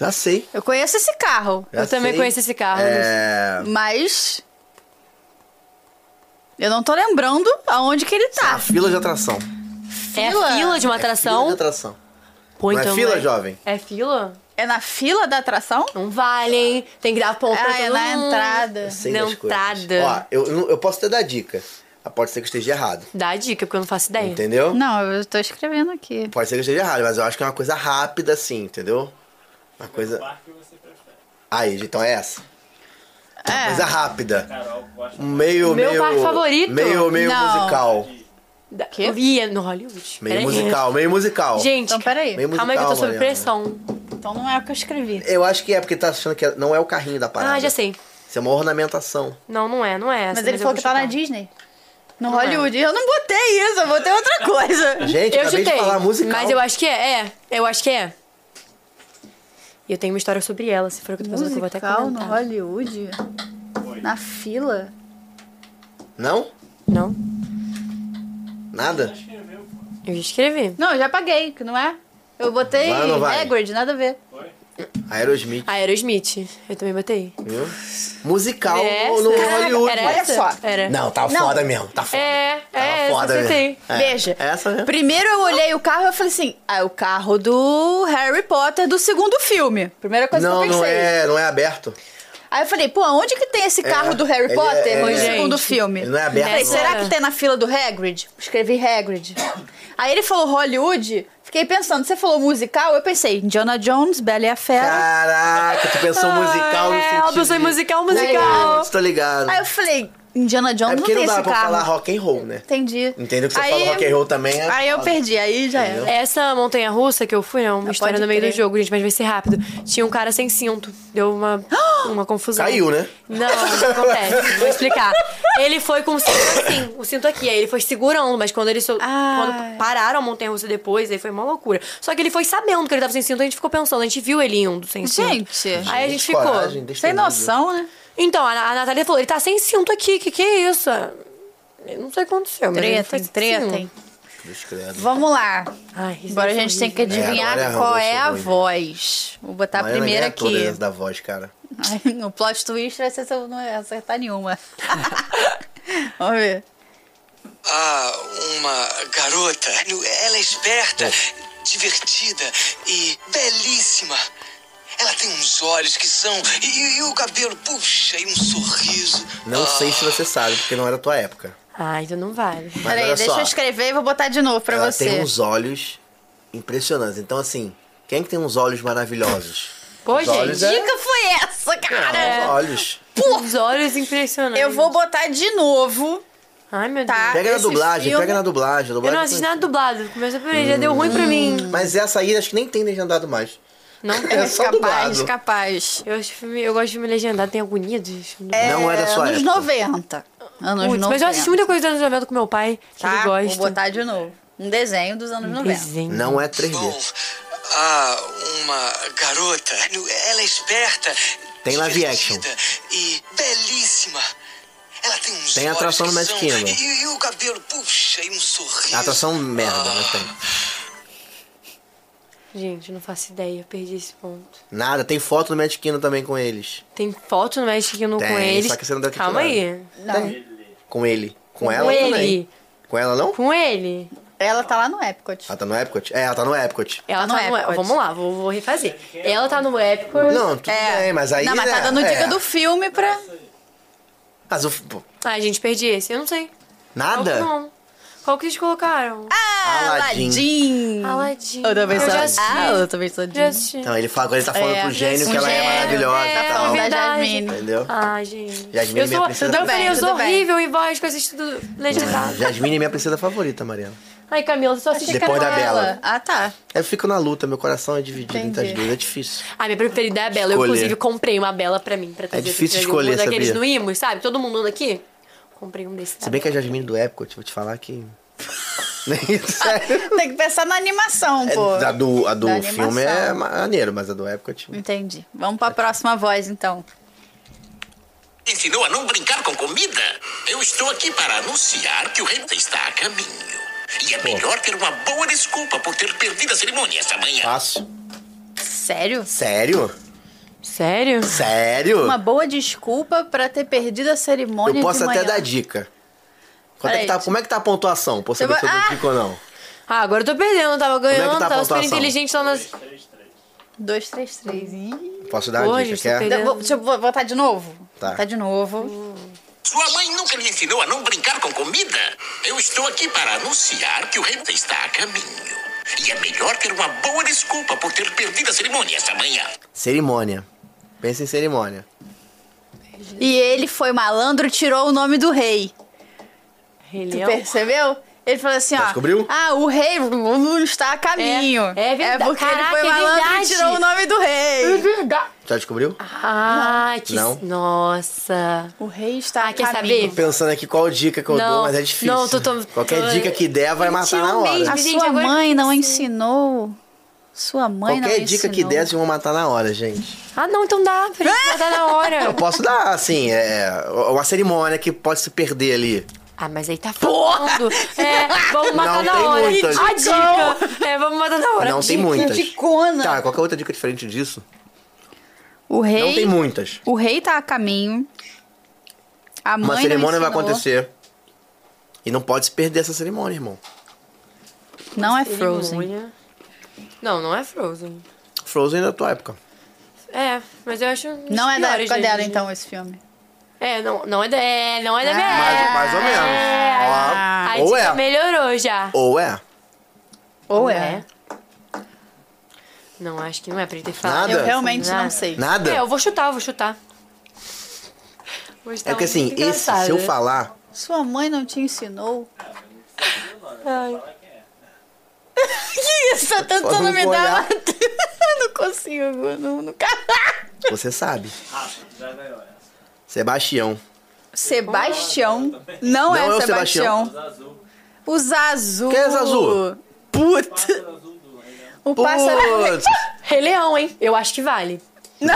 [SPEAKER 2] Já sei.
[SPEAKER 1] Eu conheço esse carro,
[SPEAKER 2] já
[SPEAKER 3] Eu também
[SPEAKER 2] sei.
[SPEAKER 3] conheço esse carro.
[SPEAKER 2] É...
[SPEAKER 1] mas. Eu não tô lembrando aonde que ele
[SPEAKER 2] A
[SPEAKER 1] tá.
[SPEAKER 2] fila de atração.
[SPEAKER 3] É
[SPEAKER 1] fila.
[SPEAKER 3] a fila de uma
[SPEAKER 2] Fila
[SPEAKER 3] atração.
[SPEAKER 2] de atração.
[SPEAKER 3] Pô,
[SPEAKER 2] Não é
[SPEAKER 3] então
[SPEAKER 2] fila,
[SPEAKER 3] vai.
[SPEAKER 2] jovem?
[SPEAKER 3] É fila?
[SPEAKER 1] É na fila da atração?
[SPEAKER 3] Não vale, hein? Tem que dar ponto pra
[SPEAKER 1] Ah, é
[SPEAKER 3] todo
[SPEAKER 1] na
[SPEAKER 3] mundo.
[SPEAKER 1] entrada.
[SPEAKER 2] Eu sei
[SPEAKER 3] Não,
[SPEAKER 2] das coisas.
[SPEAKER 3] tada.
[SPEAKER 2] Ó, eu, não- eu posso até dar dica. mas Pode ser que eu esteja errado.
[SPEAKER 3] Dá a dica, porque eu não faço ideia.
[SPEAKER 2] Entendeu?
[SPEAKER 1] Não, eu tô escrevendo aqui.
[SPEAKER 2] Pode ser que eu esteja errado, mas eu acho que é uma coisa rápida, assim, entendeu? Uma coisa. Aí, então é essa.
[SPEAKER 1] É.
[SPEAKER 2] Coisa rápida. Um Meio,
[SPEAKER 3] Meu
[SPEAKER 2] meio.
[SPEAKER 3] parque favorito?
[SPEAKER 2] Meio, meio
[SPEAKER 1] Não.
[SPEAKER 2] musical.
[SPEAKER 3] Da... Que? Ia é no Hollywood.
[SPEAKER 2] Meio
[SPEAKER 3] Peraí.
[SPEAKER 2] musical, meio musical.
[SPEAKER 3] Gente,
[SPEAKER 1] Então, peraí.
[SPEAKER 2] Meio
[SPEAKER 3] calma aí que eu tô sob
[SPEAKER 2] musical, Mariana.
[SPEAKER 3] pressão.
[SPEAKER 1] Então não é o que eu escrevi.
[SPEAKER 2] Eu acho que é porque tá achando que não é o carrinho da parada.
[SPEAKER 3] Ah, já sei.
[SPEAKER 2] Isso é uma ornamentação.
[SPEAKER 3] Não, não é, não é essa.
[SPEAKER 1] Mas ele
[SPEAKER 3] eu
[SPEAKER 1] falou
[SPEAKER 3] vou
[SPEAKER 1] que tá na
[SPEAKER 3] chutar.
[SPEAKER 1] Disney. No
[SPEAKER 3] Não é.
[SPEAKER 1] Hollywood. Eu não botei isso, eu botei outra coisa.
[SPEAKER 2] Gente,
[SPEAKER 3] Eu
[SPEAKER 2] acabei
[SPEAKER 3] chutei.
[SPEAKER 2] de falar musical.
[SPEAKER 3] Mas eu acho que é, é. Eu acho que é. E eu tenho uma história sobre ela, se for o que eu tô pensando, que eu vou até
[SPEAKER 1] Musical no
[SPEAKER 3] comentar.
[SPEAKER 1] Hollywood? Na fila?
[SPEAKER 2] Não?
[SPEAKER 3] Não?
[SPEAKER 2] Nada?
[SPEAKER 3] Eu já escrevi.
[SPEAKER 1] Não, eu já paguei, que não é? Eu botei
[SPEAKER 2] Vai ou não vai?
[SPEAKER 1] Hagrid, nada a ver.
[SPEAKER 2] Aerosmith,
[SPEAKER 3] Ah, Aerosmith. Eu também botei.
[SPEAKER 2] viu? Musical
[SPEAKER 3] Era
[SPEAKER 2] no, no
[SPEAKER 3] É essa?
[SPEAKER 2] Hollywood.
[SPEAKER 3] Era
[SPEAKER 1] Olha
[SPEAKER 3] essa?
[SPEAKER 1] só.
[SPEAKER 3] Era.
[SPEAKER 2] Não, tá
[SPEAKER 1] Não.
[SPEAKER 2] foda mesmo. Tá foda.
[SPEAKER 3] É,
[SPEAKER 2] Tava
[SPEAKER 3] é, essa
[SPEAKER 2] foda
[SPEAKER 3] eu
[SPEAKER 2] mesmo.
[SPEAKER 3] acertei.
[SPEAKER 2] É,
[SPEAKER 1] Veja.
[SPEAKER 2] Essa mesmo.
[SPEAKER 1] Primeiro eu olhei o carro e eu falei assim: ah, é o carro do Harry Potter do segundo filme. Primeira coisa
[SPEAKER 2] Não,
[SPEAKER 1] que eu
[SPEAKER 2] não
[SPEAKER 1] pensei.
[SPEAKER 2] é, não é aberto.
[SPEAKER 1] Aí eu falei, pô, onde que tem esse carro do Harry
[SPEAKER 2] ele
[SPEAKER 1] Potter
[SPEAKER 2] é-
[SPEAKER 1] no
[SPEAKER 2] ele
[SPEAKER 3] é-
[SPEAKER 1] segundo
[SPEAKER 3] Gente,
[SPEAKER 1] filme?
[SPEAKER 2] ele não é aberto,
[SPEAKER 1] Falei,
[SPEAKER 2] não.
[SPEAKER 1] será que tem na fila do Hagrid? Escrevi Hagrid. Aí ele falou Hollywood, fiquei pensando, você falou musical? Eu pensei, Indiana Jones, Bela e a Fera.
[SPEAKER 2] Ah. Caraca, tu pensou
[SPEAKER 1] Ah,
[SPEAKER 2] musical no
[SPEAKER 3] é,
[SPEAKER 2] sentido.
[SPEAKER 3] ela pensou em
[SPEAKER 2] de-
[SPEAKER 3] musical, musical.
[SPEAKER 2] Legal, Tô ligado.
[SPEAKER 1] Aí eu falei, Indiana Jones
[SPEAKER 2] É
[SPEAKER 1] não
[SPEAKER 2] porque
[SPEAKER 1] tem
[SPEAKER 2] não dá
[SPEAKER 1] esse
[SPEAKER 2] pra
[SPEAKER 1] carro.
[SPEAKER 2] falar rock and roll, né?
[SPEAKER 1] Entendi.
[SPEAKER 2] Entendeu que você
[SPEAKER 1] Aí-
[SPEAKER 2] fala rock and roll também é
[SPEAKER 1] Aí eu
[SPEAKER 2] foda.
[SPEAKER 1] perdi, aí já era.
[SPEAKER 3] Essa montanha russa que eu fui, é uma história
[SPEAKER 1] pode
[SPEAKER 3] no meio
[SPEAKER 1] crer.
[SPEAKER 3] do jogo, gente, mas vai ser rápido. Tinha um cara sem cinto. Deu uma. uma confusão.
[SPEAKER 2] Caiu, né?
[SPEAKER 3] Não, não acontece. Vou explicar. Ele foi com o cinto assim, o cinto aqui. Aí ele foi segurando, mas quando ele sol...
[SPEAKER 1] Ai.
[SPEAKER 3] quando pararam a montanha russa depois, aí foi uma loucura. Só que ele foi sabendo que ele tava sem cinto, a gente ficou pensando, a gente viu ele indo sem cinto.
[SPEAKER 1] Gente,
[SPEAKER 3] Aí a gente ficou.
[SPEAKER 2] Coragem, destemido.
[SPEAKER 1] sem noção, né?
[SPEAKER 3] Então, a, a Natália falou, ele tá sem cinto aqui, que que é isso? Eu não sei o que aconteceu, mas ele foi
[SPEAKER 1] Tretem,
[SPEAKER 3] sem
[SPEAKER 1] tretem.
[SPEAKER 3] cinto.
[SPEAKER 2] Discreto.
[SPEAKER 1] Vamos lá.
[SPEAKER 3] Ai, isso
[SPEAKER 1] Agora a
[SPEAKER 3] é
[SPEAKER 1] gente tem que
[SPEAKER 3] horrível.
[SPEAKER 1] adivinhar
[SPEAKER 2] É, agora é
[SPEAKER 1] qual
[SPEAKER 2] arroz,
[SPEAKER 1] é a
[SPEAKER 2] arroz.
[SPEAKER 1] voz. Vou botar a
[SPEAKER 2] Mariana
[SPEAKER 1] primeira
[SPEAKER 2] ganha todas
[SPEAKER 1] aqui.
[SPEAKER 2] as é da voz, cara.
[SPEAKER 1] Ai, o plot twist vai ser se eu não acertar nenhuma. Vamos ver.
[SPEAKER 4] Há uma garota. Ela é esperta,
[SPEAKER 2] É.
[SPEAKER 4] divertida e belíssima. Ela tem uns olhos que são. E, e o cabelo, puxa, e um sorriso.
[SPEAKER 2] Não
[SPEAKER 4] Ah,
[SPEAKER 2] sei se você sabe, porque não era a tua época.
[SPEAKER 3] Ai, então não vale.
[SPEAKER 2] Mas
[SPEAKER 1] Peraí,
[SPEAKER 2] olha
[SPEAKER 1] deixa
[SPEAKER 2] só,
[SPEAKER 1] eu escrever e vou botar de novo pra
[SPEAKER 2] ela
[SPEAKER 1] você.
[SPEAKER 2] tem uns olhos impressionantes. Então, assim, quem que tem uns olhos maravilhosos?
[SPEAKER 3] Pô,
[SPEAKER 2] Os olhos
[SPEAKER 3] gente,
[SPEAKER 2] é-
[SPEAKER 1] dica foi essa, cara?
[SPEAKER 2] Os olhos.
[SPEAKER 3] os olhos impressionantes.
[SPEAKER 1] Eu vou botar de novo.
[SPEAKER 3] Ai, meu
[SPEAKER 1] Tá.
[SPEAKER 3] Deus.
[SPEAKER 2] Pega na
[SPEAKER 1] Esse
[SPEAKER 2] dublagem,
[SPEAKER 1] filme-
[SPEAKER 2] pega na dublagem. a
[SPEAKER 3] Eu
[SPEAKER 2] dublagem
[SPEAKER 3] não assisti
[SPEAKER 2] foi-
[SPEAKER 3] nada dublado. Começou por aí, já deu ruim pra mim.
[SPEAKER 2] Mas essa aí acho que nem tem legendado mais.
[SPEAKER 3] Não?
[SPEAKER 2] É só
[SPEAKER 1] capaz,
[SPEAKER 2] dublado.
[SPEAKER 1] capaz.
[SPEAKER 3] Eu, acho filme, eu gosto de filme legendado, tem agonia de filme dublado.
[SPEAKER 2] Não era só
[SPEAKER 1] É, Anos
[SPEAKER 2] época.
[SPEAKER 1] 90. Anos
[SPEAKER 3] Putz,
[SPEAKER 1] 90.
[SPEAKER 3] mas eu assisti muita coisa dos anos 90 com meu pai, que
[SPEAKER 1] tá?
[SPEAKER 3] ele gosta.
[SPEAKER 1] Vou botar de novo. Um desenho dos anos 90.
[SPEAKER 3] Desenho.
[SPEAKER 2] Não é 3D.
[SPEAKER 4] Bom, há uma garota. Ela é esperta.
[SPEAKER 2] Tem live
[SPEAKER 4] divertida E belíssima. Ela tem uns
[SPEAKER 2] Tem
[SPEAKER 4] olhos
[SPEAKER 2] atração
[SPEAKER 4] que
[SPEAKER 2] no Magic
[SPEAKER 4] são-
[SPEAKER 2] Kingdom.
[SPEAKER 4] E, e o cabelo, puxa, e um sorriso.
[SPEAKER 2] A atração merda,
[SPEAKER 4] Ah,
[SPEAKER 2] mas tem.
[SPEAKER 3] Gente, eu não faço ideia, eu perdi esse ponto.
[SPEAKER 2] Nada, tem foto no Magic Kingdom também com eles.
[SPEAKER 3] Tem foto no Magic Kingdom
[SPEAKER 2] Tem,
[SPEAKER 3] com eles.
[SPEAKER 2] só que você não deve ter
[SPEAKER 3] Calma
[SPEAKER 2] tirado.
[SPEAKER 3] aí.
[SPEAKER 1] Não.
[SPEAKER 2] Com ele. Com,
[SPEAKER 3] Com
[SPEAKER 2] ela
[SPEAKER 3] ele.
[SPEAKER 2] também. Com ela não?
[SPEAKER 3] Com ele.
[SPEAKER 1] Ela tá lá no Epcot.
[SPEAKER 2] Ela tá no Epcot? É, ela tá no Epcot.
[SPEAKER 3] Ela
[SPEAKER 1] Tá no
[SPEAKER 3] tá no
[SPEAKER 1] Epcot.
[SPEAKER 3] Vamos lá, vou, vou refazer. Ela tá no Epcot.
[SPEAKER 2] Não, tudo bem, mas aí.
[SPEAKER 1] Não, mas tá
[SPEAKER 2] né,
[SPEAKER 1] dando
[SPEAKER 2] é.
[SPEAKER 1] dica do filme pra.
[SPEAKER 2] Mas o. pô,
[SPEAKER 3] Ai, gente, perdi esse. Eu não sei. Qual que
[SPEAKER 2] Nada?
[SPEAKER 3] não? Qual que eles colocaram?
[SPEAKER 2] Aladdin.
[SPEAKER 1] Aladdin.
[SPEAKER 3] Aladdin.
[SPEAKER 1] Eu também sou.
[SPEAKER 3] já assisti.
[SPEAKER 1] Ah, eu também sou de.
[SPEAKER 3] Já assisti.
[SPEAKER 2] Não, ele fala, quando ele tá falando
[SPEAKER 1] É,
[SPEAKER 2] pro gênio
[SPEAKER 1] um
[SPEAKER 2] que ela
[SPEAKER 1] gênio,
[SPEAKER 2] é maravilhosa
[SPEAKER 1] é,
[SPEAKER 2] e tal.
[SPEAKER 1] é
[SPEAKER 3] verdade.
[SPEAKER 2] Entendeu?
[SPEAKER 3] Ai, gente.
[SPEAKER 2] Jasmine é
[SPEAKER 3] eu
[SPEAKER 2] minha
[SPEAKER 3] sou,
[SPEAKER 2] princesa
[SPEAKER 3] eu tô
[SPEAKER 1] favorita.
[SPEAKER 3] falando, eu sou
[SPEAKER 1] Tudo bem.
[SPEAKER 3] horrível em voz com esses tudo
[SPEAKER 1] Ah.
[SPEAKER 3] legendado.
[SPEAKER 2] Jasmine é minha princesa favorita, Mariana.
[SPEAKER 3] Ai, Camila, só assisti
[SPEAKER 2] Depois da
[SPEAKER 3] Camila.
[SPEAKER 2] Bela.
[SPEAKER 1] Ah, tá.
[SPEAKER 2] Eu fico na luta, meu coração é dividido entre as
[SPEAKER 1] Entendi.
[SPEAKER 2] duas. É difícil.
[SPEAKER 3] Ah, minha preferida é a Bela. Eu,
[SPEAKER 2] Escolher. É
[SPEAKER 3] inclusive, comprei uma Bela pra mim. Pra trazer pra
[SPEAKER 2] difícil
[SPEAKER 3] trazer
[SPEAKER 2] escolher,
[SPEAKER 3] um daqueles
[SPEAKER 2] sabia?
[SPEAKER 3] no Imos, sabe? Todo mundo daqui. Comprei um desse.
[SPEAKER 2] Se bem que a Jasmine do Epcot, vou te falar que. Sério.
[SPEAKER 1] Tem que pensar na animação, pô.
[SPEAKER 2] É, a do, a do
[SPEAKER 1] Da
[SPEAKER 2] filme é
[SPEAKER 1] animação.
[SPEAKER 2] maneiro, mas a do Epcot.
[SPEAKER 1] Entendi. Vamos pra próxima voz, então.
[SPEAKER 5] Ensinou a não brincar com comida? Eu estou aqui para anunciar que o rei está a caminho. E é melhor ter uma boa desculpa por ter perdido a cerimônia esta manhã.
[SPEAKER 2] Faço.
[SPEAKER 1] Sério?
[SPEAKER 2] Sério?
[SPEAKER 3] Sério?
[SPEAKER 2] Sério?
[SPEAKER 1] Uma boa desculpa pra ter perdido a cerimônia
[SPEAKER 2] Eu posso
[SPEAKER 1] de manhã.
[SPEAKER 2] até dar dica. Quanto é
[SPEAKER 1] Peraí,
[SPEAKER 2] que tá-
[SPEAKER 1] tipo-
[SPEAKER 2] como é que tá a pontuação? Pra eu saber
[SPEAKER 1] Eu
[SPEAKER 2] se eu
[SPEAKER 1] vou-
[SPEAKER 2] dou
[SPEAKER 1] Ah!
[SPEAKER 2] dica ou não.
[SPEAKER 3] Ah, agora eu tô perdendo. Eu tava ganhando,
[SPEAKER 2] tá a
[SPEAKER 3] tava super
[SPEAKER 2] pontuação?
[SPEAKER 3] inteligente lá nas.
[SPEAKER 1] Dois, três, três. Ih.
[SPEAKER 2] Posso dar
[SPEAKER 3] Pô,
[SPEAKER 2] uma
[SPEAKER 3] gente,
[SPEAKER 2] dica? Quer?
[SPEAKER 3] tô perdendo.
[SPEAKER 1] Não, vou- Deixa eu vou- botar de novo.
[SPEAKER 2] Tá.
[SPEAKER 1] Botar de novo.
[SPEAKER 5] Sua mãe nunca lhe ensinou a não brincar com comida? Eu estou aqui para anunciar que o rei está a caminho. E é melhor ter uma boa desculpa por ter perdido a cerimônia esta manhã.
[SPEAKER 2] Cerimônia. Pensa em cerimônia.
[SPEAKER 1] E ele foi malandro, tirou o nome do rei.
[SPEAKER 3] Rei
[SPEAKER 1] Tu
[SPEAKER 3] Leão.
[SPEAKER 1] percebeu? Ele falou assim, ó.
[SPEAKER 2] descobriu?
[SPEAKER 1] Ah, o rei está a caminho.
[SPEAKER 3] É, é verdade.
[SPEAKER 1] porque ele
[SPEAKER 3] Caraca,
[SPEAKER 1] foi
[SPEAKER 3] é
[SPEAKER 1] malandro e
[SPEAKER 3] verdade.
[SPEAKER 1] tirou o nome do rei.
[SPEAKER 2] Já descobriu?
[SPEAKER 3] Ah, que.
[SPEAKER 2] Não.
[SPEAKER 3] Nossa.
[SPEAKER 1] O rei está
[SPEAKER 3] Ah,
[SPEAKER 1] a
[SPEAKER 3] quer
[SPEAKER 1] caminho.
[SPEAKER 3] saber?
[SPEAKER 2] Pensando aqui qual dica que eu
[SPEAKER 3] Não.
[SPEAKER 2] dou, mas é difícil.
[SPEAKER 3] Não, tô- tô-
[SPEAKER 2] Qualquer
[SPEAKER 3] tô-
[SPEAKER 2] dica que der vai matar na hora.
[SPEAKER 3] mesmo.
[SPEAKER 1] A
[SPEAKER 3] Tipo, Gente,
[SPEAKER 1] sua
[SPEAKER 3] agora
[SPEAKER 1] mãe
[SPEAKER 3] que
[SPEAKER 1] não
[SPEAKER 3] eu
[SPEAKER 1] ensinou. Sua mãe não
[SPEAKER 2] Qualquer
[SPEAKER 1] ensinou.
[SPEAKER 2] dica que der, vocês vão matar na hora, gente.
[SPEAKER 3] Ah, não, então dá. Pra gente dar na hora.
[SPEAKER 2] Posso dar, assim, é, uma cerimônia que pode se perder ali.
[SPEAKER 3] Ah, mas aí tá falando. É, vamos
[SPEAKER 2] Não
[SPEAKER 3] matar na
[SPEAKER 2] tem
[SPEAKER 3] hora.
[SPEAKER 2] muitas.
[SPEAKER 3] A dica. É, vamos matar na hora.
[SPEAKER 2] Não tem
[SPEAKER 3] Dica.
[SPEAKER 2] muitas.
[SPEAKER 1] dicona.
[SPEAKER 2] Tá, qualquer outra dica diferente disso?
[SPEAKER 1] O rei,
[SPEAKER 2] Não tem muitas.
[SPEAKER 1] o rei tá a caminho. A mãe
[SPEAKER 2] Uma
[SPEAKER 1] não
[SPEAKER 2] cerimônia vai
[SPEAKER 1] ensinou.
[SPEAKER 2] acontecer. E não pode se perder essa cerimônia, irmão.
[SPEAKER 1] Não é Frozen.
[SPEAKER 3] Cerimônia. Não, não é Frozen.
[SPEAKER 2] Frozen é da tua época.
[SPEAKER 3] É, mas eu acho. um dos
[SPEAKER 1] Não é da
[SPEAKER 3] piores
[SPEAKER 1] época dela,
[SPEAKER 3] deles, né?
[SPEAKER 1] então, esse filme.
[SPEAKER 3] É, não, não é da, é, não é da minha
[SPEAKER 1] Ah.
[SPEAKER 2] Mais,
[SPEAKER 3] época.
[SPEAKER 2] mais ou menos.
[SPEAKER 3] É.
[SPEAKER 1] Ah.
[SPEAKER 3] A
[SPEAKER 2] Ó, ou
[SPEAKER 3] dica
[SPEAKER 2] é.
[SPEAKER 3] melhorou já.
[SPEAKER 2] Ou é.
[SPEAKER 1] Ou
[SPEAKER 3] Não
[SPEAKER 1] é?
[SPEAKER 3] Não, acho que não é pra ele ter falado.
[SPEAKER 2] Nada?
[SPEAKER 1] Eu realmente
[SPEAKER 3] Nada.
[SPEAKER 1] não sei.
[SPEAKER 2] Nada?
[SPEAKER 3] É, eu vou chutar, eu vou chutar. Vou chutar
[SPEAKER 2] É porque
[SPEAKER 3] um
[SPEAKER 2] assim,
[SPEAKER 3] muito
[SPEAKER 2] esse, se eu
[SPEAKER 3] engraçado.
[SPEAKER 2] falar.
[SPEAKER 1] Sua mãe não te ensinou.
[SPEAKER 3] Ai.
[SPEAKER 1] Que isso? Tá tentando
[SPEAKER 2] Vamos
[SPEAKER 1] me dar
[SPEAKER 2] olhar.
[SPEAKER 1] uma... Eu não consigo. Não, não...
[SPEAKER 2] Você sabe. Sebastião.
[SPEAKER 1] Sebastião. Não, é,
[SPEAKER 2] Não é o
[SPEAKER 1] Sebastião. O Zazu.
[SPEAKER 2] Quem é Zazu? Puta!
[SPEAKER 1] O
[SPEAKER 3] né?
[SPEAKER 1] pássaro. é
[SPEAKER 2] Putz!
[SPEAKER 3] Rei Leão, hein? Eu acho que vale.
[SPEAKER 2] é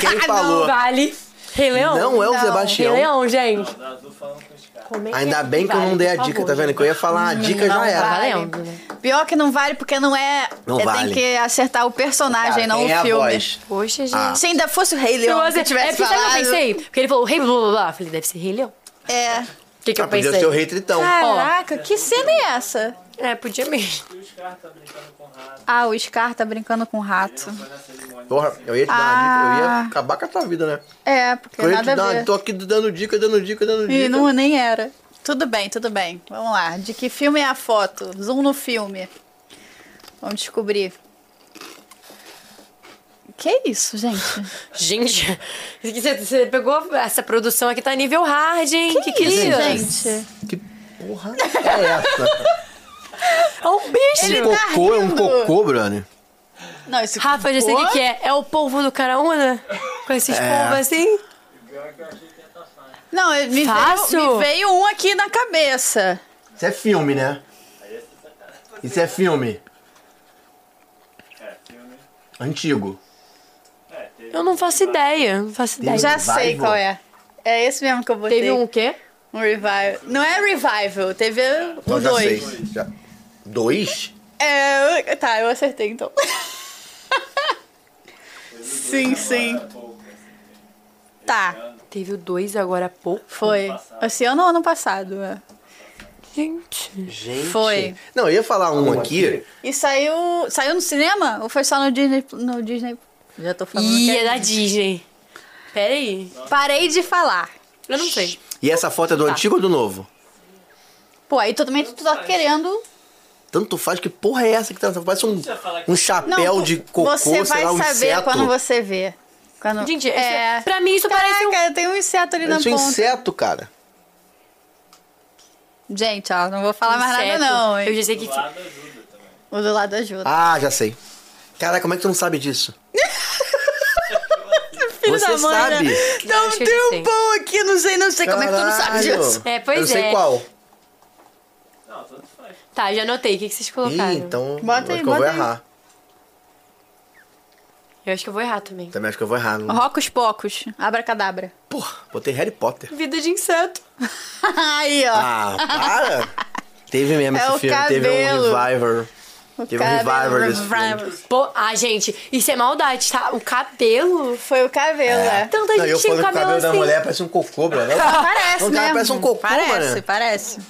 [SPEAKER 2] Quem
[SPEAKER 3] Ah, Não
[SPEAKER 2] falou?
[SPEAKER 3] vale. Rei Leão?
[SPEAKER 2] Não é o
[SPEAKER 1] Não.
[SPEAKER 3] Rei
[SPEAKER 2] Sebastião.
[SPEAKER 3] Leão, gente. Como é que
[SPEAKER 2] Ainda
[SPEAKER 3] é
[SPEAKER 2] bem que eu não
[SPEAKER 3] vale,
[SPEAKER 2] dei a
[SPEAKER 3] por
[SPEAKER 2] dica,
[SPEAKER 3] favor,
[SPEAKER 2] tá vendo? Que eu ia falar a dica já
[SPEAKER 3] Tá
[SPEAKER 2] era.
[SPEAKER 3] valendo. né?
[SPEAKER 2] Ah.
[SPEAKER 1] Pior que não vale porque não é.
[SPEAKER 2] Não
[SPEAKER 1] é,
[SPEAKER 2] vale.
[SPEAKER 1] Tem que acertar o personagem,
[SPEAKER 2] Cara,
[SPEAKER 1] Ah, não
[SPEAKER 2] quem é
[SPEAKER 1] o
[SPEAKER 2] a
[SPEAKER 1] filme.
[SPEAKER 2] voz?
[SPEAKER 3] Poxa, gente.
[SPEAKER 2] Ah.
[SPEAKER 1] Se ainda fosse o Rei
[SPEAKER 3] Eu,
[SPEAKER 1] Leão, se
[SPEAKER 3] é,
[SPEAKER 1] eu tivesse
[SPEAKER 3] porque sabe o que
[SPEAKER 1] falado.
[SPEAKER 3] eu pensei? Porque ele falou rei blá blá blá. Eu Falei, deve ser rei leão.
[SPEAKER 1] É.
[SPEAKER 3] O que, que
[SPEAKER 2] Ah,
[SPEAKER 3] eu
[SPEAKER 2] podia
[SPEAKER 3] pensei?
[SPEAKER 2] ser o Rei Tritão.
[SPEAKER 1] Ah. Caraca, que cena é essa?
[SPEAKER 3] É, podia mesmo.
[SPEAKER 1] Ah, o Scar tá brincando com o rato.
[SPEAKER 2] Porra, eu ia te dar uma dica, eu ia
[SPEAKER 1] Ah.
[SPEAKER 2] acabar com a tua vida, né?
[SPEAKER 1] É, porque
[SPEAKER 2] Eu ia te
[SPEAKER 1] nada
[SPEAKER 2] dar
[SPEAKER 1] a
[SPEAKER 2] uma,
[SPEAKER 1] ver.
[SPEAKER 2] tô aqui dando dica, dando dica, dando dica.
[SPEAKER 1] E não, nem era. Tudo bem, tudo bem. Vamos lá. De que filme é a foto? Zoom no filme. Vamos descobrir. Que isso, gente?
[SPEAKER 3] Gente, você, você pegou essa produção aqui, tá nível hard, hein? Que, que, que é
[SPEAKER 1] Ih,
[SPEAKER 3] isso?
[SPEAKER 1] gente.
[SPEAKER 2] Que porra é essa?
[SPEAKER 3] É um bicho.
[SPEAKER 2] Esse cocô é um
[SPEAKER 1] tá rindo.
[SPEAKER 2] cocô, Brani.
[SPEAKER 1] Não, esse
[SPEAKER 3] Rafa, já sei o que, que é. É o polvo do Caraúna? Com
[SPEAKER 2] É.
[SPEAKER 3] esses polvos assim?
[SPEAKER 1] Não, eu- me veio,
[SPEAKER 3] Fácil.
[SPEAKER 1] me veio um aqui na cabeça.
[SPEAKER 2] Isso é filme, né? Isso é filme. Antigo.
[SPEAKER 3] Eu não faço ideia, não faço ideia.
[SPEAKER 1] Já
[SPEAKER 2] Revival?
[SPEAKER 1] sei qual é. É esse mesmo que eu botei.
[SPEAKER 3] um Teve um quê?
[SPEAKER 1] Um revival. Não é revival, teve
[SPEAKER 2] Não,
[SPEAKER 1] o
[SPEAKER 2] Então já
[SPEAKER 1] Um dois.
[SPEAKER 2] sei. Já. Dois?
[SPEAKER 1] É, eu- tá, eu acertei então. sim, sim. Tá,
[SPEAKER 3] Teve o dois agora há pouco.
[SPEAKER 1] foi. Esse ano ou ano passado? é.
[SPEAKER 3] Gente.
[SPEAKER 2] Gente.
[SPEAKER 1] Foi.
[SPEAKER 2] Não, eu ia falar um aqui.
[SPEAKER 1] E saiu. Saiu no cinema? Ou foi só no Disney? No Disney? Já tô falando.
[SPEAKER 3] Ih,
[SPEAKER 1] que
[SPEAKER 3] é da Disney. Pera aí.
[SPEAKER 1] Parei de falar.
[SPEAKER 3] Eu não sei.
[SPEAKER 2] E essa foto
[SPEAKER 1] Tá.
[SPEAKER 2] é do antigo ou do novo?
[SPEAKER 1] Pô, aí tu também tu tá querendo
[SPEAKER 2] Tanto faz que porra é essa que tá. Parece um, um chapéu
[SPEAKER 1] tu-
[SPEAKER 2] de cocô,
[SPEAKER 1] Você vai
[SPEAKER 2] sei lá, um
[SPEAKER 1] saber
[SPEAKER 2] inseto.
[SPEAKER 1] quando você vê. Quando...
[SPEAKER 3] Gente, isso é- pra mim isso
[SPEAKER 1] Caraca,
[SPEAKER 3] parece
[SPEAKER 1] tem um inseto ali na
[SPEAKER 2] Parece um
[SPEAKER 1] ponta.
[SPEAKER 2] inseto, cara.
[SPEAKER 1] Gente, ó, não vou falar mais nada
[SPEAKER 3] Inseto.
[SPEAKER 1] não, hein?
[SPEAKER 3] Eu já sei que.
[SPEAKER 1] O do lado ajuda.
[SPEAKER 2] Ah, já sei. Cara, como é que tu não sabe disso? Você sabe?
[SPEAKER 1] Dá um
[SPEAKER 3] acho que eu já sei.
[SPEAKER 1] tempão aqui, não sei, não sei como é que tu não sabe
[SPEAKER 2] Caralho.
[SPEAKER 1] disso.
[SPEAKER 3] É, pois
[SPEAKER 2] Eu não sei
[SPEAKER 3] é.
[SPEAKER 2] qual.
[SPEAKER 3] Tá, já anotei. O que, que vocês
[SPEAKER 2] Ih,
[SPEAKER 3] colocaram?
[SPEAKER 2] então
[SPEAKER 1] Bota
[SPEAKER 2] eu
[SPEAKER 1] aí,
[SPEAKER 2] acho que eu vou
[SPEAKER 1] bota aí.
[SPEAKER 2] errar.
[SPEAKER 3] Eu acho que eu vou errar também.
[SPEAKER 2] Também acho que eu vou errar. Não...
[SPEAKER 1] Rocos pocos, abracadabra.
[SPEAKER 2] Porra, botei Harry Potter.
[SPEAKER 3] Vida de inseto.
[SPEAKER 1] Aí, ó.
[SPEAKER 2] Ah, para! teve mesmo
[SPEAKER 1] É
[SPEAKER 2] esse
[SPEAKER 1] o
[SPEAKER 2] filme, teve um
[SPEAKER 1] cabelo.
[SPEAKER 2] reviver. teve um reviver desse filme.
[SPEAKER 3] Pô, ah, gente, isso é maldade, tá? O cabelo.
[SPEAKER 1] Foi o cabelo, é.
[SPEAKER 3] Tanta
[SPEAKER 2] Não, eu
[SPEAKER 3] Então, gente tinha
[SPEAKER 2] falando que
[SPEAKER 3] o
[SPEAKER 2] o
[SPEAKER 3] cabelo
[SPEAKER 2] cabelo
[SPEAKER 3] assim.
[SPEAKER 2] da mulher parece um cocô, brother.
[SPEAKER 1] Parece,
[SPEAKER 2] Não,
[SPEAKER 1] né?
[SPEAKER 2] cara, parece um cocô,
[SPEAKER 1] Parece,
[SPEAKER 2] mano.
[SPEAKER 1] parece.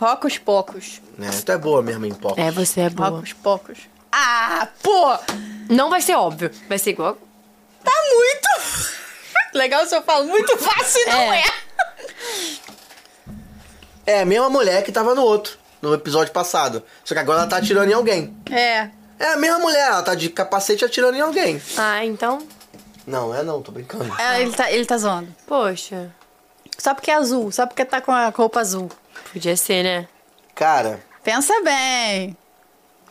[SPEAKER 1] Rocos pocos.
[SPEAKER 2] É, tu é boa mesmo em pop.
[SPEAKER 3] É, você é boa.
[SPEAKER 1] Rocos pocos. Ah, pô!
[SPEAKER 3] Não vai ser óbvio, vai ser igual.
[SPEAKER 1] Tá muito. Legal se eu falo muito fácil e não é.
[SPEAKER 3] É.
[SPEAKER 2] É a mesma mulher que tava no outro, no episódio passado. Só que agora ela tá atirando em alguém.
[SPEAKER 1] É.
[SPEAKER 2] É a mesma mulher, ela tá de capacete atirando em alguém.
[SPEAKER 3] Ah, então.
[SPEAKER 2] Não, é não, tô brincando.
[SPEAKER 1] É, ele, tá, ele tá zoando.
[SPEAKER 3] Poxa,
[SPEAKER 1] Só porque é azul, só porque tá com a roupa azul.
[SPEAKER 3] podia ser, né?
[SPEAKER 2] Cara,
[SPEAKER 1] Pensa bem.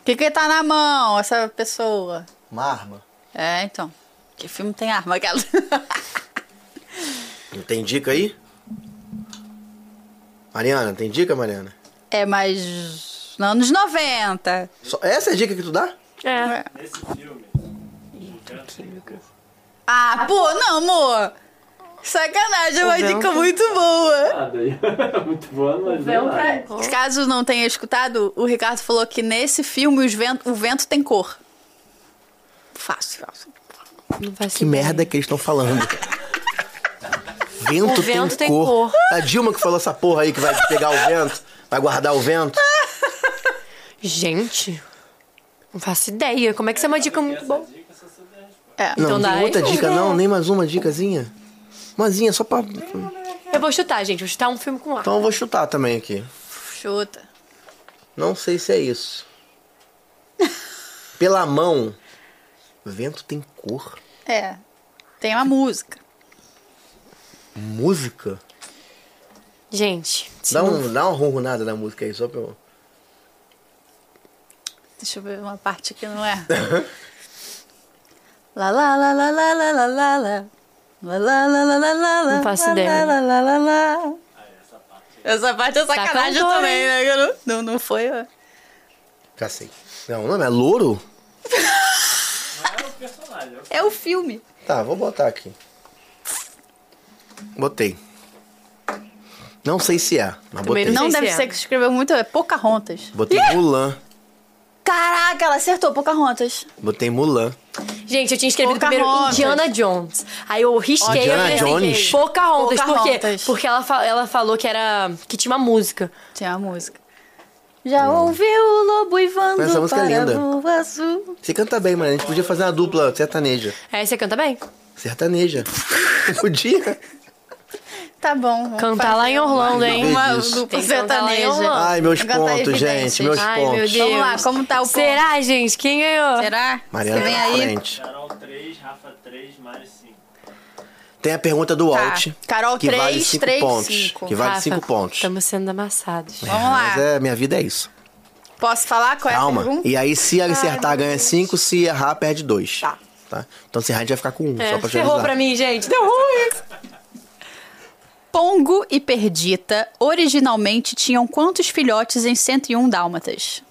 [SPEAKER 1] O que que tá na mão, essa pessoa?
[SPEAKER 2] uma arma.
[SPEAKER 1] É, então. Que filme tem arma, aquela?
[SPEAKER 2] Não tem dica aí? Mariana, tem dica, Mariana?
[SPEAKER 1] é, mas... nos Anos 90.
[SPEAKER 2] Só- essa é a dica que tu dá?
[SPEAKER 3] É.
[SPEAKER 1] Ah, pô, não, amor. Sacanagem, é uma
[SPEAKER 3] Vento.
[SPEAKER 1] dica muito boa.
[SPEAKER 6] Muito boa, mas não é
[SPEAKER 3] tá-
[SPEAKER 6] nada.
[SPEAKER 1] Caso não tenha escutado, o Ricardo falou que nesse filme os vento, o vento tem cor. Fácil.
[SPEAKER 3] Não vai ser
[SPEAKER 2] Que merda que eles estão falando. vento,
[SPEAKER 3] O vento
[SPEAKER 2] tem,
[SPEAKER 3] tem
[SPEAKER 2] cor. É
[SPEAKER 3] cor.
[SPEAKER 2] A Dilma que falou essa porra aí que vai pegar o vento, vai guardar o vento.
[SPEAKER 3] Ah, Gente, não faço ideia. Como é que isso é uma dica muito boa?
[SPEAKER 1] É.
[SPEAKER 2] Não,
[SPEAKER 3] Então
[SPEAKER 2] não
[SPEAKER 3] dá
[SPEAKER 2] tem outra
[SPEAKER 3] aí.
[SPEAKER 2] dica não, nem mais uma dicazinha. Umazinha, só pra.
[SPEAKER 3] Eu vou chutar, gente. Vou chutar um filme com ar.
[SPEAKER 2] Então eu vou chutar também aqui.
[SPEAKER 1] Chuta.
[SPEAKER 2] Não sei se é isso. Pela mão. Vento tem cor.
[SPEAKER 1] É. Tem uma música.
[SPEAKER 2] Música?
[SPEAKER 3] Gente, se
[SPEAKER 2] Dá,
[SPEAKER 3] não-
[SPEAKER 2] um, dá uma ronronada da música aí, só pra eu.
[SPEAKER 1] Deixa eu ver uma parte que não é. Lá, lá, lá, lá, lá, lá, lá, lá, lá. Lá, lá, lá, lá, lá, lá, lá.
[SPEAKER 3] Não faço
[SPEAKER 1] Lá,
[SPEAKER 3] ideia.
[SPEAKER 1] Lá, lá, lá, lá, lá. Essa parte é sacanagem
[SPEAKER 3] cantora,
[SPEAKER 1] também,
[SPEAKER 3] hein?
[SPEAKER 1] né? que Não, não, não foi. ó.
[SPEAKER 2] Já sei. Não, o nome é Louro?
[SPEAKER 1] É o filme.
[SPEAKER 2] Tá, vou botar aqui. Botei. Não sei se é, mas
[SPEAKER 3] Também
[SPEAKER 2] botei.
[SPEAKER 3] não
[SPEAKER 1] Não
[SPEAKER 3] sei
[SPEAKER 1] deve
[SPEAKER 3] se é.
[SPEAKER 1] ser que se escreveu muito, é Pocahontas.
[SPEAKER 2] Botei Mulan.
[SPEAKER 1] Caraca, ela acertou Pocahontas.
[SPEAKER 2] Botei Mulan.
[SPEAKER 3] Gente, eu tinha escrevido primeiro
[SPEAKER 1] Pocahontas.
[SPEAKER 3] Indiana Jones. Aí eu risquei
[SPEAKER 2] Indiana
[SPEAKER 3] eu falei,
[SPEAKER 2] Jones?
[SPEAKER 3] Pocahontas. Por quê?
[SPEAKER 1] Pocahontas.
[SPEAKER 3] Porque ela, fa- ela falou que era. que tinha uma música.
[SPEAKER 1] Tem a música. Já ouviu o lobo ivando
[SPEAKER 2] Essa música é
[SPEAKER 1] para
[SPEAKER 2] linda.
[SPEAKER 1] a lua azul.
[SPEAKER 2] Você canta bem, mano. A gente podia fazer uma dupla sertaneja.
[SPEAKER 3] Aí você canta bem?
[SPEAKER 2] Sertaneja. podia.
[SPEAKER 1] Tá bom. vamos
[SPEAKER 3] Cantar
[SPEAKER 1] fazer
[SPEAKER 3] lá em Orlando, hein?
[SPEAKER 1] Uma
[SPEAKER 2] Isso.
[SPEAKER 1] dupla
[SPEAKER 3] Tem que cantar lá em
[SPEAKER 1] sertaneja.
[SPEAKER 3] Orlando.
[SPEAKER 2] Ai, meus
[SPEAKER 1] Agora tá
[SPEAKER 2] pontos,
[SPEAKER 1] evidente.
[SPEAKER 2] gente. Meus
[SPEAKER 3] Ai, meu
[SPEAKER 2] pontos.
[SPEAKER 3] Deus.
[SPEAKER 1] Vamos lá, como tá o ponto?
[SPEAKER 3] Será, gente? Quem ganhou?
[SPEAKER 1] Será?
[SPEAKER 2] Mariana
[SPEAKER 1] Você vem
[SPEAKER 2] tá na
[SPEAKER 1] aí?
[SPEAKER 2] frente.
[SPEAKER 6] Carol 3, Rafa 3, Mari 5.
[SPEAKER 2] Tem a pergunta do
[SPEAKER 1] Tá.
[SPEAKER 2] Alt.
[SPEAKER 1] Carol,
[SPEAKER 2] que vale
[SPEAKER 1] três,
[SPEAKER 2] cinco
[SPEAKER 1] três,
[SPEAKER 2] pontos.
[SPEAKER 1] cinco.
[SPEAKER 2] Que vale
[SPEAKER 3] Rafa,
[SPEAKER 2] cinco pontos.
[SPEAKER 3] Estamos sendo amassados.
[SPEAKER 1] Vamos lá.
[SPEAKER 2] Mas é, minha vida é isso.
[SPEAKER 1] Posso falar qual é a
[SPEAKER 2] Calma.
[SPEAKER 1] pergunta?
[SPEAKER 2] E aí, se acertar, ganha cinco. Se errar, perde dois.
[SPEAKER 3] Tá.
[SPEAKER 2] Tá? Então, se errar, a gente vai ficar com um.
[SPEAKER 3] É,
[SPEAKER 2] só pra
[SPEAKER 3] ferrou
[SPEAKER 2] finalizar.
[SPEAKER 3] pra mim, gente. Deu ruim.
[SPEAKER 1] Pongo e Perdita originalmente tinham quantos filhotes em 101 Dálmatas?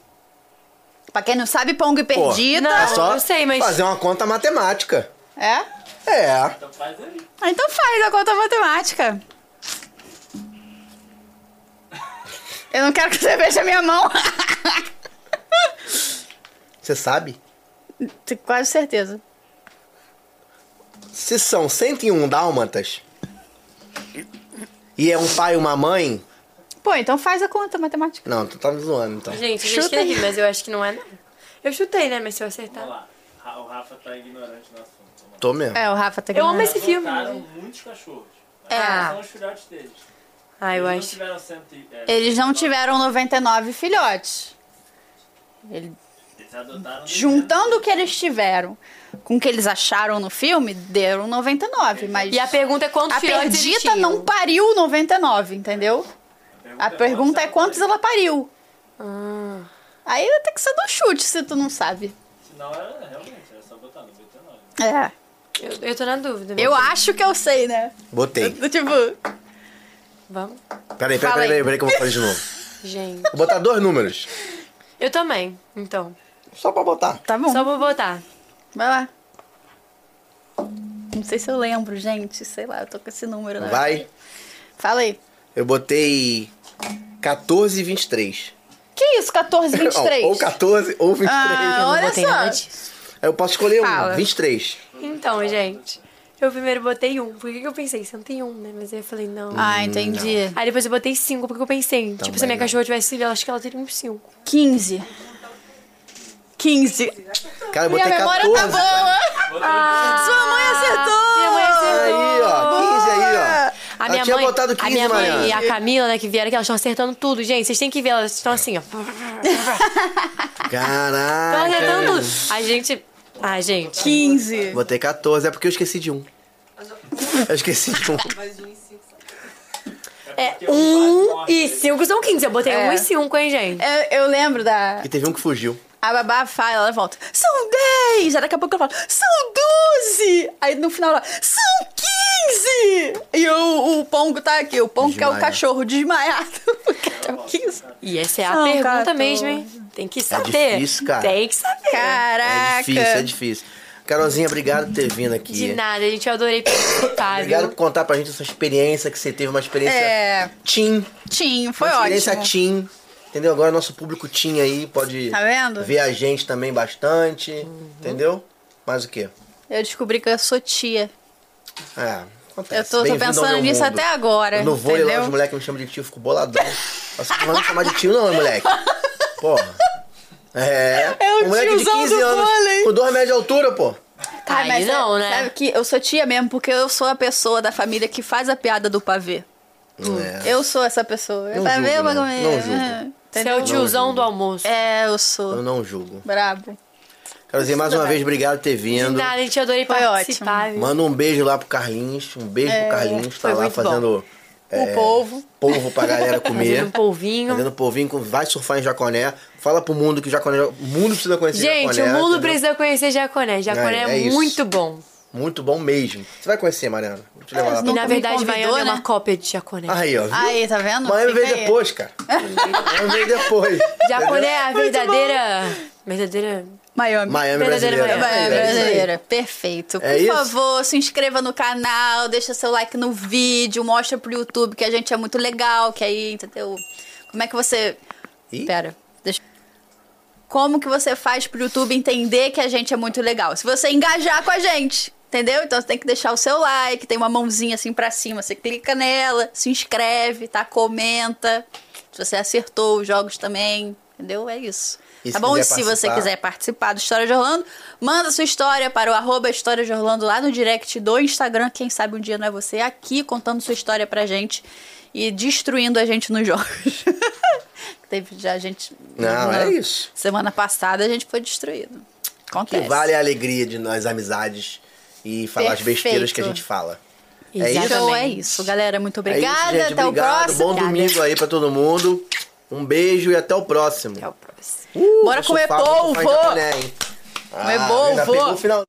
[SPEAKER 1] Pra quem não sabe, Pongo e
[SPEAKER 2] Pô,
[SPEAKER 1] Perdita.
[SPEAKER 2] é só
[SPEAKER 3] eu sei, mas-
[SPEAKER 2] fazer uma conta matemática.
[SPEAKER 1] É?
[SPEAKER 2] É.
[SPEAKER 6] Então faz aí.
[SPEAKER 3] Tá.
[SPEAKER 1] Ah, Então faz a conta matemática. Eu não quero que você veja a minha mão.
[SPEAKER 2] Você sabe?
[SPEAKER 1] Tenho quase certeza.
[SPEAKER 2] Se são 101 dálmatas e é um pai e uma mãe...
[SPEAKER 1] Pô, então faz a conta matemática.
[SPEAKER 2] Não, tu tá me zoando, então.
[SPEAKER 3] Gente, eu já
[SPEAKER 1] Chuta aí.
[SPEAKER 3] escrevi, mas eu acho que não é, não. Eu chutei, né? Mas se eu acertar.
[SPEAKER 6] Vamos lá. Ra- O Rafa tá ignorante no assunto. Vamos lá.
[SPEAKER 2] Tô mesmo.
[SPEAKER 1] É, o Rafa tá
[SPEAKER 3] Eu amo
[SPEAKER 1] ganhando.
[SPEAKER 3] esse filme.
[SPEAKER 6] Adotaram muitos cachorros. Mas
[SPEAKER 1] É.
[SPEAKER 6] São os filhotes deles.
[SPEAKER 3] Ah, eu
[SPEAKER 6] Eles
[SPEAKER 3] acho.
[SPEAKER 6] Não tiveram cento, é,
[SPEAKER 1] Eles não tiveram 99 filhotes. Ele-
[SPEAKER 6] Eles adotaram.
[SPEAKER 1] juntando o que eles tiveram com o que eles acharam no filme, deram um 99. Mas
[SPEAKER 3] E a pergunta é quantos
[SPEAKER 1] a
[SPEAKER 3] filhotes eles
[SPEAKER 1] Perdita
[SPEAKER 3] tinham?
[SPEAKER 1] não pariu 99, entendeu? A pergunta é quantos ela pariu.
[SPEAKER 3] Ah.
[SPEAKER 1] Aí tem que ser do chute se tu não sabe.
[SPEAKER 6] Senão era realmente, era só botar no BT9.
[SPEAKER 1] É.
[SPEAKER 3] Eu, eu tô na dúvida.
[SPEAKER 1] Eu
[SPEAKER 3] mas-
[SPEAKER 1] acho que eu sei, né?
[SPEAKER 2] Botei.
[SPEAKER 1] Eu- Tipo,
[SPEAKER 3] Vamos.
[SPEAKER 2] Peraí, peraí,
[SPEAKER 1] Fala
[SPEAKER 2] peraí,
[SPEAKER 1] aí.
[SPEAKER 2] peraí, peraí que eu vou fazer de novo.
[SPEAKER 3] Gente.
[SPEAKER 2] Vou botar dois números.
[SPEAKER 3] Eu também, então.
[SPEAKER 2] Só pra botar.
[SPEAKER 1] tá bom.
[SPEAKER 3] Só vou botar.
[SPEAKER 1] Vai lá. Não sei se eu lembro, gente. Sei lá, eu tô com esse número, né?
[SPEAKER 2] Vai.
[SPEAKER 1] Fala aí.
[SPEAKER 2] Eu botei 14 e 23.
[SPEAKER 1] Que isso, 14, 23?
[SPEAKER 2] Ou, ou 14 ou 23.
[SPEAKER 1] Ah,
[SPEAKER 3] Eu não
[SPEAKER 1] olha
[SPEAKER 3] botei nada
[SPEAKER 1] só.
[SPEAKER 3] disso.
[SPEAKER 2] né? Aí eu posso escolher um.
[SPEAKER 1] Fala.
[SPEAKER 2] 23.
[SPEAKER 3] Então, gente. Eu primeiro botei um. Por que que eu pensei? 101, né? Mas aí eu falei, não.
[SPEAKER 1] Ah, entendi.
[SPEAKER 3] Aí depois eu botei cinco, porque eu pensei.
[SPEAKER 2] Então
[SPEAKER 3] tipo, se a minha
[SPEAKER 2] não.
[SPEAKER 3] cachorra tivesse filho, eu acho que ela teria uns cinco.
[SPEAKER 1] 15. 15.
[SPEAKER 2] Cara, eu
[SPEAKER 1] Minha
[SPEAKER 2] botei
[SPEAKER 1] memória
[SPEAKER 2] 14.
[SPEAKER 1] tá boa. Ah, Sua mãe acertou.
[SPEAKER 3] Minha mãe acertou.
[SPEAKER 2] Aí, ó. 15 aí, ó.
[SPEAKER 3] A
[SPEAKER 2] Ela
[SPEAKER 3] minha
[SPEAKER 2] tinha
[SPEAKER 3] mãe,
[SPEAKER 2] botado 15,
[SPEAKER 3] a minha mãe
[SPEAKER 2] Mariana.
[SPEAKER 3] e a Camila, né, que vieram aqui, elas estão acertando tudo, gente. Vocês têm que ver, elas estão assim, ó. Estão Tá
[SPEAKER 2] É.
[SPEAKER 3] acertando
[SPEAKER 2] Caraca.
[SPEAKER 3] tudo. A gente. Ah, gente.
[SPEAKER 1] 15.
[SPEAKER 2] Botei 14. É porque eu esqueci de um. Eu esqueci de um.
[SPEAKER 3] É 1 e 5 são 15. Eu botei 1
[SPEAKER 1] É.
[SPEAKER 3] e 5, hein, gente?
[SPEAKER 1] Eu, eu lembro da.
[SPEAKER 2] E teve um que fugiu.
[SPEAKER 1] A babá fala, ela volta. São 10! Aí daqui a pouco ela fala, são 12! Aí no final ela, são 15! E o, o Pongo tá aqui. O Pongo que é o
[SPEAKER 2] Desmaia.
[SPEAKER 1] cachorro desmaiado. Porque tá 15.
[SPEAKER 3] E essa é a
[SPEAKER 1] São
[SPEAKER 3] pergunta
[SPEAKER 1] 14.
[SPEAKER 3] mesmo, hein? Tem que saber.
[SPEAKER 2] É difícil, cara.
[SPEAKER 3] Tem que saber.
[SPEAKER 1] Caraca.
[SPEAKER 2] É difícil, é difícil. Carolzinha, obrigado por ter vindo aqui.
[SPEAKER 3] De nada, gente. Eu adorei participar,
[SPEAKER 2] é. Obrigado
[SPEAKER 3] viu?
[SPEAKER 2] por contar pra gente essa experiência, que você teve uma experiência
[SPEAKER 1] É.
[SPEAKER 2] teen.
[SPEAKER 1] Tinho, foi
[SPEAKER 2] uma experiência
[SPEAKER 1] ótimo.
[SPEAKER 2] teen. é Entendeu? Agora nosso público teen aí pode
[SPEAKER 1] Tá vendo? Uhum.
[SPEAKER 2] ver a gente também bastante. Entendeu? Mais o quê?
[SPEAKER 1] Eu descobri que eu sou tia.
[SPEAKER 2] É,
[SPEAKER 1] Eu
[SPEAKER 2] acontece.
[SPEAKER 1] tô, tô
[SPEAKER 2] Bem-vindo ao
[SPEAKER 1] pensando
[SPEAKER 2] meu
[SPEAKER 1] nisso
[SPEAKER 2] mundo.
[SPEAKER 1] até agora.
[SPEAKER 2] Eu não vou ir lá,
[SPEAKER 1] entendeu?
[SPEAKER 2] os moleques me chamam de tio, eu fico boladão. Nossa, não vai me chamar de tio não, hein, moleque. Porra. É,
[SPEAKER 1] É o
[SPEAKER 2] um moleque de
[SPEAKER 1] tiozão
[SPEAKER 2] 15
[SPEAKER 1] do
[SPEAKER 2] anos,
[SPEAKER 1] vôlei.
[SPEAKER 2] com 2 metros de altura, pô.
[SPEAKER 1] Ah,
[SPEAKER 3] Aí
[SPEAKER 1] mas é-
[SPEAKER 3] não, né?
[SPEAKER 1] Sabe que eu sou tia mesmo, porque eu sou a pessoa da família que faz a piada do pavê.
[SPEAKER 2] É.
[SPEAKER 1] Hum, Eu sou essa pessoa.
[SPEAKER 2] Não
[SPEAKER 1] tá
[SPEAKER 2] julgo,
[SPEAKER 1] vendo
[SPEAKER 2] não.
[SPEAKER 1] como é?
[SPEAKER 2] Não julgo.
[SPEAKER 3] Você
[SPEAKER 1] Entendeu?
[SPEAKER 3] é o tiozão do almoço.
[SPEAKER 1] É, eu sou.
[SPEAKER 2] Eu não julgo.
[SPEAKER 1] Brabo.
[SPEAKER 2] Quero dizer, mais uma vez, obrigado por ter
[SPEAKER 3] De
[SPEAKER 2] vindo.
[SPEAKER 3] nada, gente. Eu adorei
[SPEAKER 1] Foi
[SPEAKER 3] participar, viu?
[SPEAKER 1] É,
[SPEAKER 2] Manda um beijo lá pro Carlinhos. Um beijo pro Carlinhos. Tá
[SPEAKER 3] foi
[SPEAKER 2] lá
[SPEAKER 3] muito bom.
[SPEAKER 2] fazendo
[SPEAKER 1] o povo.
[SPEAKER 2] Polvo pra galera comer.
[SPEAKER 3] Fazendo um polvinho.
[SPEAKER 2] Fazendo polvinho, com- vai surfar em Jaconé. Fala pro mundo que Jaconé. O mundo precisa conhecer
[SPEAKER 3] Gente,
[SPEAKER 2] Jaconé.
[SPEAKER 3] o mundo
[SPEAKER 2] entendeu?
[SPEAKER 3] precisa conhecer Jaconé. Jaconé
[SPEAKER 2] né? É, é
[SPEAKER 3] é,
[SPEAKER 2] isso.
[SPEAKER 3] muito bom.
[SPEAKER 2] Muito bom mesmo. Você vai conhecer, Mariana. Vou te levar
[SPEAKER 1] mas
[SPEAKER 2] lá.
[SPEAKER 3] E
[SPEAKER 2] pra-
[SPEAKER 1] Nunca
[SPEAKER 3] na
[SPEAKER 1] me
[SPEAKER 3] verdade,
[SPEAKER 1] convidou,
[SPEAKER 3] Miami é
[SPEAKER 1] né?
[SPEAKER 3] uma cópia de Jaconé.
[SPEAKER 2] Aí, ó. viu?
[SPEAKER 1] Aí, tá vendo?
[SPEAKER 2] Miami
[SPEAKER 1] Fica
[SPEAKER 2] veio
[SPEAKER 1] aí.
[SPEAKER 2] depois, cara. Miami veio depois.
[SPEAKER 3] Jaconé
[SPEAKER 2] entendeu?
[SPEAKER 3] é a verdadeira. Verdadeira.
[SPEAKER 1] Miami.
[SPEAKER 2] Miami
[SPEAKER 3] Verdadeira
[SPEAKER 2] brasileira.
[SPEAKER 1] Miami
[SPEAKER 3] Miami.
[SPEAKER 2] É isso aí.
[SPEAKER 1] brasileira. Perfeito.
[SPEAKER 2] É
[SPEAKER 1] Por
[SPEAKER 2] isso?
[SPEAKER 1] favor, se inscreva no canal, deixa seu like no vídeo, mostra pro YouTube que a gente é muito legal, que aí, entendeu? Como é que você.
[SPEAKER 2] Ih.
[SPEAKER 1] Pera, deixa. Como que você faz pro YouTube entender que a gente é muito legal? Se você engajar com a gente, entendeu? Então você tem que deixar o seu like, tem uma mãozinha assim pra cima, você clica nela, se inscreve, tá? Comenta. Se você acertou os jogos também, entendeu? É isso.
[SPEAKER 2] E
[SPEAKER 1] tá
[SPEAKER 2] se
[SPEAKER 1] bom? E
[SPEAKER 2] quiser
[SPEAKER 1] se você
[SPEAKER 2] participar-
[SPEAKER 1] quiser participar do História de Orlando, manda sua história para o arroba História de Orlando lá no direct do Instagram. Quem sabe um dia não é você aqui contando sua história pra gente e destruindo a gente nos jogos. Teve já gente.
[SPEAKER 2] Não,
[SPEAKER 1] na-
[SPEAKER 2] é isso.
[SPEAKER 1] Semana passada a gente foi destruído. Acontece.
[SPEAKER 2] Que vale a alegria de nós amizades e falar as
[SPEAKER 1] Perfeito.
[SPEAKER 2] besteiras que a gente fala.
[SPEAKER 1] Show,
[SPEAKER 2] É isso?
[SPEAKER 1] é
[SPEAKER 3] Exatamente.
[SPEAKER 1] isso, galera. Muito
[SPEAKER 2] É isso,
[SPEAKER 1] obrigada.
[SPEAKER 2] gente.
[SPEAKER 1] Até
[SPEAKER 2] Obrigado.
[SPEAKER 1] o próximo.
[SPEAKER 2] Bom domingo aí pra todo mundo. Um beijo e até o próximo.
[SPEAKER 1] Até o próximo.
[SPEAKER 2] Uh,
[SPEAKER 1] Bora
[SPEAKER 2] eu
[SPEAKER 1] comer
[SPEAKER 2] sou Fábio, eu sou fã de
[SPEAKER 1] polvo!
[SPEAKER 2] jacaré, hein?
[SPEAKER 1] Comer
[SPEAKER 2] Ah,
[SPEAKER 1] polvo!
[SPEAKER 2] ainda pegou o final.